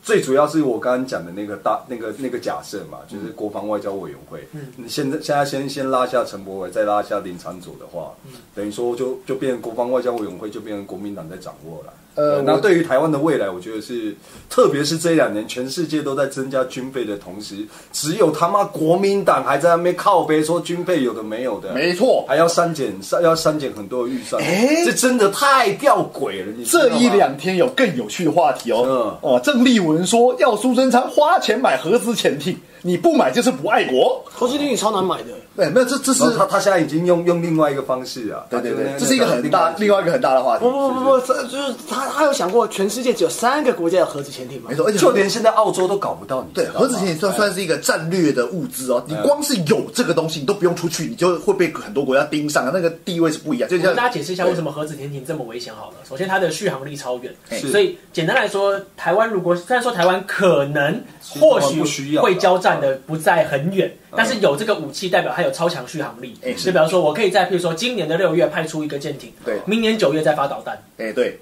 Speaker 2: 最主要是我刚刚讲的那个大那个那个假设嘛，就是国防外交委员会，你现在现在先先拉下陈柏伟，再拉下林长佐的话，等于说就就变成国防外交委员会就变成国民党在掌握了。呃，那对于台湾的未来，我觉得是，特别是这两年，全世界都在增加军费的同时，只有他妈国民党还在那边靠背说军费有的没有的，
Speaker 1: 没错
Speaker 2: 还要删减，删要删减很多的预算，
Speaker 1: 哎
Speaker 2: 这真的太吊诡了，你知道
Speaker 1: 这
Speaker 2: 吗
Speaker 1: 一两天有更有趣的话题哦。
Speaker 2: 嗯
Speaker 1: 哦，郑丽文说要苏贞昌花钱买核子潜艇，你不买就是不爱国。
Speaker 4: 投资率超难买的，
Speaker 1: 对，没有，这这是
Speaker 2: 然后他他现在已经用用另外一个方式啊，
Speaker 1: 对对
Speaker 2: 哦他就
Speaker 1: 对
Speaker 2: 那，
Speaker 1: 这是一个很大另外一个很大的话题
Speaker 4: 不。不不不，这就是他他有想过全世界只有三个国家有核子潜艇吗
Speaker 1: 没？错，而且
Speaker 2: 就连现在澳洲都搞不到，你
Speaker 1: 对
Speaker 2: 知道吗
Speaker 1: 核子潜艇算算是一个战略的物资哦。你光是有这个东西，你都不用出去，你就会被很多国家盯上，那个地位是不一样。就
Speaker 3: 我跟
Speaker 1: 像
Speaker 3: 大家解释一下为什么核子潜艇这么危险好了。首先，它的续航力超远，
Speaker 2: 是
Speaker 3: 所以简单来说，台湾如果虽然说台湾可能或
Speaker 2: 其实台湾不需
Speaker 3: 许
Speaker 2: 要
Speaker 3: 会交战的不在很远，但是有这个武器代表它有超强续航力。
Speaker 1: 哎是
Speaker 3: 就比方说，我可以在譬如说今年的六月派出一个舰艇，
Speaker 1: 对
Speaker 3: 明年九月再发导弹，
Speaker 1: 哎，对，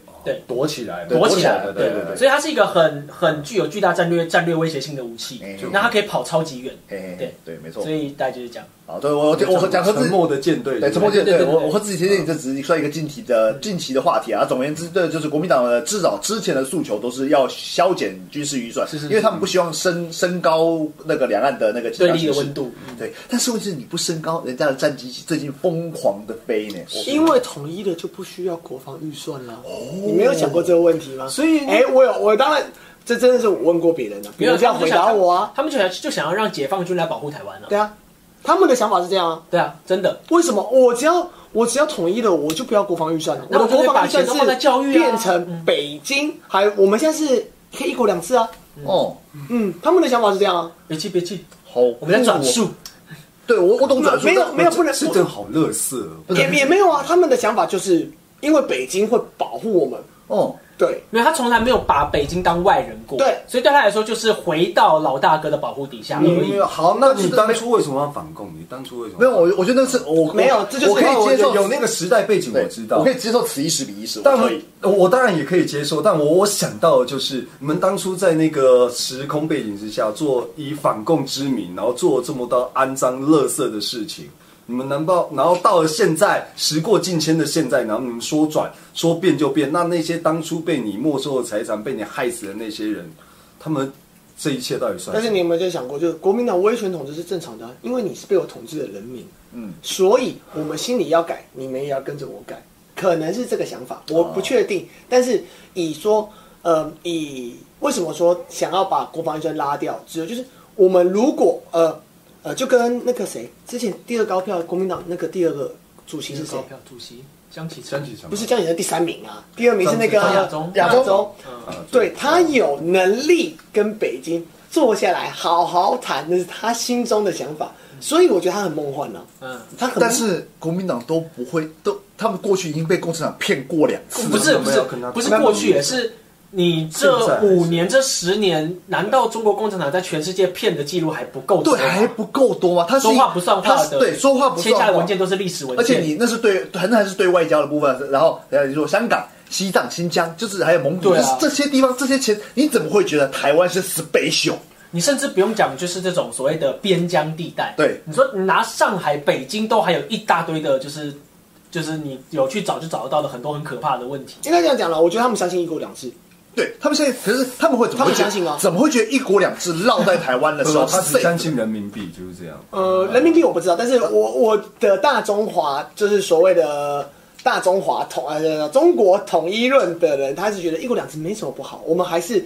Speaker 2: 躲起来了，
Speaker 1: 对
Speaker 3: 躲起来
Speaker 2: 了
Speaker 3: 了，
Speaker 1: 对
Speaker 2: 对
Speaker 1: 对
Speaker 2: 对
Speaker 3: 所以它是一个很很具有巨大战略战略威胁性的武器
Speaker 1: 哎，
Speaker 3: 那它可以跑超级远，
Speaker 1: 哎
Speaker 3: 对
Speaker 1: 对，没错
Speaker 3: 所。以大家就是这样。
Speaker 1: 好，对我我我讲核
Speaker 2: 沉
Speaker 1: 子
Speaker 2: 默的舰队，
Speaker 1: 对，
Speaker 2: 不
Speaker 1: 直播间
Speaker 3: 对
Speaker 1: 对
Speaker 3: 对对
Speaker 1: 我
Speaker 3: 对
Speaker 1: 我和自己其实也这只是算一个近期的近期的话题啊。总而言之，对，就是国民党的至少之前的诉求都是要削减军事预算，
Speaker 3: 是是是
Speaker 1: 因为他们不希望升升高那个两岸的那个紧
Speaker 3: 对
Speaker 1: 张
Speaker 3: 立的
Speaker 1: 局势
Speaker 3: 温度。
Speaker 1: 对，但是问题是你不升高，人家的战机最近疯狂的飞呢。我
Speaker 4: 因为统一了就不需要国防预算了。你没有想过这个问题吗？
Speaker 2: 所以
Speaker 4: 哎，我有，我当然，这真的是我问过别人的，
Speaker 3: 没
Speaker 4: 别
Speaker 3: 有
Speaker 4: 人这样回答我啊。
Speaker 3: 他们就想就想要让解放军来保护台湾了。
Speaker 4: 对啊，他们的想法是这样啊。
Speaker 3: 对啊，真的。
Speaker 4: 为什么我只要我只要统一了，我就不要国防预算了？
Speaker 3: 那
Speaker 4: 我
Speaker 3: 我
Speaker 4: 的国防预算
Speaker 3: 就可以把钱都放在
Speaker 4: 是
Speaker 3: 教育啊
Speaker 4: 变成北京，还有我们现在是可以一国两制啊。
Speaker 1: 哦，
Speaker 4: 嗯，他们的想法是这样啊。
Speaker 3: 别气别气，
Speaker 1: 好，哦
Speaker 3: 我们在转，述。
Speaker 1: 嗯对我我懂转述，
Speaker 4: 没有
Speaker 1: 但
Speaker 4: 没有不能
Speaker 2: 是正好乐色，
Speaker 3: 嗯
Speaker 4: 也也没有啊，他们的想法就是因为北京会保护我们，
Speaker 1: 哦，
Speaker 4: 对，
Speaker 3: 因为他从来没有把北京当外人过，
Speaker 4: 对
Speaker 3: 所以对他来说就是回到老大哥的保护底下而已。
Speaker 1: 嗯
Speaker 2: 你好，那你当初为什么要反共？你当初为什么
Speaker 1: 没有我我觉得那是我
Speaker 4: 没有
Speaker 1: 我
Speaker 4: 这就是
Speaker 1: 我可以接受
Speaker 2: 有那个时代背景，我
Speaker 1: 对
Speaker 2: 知道，
Speaker 1: 我可以接受此一时彼一时，我
Speaker 2: 但
Speaker 1: 可以。
Speaker 2: 我我当然也可以接受，但我我想到的就是，你们当初在那个时空背景之下，做以反共之名，然后做这么多肮脏、垃圾的事情，你们难道然后到了现在，时过境迁的现在，然后你们说转说变就变，那那些当初被你没收的财产、被你害死的那些人，他们这一切到底算
Speaker 4: 但
Speaker 2: 什么？
Speaker 4: 是你有没有在想过，就是国民党威权统治是正常的啊、因为你是被我统治的人民，嗯，所以我们心里要改，你们也要跟着我改，可能是这个想法，我不确定。但是以说，呃，以为什么说想要把国防预算拉掉，只有就是我们如果呃呃，就跟那个谁之前第二高票国民党那个第二个主席是谁
Speaker 3: 高？票主席江启
Speaker 2: 想起什么？
Speaker 4: 不是江启臣第三名啊，第二名是那个
Speaker 2: 张
Speaker 3: 亚中
Speaker 4: 亚
Speaker 1: 亚
Speaker 4: 中
Speaker 1: 中，
Speaker 2: 啊，
Speaker 4: 对他有能力跟北京坐下来好好谈，那是他心中的想法，所以我觉得他很梦幻呢、啊
Speaker 3: 嗯，
Speaker 4: 他很，
Speaker 1: 但是国民党都不会，都他们过去已经被共产党骗过两次了，
Speaker 3: 不是不
Speaker 2: 没
Speaker 3: 是
Speaker 2: 有跟他
Speaker 3: 不是过去，是你这五年这十年，难道中国共产党在全世界骗的记录还不够多
Speaker 1: 对，
Speaker 3: 吗？
Speaker 1: 还不够多吗？他是
Speaker 3: 说话不算
Speaker 1: 他
Speaker 3: 话
Speaker 1: 是
Speaker 3: 的，
Speaker 1: 对，说话不
Speaker 3: 签
Speaker 1: 算
Speaker 3: 下
Speaker 1: 话
Speaker 3: 的文件都是历史文
Speaker 1: 而
Speaker 3: 件，
Speaker 1: 且你那是对，很还是对外交的部分。然后，呃然后你说香港、西藏、新疆，就是还有蒙古，
Speaker 3: 对啊
Speaker 1: 就是这些地方，这些钱，你怎么会觉得台湾是 special？
Speaker 3: 你甚至不用讲，就是这种所谓的边疆地带。
Speaker 1: 对
Speaker 3: 你说你拿上海、北京都还有一大堆的，就是就是你有去找就找得到的很多很可怕的问题。
Speaker 4: 应该这样讲了，我觉得他们相信一国两制，
Speaker 1: 对他们现在，可是他们会怎么
Speaker 4: 他
Speaker 1: 会
Speaker 4: 们
Speaker 1: 觉
Speaker 4: 相信
Speaker 1: 得
Speaker 4: 啊
Speaker 1: 怎么会觉得一国两制落在台湾的时
Speaker 2: 不
Speaker 1: 候
Speaker 2: 他
Speaker 1: 是
Speaker 2: 只
Speaker 1: safe
Speaker 2: 相信人民币就是这样。
Speaker 4: 呃，人民币我不知道，但是我我的大中华就是所谓的。大中华统呃中国统一论的人，他是觉得一国两制没什么不好，我们还是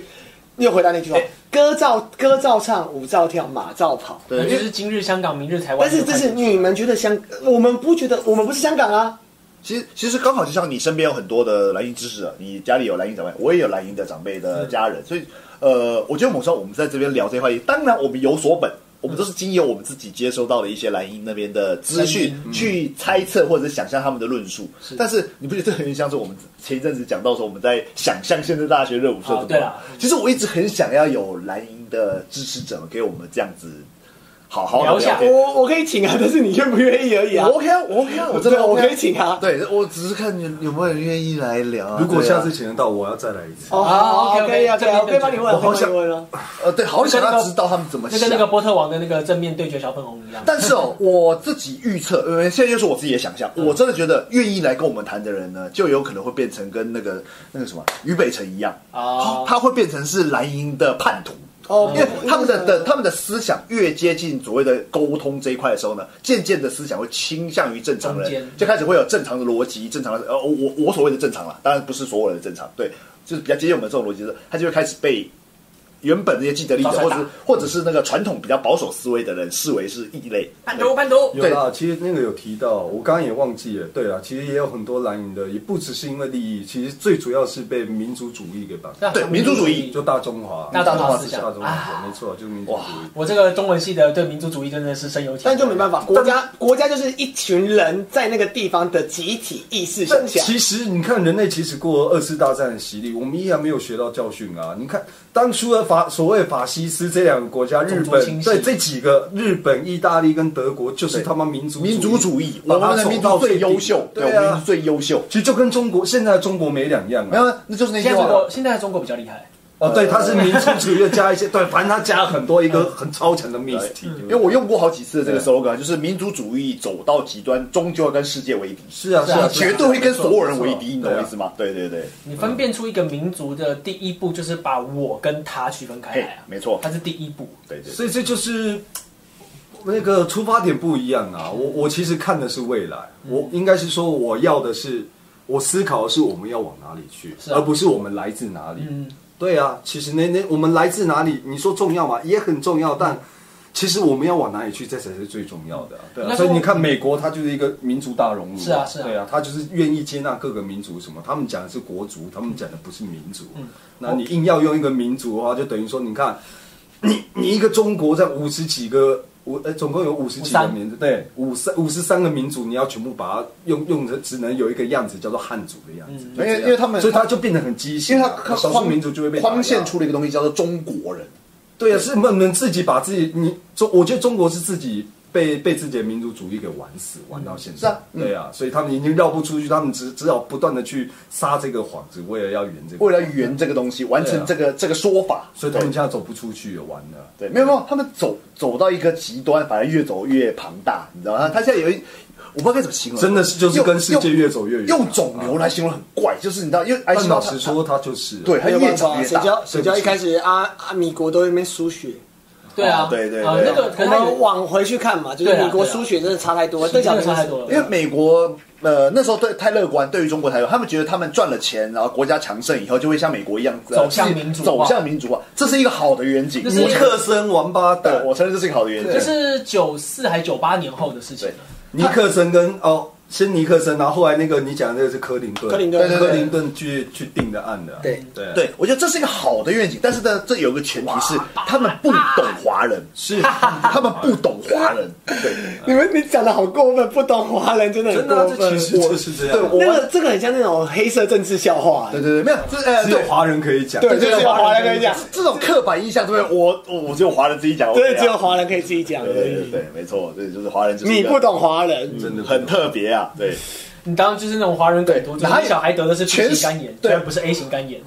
Speaker 4: 又回到那句话：歌照歌照唱，舞照跳，马照跑。
Speaker 1: 对
Speaker 3: 那就是今日香港，明日台湾。
Speaker 4: 但是这是你们觉得香，我们不觉得，我们不是香港啊，
Speaker 1: 其实其实刚好就像你身边有很多的蓝营支持者，你家里有蓝营长辈，我也有蓝营的长辈
Speaker 3: 嗯
Speaker 1: 的家人，所以呃，我觉得某种程度上我们在这边聊这些话题，当然我们有所本。我们都是经由我们自己接收到的一些蓝营那边的资讯
Speaker 3: 嗯
Speaker 1: 去猜测或者想象他们的论述，但是你不觉得这很像是我们前一阵子讲到说我们在想象现在大学热舞社怎么
Speaker 3: 哦对啦
Speaker 1: 其实我一直很想要有蓝营的支持者给我们这样子好好的
Speaker 3: 聊一下哦
Speaker 1: 天
Speaker 4: 我我可以请啊，但是你愿不愿意而已啊。
Speaker 1: 我 OK 啊，我 OK 啊，我真
Speaker 4: 对
Speaker 1: 的
Speaker 4: 我
Speaker 1: OK 啊
Speaker 4: 可以请啊。
Speaker 1: 对，我只是看有有没有人愿意来聊啊。
Speaker 2: 如果
Speaker 1: 对啊
Speaker 2: 下次请得到，我要再来一次。
Speaker 4: 哦，
Speaker 3: 好
Speaker 4: 好，可以
Speaker 3: OK，OK，
Speaker 4: 啊，可以啊，
Speaker 3: 这边
Speaker 4: 我可以帮你问，
Speaker 1: 我好想
Speaker 4: 可以帮你问啊。
Speaker 1: 呃，对，好想
Speaker 3: 就跟那
Speaker 1: 要
Speaker 3: 个
Speaker 1: 知道他们怎么
Speaker 3: 就
Speaker 1: 想。
Speaker 3: 跟那个波特王的那个正面对决小粉红一样。
Speaker 1: 但是哦，我自己预测，因为现在就是我自己的想象，
Speaker 3: 嗯
Speaker 1: 我真的觉得愿意来跟我们谈的人呢，就有可能会变成跟那个那个什么俞北辰一样，
Speaker 3: 哦
Speaker 1: 他会变成是蓝营的叛徒。
Speaker 4: 哦
Speaker 1: 因为他们的的他们的思想越接近所谓的沟通这一块的时候呢，渐渐的思想会倾向于正常
Speaker 3: 中
Speaker 1: 人
Speaker 3: 间，
Speaker 1: 就开始会有正常的逻辑，正常的呃，我我所谓的正常啦，当然不是所有人的正常，对，就是比较接近我们这种逻辑的，他就会开始被原本那些既得利益者，
Speaker 3: 抓
Speaker 1: 或
Speaker 3: 出来
Speaker 1: 者是
Speaker 3: 打
Speaker 1: 或者是那个传统比较保守思维的人视为是异类。
Speaker 3: 叛徒，叛徒，
Speaker 2: 有啦，其实那个有提到，我刚刚也忘记了。对啦，其实也有很多蓝营的，也不只是因为利益，其实最主要是被民族主义给绑架，
Speaker 1: 对民族主义
Speaker 2: 就大中华，
Speaker 3: 大
Speaker 1: 中华
Speaker 3: 思想
Speaker 2: 大中华
Speaker 3: 啊，
Speaker 2: 没错，就是民族主义。
Speaker 3: 我这个中文系的对民族主义真的是深有体会，啊
Speaker 4: 但就没办法，国家国家就是一群人在那个地方的集体意识
Speaker 2: 但
Speaker 4: 形象。
Speaker 2: 其实你看，人类其实过了二次大战的洗礼，我们依然没有学到教训啊！你看，当初的法所谓法西斯这两个国家，日
Speaker 3: 种族
Speaker 2: 本
Speaker 3: 清洗
Speaker 2: 对这几个日本、意大利跟德国，就是
Speaker 1: 对
Speaker 2: 他妈民族
Speaker 1: 民族主义，
Speaker 2: 把
Speaker 1: 我
Speaker 2: 它
Speaker 1: 们的
Speaker 2: 走
Speaker 1: 民
Speaker 2: 到
Speaker 1: 族最
Speaker 2: 底
Speaker 1: 优秀，对，我
Speaker 2: 对
Speaker 1: 们民族
Speaker 2: 啊，
Speaker 1: 最优秀。
Speaker 2: 其实就跟中国现在的中国没两样
Speaker 1: 没
Speaker 2: 啊！
Speaker 1: 有，那就是那句
Speaker 3: 现在中
Speaker 1: 话
Speaker 3: 国，现在中国比较厉害，
Speaker 2: 哦，对，它是民族主义又加一 些，对，反正它加了很多一个很超强的 mix 体，
Speaker 3: 嗯
Speaker 2: 对不嗯
Speaker 1: 因
Speaker 2: 对
Speaker 1: 为我用过好几次的这个 slogan，就是民族主义走到极端，终究要跟世界为敌，
Speaker 2: 是啊是啊，
Speaker 1: 绝对会跟所有人为敌，你懂我意思
Speaker 2: 吗？
Speaker 1: 吗？对对对，
Speaker 3: 你分辨出一个民族的第一步就是把我跟他区分开
Speaker 1: 嘿
Speaker 3: 来啊，，
Speaker 1: 没错，
Speaker 3: 它是第一步。
Speaker 1: 对对。
Speaker 2: 所以这就是那个出发点不一样啊。我我其实看的是未来，我
Speaker 3: 嗯
Speaker 2: 应该是说我要的是，我思考的是我们要往哪里去，
Speaker 3: 是啊
Speaker 2: 而不是我们来自哪里。
Speaker 3: 嗯，
Speaker 2: 对啊，其实那那我们来自哪里，你说重要吗？也很重要，
Speaker 3: 嗯
Speaker 2: 但。其实我们要往哪里去，这才是最重要的啊、对啊，
Speaker 3: 那时
Speaker 2: 所
Speaker 3: 候
Speaker 2: 以你看，美国它就是一个民族大熔炉、
Speaker 3: 是啊是啊
Speaker 2: 对啊，它就是愿意接纳各个民族什么，他们讲的是国族，他们讲的不是民族。
Speaker 3: 嗯
Speaker 2: 那你硬要用一个民族的话，就等于说，你看，你你一个中国在五十几个五呃，总共有五十几个
Speaker 3: 53
Speaker 2: 民族，对，五三五十三个民族，你要全部把它用用成，只能有一个样子叫做汉族的样子，啊
Speaker 1: 因为因为他们
Speaker 2: 所以它就变得很畸
Speaker 1: 因
Speaker 2: 形
Speaker 1: 为
Speaker 2: 啊，
Speaker 1: 他框
Speaker 2: 少数民族就会被打压
Speaker 1: 框限出了一个东西，叫做中国人。
Speaker 2: 对啊，是你们自己把自己，你中，我觉得中国是自己被被自己的民族主义给玩死，玩到现在。
Speaker 1: 是啊嗯
Speaker 2: 对啊，所以他们已经绕不出去，他们只只好不断的去撒这个幌子，为了要圆这个。
Speaker 1: 为了圆这个东西，完成这个、这个说法，
Speaker 2: 所以他们现在走不出去，完了。
Speaker 1: 对，没有没有，他们走走到一个极端，反而越走越庞大，你知道吗？他现在有一，我不知道该怎么形容，
Speaker 2: 真的是就是跟世界越走越远
Speaker 1: 用用肿瘤来形容很怪，就是你知道，因为艾
Speaker 2: 但
Speaker 1: 希
Speaker 2: 老
Speaker 1: 猫
Speaker 2: 实
Speaker 1: 他，
Speaker 2: 说，他就是啊
Speaker 1: 对，他
Speaker 4: 没有
Speaker 1: 越
Speaker 4: 办
Speaker 1: 长
Speaker 4: 法，
Speaker 1: 越
Speaker 4: 谁
Speaker 1: 大。
Speaker 4: 叫谁叫一开始啊啊，米国都在那边输血，
Speaker 3: 对啊，
Speaker 1: 哦对对
Speaker 3: 啊
Speaker 1: 对
Speaker 3: 那个
Speaker 4: 我
Speaker 3: 可是它
Speaker 4: 们
Speaker 3: 有
Speaker 4: 往回去看嘛，就是
Speaker 3: 对啊
Speaker 4: 米国
Speaker 3: 对啊
Speaker 4: 输血真的差太多，
Speaker 3: 真
Speaker 4: 邓小
Speaker 3: 的
Speaker 4: 平
Speaker 3: 差太多
Speaker 1: 因
Speaker 3: 了，
Speaker 1: 为美国呃那时候对太乐观，对于中国台湾，他们觉得他们赚了钱，然后国家强盛以后，就会像美国一样呃
Speaker 3: 走向民主
Speaker 1: 走
Speaker 3: 化
Speaker 1: 向民主化，这是一个好的远景。
Speaker 3: 这
Speaker 2: 尼
Speaker 3: 是
Speaker 2: 克森王八蛋
Speaker 1: 对，，我承认这是一个好的远景。
Speaker 3: 这是九四还九八年后的事情了。
Speaker 2: 尼克森跟哦，先尼克森，然后后来那个你讲的那个是克林顿，
Speaker 4: 克林顿
Speaker 1: 对对
Speaker 2: 克
Speaker 1: 对
Speaker 2: 林顿去去定的案的啊。
Speaker 4: 对
Speaker 2: 对啊
Speaker 1: 对，我觉得这是一个好的愿景，但是呢，这有一个前提是他们不懂华人，
Speaker 2: 是
Speaker 1: 他们不懂华人。对，
Speaker 4: 你们你讲的好过分，不懂华人真的很
Speaker 2: 真的啊，这
Speaker 4: 过分
Speaker 2: 其。实就是这样
Speaker 1: 对
Speaker 2: 啊。
Speaker 1: 我
Speaker 4: 那个这个很像那种黑色政治笑话，
Speaker 1: 对对对，没有，这呃，
Speaker 2: 只有
Speaker 1: 对
Speaker 2: 华人可以讲。
Speaker 4: 对，就是有华人跟你讲，
Speaker 1: 这种刻板印象，对不对？我我我只有华人自己讲，
Speaker 4: 真
Speaker 1: OK 啊
Speaker 4: 的只有。华人可以自己讲
Speaker 1: 对
Speaker 4: 而
Speaker 1: 对对
Speaker 4: 已。
Speaker 1: 对，没错，对，就是华人就是嗯一
Speaker 4: 你
Speaker 1: 个
Speaker 4: 不懂华人，
Speaker 2: 真的
Speaker 1: 很特别啊，对。
Speaker 3: 你当然就是那种华人梗图，就是
Speaker 1: 哪有
Speaker 3: 你小孩得的是 B
Speaker 1: 全
Speaker 3: 型
Speaker 1: 是
Speaker 3: 肝炎，
Speaker 1: 对
Speaker 3: 虽然不是 A 型 肝炎，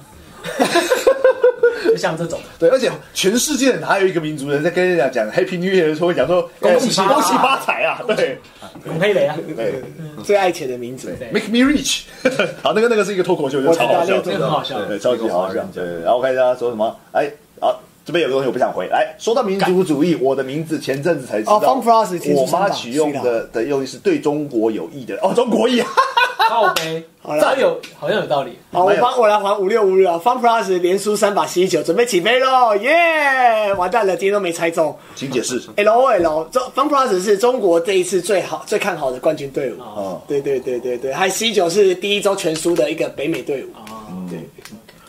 Speaker 3: 就像这种。
Speaker 1: 对，而且全世界哪有一个民族人在跟人家讲 Happy New Year 的时候会讲说
Speaker 3: 恭
Speaker 1: 喜
Speaker 3: 喜
Speaker 1: 恭
Speaker 3: 发
Speaker 1: 喜发财啊？对
Speaker 3: 孔 黑雷啊，
Speaker 1: 对
Speaker 4: 最爱钱的民族。
Speaker 1: 对，Make me rich。好， 那个那个是一个脱口秀，就超好笑
Speaker 4: 我知
Speaker 1: 的
Speaker 4: 道那个脱
Speaker 3: 这个很好笑。
Speaker 1: 对，超级好笑。对，然后看一下说什么，哎，好，这边有个东西我不想回。来说到民族主义，我的名字前阵子才知道，
Speaker 4: 哦，Fun Plus，前
Speaker 1: 我
Speaker 4: 出
Speaker 1: 妈
Speaker 4: 生吧
Speaker 1: 取用
Speaker 4: 是
Speaker 1: 的的用意是对中国有益的，哦，中国益啊，
Speaker 3: 靠背，
Speaker 4: 了
Speaker 3: 这有好像有道理。
Speaker 4: 好，我
Speaker 1: 没有
Speaker 4: 帮我来还五六五六啊，Fun Plus 连输三把西九，准备起飞喽，耶！完蛋了，今天都没猜中。
Speaker 1: 请解释。
Speaker 4: L O L，中 Fun Plus 是中国这一次最好、最看好的冠军队伍。
Speaker 1: 哦
Speaker 4: 哦，对对对对对，还 C 九是第一周全输的一个北美队伍。
Speaker 3: 哦，
Speaker 4: 对，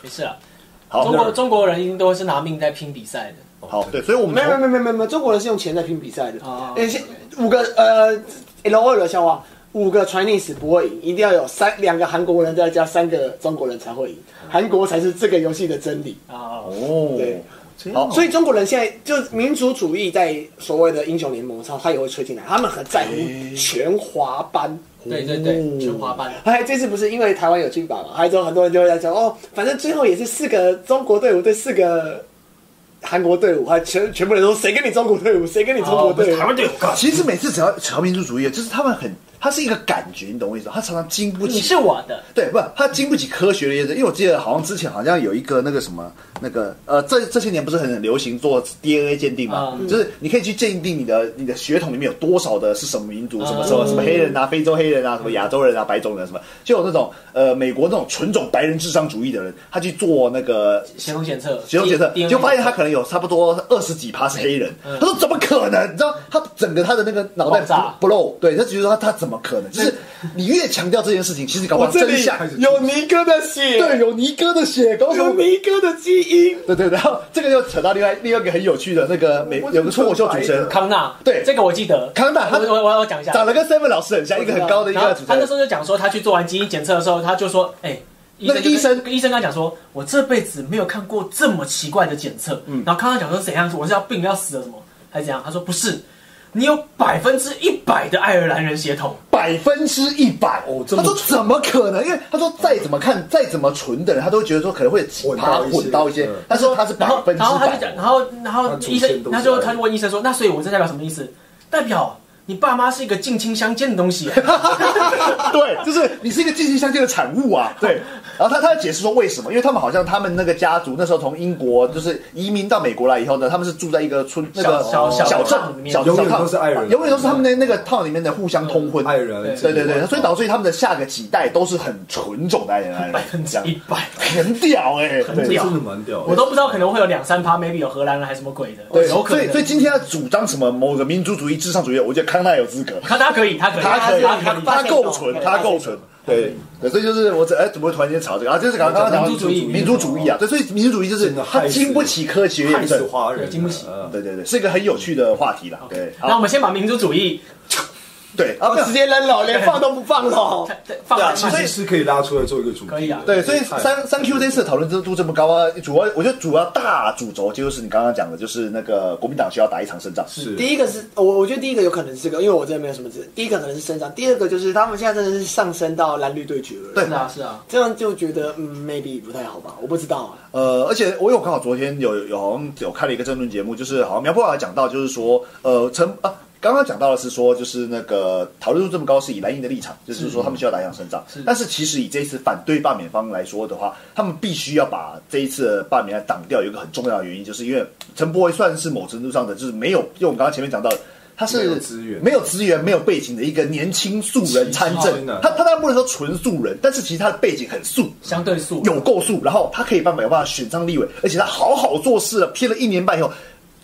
Speaker 3: 没事啊。
Speaker 1: 嗯好
Speaker 3: 中
Speaker 1: 那
Speaker 3: 国中国人一定都是拿命在拼比赛的。
Speaker 1: 好，对，所以我们
Speaker 4: 没有没有没有没有没有，中国人是用钱在拼比赛的。
Speaker 3: 哦
Speaker 4: 而且五个呃，L O L 的笑话，五个 Chinese 不会赢，一定要有三两个韩国人再加三个中国人才会赢，韩国才是这个游戏的真理。
Speaker 3: 啊，
Speaker 1: 哦
Speaker 4: 对，
Speaker 2: 这样
Speaker 1: 好
Speaker 2: 哦
Speaker 4: 所以中国人现在就是民族主义在所谓的英雄联盟上，他也会吹进来，他们很在乎全华班。
Speaker 3: 对对对，全华班。
Speaker 4: 哎，这次不是因为台湾有金榜嘛，还有之后很多人就会在讲哦，反正最后也是四个中国队伍对四个韩国队伍，还全全部人说谁跟你中国队伍，谁跟你中国
Speaker 1: 哦
Speaker 4: 队伍，
Speaker 3: 台湾队友，我告诉
Speaker 1: 其实每次只要聊民族主义，就是他们很，它是一个感觉，你懂我意思吗？它常常经不
Speaker 3: 你，你
Speaker 1: 起
Speaker 3: 是我的，
Speaker 1: 对，不，它经不起科学的验证。因为我记得好像之前好像有一个那个什么那个呃，这这些年不是很流行做 DNA 鉴定嘛？
Speaker 3: 嗯
Speaker 1: 就是你可以去鉴定你的你的血统里面有多少的是什么民族，什么什么
Speaker 3: 嗯
Speaker 1: 什么黑人啊、非洲黑人啊、什么亚洲人啊、白种人什么，就有那种呃美国那种纯种白人智商主义的人，他去做那个
Speaker 3: 显动检测，
Speaker 1: 血统检测，
Speaker 3: DNA
Speaker 1: 就发现他可能有差不多二十几趴是黑人。他说怎么可能？你知道他整个他的那个脑袋
Speaker 3: 嗯爆炸
Speaker 1: 不不漏，对他觉得他他怎么可能？就是你越强调这件事情，其实搞不
Speaker 4: 我
Speaker 1: 好
Speaker 4: 这
Speaker 1: 真
Speaker 4: 里
Speaker 1: 相
Speaker 4: 有尼哥的血，
Speaker 1: 对，有尼哥的血，搞什
Speaker 4: 有
Speaker 1: 么？
Speaker 4: 尼哥的基因。
Speaker 1: 对对，然后这个又扯到另外另外一个很有趣的那个美
Speaker 2: 我
Speaker 1: 有个脱口秀主持人
Speaker 2: 我
Speaker 3: 康纳，
Speaker 1: 对
Speaker 3: 这个我记得，
Speaker 1: 康纳他
Speaker 3: 我我我要讲一下，
Speaker 1: 长得跟 Seven 老师很像，一个很高的一
Speaker 3: 然后
Speaker 1: 个主持
Speaker 3: 他那
Speaker 1: 人
Speaker 3: 时。候就讲说，他去做完基因检测的时候，他就说，哎、
Speaker 1: 那个
Speaker 3: 就跟
Speaker 1: 医生
Speaker 3: 跟医生跟他讲说，我这辈子没有看过这么奇怪的检测。
Speaker 1: 嗯
Speaker 3: 然后康康讲说怎样，我是要病了要死了什么，还是怎样？他说不是，你有百分之一百的爱尔兰人血统。
Speaker 1: 百分之一百。
Speaker 2: 哦这
Speaker 1: 他
Speaker 2: 么
Speaker 1: 说怎么可能？因为他说再怎么看，再怎么纯的人，他都会觉得说可能会奇葩
Speaker 2: 混到一些
Speaker 1: 混到一些
Speaker 2: 嗯。
Speaker 1: 他说他是百
Speaker 3: 然后
Speaker 1: 分之
Speaker 3: 然后他就
Speaker 1: 百哦
Speaker 3: 讲，。然后然后
Speaker 2: 他祖先
Speaker 3: 医生
Speaker 2: 都是
Speaker 3: 他就
Speaker 2: 爱
Speaker 3: 他就问医生说，那所以我这代表什么意思？代表你爸妈是一个近亲相奸的东西、啊
Speaker 1: 对，就是你是一个近亲相奸的产物啊。对，然后他他解释说为什么？因为他们好像他们那个家族那时候从英国就是移民到美国来以后呢，他们是住在一个村那个
Speaker 3: 小小
Speaker 1: 小镇
Speaker 3: 小镇里面
Speaker 1: 小
Speaker 2: 永
Speaker 1: 小
Speaker 2: 远
Speaker 1: 套
Speaker 2: 都是爱人嗯
Speaker 1: 永远都是他们的那个套里面的互相通婚。
Speaker 2: 爱人啊
Speaker 3: 对，
Speaker 1: 对对对，所以导致于他们的下个几代都是很纯种的爱尔兰人，
Speaker 3: 百分之
Speaker 1: 这样
Speaker 3: 一百，
Speaker 1: 很屌哎，
Speaker 3: 很
Speaker 1: 对
Speaker 2: 这
Speaker 3: 屌
Speaker 2: 真的蛮屌的。
Speaker 3: 我都不知道可能会有两三趴，maybe 有荷兰人还是什么鬼的，
Speaker 1: 对，
Speaker 3: 有可
Speaker 1: 所
Speaker 3: 能
Speaker 1: 以。所以今天要主张什么某个民族主义、至上主义，我觉得康纳有资格，
Speaker 3: 他他可以，他可以，
Speaker 1: 他可以，
Speaker 3: 他
Speaker 1: 他
Speaker 3: 可以，
Speaker 1: 他够纯，他够纯。对对，所以就是我怎哎，怎么会突然间吵这个啊？就是刚刚讲
Speaker 3: 民族主义
Speaker 1: 民族主义啊，对，所以民族主义就是
Speaker 2: 真的
Speaker 1: 它
Speaker 2: 害死
Speaker 1: 经不起科学
Speaker 2: 害
Speaker 1: 验
Speaker 2: 死
Speaker 1: 证，
Speaker 2: 华人
Speaker 3: 对
Speaker 2: 了，
Speaker 3: 经不起
Speaker 2: 嗯
Speaker 1: 对对对，是一个很有趣的话题啦。对，
Speaker 3: 那我
Speaker 1: 好，
Speaker 3: 们先把民族主义
Speaker 1: 对啊，
Speaker 4: 直接扔了，连放都不放了。
Speaker 3: 对放
Speaker 1: 对啊
Speaker 3: 在
Speaker 2: 其
Speaker 1: 所以
Speaker 2: 实是可以拉出来做一个主题的。
Speaker 3: 可以啊
Speaker 1: 对，所以
Speaker 2: 太
Speaker 1: 三三 Q 这次的讨论度这么高啊，主要我觉得主要大主轴就是你刚刚讲的，就是那个国民党需要打一场胜仗，
Speaker 2: 是
Speaker 4: 第一个是我，我觉得第一个有可能是个，因为我真的没有什么知。第一个可能是身上，第二个就是他们现在真的是上升到蓝绿对决了。
Speaker 1: 对
Speaker 3: 是啊是啊，
Speaker 4: 这样就觉得嗯，maybe 不太好吧？我不知道啊。
Speaker 1: 呃，而且我有刚好昨天有有好像有看了一个政论节目，就是好像苗博雅讲到，就是说呃陈啊。刚刚讲到的是说，就是那个讨论度这么高，是以蓝营的立场，就是说他们需要打一场胜仗。但是其实以这一次反对罢免方来说的话，他们必须要把这一次的罢免案挡掉。有一个很重要的原因，就是因为陈柏惟算是某程度上的，就是没有，因为我们刚刚前面讲到的，他是
Speaker 2: 没有资源
Speaker 1: 没有资源、没有背景的一个年轻素人参政
Speaker 2: 真。的
Speaker 1: 他他当然不能说纯素人，但是其实他的背景很素，
Speaker 3: 相对素
Speaker 1: 有够数，然后他可以办法有办法选上立委，而且他好好做事了，拼了一年半以后，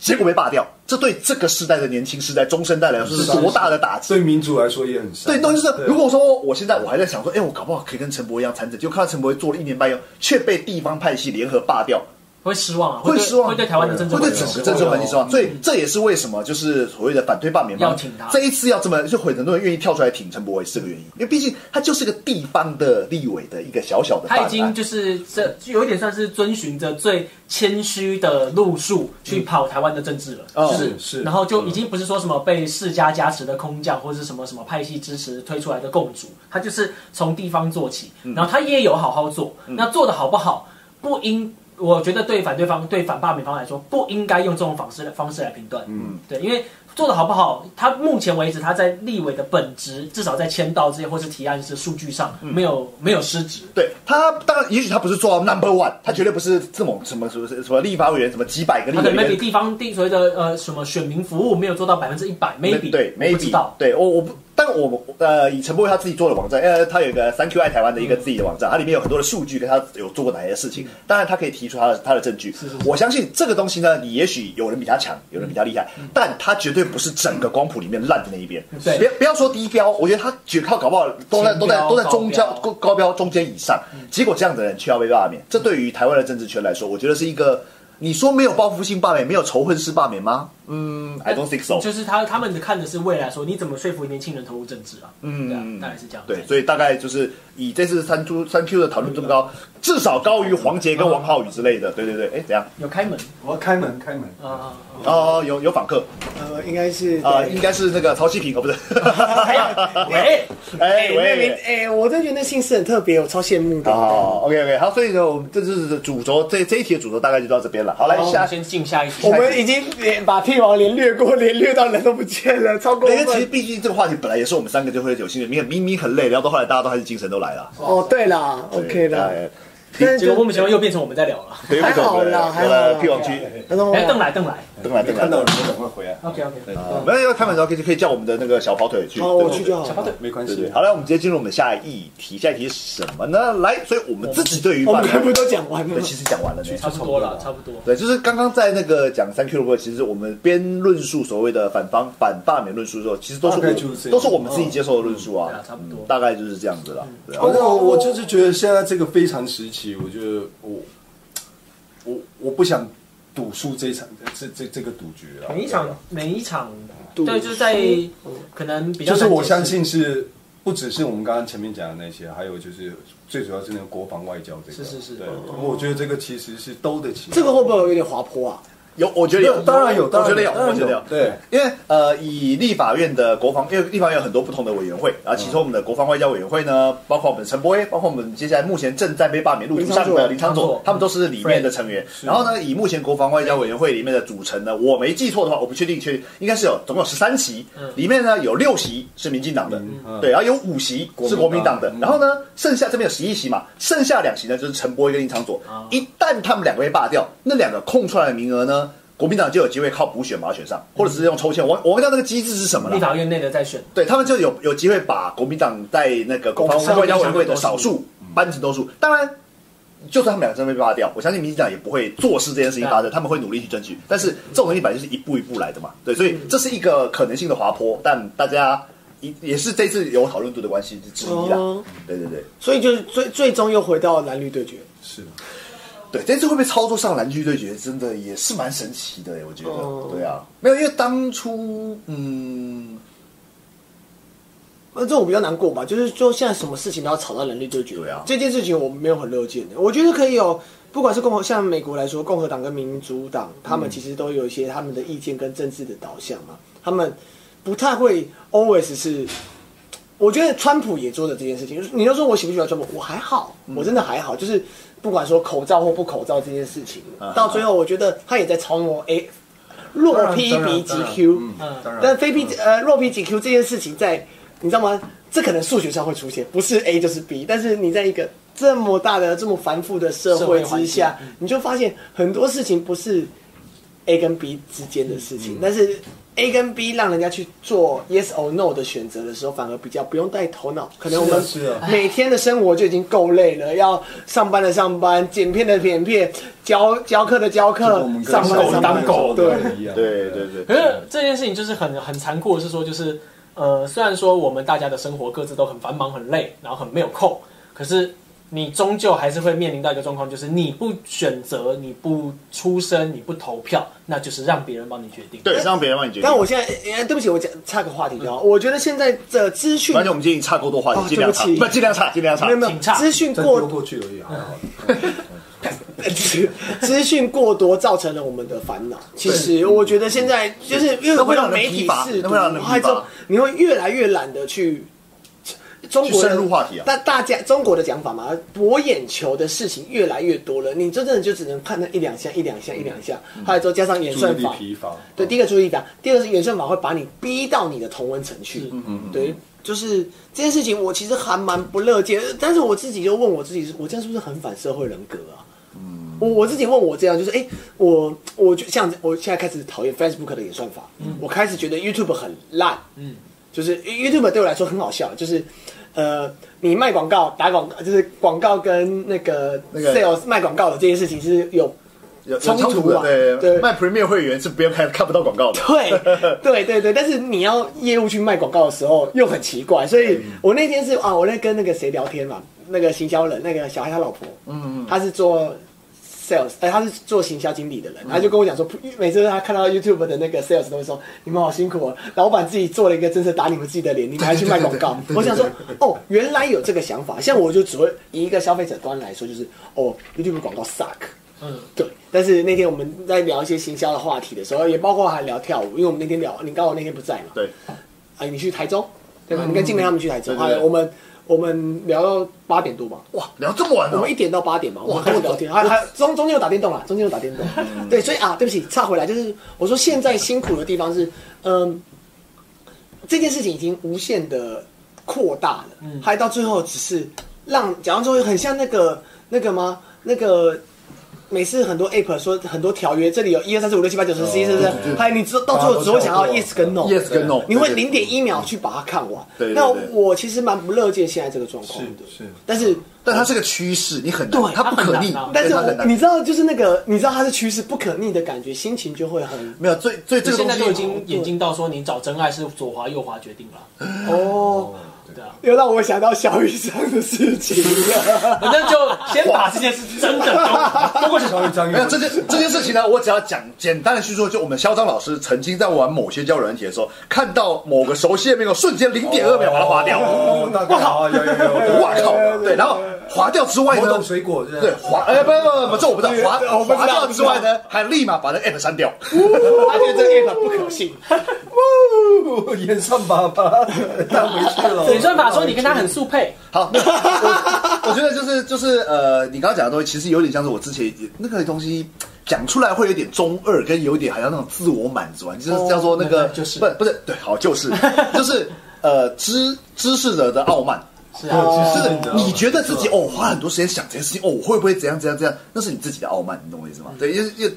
Speaker 1: 结果被罢掉，这对这个时代的年轻时代、中生代来说是多大的打击！
Speaker 2: 对民主来说也很伤。
Speaker 1: 对，东西是，
Speaker 2: 对
Speaker 1: 如果说我现在我还在想说，哎，我搞不好可以跟陈伯一样参政，就看到陈伯做了一年半以后，却被地方派系联合罢掉，
Speaker 3: 会失望啊，
Speaker 1: 会
Speaker 3: 对
Speaker 1: 失望，
Speaker 3: 会对台湾的政治
Speaker 1: 会对整个政治环境失望。所以这也是为什么就是所谓的反对罢免方
Speaker 3: 要挺他
Speaker 1: 这一次要这么就很多人愿意跳出来挺陈伯伟是这个原因，因为毕竟他就是个地方的立委的一个小小的罢
Speaker 3: 他
Speaker 1: 免
Speaker 3: 已
Speaker 1: 案，
Speaker 3: 经就是这就有一点算是遵循着最谦虚的路数去跑台湾的政治了，
Speaker 1: 哦
Speaker 3: 就是
Speaker 2: 是
Speaker 3: 然后就已经不是说什么被世家加持的空降或者是什么什么派系支持推出来的共主，他就是从地方做起，然后他也有好好做，那做的好不好不应。我觉得对反对方、对反罢免方来说，不应该用这种方式来方式来评断。嗯，对，因为做的好不好，他目前为止他在立委的本质，至少在签到这些或是提案是数据上没有没有失职。
Speaker 1: 对他，当然，也许他不是做到 number one，他绝对不是这种什么什么什么立法委员，什么几百个立
Speaker 3: 他
Speaker 1: 法
Speaker 3: 可
Speaker 1: 委
Speaker 3: 能啊 maybe
Speaker 1: 员，
Speaker 3: 地方定所谓的呃什么选民服务没有做到百分之一百，maybe
Speaker 1: 对
Speaker 3: 我不知
Speaker 1: ，maybe，
Speaker 3: 道。
Speaker 1: 对我我不，但我我呃，以陈柏惟他自己做的网站，呃，他有一个三 Q 爱台湾的一
Speaker 3: 嗯
Speaker 1: 个自己的网站，它里面有很多的数据，跟他有做过哪些事情，当然他可以提出他的他的证据。我相信这个东西呢，你也许有人比他强，有人比他厉害，但他绝对不是整个光谱里面烂的那一边。
Speaker 3: 嗯对
Speaker 1: 不要不要说低标，我觉得他绝靠搞不好都在
Speaker 3: 前
Speaker 1: 都在
Speaker 3: 标
Speaker 1: 都在
Speaker 3: 高
Speaker 1: 中
Speaker 3: 标嗯
Speaker 1: 标高高标中间以上，结果这样的人却要被罢免，这对于台湾的政治圈来说，我觉得是一个。你说没有报复性罢免，没有仇恨式罢免吗？嗯，I don't think so。
Speaker 3: 就是他他们看的是未来说，你怎么说服年轻人投入政治啊？嗯，对啊，大概是这样。
Speaker 1: 对，所以大概就是以这次三 Q 三 Q 的讨论度高，至少高于黄杰跟王浩宇之类的。对对对，哎，怎样？
Speaker 3: 有开门
Speaker 2: 我要开门开门，
Speaker 3: 啊啊，
Speaker 1: 哦，有有访客
Speaker 4: 呃，应该是
Speaker 1: 啊、
Speaker 4: 对
Speaker 1: 应该是那个曹希平哦，不是？
Speaker 3: 啊还有喂，
Speaker 1: 哎
Speaker 4: 那名
Speaker 1: 喂。
Speaker 4: 哎，我真觉得那姓氏很特别，我超羡慕的。
Speaker 1: 哦，OK OK，好，所以呢，我们这就是主轴，这这一题的主轴大概就到这边了。好，来
Speaker 3: 好我
Speaker 1: 下
Speaker 3: 们，先进下一题
Speaker 4: 我。们已经连把屁王连略过，连略到人都不见了，超过
Speaker 1: 因为其实
Speaker 4: 分。
Speaker 1: 毕竟这个话题本来也是我们三个就会有兴趣，你看明明很累，聊到后来大家都还是精神都来了。
Speaker 4: 哦，对啦，OK 啦，
Speaker 1: 对
Speaker 4: 但是
Speaker 3: 结果
Speaker 4: 就
Speaker 3: 莫名其妙又变成我们在聊了。
Speaker 1: 对，
Speaker 4: 还好啦
Speaker 1: 有
Speaker 4: 还好啦
Speaker 1: 了屁王区，
Speaker 4: 他说
Speaker 3: 哎，邓来邓来
Speaker 1: 等来
Speaker 2: 你
Speaker 1: 等来
Speaker 2: 看，到人我赶快回来，
Speaker 3: ，OK OK，
Speaker 1: 啊没有要开玩笑，可以可以叫我们的那个小跑腿去。
Speaker 4: 好，我
Speaker 1: 对
Speaker 4: 去就好
Speaker 3: 小。胖腿，
Speaker 2: 没关
Speaker 1: 对
Speaker 2: 系
Speaker 1: 对，。好了，我们直接进入我们的下一题。下一题是什么呢？来，所以我们自己对于
Speaker 4: 我
Speaker 1: 霸
Speaker 4: 们
Speaker 1: 凌
Speaker 4: 刚不都讲完了
Speaker 1: 对，
Speaker 4: 吗？
Speaker 1: 其实讲完了呢，
Speaker 3: 差不多了，差不多。
Speaker 1: 对，就是刚刚在那个讲三 Q 的时候，其实我们边论述所谓的反方反罢免论述的时候，其实都是我
Speaker 2: 大概就是
Speaker 1: 们
Speaker 2: 这样
Speaker 1: 都是我们自己接受的论述
Speaker 3: 对
Speaker 1: 啊
Speaker 3: 啊，差不多
Speaker 1: 嗯大概就是这样子啦。对啊
Speaker 2: 反正我我就是觉得现在这个非常时期，我觉得我我我不想赌输这一场这这这个赌局了。
Speaker 3: 每一场每一场，
Speaker 4: 赌
Speaker 3: 对，就是在
Speaker 4: 输
Speaker 3: 可能比较
Speaker 2: 就是
Speaker 3: 难
Speaker 2: 我
Speaker 3: 解
Speaker 2: 相
Speaker 3: 释
Speaker 2: 信是不只是我们刚刚前面讲的那些，还有就是最主要是那个国防外交这
Speaker 3: 是
Speaker 2: 个，
Speaker 3: 是是
Speaker 2: 对，我觉得这个其实是兜得起，
Speaker 4: 这个会不会有点滑坡啊？
Speaker 1: 有，我觉得有，
Speaker 2: 当然有，
Speaker 1: 我
Speaker 2: 当
Speaker 1: 觉
Speaker 2: 然
Speaker 1: 得有，
Speaker 2: 当
Speaker 1: 我
Speaker 2: 然
Speaker 1: 觉得有
Speaker 2: 有，。对。
Speaker 1: 因为呃，以立法院的国防，因为立法院有很多不同的委员会，然后其中我们的国防外交委员会呢，包括我们陈波威，包括我们接下来目前正在被罢免路途上的林昌佐，他们都是里面的成员。然后呢，以目前国防外交委员会里面的组成呢，我没记错的话，我不确定确定，应该是有总共有十三席，里面呢有六席是民进党的，
Speaker 2: 嗯
Speaker 1: 对，然后有五席是国民党的
Speaker 2: 国民党，嗯
Speaker 1: 然后呢，剩下这边有十一席嘛，剩下两席呢就是陈波威跟林长佐，一旦他们两个被罢掉，那两个空出来的名额呢，国民党就有机会靠补选把它选上，或者是用抽签。我我不知道那个机制是什么
Speaker 3: 立
Speaker 1: 了。
Speaker 3: 法院内的在选，
Speaker 1: 对他们就有有机会把国民党在那个国防外交委员会的少数扳成多数。当然，就算他们两个真的被罢掉，我相信民进党也不会坐视这件事情发生，他们会努力去争取。但是这种东西本来就是一步一步来的嘛，对，所以这是一个可能性的滑坡，但大家也也是这次有讨论度的关系之一啦。
Speaker 4: 哦
Speaker 1: 对对对。
Speaker 4: 所以就是最最终又回到蓝绿对决。
Speaker 2: 是，
Speaker 1: 对，这次会不会操作上蓝区对决，真的也是蛮神奇的耶，我觉得。
Speaker 4: 哦
Speaker 1: 对啊，没有，因为当初，嗯，
Speaker 4: 呃那这我比较难过吧，就是说现在什么事情都要吵到人类对决。
Speaker 1: 对啊
Speaker 4: 这件事情我没有很乐见的。我觉得可以有，不管是共和，像美国来说，共和党跟民主党，他们其实都有一些他们的意见跟政治的导向嘛，他们不太会 always 是。我觉得川普也做的这件事情，你要说我喜不喜欢川普，我还好，
Speaker 2: 嗯
Speaker 4: 我真的还好，就是不管说口罩或不口罩这件事情，到最后我觉得他也在哎操弄 A 弱 P
Speaker 2: 啊当然当
Speaker 4: B G
Speaker 2: 然
Speaker 4: Q，
Speaker 2: 嗯当然
Speaker 4: 但非 B 呃弱 B 几 Q 这件事情在，你知道吗？这可能数学上会出现，不是 A 就是 B，但是你在一个这么大的、这么繁复的社
Speaker 3: 社
Speaker 4: 会
Speaker 3: 会环境
Speaker 4: 之下，你就发现很多事情不是 A 跟 B 之间的事情，但是 A 跟 B 让人家去做 yes or no 的选择的时候，反而比较不用带头脑。可能我们
Speaker 2: 是啊是啊
Speaker 4: 每天的生活就已经够累了，要上班的上班，剪片的剪片，教教课的教
Speaker 2: 就
Speaker 4: 课
Speaker 2: 我们，跟
Speaker 4: 上班的
Speaker 2: 狗
Speaker 4: 上
Speaker 2: 当
Speaker 4: 班，
Speaker 2: 狗
Speaker 4: 对。
Speaker 2: 一样，
Speaker 1: 对对对，
Speaker 3: 可是这件事情就是很很残酷的是说，就是呃，虽然说我们大家的生活各自都很繁忙、很累，然后很没有空，可是你终究还是会面临到一个状况，就是你不选择、你不出声、你不投票，那就是让别人帮你决定。
Speaker 1: 对，让别人帮你决定。
Speaker 4: 但我现在，哎、对不起，我讲岔个话题就好。我觉得现在的资讯
Speaker 1: 而且我们今天差够多话
Speaker 4: 哦
Speaker 1: 题，尽量
Speaker 4: 对
Speaker 1: 差，
Speaker 4: 不起
Speaker 1: 不尽量差，尽量差
Speaker 4: 没。有没有
Speaker 3: 请岔
Speaker 4: 资讯
Speaker 2: 再丢
Speaker 4: 过
Speaker 2: 过去而已，还好。
Speaker 4: 资讯过多造成了我们的烦恼。其实我觉得现在就是因为
Speaker 1: 那会让人
Speaker 4: 媒
Speaker 1: 疲
Speaker 4: 体
Speaker 1: 乏
Speaker 4: 试
Speaker 1: 那
Speaker 4: 读，
Speaker 1: 会让人疲乏
Speaker 4: 还之后你会越来越懒得去。中国
Speaker 1: 去
Speaker 4: 人
Speaker 1: 深入话题啊
Speaker 4: 但大家中国的讲法嘛，博眼球的事情越来越多了，你真正的就只能看那一两项、一两项、一两项，
Speaker 1: 嗯
Speaker 4: 还有之后加上演
Speaker 2: 注意
Speaker 4: 算
Speaker 2: 力
Speaker 4: 法，
Speaker 2: 疲乏，
Speaker 4: 对，第一个注意感，第二个是原生法会把你逼到你的同温层去。嗯嗯，对，就是这件事情，我其实还蛮不乐见，但是我自己就问我自己，我这样是不是很反社会人格啊？我我自己问我这样，就是哎、诶我我就像我现在开始讨厌 Facebook 的演算法，
Speaker 1: 嗯
Speaker 4: 我开始觉得 YouTube 很烂，嗯，就是 YouTube 对我来说很好笑，就是呃，你卖广告打广告，就是广告跟那个
Speaker 1: 那个
Speaker 4: sales 卖广告的这件事情是有
Speaker 1: 有有
Speaker 4: 冲
Speaker 1: 冲
Speaker 4: 突
Speaker 1: 突
Speaker 4: 啊
Speaker 1: 的，对，
Speaker 4: 对
Speaker 1: 卖 Premier 会员是不用看看不到广告的。
Speaker 4: 对对对对，但是你要业务去卖广告的时候又很奇怪，所以我那天是啊，我在跟那个谁聊天嘛，那个行销人，那个小孩他老婆，嗯，他是做 sales，哎、他是做行销经理的人，他就跟我讲说，不每次他看到 YouTube 的那个 sales 都会说，你们好辛苦哦，老板自己做了一个政策打你们自己的脸，你们还去卖广告。我想说，哦，原来有这个想法，像我就只会以一个消费者端来说，就是哦，YouTube 广告 suck。
Speaker 3: 嗯，
Speaker 4: 对，但是那天我们在聊一些行销的话题的时候，也包括还聊跳舞，因为我们那天聊，你刚好那天不在嘛，
Speaker 1: 对，嗯
Speaker 4: 哎，你去台中，对吧？你跟静梅他们去台中，
Speaker 1: 对对
Speaker 4: 还
Speaker 1: 对
Speaker 4: 有我们我们聊到八点多吧，哇，
Speaker 1: 聊这么晚
Speaker 4: 我
Speaker 1: 了
Speaker 4: 们一点到八点嘛，我
Speaker 1: 哦哇嗯
Speaker 4: 们开始聊天，还还中中间有打电动啦，啊中间有打电动，对，所以啊，对不起，岔回来，就是我说现在辛苦的地方是，嗯，这件事情已经无限的扩大了，
Speaker 1: 嗯
Speaker 4: 还到最后只是让，讲到最后很像那个那个吗？那个。每次很多 app 说很多条约，这里有一二三四五六七八九十十一，是不
Speaker 1: 哦
Speaker 4: 是？还有你知到最后只会想要
Speaker 2: 大家都
Speaker 4: yes 跟 no。
Speaker 1: ？Yes 跟 No，
Speaker 4: 你会
Speaker 1: 对
Speaker 4: 零点一秒去把它看完。
Speaker 1: 对对对
Speaker 4: 那我其实蛮不乐见现在这个状况的。
Speaker 2: 是是
Speaker 4: 但是
Speaker 1: 但它是个趋势，你很
Speaker 4: 对
Speaker 1: 难，它不可逆
Speaker 3: 它很难啊，
Speaker 4: 但是
Speaker 1: 对它很
Speaker 4: 我
Speaker 1: 难
Speaker 4: 你知道，就是那个你知道它是趋势不可逆的感觉，心情就会很
Speaker 1: 没有最最这个
Speaker 3: 你现
Speaker 1: 东
Speaker 3: 在都已
Speaker 1: 西，
Speaker 3: 经眼睛到说你找真爱是左滑右滑决定了，
Speaker 4: 哦，
Speaker 3: 对啊，
Speaker 4: 又让我想到小雨上的事情 了。
Speaker 3: 反正就先把这件事真的都都过去。
Speaker 2: 超一张
Speaker 1: 没有这件这件事情呢，我只要讲简单的叙述，就我们肖张老师曾经在玩某些交友软体的时候，看到某个熟悉的面孔，瞬间零点二秒把它划掉。
Speaker 2: 哦，那个好，有有有，
Speaker 1: 哇靠！对，然后划掉之外
Speaker 2: 某
Speaker 1: 呢
Speaker 2: 种，水果是吧
Speaker 1: 对划哎不不不，这我不知道，划
Speaker 4: 我不知道
Speaker 1: 划掉之外呢，还立马把那个 app 删掉。
Speaker 4: 他觉得这个 app 不 可信，
Speaker 2: 哦，演算法把它带回去了。
Speaker 3: 演算法
Speaker 4: 哦
Speaker 3: 说你跟他很速配，
Speaker 1: 好，那 我我觉得就是就是呃，你刚刚讲的东西，其实有点像是我之前也那个东西讲出来会有点中二，跟有点好像那种自我满足啊，就是叫做那个、
Speaker 3: 哦就是
Speaker 1: 不不是对，好就是 就是呃知知识者的傲慢。
Speaker 3: 是
Speaker 4: 哦
Speaker 3: 啊，
Speaker 1: 就是
Speaker 2: 的
Speaker 1: 哦你觉得自己哦花很多时间想这件事情哦我会不会怎样怎样怎样，那是你自己的傲慢，你懂我意思吗？嗯对，也也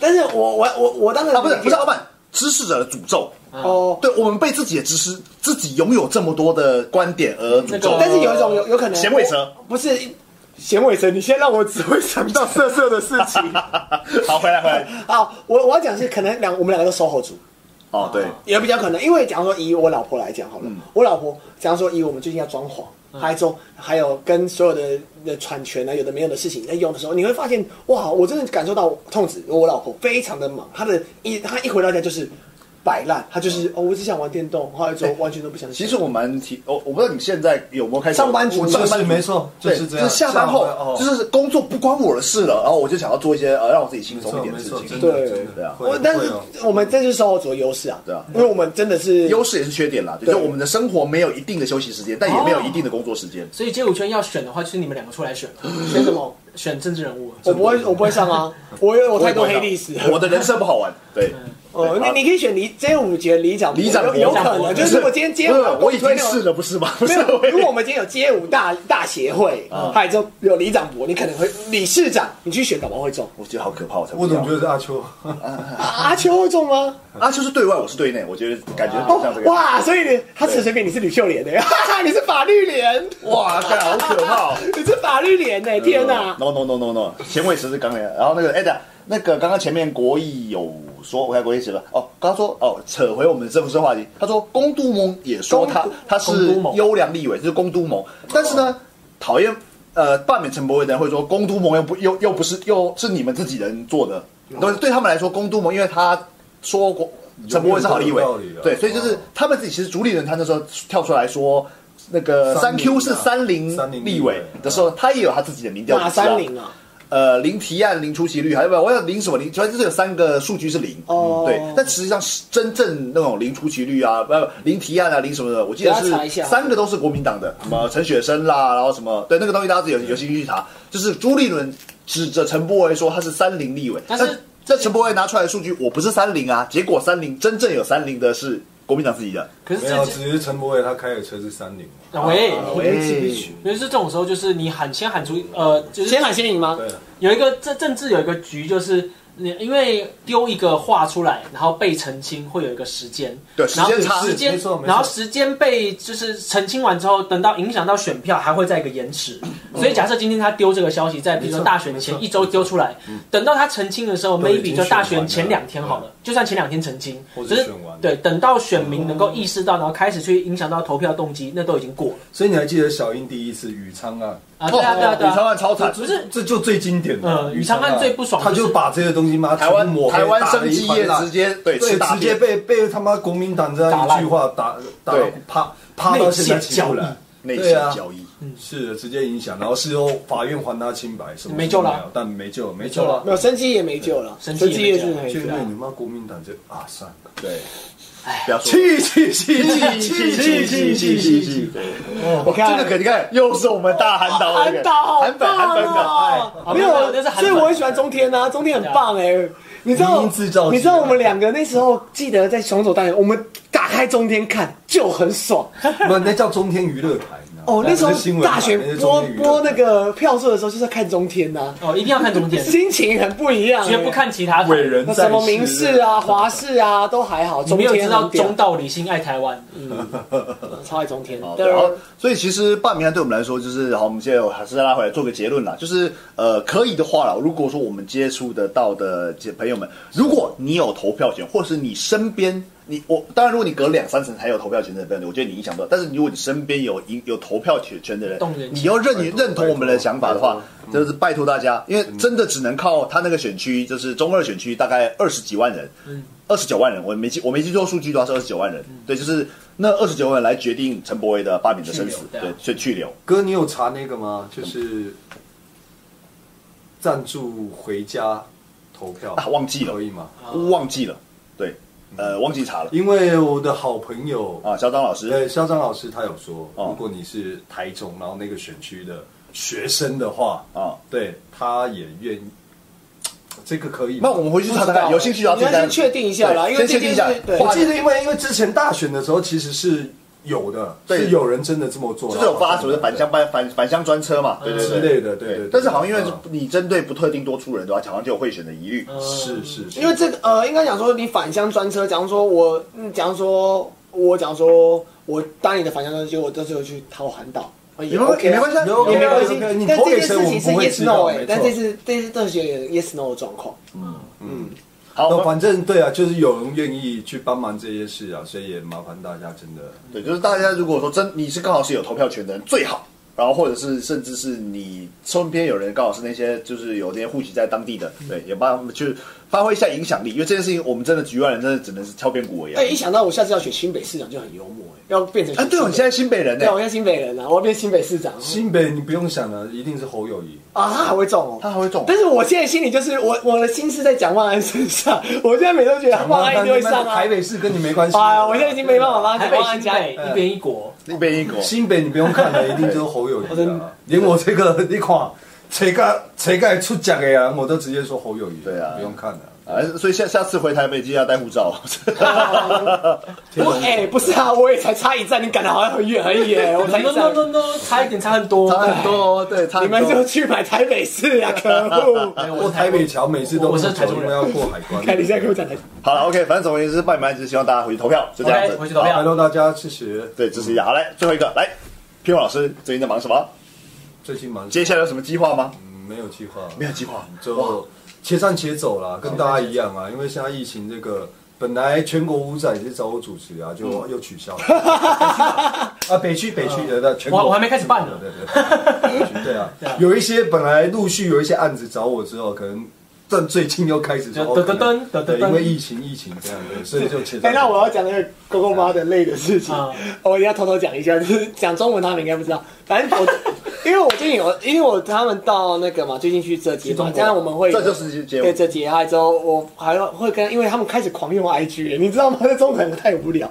Speaker 4: 但是我我我我当时
Speaker 1: 啊不是不是傲慢，知识者的诅咒，
Speaker 4: 哦，
Speaker 1: 对我们被自己的知识自己拥有这么多的观点而诅咒
Speaker 3: 那个，
Speaker 4: 但是有一种有有可能
Speaker 1: 衔尾哦蛇
Speaker 4: 我不是咸尾蛇，你先让我只会想到色色的事 情。
Speaker 1: 好回来回来
Speaker 4: 好，我我要讲的是可能两我们两个都售后组。
Speaker 1: 哦对。
Speaker 4: 也比较可能，因为假如说以我老婆来讲好了，
Speaker 1: 嗯
Speaker 4: 我老婆假如说以我们最近要装潢，还有还有跟所有的的产权啊，有的没有的事情在用的时候，你会发现哇，我真的感受到痛子，我老婆非常的忙，她的一她一回到家就是摆烂，她就是、哦，我只想玩电动，后来就完全都不想。
Speaker 1: 其实我蛮提，我我不知道你们现在有没有开始
Speaker 4: 上班族
Speaker 1: 我上班
Speaker 2: 就是没错
Speaker 1: 对
Speaker 2: 就是这样哦
Speaker 1: 下班后
Speaker 2: 下班后
Speaker 1: 就是工作不关我的事了，然后我就想要做一些呃让我自己轻
Speaker 2: 没
Speaker 1: 松一
Speaker 2: 错
Speaker 1: 点
Speaker 2: 没
Speaker 1: 的事
Speaker 2: 错，
Speaker 1: 情。
Speaker 2: 真
Speaker 4: 对
Speaker 2: 的真
Speaker 1: 对
Speaker 2: 的
Speaker 1: 啊，
Speaker 2: 会
Speaker 4: 我但是
Speaker 2: 会哦
Speaker 4: 我们这就是售后组的优势啊，
Speaker 1: 对啊
Speaker 4: 因为我们真的是
Speaker 1: 优势也是缺点啦，就就我们的生活没有一定的休息时间，但也没
Speaker 2: 哦
Speaker 1: 有一定的工作时间。
Speaker 3: 所以街舞圈要选的话，就是你们两个出来选，
Speaker 4: 选什么？
Speaker 3: 选政治人物。啊
Speaker 4: 我不会，我不会上啊，我有我太多
Speaker 1: 我也
Speaker 4: 黑
Speaker 1: 不会
Speaker 4: 历史了。
Speaker 1: 我的人生不好玩。 对，
Speaker 4: 哦，
Speaker 1: 对
Speaker 4: 你你可以选里这五节里长，
Speaker 1: 里长
Speaker 4: 有
Speaker 1: 伯
Speaker 4: 有可能，就是我今天接
Speaker 1: 不是
Speaker 4: 我
Speaker 1: 我已
Speaker 4: 推
Speaker 1: 经
Speaker 4: 那种
Speaker 1: 是了，不是吗？不
Speaker 4: 没
Speaker 1: 是，
Speaker 4: 有，
Speaker 1: 我也啊
Speaker 4: 如果我们今天有街舞大大协会，啊还有有里长伯，你可能会理事长，你去选，搞不好会中。
Speaker 1: 我觉得好可怕，我才不
Speaker 2: 我总
Speaker 1: 要
Speaker 2: 觉得是阿 秋，
Speaker 4: 啊阿秋会中吗？哦
Speaker 1: 啊，就是对外，我是对内，我觉得感觉好像啊这个。
Speaker 4: 哇，所以你他随随便你是吕秀莲的，哈哈，你是法律脸，
Speaker 1: 哇，干好可怕哦！
Speaker 4: 你是法律脸
Speaker 1: 嗯
Speaker 4: 呢！哎天哪！
Speaker 1: ！No No No No No，前卫十是刚联，然后那个哎的，那个刚刚前面国义有说，我看国义写了哦，刚刚说哦，扯回我们政府说话题，他说龚都蒙也说他
Speaker 4: 龚都
Speaker 1: 他
Speaker 3: 龚
Speaker 1: 是
Speaker 3: 都蒙
Speaker 1: 优良立委，就是龚都蒙，但是呢，讨厌呃罢免陈柏惟的人会说龚都蒙又不又又不是又是你们自己人做的，
Speaker 4: 嗯
Speaker 1: 对，对他们来说龚都蒙，因为他说过陈柏惟是好立委
Speaker 2: 有道理啊，
Speaker 1: 对，所以就是
Speaker 2: 哦
Speaker 1: 他们自己其实主理人，他那时候跳出来说。那个三
Speaker 2: 三
Speaker 1: Q
Speaker 2: 零
Speaker 1: 是
Speaker 2: 啊
Speaker 1: 三零
Speaker 2: 30
Speaker 1: 立
Speaker 2: 立
Speaker 1: 委
Speaker 2: 委
Speaker 1: 的时候，哦他也有他自己的民调
Speaker 4: 哪
Speaker 1: 机制啊
Speaker 4: 三零啊？
Speaker 1: 呃，零提案、零出席率，还有没有？我要零什么零？反正就是有三个数据是零。
Speaker 4: 哦
Speaker 1: 对。但实际上是真正那种零出席率啊，不不零提案啊，零什么的，我记得
Speaker 4: 给他查一
Speaker 1: 是
Speaker 4: 下
Speaker 1: 三个都是国民党的，什么陈雪生啦，然后什么对那个东西大家自己有有兴趣去查。就是朱立伦指着陈柏惟说他是三零立委，
Speaker 3: 但是
Speaker 1: 这陈柏惟拿出来的数据我不是三零啊，结果三零真正有三零的是国民党自己的。
Speaker 3: 可是
Speaker 2: 没有，
Speaker 3: 这啊
Speaker 2: 只是陈柏伟他开的车是三菱，
Speaker 3: 喂，
Speaker 2: 啊
Speaker 4: 喂，
Speaker 3: 尤其是这种时候，就是你喊先喊出呃，就是
Speaker 4: 先喊先赢吗？
Speaker 2: 对，
Speaker 3: 有一个政政治有一个局，就是你因为丢一个话出来，然后被澄清会有一个时间，
Speaker 1: 对
Speaker 3: 然后
Speaker 1: 时间差
Speaker 3: 时间
Speaker 2: 没错没，错
Speaker 3: 然后时间被就是澄清完之后，等到影响到选票，还会再一个延迟。所以假设今天他丢这个消息在，比如说
Speaker 2: 嗯没错
Speaker 3: 大选前一周丢出来，等到他澄清的时候
Speaker 2: 都已经
Speaker 3: ，maybe 就大选
Speaker 2: 选完了嗯
Speaker 3: 前两天好了，就算前两天澄清，
Speaker 2: 或者
Speaker 3: 只是
Speaker 2: 选完
Speaker 3: 对，等到选民能够意识到，然后开始去影响到投票动机，那都已经过了。
Speaker 2: 所以你还记得小英第一次宇昌案？
Speaker 3: 啊，对啊，对啊，对
Speaker 1: 哦李昌
Speaker 3: 啊，
Speaker 1: 汉超惨，
Speaker 3: 不是
Speaker 2: 这就最经典的
Speaker 3: 嗯宇昌汉最不爽
Speaker 2: 他
Speaker 3: 就是
Speaker 2: 就把这个东西妈
Speaker 1: 台
Speaker 2: 全部
Speaker 1: 湾
Speaker 2: 抹黑
Speaker 1: 台湾
Speaker 2: 打了
Speaker 1: 生
Speaker 2: 一
Speaker 1: 技
Speaker 2: 团
Speaker 1: 业
Speaker 2: 烂
Speaker 1: 直接对
Speaker 2: 对
Speaker 1: 吃大
Speaker 2: 直接
Speaker 1: 便，
Speaker 2: 被被他妈国民党这样一句话打打
Speaker 1: 对
Speaker 2: 趴趴到现在起不来，
Speaker 1: 内
Speaker 2: 对
Speaker 1: 线
Speaker 2: 啊，
Speaker 1: 交易，
Speaker 2: 是的，直接影响，然后事后法院还他清白，什么
Speaker 3: 没救了
Speaker 2: 都没有，但没救，没
Speaker 3: 救了
Speaker 4: 没有生机也没救了，
Speaker 3: 生
Speaker 4: 生
Speaker 3: 机也
Speaker 4: 机
Speaker 3: 没救
Speaker 4: 也是没
Speaker 2: 就
Speaker 4: 救
Speaker 2: 因为
Speaker 4: 了
Speaker 2: 你。妈国民党就啊，算了，
Speaker 1: 对，不要说。
Speaker 2: 气气气气气气气气气，
Speaker 4: 我
Speaker 1: 这
Speaker 4: 看
Speaker 1: 个可你看，又是我们大韩岛的那
Speaker 4: 韩
Speaker 1: 个
Speaker 4: 岛
Speaker 1: 韩粉韩粉岛，
Speaker 3: 啊
Speaker 4: 没有
Speaker 3: 没有那是，韩版
Speaker 4: 所以我很喜欢中天啊，中天很棒哎、你
Speaker 2: 民
Speaker 4: 知道
Speaker 2: 营制造，啊机
Speaker 4: 你知道我们两个那时候记得在熊手单元，我们打开中天看就很爽
Speaker 2: 那那叫中天娱乐台，你知道吗
Speaker 4: 哦。那时
Speaker 2: 不是新
Speaker 4: 候
Speaker 2: 闻
Speaker 4: 大学
Speaker 2: 台那是中
Speaker 4: 播
Speaker 2: 天娱乐
Speaker 4: 播
Speaker 2: 台
Speaker 4: 那个票数的时候，就是要看中天呐、
Speaker 3: 哦，一定要看中间，
Speaker 4: 心情很不一样、
Speaker 3: 绝不。看其他台
Speaker 2: 伟人
Speaker 4: 那
Speaker 2: 在
Speaker 4: 什么
Speaker 2: 世
Speaker 4: 明视啊、华视啊都还好，
Speaker 3: 你
Speaker 4: 中
Speaker 3: 没有
Speaker 4: 天
Speaker 3: 知道
Speaker 4: 很屌
Speaker 3: 中道理性爱台湾，
Speaker 4: 超爱中天。
Speaker 1: 哦对，
Speaker 4: 对
Speaker 1: 然后所以其实罢免案对我们来说，就是好，我们现在还是拉回来做个结论啦，就是呃，可以的话啦，如果说我们接触得到的姐朋友们，如果你有投票权，或是你身边你我当然，如果你隔两三层才有投票权的朋友，我觉得你影响不到。但是如果你身边有一有投票权权的人
Speaker 3: 动人，
Speaker 1: 你要认
Speaker 2: 拜托
Speaker 1: 认同我们的想法的
Speaker 2: 拜
Speaker 1: 话，就是拜托大家，因为真的只能靠他那个选区，就是中二选区，大概二十几万人，
Speaker 4: 嗯
Speaker 1: 二十九万人，我没记我没记错数据的话是二十九万人，对，就是那二十九万人来决定陈柏惟的罢免的生死
Speaker 3: 去留，对啊
Speaker 1: 对，去去留。
Speaker 2: 哥，你有查那个吗？就是赞助回家投票
Speaker 1: 啊忘记了
Speaker 2: 可以吗？
Speaker 1: 忘记了，对，
Speaker 4: 嗯
Speaker 1: 呃，忘记查了
Speaker 2: 因为我的好朋友，
Speaker 1: 啊，小张老师，
Speaker 2: 呃，肖张老师他有说，
Speaker 1: 哦
Speaker 2: 如果你是台中，然后那个选区的学生的话，
Speaker 1: 啊，
Speaker 2: 对，他也愿意，这个可以吗。
Speaker 1: 那我们回去查查看，有兴趣的话
Speaker 4: 你要
Speaker 1: 自己
Speaker 4: 先
Speaker 1: 再
Speaker 4: 确定一下啦，
Speaker 1: 对
Speaker 4: 因为
Speaker 1: 先确
Speaker 4: 这
Speaker 1: 定
Speaker 4: 件
Speaker 1: 一下
Speaker 4: 事，对
Speaker 2: 我记得，因为因为之前大选的时候其实是有的，
Speaker 1: 对
Speaker 2: 是有人真的这么做，
Speaker 1: 就是有发所谓的
Speaker 2: 版
Speaker 1: 返乡班返返乡专车嘛，对对对
Speaker 2: 之类的，对对对。
Speaker 1: 但是好像因为
Speaker 2: 嗯
Speaker 1: 你针对不特定多数人的话，好像就有贿选的疑虑。
Speaker 2: 是是是，
Speaker 4: 因为这个呃，应该讲说你返乡专车，假如说我，嗯，假如说我讲说我当你的返乡专车，结果我这次又去掏环岛，也
Speaker 2: 没关
Speaker 4: OK 啊
Speaker 2: 没关系啊
Speaker 4: 也没关
Speaker 2: 有有有
Speaker 4: 系。
Speaker 2: 你
Speaker 4: 但
Speaker 2: 投
Speaker 4: 这
Speaker 2: 给
Speaker 4: 件
Speaker 2: 谁
Speaker 4: 事情是
Speaker 2: 我们不会
Speaker 4: yes
Speaker 2: 知道
Speaker 4: no
Speaker 2: 没
Speaker 4: 哎
Speaker 2: 错，
Speaker 4: 但这次这次这是有 yes no 的状况，
Speaker 1: 好，
Speaker 2: 那
Speaker 1: 我们
Speaker 2: 反正对啊，就是有人愿意去帮忙这些事啊，所以也麻烦大家真的。
Speaker 1: 对，就是大家如果说真你是刚好是有投票权的人最好，然后或者是甚至是你身边有人刚好是那些就是有那些户籍在当地的，对，也帮他们去发挥一下影响力，因为这件事情我们真的局外人真的只能是敲边鼓而已啊
Speaker 4: 哎，。一想到我下次要选新北市长就很幽默哎，要变成
Speaker 1: 啊，对，我
Speaker 4: 我
Speaker 1: 们现在新北人呢
Speaker 4: 对，我现在新北人啊，我要变新北市长
Speaker 2: 新北你不用想了，一定是侯友谊。
Speaker 4: 啊，他还会中哦，
Speaker 1: 他还会中
Speaker 4: 但是我现在心里就是我我的心思在蒋万安身上，我现在每都觉得万安一定会上啊
Speaker 2: 台。北市跟你没关系。啊
Speaker 4: 哎呀，我现在已经没办法帮
Speaker 3: 台
Speaker 4: 蒋
Speaker 3: 北
Speaker 4: 万安
Speaker 3: 新
Speaker 4: 加
Speaker 3: 北
Speaker 4: 油。
Speaker 3: 一边一国，
Speaker 1: 那边一哦国，
Speaker 2: 新北你不用看了，一定就是侯友谊啊。连我这个你看，谁敢谁敢出假的呀？我都直接说侯友谊。
Speaker 1: 对啊
Speaker 2: 不用看了。
Speaker 1: 啊，所以下下次回台北记得要带护 照。哦
Speaker 4: 我哎、不是啊，我也才差一站，你赶得好像很远很远，我才
Speaker 3: no
Speaker 4: 一
Speaker 3: no no
Speaker 4: 站。
Speaker 3: no，差一点差很多，
Speaker 1: 差很多，哦对，差
Speaker 4: 你
Speaker 1: 很
Speaker 4: 们就
Speaker 1: 多。
Speaker 4: 去买台北市啊，可恶！
Speaker 3: 哎我
Speaker 2: 过
Speaker 3: 是台
Speaker 2: 台北桥每次都
Speaker 3: 我是
Speaker 2: 那么久
Speaker 3: 台中
Speaker 2: 因为
Speaker 3: 人
Speaker 2: 要过海 关。
Speaker 4: 看你现在给我讲台，
Speaker 1: 好了，OK，反正总而言之，拜拜，就是希望大家回去投票，就这样
Speaker 3: OK，回去
Speaker 1: 子。
Speaker 3: 投
Speaker 2: 拜
Speaker 3: 票。
Speaker 2: 托大家支持。
Speaker 1: 对，支持一下。好，来最后一个，来，偏文老师最近在忙什么？
Speaker 2: 最近忙，
Speaker 1: 接下来有什么计划吗？
Speaker 2: 没有计划，
Speaker 1: 没有计划。
Speaker 2: 就且战且走啦，跟大家一样啊，因为现在疫情这个，本来全国舞展也是找我主持啊，就
Speaker 3: 嗯
Speaker 2: 又 取消了。啊，北区北区的那全国，
Speaker 3: 我我还没开始办呢
Speaker 2: 对对对北区，对啊，有一些本来陆续有一些案子找我之后，可能。但最近又开始说，
Speaker 3: 就噔噔噔
Speaker 2: 哦
Speaker 3: 噔
Speaker 2: 对
Speaker 3: 噔
Speaker 2: 因为疫情疫情这样对，所以就 且
Speaker 4: 哎、
Speaker 2: 战。
Speaker 4: 那我要讲那个公公妈的累的事情，哦
Speaker 3: 嗯
Speaker 4: 我一定要偷偷讲一下，就是讲中文他们应该不知道。反正我，因为我最近有，因为我他们到那个嘛，最近去浙
Speaker 2: 去中
Speaker 4: 江
Speaker 2: 国，
Speaker 4: 嘛这样我们会
Speaker 1: 这就是节目
Speaker 4: 对浙江，还之后我还会跟，因为他们开始狂用 IG，你知道吗？在中文太无聊，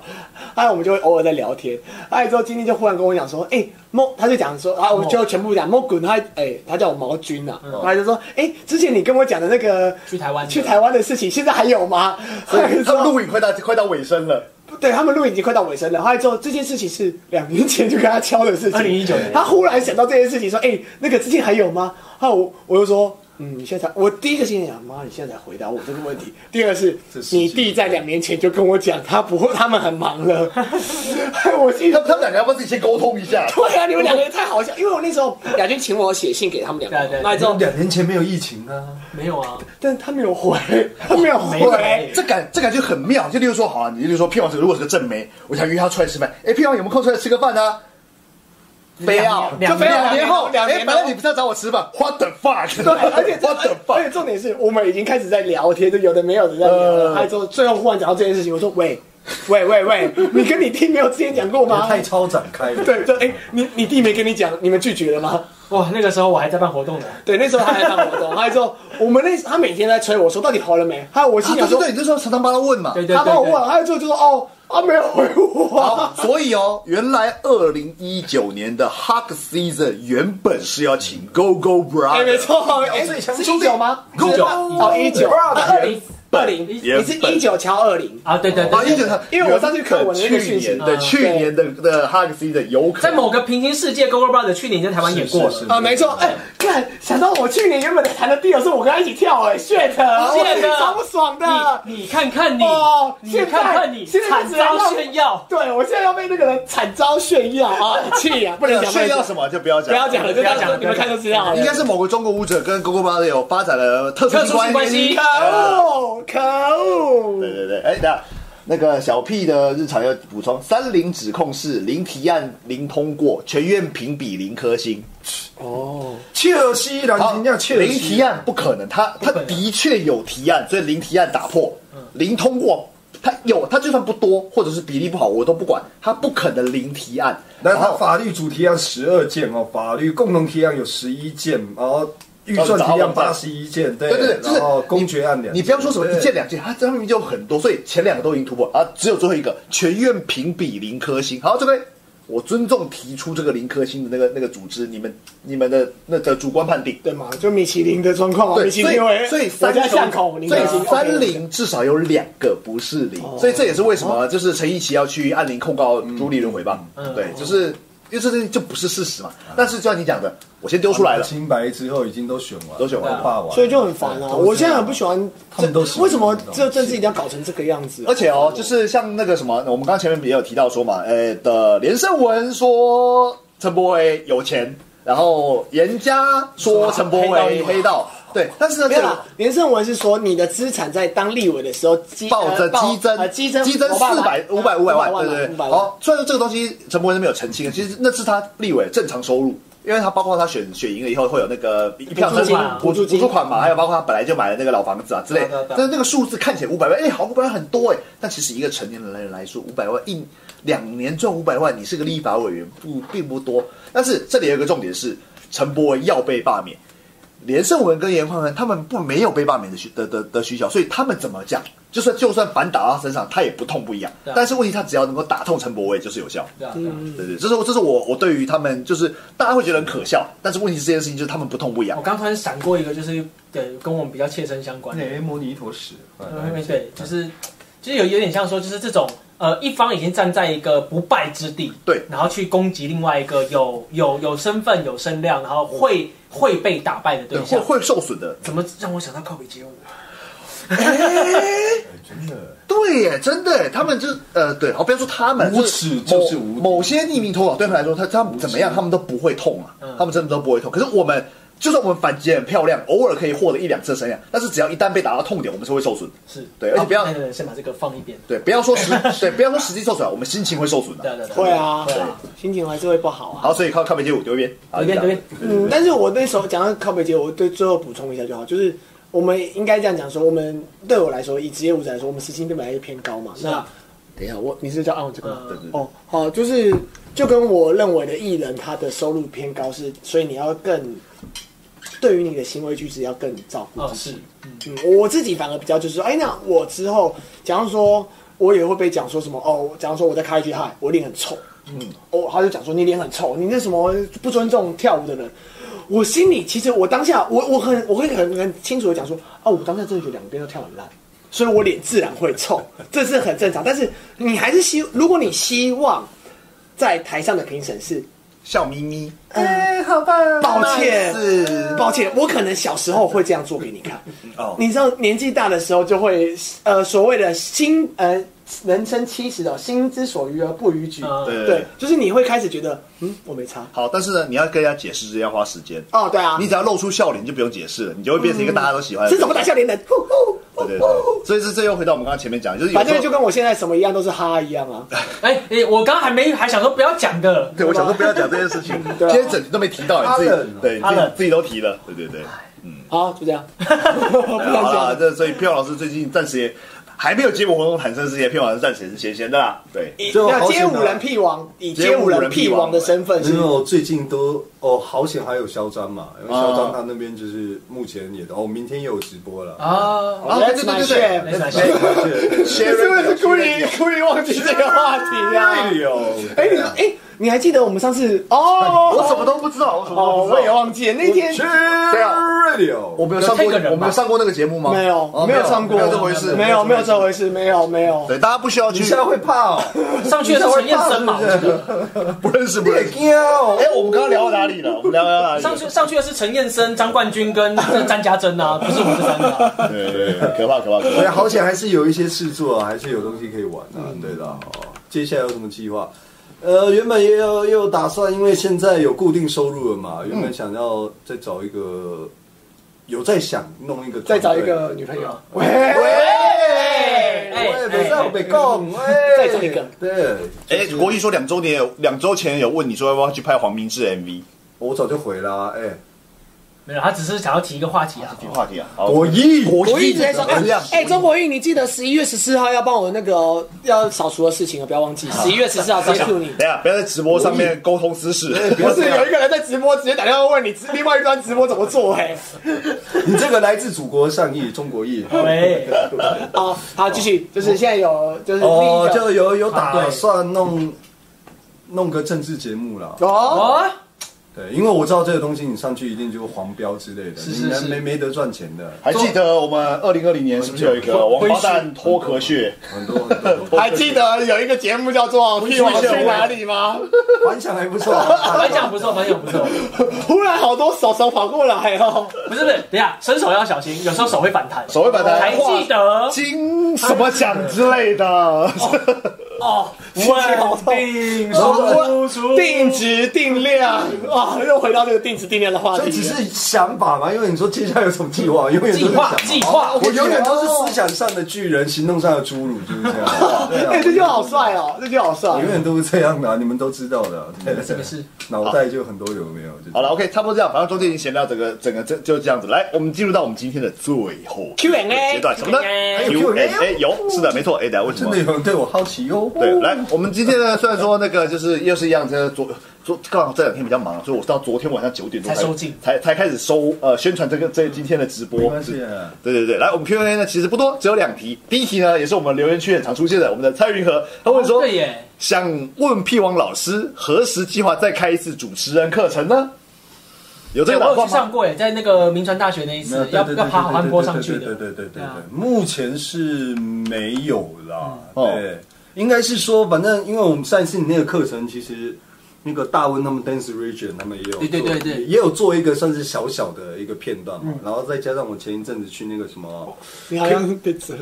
Speaker 4: 哎，我们就会偶尔在聊天。哎，之后今天就忽然跟我讲说，哎、猫，他就讲说，啊，我就全部讲猫滚，他哎，他叫我毛军啊，然后他就说，哎、之前你跟我讲的那个
Speaker 3: 去台湾的
Speaker 4: 去台湾的事情，现在还有吗？
Speaker 1: 所
Speaker 4: 他就
Speaker 1: 以他
Speaker 4: 说
Speaker 1: 们录影快到快到尾声了，
Speaker 4: 对他们录影已经快到尾声了，后来之后这件事情是两年前就跟他敲的事情。
Speaker 3: 2019年
Speaker 4: 他忽然想到这件事情，说：“哎、那个之前还有吗？”然后我我就说：“嗯，你现在才……我第一个心里想，妈，你现在才回答我这个问 题。第二个是
Speaker 2: 这是
Speaker 4: 你弟在两年前就跟我讲，他不会，他们很忙了。 我心里
Speaker 1: 他
Speaker 4: 想
Speaker 1: 他们两个要不要自己先沟通一下？
Speaker 4: 对啊，你们两个也太好笑，因为我那时候雅君请我写信给他们两个，
Speaker 3: 对对对啊
Speaker 4: 那之后，
Speaker 2: 两年前没有疫情啊，
Speaker 3: 没有啊，
Speaker 4: 但他没有回，他没有回，
Speaker 3: 没回
Speaker 1: 这感这感觉很妙。就例如说，好、啊，你例如说，屁王子如果是个正妹，我想约他出来吃饭，哎，屁王有没有空出来吃个饭呢、啊？非要
Speaker 3: 两
Speaker 6: 没
Speaker 3: 年
Speaker 6: 有
Speaker 3: 两
Speaker 6: 两年后，
Speaker 4: 两
Speaker 6: 两
Speaker 4: 年
Speaker 6: 年，反正你不是要找我吃饭？What the fuck？
Speaker 4: 对，而且这
Speaker 1: What the
Speaker 4: 而且重点是我们已经开始在聊天，就有的没有的在聊了。还说最后忽然讲到这件事情，我说喂喂喂喂，你跟你弟没有之前讲过吗
Speaker 2: 也？太超展开了。
Speaker 4: 对，就哎、你你弟没跟你讲，你们拒绝了吗？
Speaker 3: 哇，那个时候我还在办活动呢。
Speaker 4: 对，那时候他还在办活动，他还说我们那他每天在催我说到底跑了没？还有我
Speaker 6: 啊
Speaker 4: 心
Speaker 6: 对
Speaker 4: 想
Speaker 6: 对
Speaker 4: 说，
Speaker 6: 对，你那时候常常帮他问嘛。
Speaker 3: 对对
Speaker 4: 他
Speaker 3: 对
Speaker 4: 帮我问
Speaker 3: 对，
Speaker 4: 了，还有最后就说哦啊没有回我啊。
Speaker 1: 好，所以哦，原来二零一九年的 Hug Season 原本是要请 Go Go
Speaker 4: 哎，没
Speaker 1: Brother，
Speaker 4: 错，哎，
Speaker 2: 最
Speaker 4: 是
Speaker 2: 强
Speaker 4: 一
Speaker 2: 兄弟
Speaker 4: 九吗？
Speaker 1: Go
Speaker 4: 是
Speaker 1: Go
Speaker 4: 哦，一九，
Speaker 3: 二零
Speaker 4: 二零，
Speaker 1: 原
Speaker 4: 你
Speaker 1: 本
Speaker 4: 是一九敲二零，
Speaker 3: 啊，对对
Speaker 6: 啊，一
Speaker 3: 对，
Speaker 6: 九，
Speaker 4: 因为我上次看我的那个
Speaker 6: 去
Speaker 4: 讯息啊
Speaker 6: 年的
Speaker 3: 嗯
Speaker 6: 去年的的 Hug Season 有可
Speaker 3: 在
Speaker 6: 能
Speaker 3: 某个平行世界，Go Go Brother 去年在台湾演过
Speaker 2: 是是
Speaker 3: 了
Speaker 2: 是。
Speaker 4: 啊，没错，哎，看，想到我去年原本在弹的 deal 是我跟他一起跳，哎，shit，
Speaker 3: 谢的
Speaker 4: 超不爽的。
Speaker 3: 你你看看你
Speaker 4: 哦，
Speaker 3: 你
Speaker 4: 现在
Speaker 3: 看看你，
Speaker 4: 现在
Speaker 3: 惨
Speaker 4: 就只能
Speaker 3: 遭
Speaker 4: 让
Speaker 3: 炫耀。
Speaker 4: 对，我现在要被那个人惨遭炫耀啊！气啊，不能讲
Speaker 1: 炫耀
Speaker 4: 么，
Speaker 1: 什么就不要
Speaker 4: 不
Speaker 1: 讲，
Speaker 4: 要讲了，就
Speaker 3: 不要讲了
Speaker 4: 你们看就知道了。
Speaker 1: 应该是某个中国舞者跟 Go Go Brother 有发展了特殊
Speaker 3: 特
Speaker 1: 性
Speaker 3: 殊性关系
Speaker 4: 可恶，可恶！
Speaker 1: 对对对，哎，等一下那个小 P 的日常要补充，三零指控是零提案零通过，全院评比零颗星。
Speaker 2: 切尔西，然后要切尔
Speaker 1: 零提
Speaker 2: 西，
Speaker 1: 案不可能，他他
Speaker 3: 不可能
Speaker 1: 的确有提案，所以零提案打破，
Speaker 2: 嗯
Speaker 1: 零通过。他有，他就算不多，或者是比例不好，我都不管，他不可能零提案。
Speaker 2: 那
Speaker 1: 然
Speaker 2: 他
Speaker 1: 后
Speaker 2: 法律主提案十二件哦，法律共同提案有十一件，然后预算提案八十一件，对
Speaker 1: 对对对，就是
Speaker 2: 然后公决案两件，
Speaker 1: 你不要说什么一
Speaker 2: 对
Speaker 1: 件两件，它这明明就有很多，所以前两个都已经突破啊，只有最后一个全院评比零颗星。好，这边我尊重提出这个零颗星的那个那个组织，你们你们的那的主观判定。
Speaker 4: 对嘛，就米其林的状况嘛，
Speaker 1: 对，
Speaker 4: 米其
Speaker 1: 所
Speaker 4: 林
Speaker 1: 以
Speaker 4: 为
Speaker 1: 所以
Speaker 4: 我
Speaker 1: 三
Speaker 4: 家巷口，
Speaker 1: 零，
Speaker 4: 你
Speaker 1: 所
Speaker 4: 看
Speaker 1: 以三零至少有两个不是零，
Speaker 4: 哦
Speaker 1: 所以这也是为什么就是陈奕奇要去按铃控告朱立伦诽谤，
Speaker 4: 嗯
Speaker 1: 对，就是因为这这就不是事实嘛。但是就像你讲的，我先丢出来了，
Speaker 4: 嗯
Speaker 2: 清白之后已经都选完，
Speaker 1: 都选完了
Speaker 2: 霸王，
Speaker 4: 所以就很烦
Speaker 2: 对
Speaker 4: 啊！我现在很不喜欢
Speaker 2: 他
Speaker 4: 这
Speaker 2: 们都，是
Speaker 4: 为什么这政治一定要搞成这个样子啊？
Speaker 1: 而且哦，就是像那个什么，我们刚刚前面也有提到说嘛，呃的连胜文说陈柏威有钱，然后严家说陈柏威黑道，对，但是呢，
Speaker 4: 没
Speaker 1: 这
Speaker 4: 有
Speaker 1: 个
Speaker 4: 啦，连胜文是说你的资产在当立委的时候激
Speaker 1: 暴增激
Speaker 4: 呃
Speaker 1: 增
Speaker 4: 激增
Speaker 1: 激增四百五百五百万，对对
Speaker 4: 呃五
Speaker 1: 对。
Speaker 4: 百万
Speaker 1: 好，虽然说这个东西陈柏惟是没有澄清的，其实那是他立委正常收入，因为他包括他选选赢了以后会有那个一票
Speaker 4: 补助金
Speaker 1: 补助
Speaker 4: 补助金
Speaker 1: 补助款嘛，还有包括他本来就买了那个老房子啊之类
Speaker 3: 嗯对对对。
Speaker 1: 但是那个数字看起来五百万，哎，好五百万很多哎，但其实一个成年人来来说，五百万一两年赚五百万，你是个立法委员不并不多。但是这里有一个重点是，陈柏惟要被罢免。连胜文跟严宽恒他们不没有被罢免的需的的的需求，所以他们怎么讲，就算就算反打到他身上，他也不痛不痒。
Speaker 3: 对啊
Speaker 1: 但是问题他只要能够打痛陈柏惟，就是有效。
Speaker 3: 对啊对啊
Speaker 4: 嗯
Speaker 1: 对对，这是我这是我我对于他们就是大家会觉得很可笑，但是问题是这件事情就是他们不痛不痒
Speaker 3: 我。刚突然闪过一个，就是对跟我们比较切身相关的
Speaker 2: 那，也摸你一坨屎，
Speaker 3: 嗯对，就是就是有有点像说，就是这种呃，一方已经站在一个不败之地，
Speaker 1: 对
Speaker 3: 然后去攻击另外一个有有有身份、有声量，然后会会被打败的对
Speaker 1: 会
Speaker 3: 象。
Speaker 1: 会受损的，
Speaker 3: 怎么让我想到靠北街舞？啊
Speaker 1: 对耶，真的耶，他们就是呃，对，好，不要说他们，
Speaker 2: 无
Speaker 1: 是
Speaker 2: 耻就是无
Speaker 1: 某
Speaker 2: 敌
Speaker 1: 某些匿名投稿对他们来说，他他们怎么样，他们都不会痛啊，他们真的都不会痛。可是我们，就算我们反击很漂亮，偶尔可以获得一两次的声量，但是只要一旦被打到痛点，我们是会受损。
Speaker 3: 是
Speaker 1: 对而且不要
Speaker 3: 啊对对对先把这个放一边。
Speaker 1: 对，不要说实，对，不要说实际受损啊，我们心情会受损的、
Speaker 3: 对啊对啊对啊
Speaker 4: 会啊
Speaker 3: 会啊，
Speaker 4: 心情还是会不好啊。
Speaker 1: 好，所以靠靠北街舞丢一边，好
Speaker 3: 这边这边，
Speaker 4: 嗯，但是我那时候讲到靠北街，我对最后补充一下就好，就是我们应该这样讲说，我们对我来说，以职业舞者来说，我们时薪对本来就偏高嘛。
Speaker 3: 是啊
Speaker 4: 那等一下，我你是叫按我这个吗？
Speaker 3: 嗯对
Speaker 1: 对对
Speaker 4: 哦，好，就是就跟我认为的艺人他的收入偏高是，所以你要更对于你的行为举止要更照顾
Speaker 3: 哦
Speaker 4: 自己。
Speaker 3: 是，
Speaker 4: 嗯，我自己反而比较就是说，哎、那我之后，假如说我也会被讲说什么哦，假如说我在开一句嗨，我脸很臭，嗯，哦，他就讲说你脸很臭，你那什么不尊重跳舞的人。我心里其实我当下我我很我会很很清楚的讲说，哦，我当下真的觉得两边都跳很烂，所以我脸自然会臭，这是很正常。但是你还是希，如果你希望在台上的评审是
Speaker 1: 笑眯眯，
Speaker 4: 抱歉
Speaker 1: 是，
Speaker 4: 抱歉，我可能小时候会这样做给你看。
Speaker 1: 哦
Speaker 4: 你知道年纪大的时候就会呃所谓的心呃人生七十哦，心之所欲而不逾矩。
Speaker 3: 嗯
Speaker 1: 对
Speaker 4: 对，就是你会开始觉得嗯我没差
Speaker 1: 好，但是呢，你要跟人家解释，这要花时间。
Speaker 4: 哦，对啊，
Speaker 1: 你只要露出笑脸，你就不用解释了，你就会变成一个大家都喜欢的。
Speaker 4: 是怎么打笑脸的？呼呼呼
Speaker 1: 对对对，所以是这又回到我们刚刚前面讲，就是有
Speaker 4: 反
Speaker 1: 时候
Speaker 4: 正就跟我现在什么一样，都是哈哈一样啊。
Speaker 3: 哎、哎、我刚刚还没还想说不要讲的，
Speaker 1: 对，我想说不要讲这件事情，今
Speaker 4: 对啊
Speaker 1: 天整集都没提到，你自
Speaker 2: 他冷
Speaker 1: 己
Speaker 2: 了
Speaker 1: 对，你
Speaker 3: 他
Speaker 1: 自己
Speaker 3: 冷
Speaker 1: 自己都提了，对对对。
Speaker 4: 好，就这 样。不
Speaker 1: 哎好
Speaker 4: 想
Speaker 1: 啦，
Speaker 4: 讲。
Speaker 1: 这所以票老师最近暂时也还没有接我活动产生之前，票老师暂时也是闲闲的啦，对。
Speaker 4: 以
Speaker 2: 就
Speaker 4: 那
Speaker 2: 好
Speaker 4: 街
Speaker 2: 险啊
Speaker 4: 舞人屁王，以
Speaker 1: 街
Speaker 4: 街
Speaker 1: 舞
Speaker 4: 舞人
Speaker 1: 人
Speaker 4: 屁
Speaker 1: 屁王
Speaker 4: 王的身份是
Speaker 2: 因为我最近都哦，好险还有嚣张嘛，因为嚣张他那边就是目前也哦，明天也有直播了。
Speaker 3: 啊，
Speaker 1: 啊，对对对对对，
Speaker 3: 没事没事，
Speaker 4: 你是不是故意故意忘记这个话题啊？
Speaker 2: 有，
Speaker 4: 哎，你哎，你还记得我们上次哦？
Speaker 1: 我什么都不知道，我什么
Speaker 4: 哦，
Speaker 1: 都不
Speaker 4: 我
Speaker 1: 知
Speaker 4: 也
Speaker 1: 道。
Speaker 4: 忘记了那天啊
Speaker 2: Radio，
Speaker 1: 我没有上过，我没有上过那个节目吗？
Speaker 4: 没有
Speaker 2: 哦
Speaker 4: 没有
Speaker 2: 没有
Speaker 4: 上过，
Speaker 1: 没有这回事
Speaker 4: 没有没有这回事，没有没有。
Speaker 1: 对，大家不需要去
Speaker 2: 你现在会 怕哦，
Speaker 3: 上去的是陈燕生嘛，我记得
Speaker 1: 不认识不
Speaker 2: 你
Speaker 1: 认
Speaker 2: 也
Speaker 1: 识。
Speaker 2: 惊哦。
Speaker 1: 哎，我们刚刚聊到哪里了？我们聊到哪里？
Speaker 3: 上去上去的是陈燕生、张冠军跟詹家珍啊，不是我们这三个啊、
Speaker 1: 对对对，可怕可怕可
Speaker 2: 对，
Speaker 1: 怕。
Speaker 2: 哎
Speaker 4: 啊
Speaker 2: 好险还是有一些事做啊，还是有东西可以玩啊。
Speaker 4: 嗯
Speaker 2: 对的，哦，接下来有什么计划？呃，原本也有也有打算，因为现在有固定收入了嘛，
Speaker 4: 嗯
Speaker 2: 原本想要再找一个，有在想弄一个，
Speaker 4: 再找一个女朋友，喂，
Speaker 3: 哎哎
Speaker 2: 哎喂，啊北上北贡，喂，
Speaker 4: 嗯再找一个
Speaker 2: 哎对，
Speaker 1: 哎，国艺说两周年有两周前有问你说要不要去拍黄明志 MV，
Speaker 2: 我早就回啦，哎，
Speaker 3: 没有，他只是想要提一个话题啊。
Speaker 1: 这个话题啊，好
Speaker 2: 国艺，
Speaker 4: 国一直在说，
Speaker 1: 怎么样
Speaker 4: 哎，哎周国玉，你记得十一月十四号要帮我那个哦要扫除的事情啊，不要忘记。十一月十四号直接 Q 你。
Speaker 1: 等一下不要在直播上面沟通私事。
Speaker 4: 不是有一个人在直播直接打电话问你直另外一端直播怎么做哎、
Speaker 2: 你这个来自祖国善意，中国意。
Speaker 3: 喂，
Speaker 4: 好哦好继续，就是现在有就是另一
Speaker 2: 哦，
Speaker 4: 个
Speaker 2: 就有有
Speaker 3: 啊
Speaker 2: 打
Speaker 3: 对
Speaker 2: 算弄弄个政治节目啦。
Speaker 4: 哦
Speaker 3: 哦，
Speaker 2: 对，因为我知道这个东西，你上去一定就是黄标之类的，
Speaker 3: 是是
Speaker 2: 你没
Speaker 3: 是
Speaker 2: 没没得赚钱的，
Speaker 1: 还记得我们二零二零年是不是有一个王八蛋脱壳屑？
Speaker 2: 很多很多。
Speaker 4: 还记得有一个节目叫做《屁王去哪里》吗？
Speaker 2: 反响还不错，
Speaker 3: 反讲不错，反讲不错，
Speaker 4: 突然好多手手跑过来哦，
Speaker 3: 不是不是，等一下伸手要小心，有时候手会反弹。
Speaker 1: 手绘版的
Speaker 3: 还记得
Speaker 1: 金什么奖之类的，
Speaker 3: 哦，稳定输出，
Speaker 4: 定值定量啊，又回到这个定值定量的话
Speaker 2: 所以
Speaker 4: 题
Speaker 2: 只。是想法嘛，因为你说接下来有什么计划，永远都是
Speaker 3: 计划
Speaker 2: 想
Speaker 3: 计划哦
Speaker 2: 我永远都是思想上的巨人，行动上的侏儒，就是这样。对
Speaker 4: 哎、
Speaker 2: 啊
Speaker 4: 这句话好帅哦，这句话好帅
Speaker 2: 我。永远都是这样的啊，你们都知道的啊。对
Speaker 3: 嗯是不是？
Speaker 2: 脑袋就很多有没有？就
Speaker 1: 好了，OK，差不多这样，反正中间已经闲聊整个整个这就这样子。来，我们进入到我们今天的最后
Speaker 4: Q&A
Speaker 1: 阶段，什么呢
Speaker 3: Q&A
Speaker 1: ？Q&A 有，是的，没错。哎，等一下为什
Speaker 2: 真
Speaker 1: 么
Speaker 2: 的？有人对我好奇哟。
Speaker 1: 对，来，我们今天呢，虽然说那个就是又是一样，就是昨昨刚好这两天比较忙，所以我到昨天晚上九点多
Speaker 3: 才收进
Speaker 1: 才才开始收呃宣传这个这今天的直播。
Speaker 2: 没关系啊
Speaker 1: 对对对，来，我们 Q&A 呢其实不多，只有两题。第一题呢，也是我们留言区很常出现的，我们的蔡云和他问说，
Speaker 3: 哦对耶
Speaker 1: 想问屁王老师何时计划再开一次主持人课程呢？有这
Speaker 3: 对，
Speaker 1: 个
Speaker 3: 我
Speaker 1: 打
Speaker 3: 有
Speaker 1: 算
Speaker 3: 去
Speaker 1: 吗
Speaker 3: 上？过耶，在那个民传大学那一
Speaker 2: 没有
Speaker 3: 次，
Speaker 2: 对
Speaker 3: 要
Speaker 2: 对
Speaker 3: 要
Speaker 2: 对
Speaker 3: 爬
Speaker 2: 对
Speaker 3: 好汉坡
Speaker 2: 对
Speaker 3: 上
Speaker 2: 对
Speaker 3: 去
Speaker 2: 对
Speaker 3: 的。
Speaker 2: 对对对对
Speaker 3: 对啊嗯
Speaker 2: 对，目前是没有啦。
Speaker 1: 哦
Speaker 2: 对，应该是说，反正因为我们上一次你那个课程，其实那个大温他们 Dance Region 他们也有
Speaker 3: 对对
Speaker 2: 做
Speaker 3: 对对
Speaker 2: 也有做一个算是小小的一个片段嘛，然后再加上我前一阵子去那个什
Speaker 3: 哦
Speaker 2: 么
Speaker 4: 你好像被折，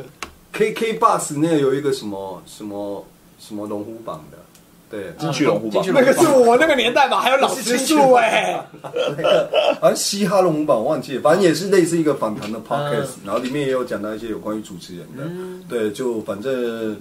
Speaker 2: KK Bus 那个有一个什么什么什么龙虎榜的，对，
Speaker 3: 嗯
Speaker 1: 金曲龙虎榜，
Speaker 4: 那个是我那个年代吧，还有老师数哎、
Speaker 2: 好像嘻哈龙虎榜我忘记了，反正也是类似一个访谈的 podcast，、
Speaker 3: 嗯
Speaker 2: 然后里面也有讲到一些有关于主持人的，对，就反正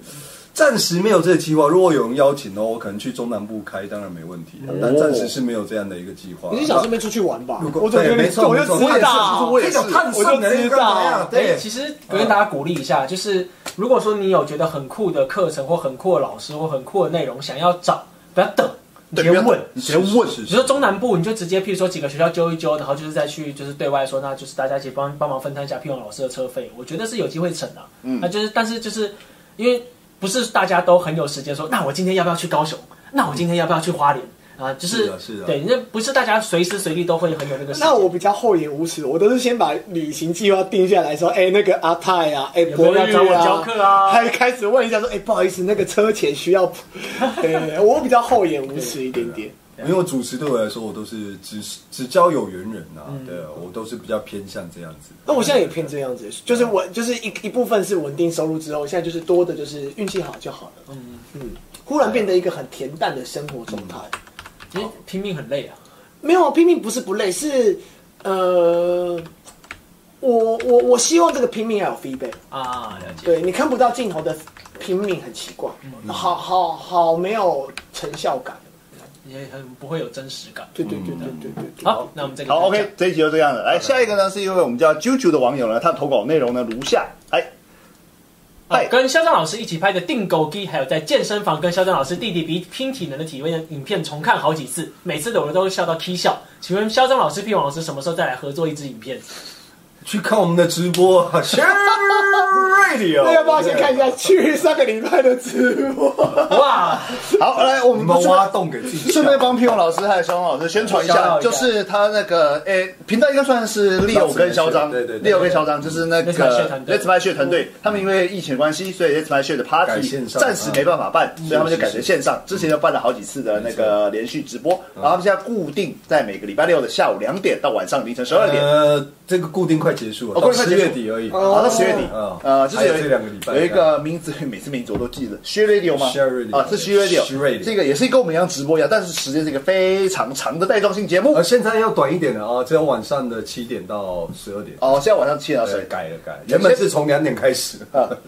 Speaker 2: 暂时没有这个计划。如果有人邀请哦，我可能去中南部开，当然没问题，但暂时是没有这样的一个计划。
Speaker 4: 你是想顺便出去玩吧
Speaker 2: 如？果
Speaker 4: 我总觉
Speaker 2: 对
Speaker 4: 得
Speaker 2: 没
Speaker 4: 你，
Speaker 2: 错
Speaker 4: 我
Speaker 2: 没错
Speaker 4: 就知道，
Speaker 2: 我也是我也是这种探
Speaker 4: 我
Speaker 2: 索
Speaker 4: 就
Speaker 2: 能力
Speaker 4: 知
Speaker 2: 干嘛呀
Speaker 4: 道。
Speaker 2: 对
Speaker 3: 哎，其实我跟大家鼓励一下，就是如果说你有觉得很酷的课程或很酷的老师或很酷的内容，想要找，不要等，你
Speaker 1: 对
Speaker 3: 直接
Speaker 1: 不要
Speaker 3: 问。
Speaker 1: 等你直接问
Speaker 2: 是
Speaker 3: 比如说中南部，你就直接，譬如说几个学校揪一揪，然后就是再去就是对外说，那就是大家一起帮帮忙分摊一下聘用老师的车费，我觉得是有机会成的、嗯，那就是但是就是因为不是大家都很有时间说，那我今天要不要去高雄？那我今天要不要去花莲？啊，就是
Speaker 2: 是的是的
Speaker 3: 对，那不是大家随时随地都会很有那个时间。
Speaker 4: 那我比较厚颜无耻，我都是先把旅行计划定下来，说，哎、那个阿泰啊，哎、
Speaker 3: 有没
Speaker 4: 博
Speaker 3: 有要
Speaker 4: 宇
Speaker 3: 找我
Speaker 4: 啊，
Speaker 3: 教课啊
Speaker 4: 还开始问一下说，哎、不好意思，那个车钱需要补， 对对对，我比较厚颜无耻一点点。
Speaker 2: 因为我主持对我来说，我都是只只交有缘人呐、对啊我都是比较偏向这样子。
Speaker 4: 那我现在也偏这样子，就是我就是一一部分是稳定收入之后，现在就是多的就是运气好就好了。嗯嗯，忽然变得一个很恬淡的生活状态。
Speaker 3: 因为拼命很累啊。
Speaker 4: 没有拼命不是不累，是呃，我我我希望这个平民要有 feedback。
Speaker 3: 啊，了解。
Speaker 4: 对你看不到镜头的平民很奇怪，好好好没有成效感。
Speaker 3: 也很不会有真实感。
Speaker 4: 对对对对对对对。
Speaker 3: 嗯好，那我们这个
Speaker 1: 好
Speaker 3: 再讲
Speaker 1: ，OK，这一集就这样了。来，下一个呢，是一位我们叫啾啾的网友呢，他投稿内容呢如下：哎，
Speaker 3: 啊
Speaker 1: 嗨
Speaker 3: 跟肖战老师一起拍的《定狗机》，还有在健身房跟肖战老师弟弟比拼体能的体位的影片重看好几次，每次的我都笑到 k 笑。请问肖战老师、屁王老师什么时候再来合作一支影片？
Speaker 2: 去看我们的直播，Share Radio。
Speaker 4: 那要不要先看一下去上个礼拜的直 播？
Speaker 3: 哇，
Speaker 1: 好，来，我
Speaker 2: 你
Speaker 1: 们
Speaker 2: 们
Speaker 1: 顺
Speaker 2: 挖啊
Speaker 1: 便
Speaker 2: 洞给自己跳，
Speaker 1: 顺便帮皮勇老师还有肖老师宣传一下，
Speaker 3: 小小
Speaker 1: 就
Speaker 3: 一下
Speaker 1: 是他那个诶，频道应该算是 Leo 跟肖张，
Speaker 2: 对对对对
Speaker 1: ，Leo 跟肖张就是那个
Speaker 3: Let's My Share 团队
Speaker 1: Let's My Share 团队，他们因为疫情关系，所以 Let's My Share 的
Speaker 2: 嗯改
Speaker 1: party
Speaker 2: 线上嗯
Speaker 1: 暂时没办法办，所以他们就是改成线上。之前就办了好几次的那个连续直播，然后他们现在固定在每个礼拜六的下午两点到晚上凌晨十二点，
Speaker 2: 呃，这个固定快结束了，
Speaker 1: 哦
Speaker 2: 到
Speaker 1: 固定快结
Speaker 2: 十
Speaker 1: 束
Speaker 2: 月底而已。
Speaker 1: 好，到十月底
Speaker 2: 哦，
Speaker 1: 呃，就是有
Speaker 2: 还有这两个礼拜
Speaker 1: 有一个名字，每次名字我都记得，Share Radio 吗
Speaker 2: Share Radio，
Speaker 1: 啊，是 Share
Speaker 2: Share Radio
Speaker 1: 这个也是跟我们一样直播一样，但是时间是一个非常长的带状性节目
Speaker 2: 呃，。现在要短一点了啊，只有晚上的七点到十二点。
Speaker 1: 哦，现在晚上七点到十
Speaker 2: 对
Speaker 1: 点，
Speaker 2: 改了改了，原本是从两点开始。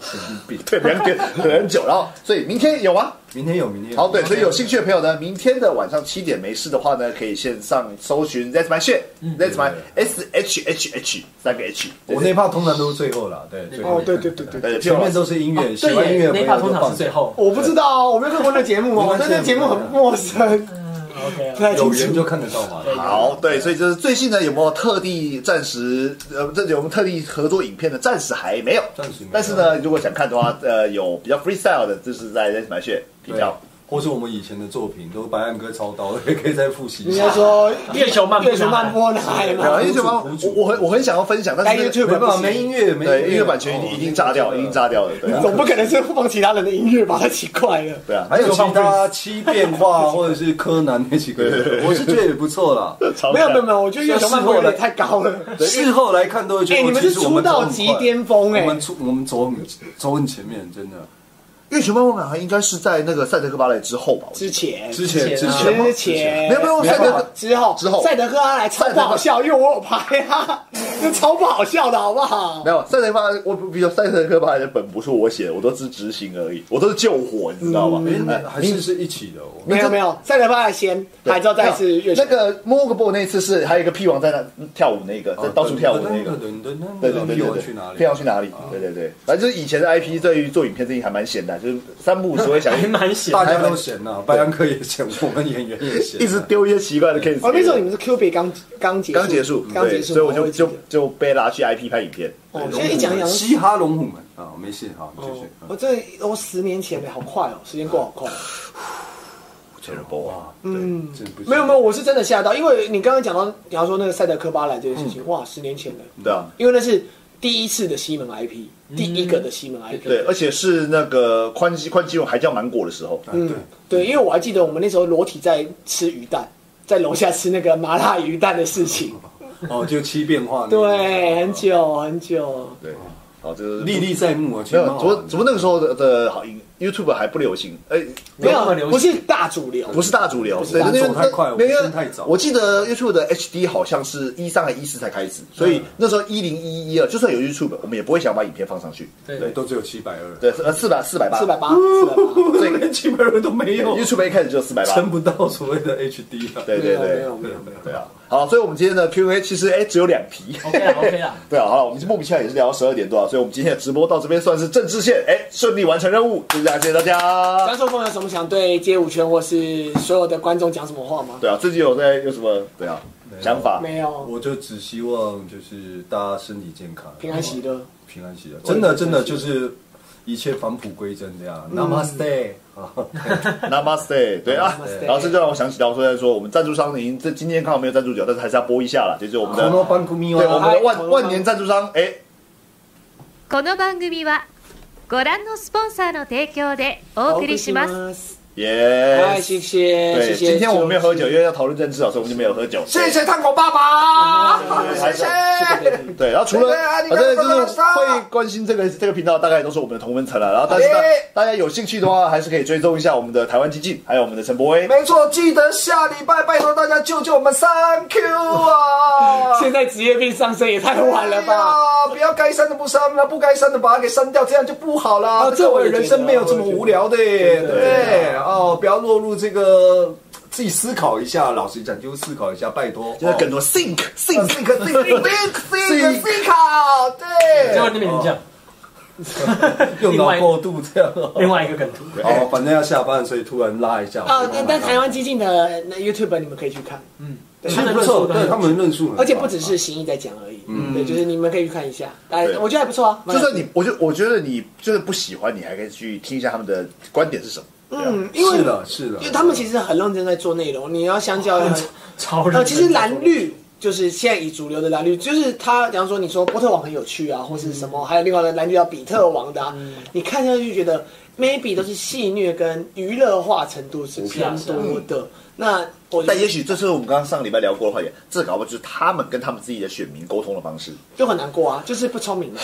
Speaker 2: 神经病。
Speaker 1: 对，两点很久。然后，所以明天有吗？
Speaker 2: 明天有，明天有。哦
Speaker 1: 好，对，所以有兴趣的朋友呢，明天的晚上七点没事的话呢，可以线上搜寻 That's My Shit，That's My
Speaker 2: 对
Speaker 1: S H H H 三个 H。
Speaker 2: 我那 part 通常都是最后了，对。最后
Speaker 4: 哦，对对对对对，
Speaker 1: 对，
Speaker 2: 前面都是音乐，喜
Speaker 3: 哦对
Speaker 2: 欢音乐
Speaker 3: 耶，
Speaker 2: 的朋
Speaker 3: 那
Speaker 2: 友
Speaker 3: 一趴
Speaker 2: 就
Speaker 3: 通常
Speaker 2: 放
Speaker 3: 是最。后。
Speaker 4: 我不知道哦，我没有看过那节目
Speaker 2: 没
Speaker 4: 哦，我
Speaker 2: 关系
Speaker 4: 对那节目很陌生，
Speaker 3: OK，啊
Speaker 4: 不太
Speaker 2: 有
Speaker 4: 清
Speaker 2: 缘
Speaker 4: 楚。
Speaker 2: 就看得到嘛。
Speaker 1: 好，对，所以就是最近呢，有没有特地暂时呃，这有没有特地合作影片呢？暂时还没有，
Speaker 2: 暂时没有
Speaker 1: 但是呢，如果想看的话，呃，有比较 freestyle 的，就是在 That's My Shit 比
Speaker 2: 对
Speaker 1: 较。，
Speaker 2: 或是我们以前的作品都白岸哥操刀，也可以再复习一
Speaker 4: 应
Speaker 2: 下
Speaker 4: 该。说
Speaker 3: 月球漫步
Speaker 4: 月球漫波奶
Speaker 1: 对啊，
Speaker 4: 嘛
Speaker 1: 因，为什么？我我很我很想要分享，但是
Speaker 4: 在 YouTube
Speaker 2: 没办法，没音乐，没
Speaker 1: 对音乐版权已
Speaker 2: 哦
Speaker 1: 经已经炸掉，已经炸掉了，对啊。
Speaker 4: 总不可能是放其他人的音乐吧？太奇怪了。
Speaker 1: 对啊，
Speaker 2: 还有其他七变 化或者是柯南那几个，我是觉得也不错啦。
Speaker 1: 超
Speaker 4: 没有没有
Speaker 1: 赞
Speaker 4: 没有，我觉得月球漫波有点太高了。
Speaker 1: 啊
Speaker 2: 事后来看都会觉得，
Speaker 4: 哎你们
Speaker 2: 哦其
Speaker 4: 是
Speaker 2: 实我们
Speaker 4: 出
Speaker 2: 走
Speaker 4: 道
Speaker 2: 很
Speaker 4: 即
Speaker 2: 快
Speaker 4: 巅峰哎
Speaker 2: 我们出我们走很走很前面，真的。
Speaker 1: 月球漫步好像应该是在那个赛德克巴莱之后吧？我记
Speaker 4: 之前
Speaker 2: 之前
Speaker 3: 之前啊
Speaker 2: 之
Speaker 4: 之
Speaker 2: 前
Speaker 4: 前
Speaker 1: 没有没有赛德克
Speaker 4: 之后
Speaker 1: 之后
Speaker 4: 赛德克阿莱超不好笑，因为我有拍 啊，这超不好笑的好不好
Speaker 1: 得没？有赛德克巴莱，我比如赛德克巴莱的本不是我写的，我都是执行而已，我都是救火，你知道吗？
Speaker 2: 哎那还是是一起的。我
Speaker 4: 没有没有，赛德克阿莱先，还之后再是月球
Speaker 1: 那。个摸个波那次是还有一个屁王在那嗯跳舞那个，在到处跳舞那个。
Speaker 2: 对
Speaker 1: 哦对对对
Speaker 2: 屁
Speaker 1: 对
Speaker 2: 王
Speaker 1: 对，
Speaker 2: 去哪里？
Speaker 1: 屁王去哪里？对对对，反正就是以前的 IP 对于做影片这一还蛮闲的，就是三不五时会想
Speaker 3: 还蛮险
Speaker 2: 大
Speaker 3: 的。
Speaker 2: 家都闲呐，白兰克也闲， 我们演员也 闲，
Speaker 1: 一直丢一些奇怪的 case 给我。
Speaker 4: 哦，那时候你们是 Q B 刚刚结束
Speaker 1: 刚结束，
Speaker 4: 刚结
Speaker 1: 对，
Speaker 4: 束，
Speaker 1: 所以我就
Speaker 4: 会记得
Speaker 1: 就就被拉去 IP 拍影片。
Speaker 4: 哦，现在一讲一讲，
Speaker 2: 嘻哈龙虎门啊，没事好，继续嗯
Speaker 4: 哦。我这我十年前的好快哦，时间过好快。
Speaker 1: terrible 啊！
Speaker 2: 嗯，真不是
Speaker 4: 没有没有，我是真的吓到，因为你刚刚讲到，比方说那个赛德克巴莱这件事情，哇，十年前的，
Speaker 1: 嗯对啊，
Speaker 4: 因为那是第一次的西门 IP，第一个的西门 IP，
Speaker 1: 嗯对，而且是那个宽基宽基勇还叫芒果的时候，
Speaker 2: 啊，对。
Speaker 4: 嗯对，因为我还记得我们那时候裸体在吃鱼蛋，在楼下吃那个麻辣鱼蛋的事情。
Speaker 2: 哦，就七变化那个。哦
Speaker 4: 对，很久很久。
Speaker 1: 对，好，这个
Speaker 2: 历历在目啊。其
Speaker 1: 没
Speaker 2: 实
Speaker 1: 有
Speaker 2: 蛮，好
Speaker 1: 怎么
Speaker 2: 玩的
Speaker 1: 怎么那个时候的的好 YouTube 还不流行，哎，
Speaker 4: 没
Speaker 3: 那么
Speaker 4: 有，
Speaker 3: 流行
Speaker 4: 不是大主流，
Speaker 1: 不是大主流，
Speaker 2: 大
Speaker 1: 对因为
Speaker 2: 众太快
Speaker 1: 没有
Speaker 2: 我们太早
Speaker 1: 我记得 YouTube 的 HD 好像是一三还一四才开始，所
Speaker 2: 嗯
Speaker 1: 以那时候一零一一二，就算有 YouTube，我们也不会想把影片放上去。
Speaker 3: 对
Speaker 2: 都只有七百二，
Speaker 1: 对，呃，四百四百八，
Speaker 4: 四 百八，四百八。
Speaker 2: 对，连七百二都没有，
Speaker 1: ，YouTube 一开始就四百八，
Speaker 2: 撑哦不到所谓的 HD 啊。
Speaker 1: 对
Speaker 4: 没
Speaker 1: 对
Speaker 4: 有没
Speaker 1: 对，
Speaker 4: 有没有没有。
Speaker 1: 对啊。好，所以我们今天的 Q&A 其实哎只有两题。
Speaker 3: OK 啦 OK 啦，
Speaker 1: 对啊，好了，我们莫名其妙也是聊到十二点多啊，所以我们今天的直播到这边算是正支线，哎，顺利完成任务，就这样，谢谢大家。
Speaker 4: 张秀峰有什么想对街舞圈或是所有的观众讲什么话吗？
Speaker 1: 对啊，最近有在有什么对啊
Speaker 2: 没有
Speaker 1: 想法？
Speaker 4: 没有，
Speaker 2: 我就只希望就是大家身体健康，
Speaker 4: 平安喜乐。
Speaker 2: 平安喜乐。真的真的就是一切返璞归真这样。Namaste
Speaker 4: 嗯
Speaker 2: 啊，
Speaker 1: Namaste，对啊
Speaker 4: Namaste，
Speaker 1: 然后这就让我想起到说在说我们赞助商已经这今天看到没有赞助者，但是还是要播一下啦，就是我们
Speaker 2: こ
Speaker 1: 的
Speaker 2: の番組
Speaker 1: 对我
Speaker 2: は
Speaker 1: 们的
Speaker 4: 好
Speaker 1: 万
Speaker 4: 的
Speaker 1: 万年赞助商，哎，
Speaker 7: この番組はご覧のスポンサーの提供でお送りします
Speaker 4: す。哎，
Speaker 1: 耶！
Speaker 4: 谢谢，谢
Speaker 1: 对，
Speaker 4: 谢。
Speaker 1: 今天我们没有喝酒，因为要讨论政治啊，所以我们就没有喝酒。
Speaker 7: 谢谢糖果爸爸，谢谢。
Speaker 1: 对，然后除了
Speaker 7: 对啊你
Speaker 1: 反
Speaker 7: 看
Speaker 1: 正就
Speaker 7: 不能
Speaker 1: 是
Speaker 7: 杀
Speaker 1: 会关心这个这个频道，大概都是我们的同温层了。然后，但是大
Speaker 7: 好耶
Speaker 1: 大家有兴趣的话，还是可以追踪一下我们的台湾基金，还有我们的陈柏威。
Speaker 7: 没错，记得下礼拜拜托大家救救我们三 Q 啊！
Speaker 4: 现在职业病上升也太晚了吧？
Speaker 7: 哎呀不要该删的不删了，不该删的把它给删掉，这样就不好啦。
Speaker 4: 哦
Speaker 7: 这
Speaker 4: 这
Speaker 7: 个
Speaker 4: 我
Speaker 7: 我
Speaker 4: 也觉得
Speaker 7: 人生没有这么无聊的耶，对不对？哦，不要落入这个，自己思考一下。老实讲，就思考一下，拜托。哦
Speaker 1: 现在更多 think
Speaker 7: 思
Speaker 1: think，
Speaker 7: 考，思考，思考，
Speaker 3: 最后
Speaker 7: 对。
Speaker 3: 那边人讲
Speaker 2: 用脑过度这样哦。
Speaker 3: 另外一个梗图，
Speaker 2: 哦，反正要下班，所以突然拉一下。
Speaker 4: 啊，但但台湾激进的那 YouTube 你们可以去看，
Speaker 2: 其实不错，对他们论述很好，
Speaker 4: 而且不只是新一在讲而已，对，就是你们可以去看一下，大家
Speaker 1: 对
Speaker 4: 我觉得还不错啊。蛮
Speaker 1: 就
Speaker 4: 有
Speaker 1: 算你，我就我觉得你就是不喜欢，你还可以去听一下他们的观点是什么。嗯，
Speaker 4: 嗯，因为
Speaker 2: 是的，是的，
Speaker 4: 因为他们其实很认真在做内容，你要相较于很
Speaker 3: 超人。
Speaker 4: 呃，其实蓝绿就是现在以主流的蓝绿，就是他，比方说你说波特网很有趣啊，
Speaker 1: 嗯
Speaker 4: 或是什么，还有另外的蓝绿叫比特网的啊，你看下去就觉得 maybe 都是戏虐跟娱乐化程度是偏多的。那我
Speaker 1: 嗯啊但也许这是我们刚刚上礼拜聊过的话题，这搞不好就是他们跟他们自己的选民沟通的方式。
Speaker 4: 就很难过啊，就是不聪明啊，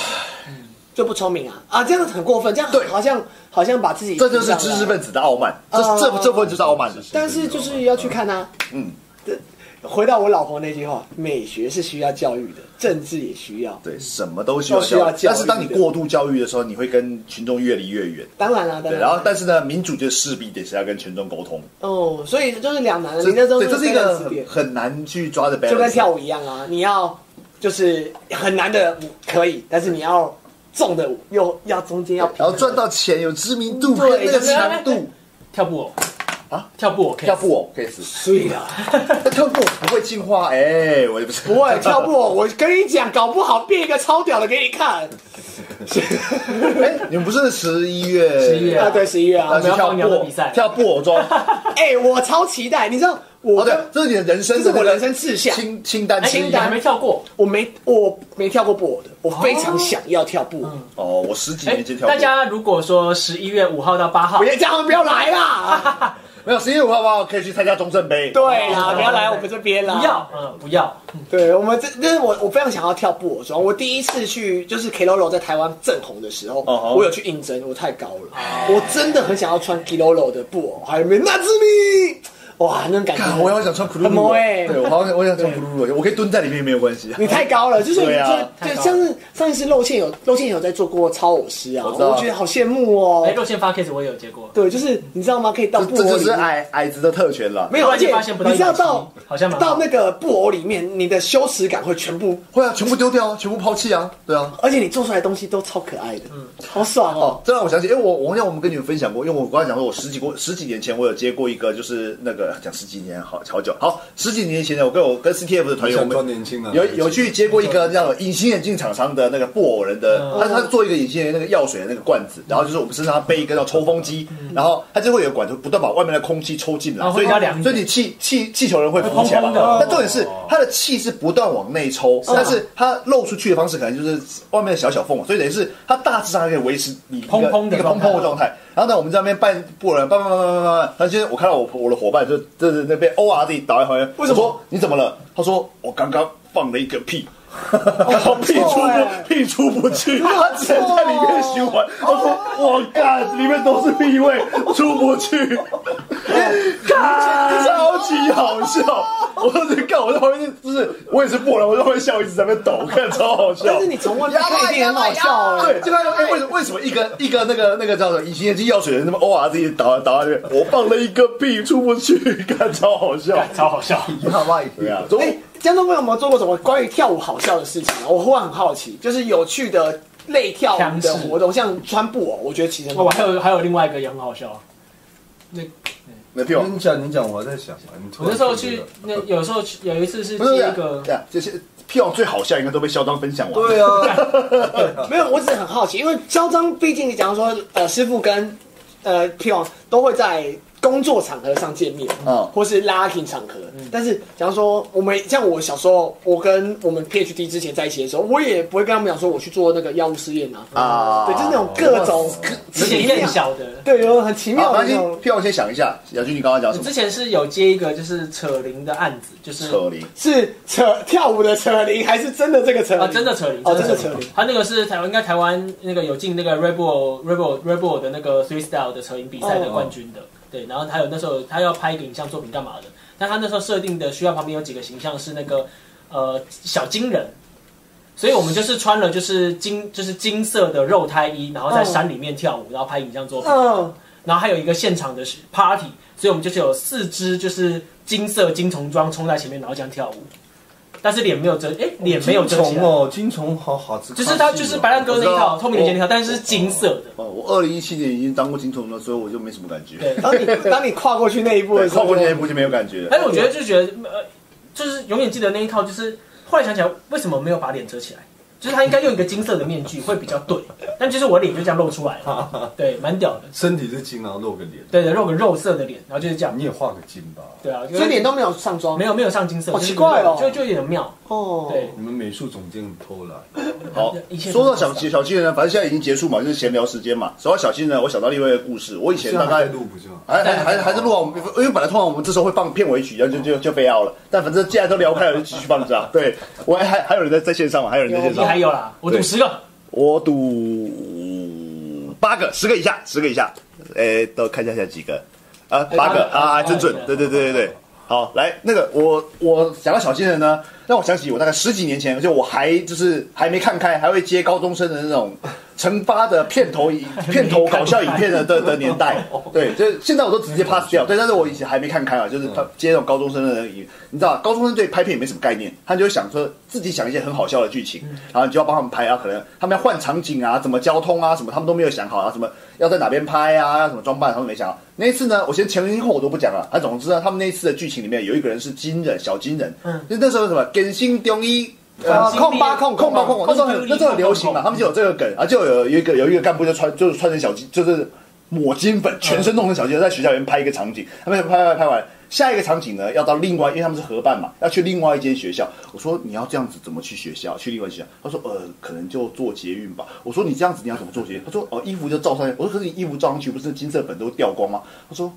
Speaker 4: 就不聪明啊啊，这样很过分，这样
Speaker 1: 嗯对
Speaker 4: 好像好像把自己
Speaker 1: 这就是
Speaker 4: 逼上来
Speaker 1: 知识分子的傲慢，这
Speaker 4: 啊
Speaker 1: 这这部分就是傲慢的。
Speaker 4: 但是就是要去看啊，嗯，回到我老婆那句话，美学是需要教育的，政治也需要。
Speaker 1: 对，什么都需要
Speaker 4: 都需要
Speaker 1: 教育，
Speaker 4: 教育
Speaker 1: 但是当你过度教育的时候，你会跟群众越离越远。
Speaker 4: 当然啦、啊
Speaker 1: 对，
Speaker 4: 当然
Speaker 1: 然
Speaker 4: 啦、
Speaker 1: 后但是呢，民主就势必得是要跟群众沟通，
Speaker 4: 哦，所以就是两难了。
Speaker 1: 这
Speaker 4: 你那时候
Speaker 1: 对这是一
Speaker 4: 个
Speaker 1: 个很很难去抓的 balance，
Speaker 4: 就跟跳舞一样啊，你要就是很难的舞可以，但是你要重的舞又要中间要平
Speaker 1: 然
Speaker 4: 衡
Speaker 1: 后赚到钱有知名度，
Speaker 4: 对
Speaker 1: 跟那个
Speaker 4: 就是
Speaker 1: 强 度，
Speaker 3: 跳布偶
Speaker 1: 啊，
Speaker 3: 跳布偶可以
Speaker 1: 跳布偶可以死，
Speaker 4: 所以啊，
Speaker 1: 但跳布偶不会进化，哎，我也不是
Speaker 4: 不会跳不，我跟你讲，搞不好变一个超屌的给你看
Speaker 1: 哎， 你们不是十一月
Speaker 3: 十一月
Speaker 4: 啊！对，十一月
Speaker 1: 要
Speaker 4: 啊
Speaker 1: 去，
Speaker 3: 们要
Speaker 1: 跳
Speaker 3: 放
Speaker 1: 布
Speaker 3: 羊的
Speaker 1: 偶
Speaker 3: 比赛
Speaker 1: 跳布偶 装，
Speaker 4: 哎，我超期待，你知道
Speaker 1: 哦
Speaker 4: 我
Speaker 1: 对
Speaker 4: 跟，
Speaker 1: 这是你的人生的
Speaker 4: 这是我
Speaker 1: 那个
Speaker 4: 人生志向
Speaker 1: 清清单
Speaker 3: 哎，
Speaker 1: 之
Speaker 4: 清
Speaker 1: 一
Speaker 3: 你。还没跳过，
Speaker 4: 我没我没跳过布偶的，我非常想要跳布偶，
Speaker 1: 哦，我十几年前跳过，
Speaker 3: 哎大家如果说十一月五号到八号
Speaker 4: 不，要这样，不要来 啦！
Speaker 1: 没有十一月五号吧，可以去参加中正杯。
Speaker 4: 对啦，不要来我们这边啦，
Speaker 3: 不要，嗯，不要，
Speaker 4: 对我们这，但是我我非常想要跳布偶装。我第一次去就是 Kilolo 在台湾正红的时候
Speaker 1: 哦啊吼
Speaker 4: 我有去应征，我太高了我真的很想要穿 Kilolo 的布哦偶，还有那之力，哇，那种感觉
Speaker 1: 看，
Speaker 4: 很，
Speaker 1: 哎我也好想穿苦鲁
Speaker 4: 很
Speaker 1: 鲁
Speaker 4: 萌
Speaker 1: 哦，
Speaker 4: 哎
Speaker 1: 对我好想，我想穿苦鲁鲁，我可以蹲在里面没有关系。
Speaker 4: 你太高了，就是
Speaker 1: 对啊
Speaker 4: 就
Speaker 3: 太
Speaker 4: 就
Speaker 3: 高了
Speaker 4: 像是上一次露茜有露茜有在做过超偶师啊，
Speaker 1: 我知道
Speaker 4: 我觉得好羡慕哦
Speaker 3: 哎，。肉线发 case 我也有接过，
Speaker 4: 对，就是你知道吗？可以到
Speaker 1: 这
Speaker 4: 布
Speaker 1: 这
Speaker 4: 偶
Speaker 1: 就
Speaker 4: 里
Speaker 1: 是
Speaker 4: 面，
Speaker 1: 矮矮子的特权了。
Speaker 4: 没有，
Speaker 3: 突
Speaker 4: 而
Speaker 3: 然间
Speaker 4: 且
Speaker 3: 发现不到
Speaker 4: 你知道
Speaker 3: 170
Speaker 4: 到
Speaker 3: 好像蛮好
Speaker 4: 到那个布偶里面，你的羞耻感会全部，
Speaker 1: 会啊，全部丢掉啊，全部抛弃啊，对啊。
Speaker 4: 而且你做出来的东西都超可爱的，
Speaker 3: 嗯
Speaker 4: 好爽哦
Speaker 1: 哦，这让我想起，因为我我像我们跟你们分享过，因为我刚才讲说，我十几过十几年前我有接过一个，就是那个讲十几年好好久，好十几年前呢，我跟我跟 CTF 的团员，我
Speaker 2: 想
Speaker 1: 们
Speaker 2: 装年轻啊，
Speaker 1: 有有去接过一个那种隐形眼镜厂商的那个布偶人的，他他做一个隐形眼镜那个药水的那个罐子，然后就是我们身上背一个叫抽风机，然后它就会有管子不断把外面的空气抽进来，
Speaker 3: 哦
Speaker 1: 所以
Speaker 3: 会比较凉一点
Speaker 1: 所以你气气气球人会浮起来嘛
Speaker 3: 会蓬蓬的。
Speaker 1: 但重点是它的气是不断往内抽，但是它漏出去的方式可能就是外面的小小缝，所以等于是它大致上还可以维持你一个
Speaker 3: 蓬蓬的
Speaker 1: 一个蓬蓬的状态。然后呢，我们在那边办布偶人，办办办办办办，他今天我看到我我的伙伴就就是那边 O R D 倒在旁边，
Speaker 4: 为什么
Speaker 1: 我说你怎么了？他说我刚刚放了一个屁，然后屁出不屁出不去，他只能在里面循环。他说我干，里面都是屁味，出不去，干超级好笑。我当时干，我在旁边就是我也是过来，我在旁边笑，一直在那边抖，看超好笑
Speaker 4: 但。是你从外面看一定很好笑哎、
Speaker 1: 对，就看哎，为什么为什么一个一个那个那个叫什么隐形眼镜药水人，那么 O R 自己倒倒在那边，我放了一个屁出不去，看超好笑。
Speaker 3: 超好笑。
Speaker 2: 他妈一
Speaker 1: 对啊，
Speaker 4: 哎、江东哥有没有做过什么关于跳舞好笑的事情啊？我忽然很好奇，就是有趣的类跳舞的活动，像穿布偶，我觉得其实很
Speaker 3: 哦，
Speaker 4: 好
Speaker 3: 我
Speaker 4: 玩。
Speaker 3: 还有还有另外一个也很好笑，那
Speaker 1: 没屁用。哦
Speaker 2: 你讲，你讲，我还在想。你突
Speaker 3: 我那
Speaker 2: 然
Speaker 3: 时候
Speaker 2: 觉
Speaker 3: 去
Speaker 2: 得，
Speaker 3: 那有时候去有一次是
Speaker 1: 不是
Speaker 3: 接一
Speaker 1: 不
Speaker 3: 个
Speaker 1: 是，对啊这些票最好笑应该都被肖张分享完。
Speaker 2: 对啊，
Speaker 4: 没有，我只是很好奇，因为嚣张，毕竟你讲说，呃，师傅跟呃 P 王都会在工作场合上见面，
Speaker 1: 嗯
Speaker 4: 或是 lucky 场合。但是，假如说我们像我小时候，我跟我们 PhD 之前在一起的时候，我也不会跟他们讲说我去做那个药物试验啊，
Speaker 1: 啊，
Speaker 4: 对，就是那种各种
Speaker 3: 之前面小的。
Speaker 4: 对，有很奇妙
Speaker 1: 好，
Speaker 4: 的
Speaker 1: 啊没关
Speaker 4: 那种
Speaker 1: 系，票我先想一下，雅君，你刚刚讲
Speaker 3: 我
Speaker 1: 什么
Speaker 3: 之？前是有接一个就是扯铃的案子，就是
Speaker 1: 扯铃，
Speaker 4: 是扯跳舞的扯铃，还是真的这个扯铃？
Speaker 3: 啊，真的扯铃，
Speaker 4: 哦，真
Speaker 3: 的
Speaker 4: 的扯铃。
Speaker 3: 他那个是台湾，应该台湾那个有进那个 Rebel Rebel Rebel 的那个 Three Style 的扯影比赛
Speaker 4: 哦
Speaker 3: 的冠军的，对。然后他有那时候他要拍一个影像作品干嘛的，但他那时候设定的需要旁边有几个形象是那个呃小金人，所以我们就是穿了就是金就是金色的肉胎衣，然后
Speaker 4: 哦
Speaker 3: 在山里面跳舞，然后拍影像作品。
Speaker 4: 嗯，
Speaker 3: 然后还有一个现场的 party，所以我们就是有四只就是金色金虫装冲在前面，然后这样跳舞，但是脸没有遮，哎，脸没有遮起
Speaker 2: 虫
Speaker 3: 来。
Speaker 2: 哦，金虫好好吃，
Speaker 3: 就是它就是
Speaker 7: 哦
Speaker 3: 白兰鸽那一套，透明的那一套，但是是金色的。
Speaker 1: 哦，我二零一七年已经当过金童了，所以我就没什么感觉。
Speaker 3: 对
Speaker 4: 当你 当你跨过去那一步的
Speaker 1: 对，
Speaker 4: 时候，
Speaker 1: 跨过那一步就没有感觉了。
Speaker 3: 但是我觉得就觉得呃，就是永远记得那一套，就是后来想起来为什么没有把脸遮起来，就是他应该用一个金色的面具会比较对，但就是我脸就这样露出来了，对，蛮屌的。
Speaker 2: 身体是金，然后露个脸，
Speaker 3: 对的，露个肉色的脸，然后就是这样
Speaker 2: 你。也画个金吧。
Speaker 3: 对啊，
Speaker 4: 所以脸都没有上妆
Speaker 3: 没。有没有上金色，
Speaker 4: 好
Speaker 3: 就是
Speaker 4: 奇怪哦
Speaker 3: 就就有点妙。
Speaker 4: 哦，
Speaker 3: 对，
Speaker 2: 你们美术总监很偷懒，
Speaker 1: 好，说到小小金人呢，反正现在已经结束嘛，就是闲聊时间嘛。说到小金人，我想到另外一个故事。我以前
Speaker 2: 现在
Speaker 1: 大
Speaker 2: 还
Speaker 1: 概
Speaker 2: 在录不是吗？
Speaker 1: 还还还还是录啊完我们，因为本来通常我们这时候会放片尾曲，然后就就就被 out 了。但反正既然都聊开了，就继续放着啊。对，我还还还有人在在线上嘛，还有人在线
Speaker 3: 你
Speaker 1: 上
Speaker 3: 还。有啦，我赌十个，
Speaker 1: 我赌八个，十个以下，十个以下。诶，都看一下现在几个啊？八个啊，还真准。对对对对对。好，来那个我我讲到小金人呢，让我想起我大概十几年前，就我还就是还没看开，还会接高中生的那种成发的片 头影片头搞笑影片的的的年代，对，就是现在我都直接 pass 掉，对，但是我以前还没看开啊，就是他接那种高中生的影，你知道，高中生对拍片也没什么概念，他就会想说自己想一些很好笑的剧情，然后你就要帮他们拍啊，可能他们要换场景啊，怎么交通啊，什么他们都没有想好啊，什么要在哪边拍啊，要怎么装扮，他们没想好。那一次呢，我先前因后果我都不讲了，啊，总之呢，他们那一次的剧情里面有一个人是金人，小金人，嗯，就那时候什么更新中医。
Speaker 4: 啊
Speaker 3: 经历
Speaker 4: 控八控
Speaker 1: 控吧控，那时候
Speaker 3: 控
Speaker 1: 很
Speaker 3: 制力
Speaker 1: 那时候很流行嘛，
Speaker 3: 控
Speaker 1: 他们就有这个梗啊，就有有一个有一个干部就穿就是穿成小鸡，就是抹金粉，全身弄成小鸡，在学校里面拍一个场景，他们拍拍拍拍完。下一个场景呢，要到另外，因为他们是合办嘛，要去另外一间学校。我说你要这样子怎么去学校？去另外一间学校？他说呃，可能就坐捷运吧。我说你这样子你要怎么坐捷运？他说哦、衣服就罩上去。我说可是你衣服罩上去，不是金色粉都掉光吗？他说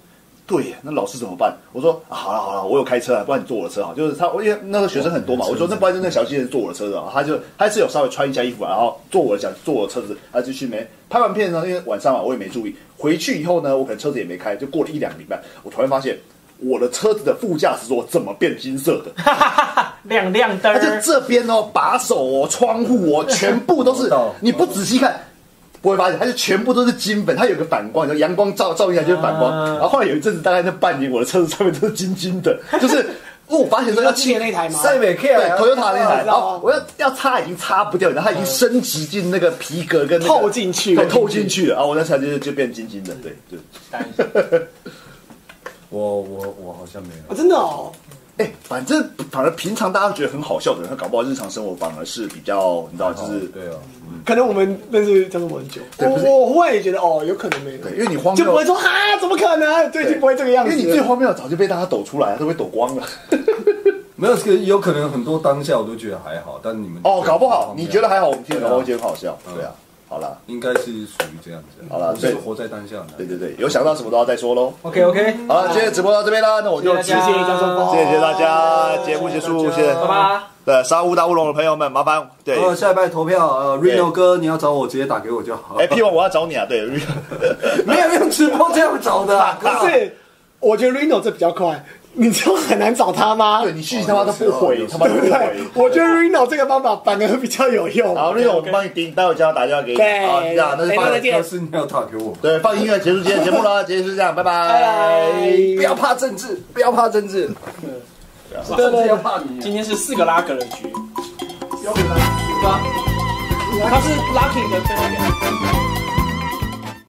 Speaker 1: 对耶，那老师怎么办？我说、啊好了好了，我有开车啊，不然你坐我的车哈。就是他，我因为那时候学生很多嘛，我说那不然就那个小姐姐坐我的车子啊。他就他是有稍微穿一下衣服啊，然后坐我的小坐我的车子，他就去没拍完片呢，因为晚上嘛我也没注意，回去以后呢，我可能车子也没开，就过了一两个礼拜，我突然发现我的车子的副驾驶座怎么变金色的？
Speaker 3: 亮亮灯
Speaker 1: 而且
Speaker 4: 啊
Speaker 3: 儿。
Speaker 1: 这边哦，把手哦，窗户哦，全部都是
Speaker 2: 我懂，
Speaker 1: 你不仔细看。不会发现，它就全部都是金粉，它有个反光，然后阳光照照进来就是反光。
Speaker 3: 啊
Speaker 1: 然后后来有一阵子，大概那半年，我的车子上面都是金金 的，就是因为我发现说要
Speaker 4: 要之前那台吗？
Speaker 2: 塞美 K
Speaker 1: 对
Speaker 2: 啊
Speaker 1: Toyota 那台，
Speaker 4: 知道
Speaker 1: 然后我要要擦已经擦不掉，然后它已经伸直进那个皮革跟那个
Speaker 4: 透进去了
Speaker 1: 对，透进去了。然哦后我那台就就变金金的，对 对。
Speaker 2: 我我我好像没有。
Speaker 4: 哦真的哦，
Speaker 1: 哎，反正反正平常大家觉得很好笑的人，他搞不好日常生活反而是比较，你知道，就是
Speaker 2: 对哦，
Speaker 4: 可能我们认识江么很久，
Speaker 1: 嗯对
Speaker 4: 我
Speaker 1: 不是
Speaker 4: 我忽然也觉得哦，有可能没有，
Speaker 1: 对，因为你荒
Speaker 4: 就
Speaker 1: 谬
Speaker 4: 不会说啊，怎么可能？就已经不会这个样子
Speaker 1: 因
Speaker 4: 了。
Speaker 1: 为你最荒谬的早就被大家抖出来了，都被抖光了。
Speaker 2: 没有，这个有可能很多当下我都觉得还好，但你们
Speaker 1: 哦，搞不好 你觉得还好，我们听了
Speaker 2: 对啊
Speaker 1: 搞不好觉得很好笑。对啊，好啦，
Speaker 2: 应该是属于这样子。啊
Speaker 1: 好啦
Speaker 2: 我是
Speaker 1: 对
Speaker 2: 活在当下的。
Speaker 1: 对对对，有想到什么都要再说喽。
Speaker 3: OK OK，
Speaker 1: 好了，今天直播到这边啦，那我就
Speaker 3: 嗯谢谢大
Speaker 4: 谢
Speaker 3: 家
Speaker 4: 谢江松峰，
Speaker 1: 谢谢大家，节目结束，谢谢。
Speaker 3: 拜拜。
Speaker 1: 对，杀乌大乌龙的朋友们，麻烦对，
Speaker 2: 呃，下一拜投票，呃
Speaker 1: 对
Speaker 2: ，Reno 哥，你要找我直接打给我就好。
Speaker 1: 哎，P 王我要找你啊，对，
Speaker 2: 没有用直播这样找的啊，
Speaker 4: 不是，我觉得 Reno 这比较快，你知道很难找他吗？
Speaker 1: 对你讯息他妈都不回，他妈都不
Speaker 4: 对
Speaker 1: 回。
Speaker 4: 我觉得 Reno 这个方法反而比较有用。
Speaker 1: 好，那个我们帮你盯，待会叫他打电话给你。
Speaker 4: 对
Speaker 1: 好，这样那就
Speaker 4: 哎
Speaker 1: 放
Speaker 4: 再 见
Speaker 2: 要是你要打给我，
Speaker 1: 对放音乐结束今天节目了，结束这样，拜拜。
Speaker 2: 不要怕政治，不要怕政治，
Speaker 3: 对
Speaker 2: 政
Speaker 3: 对
Speaker 2: 治
Speaker 3: 对
Speaker 2: 要怕你。啊
Speaker 3: 今天是四个拉格的局，有很难，对吧？他是 lucky 的最后一个。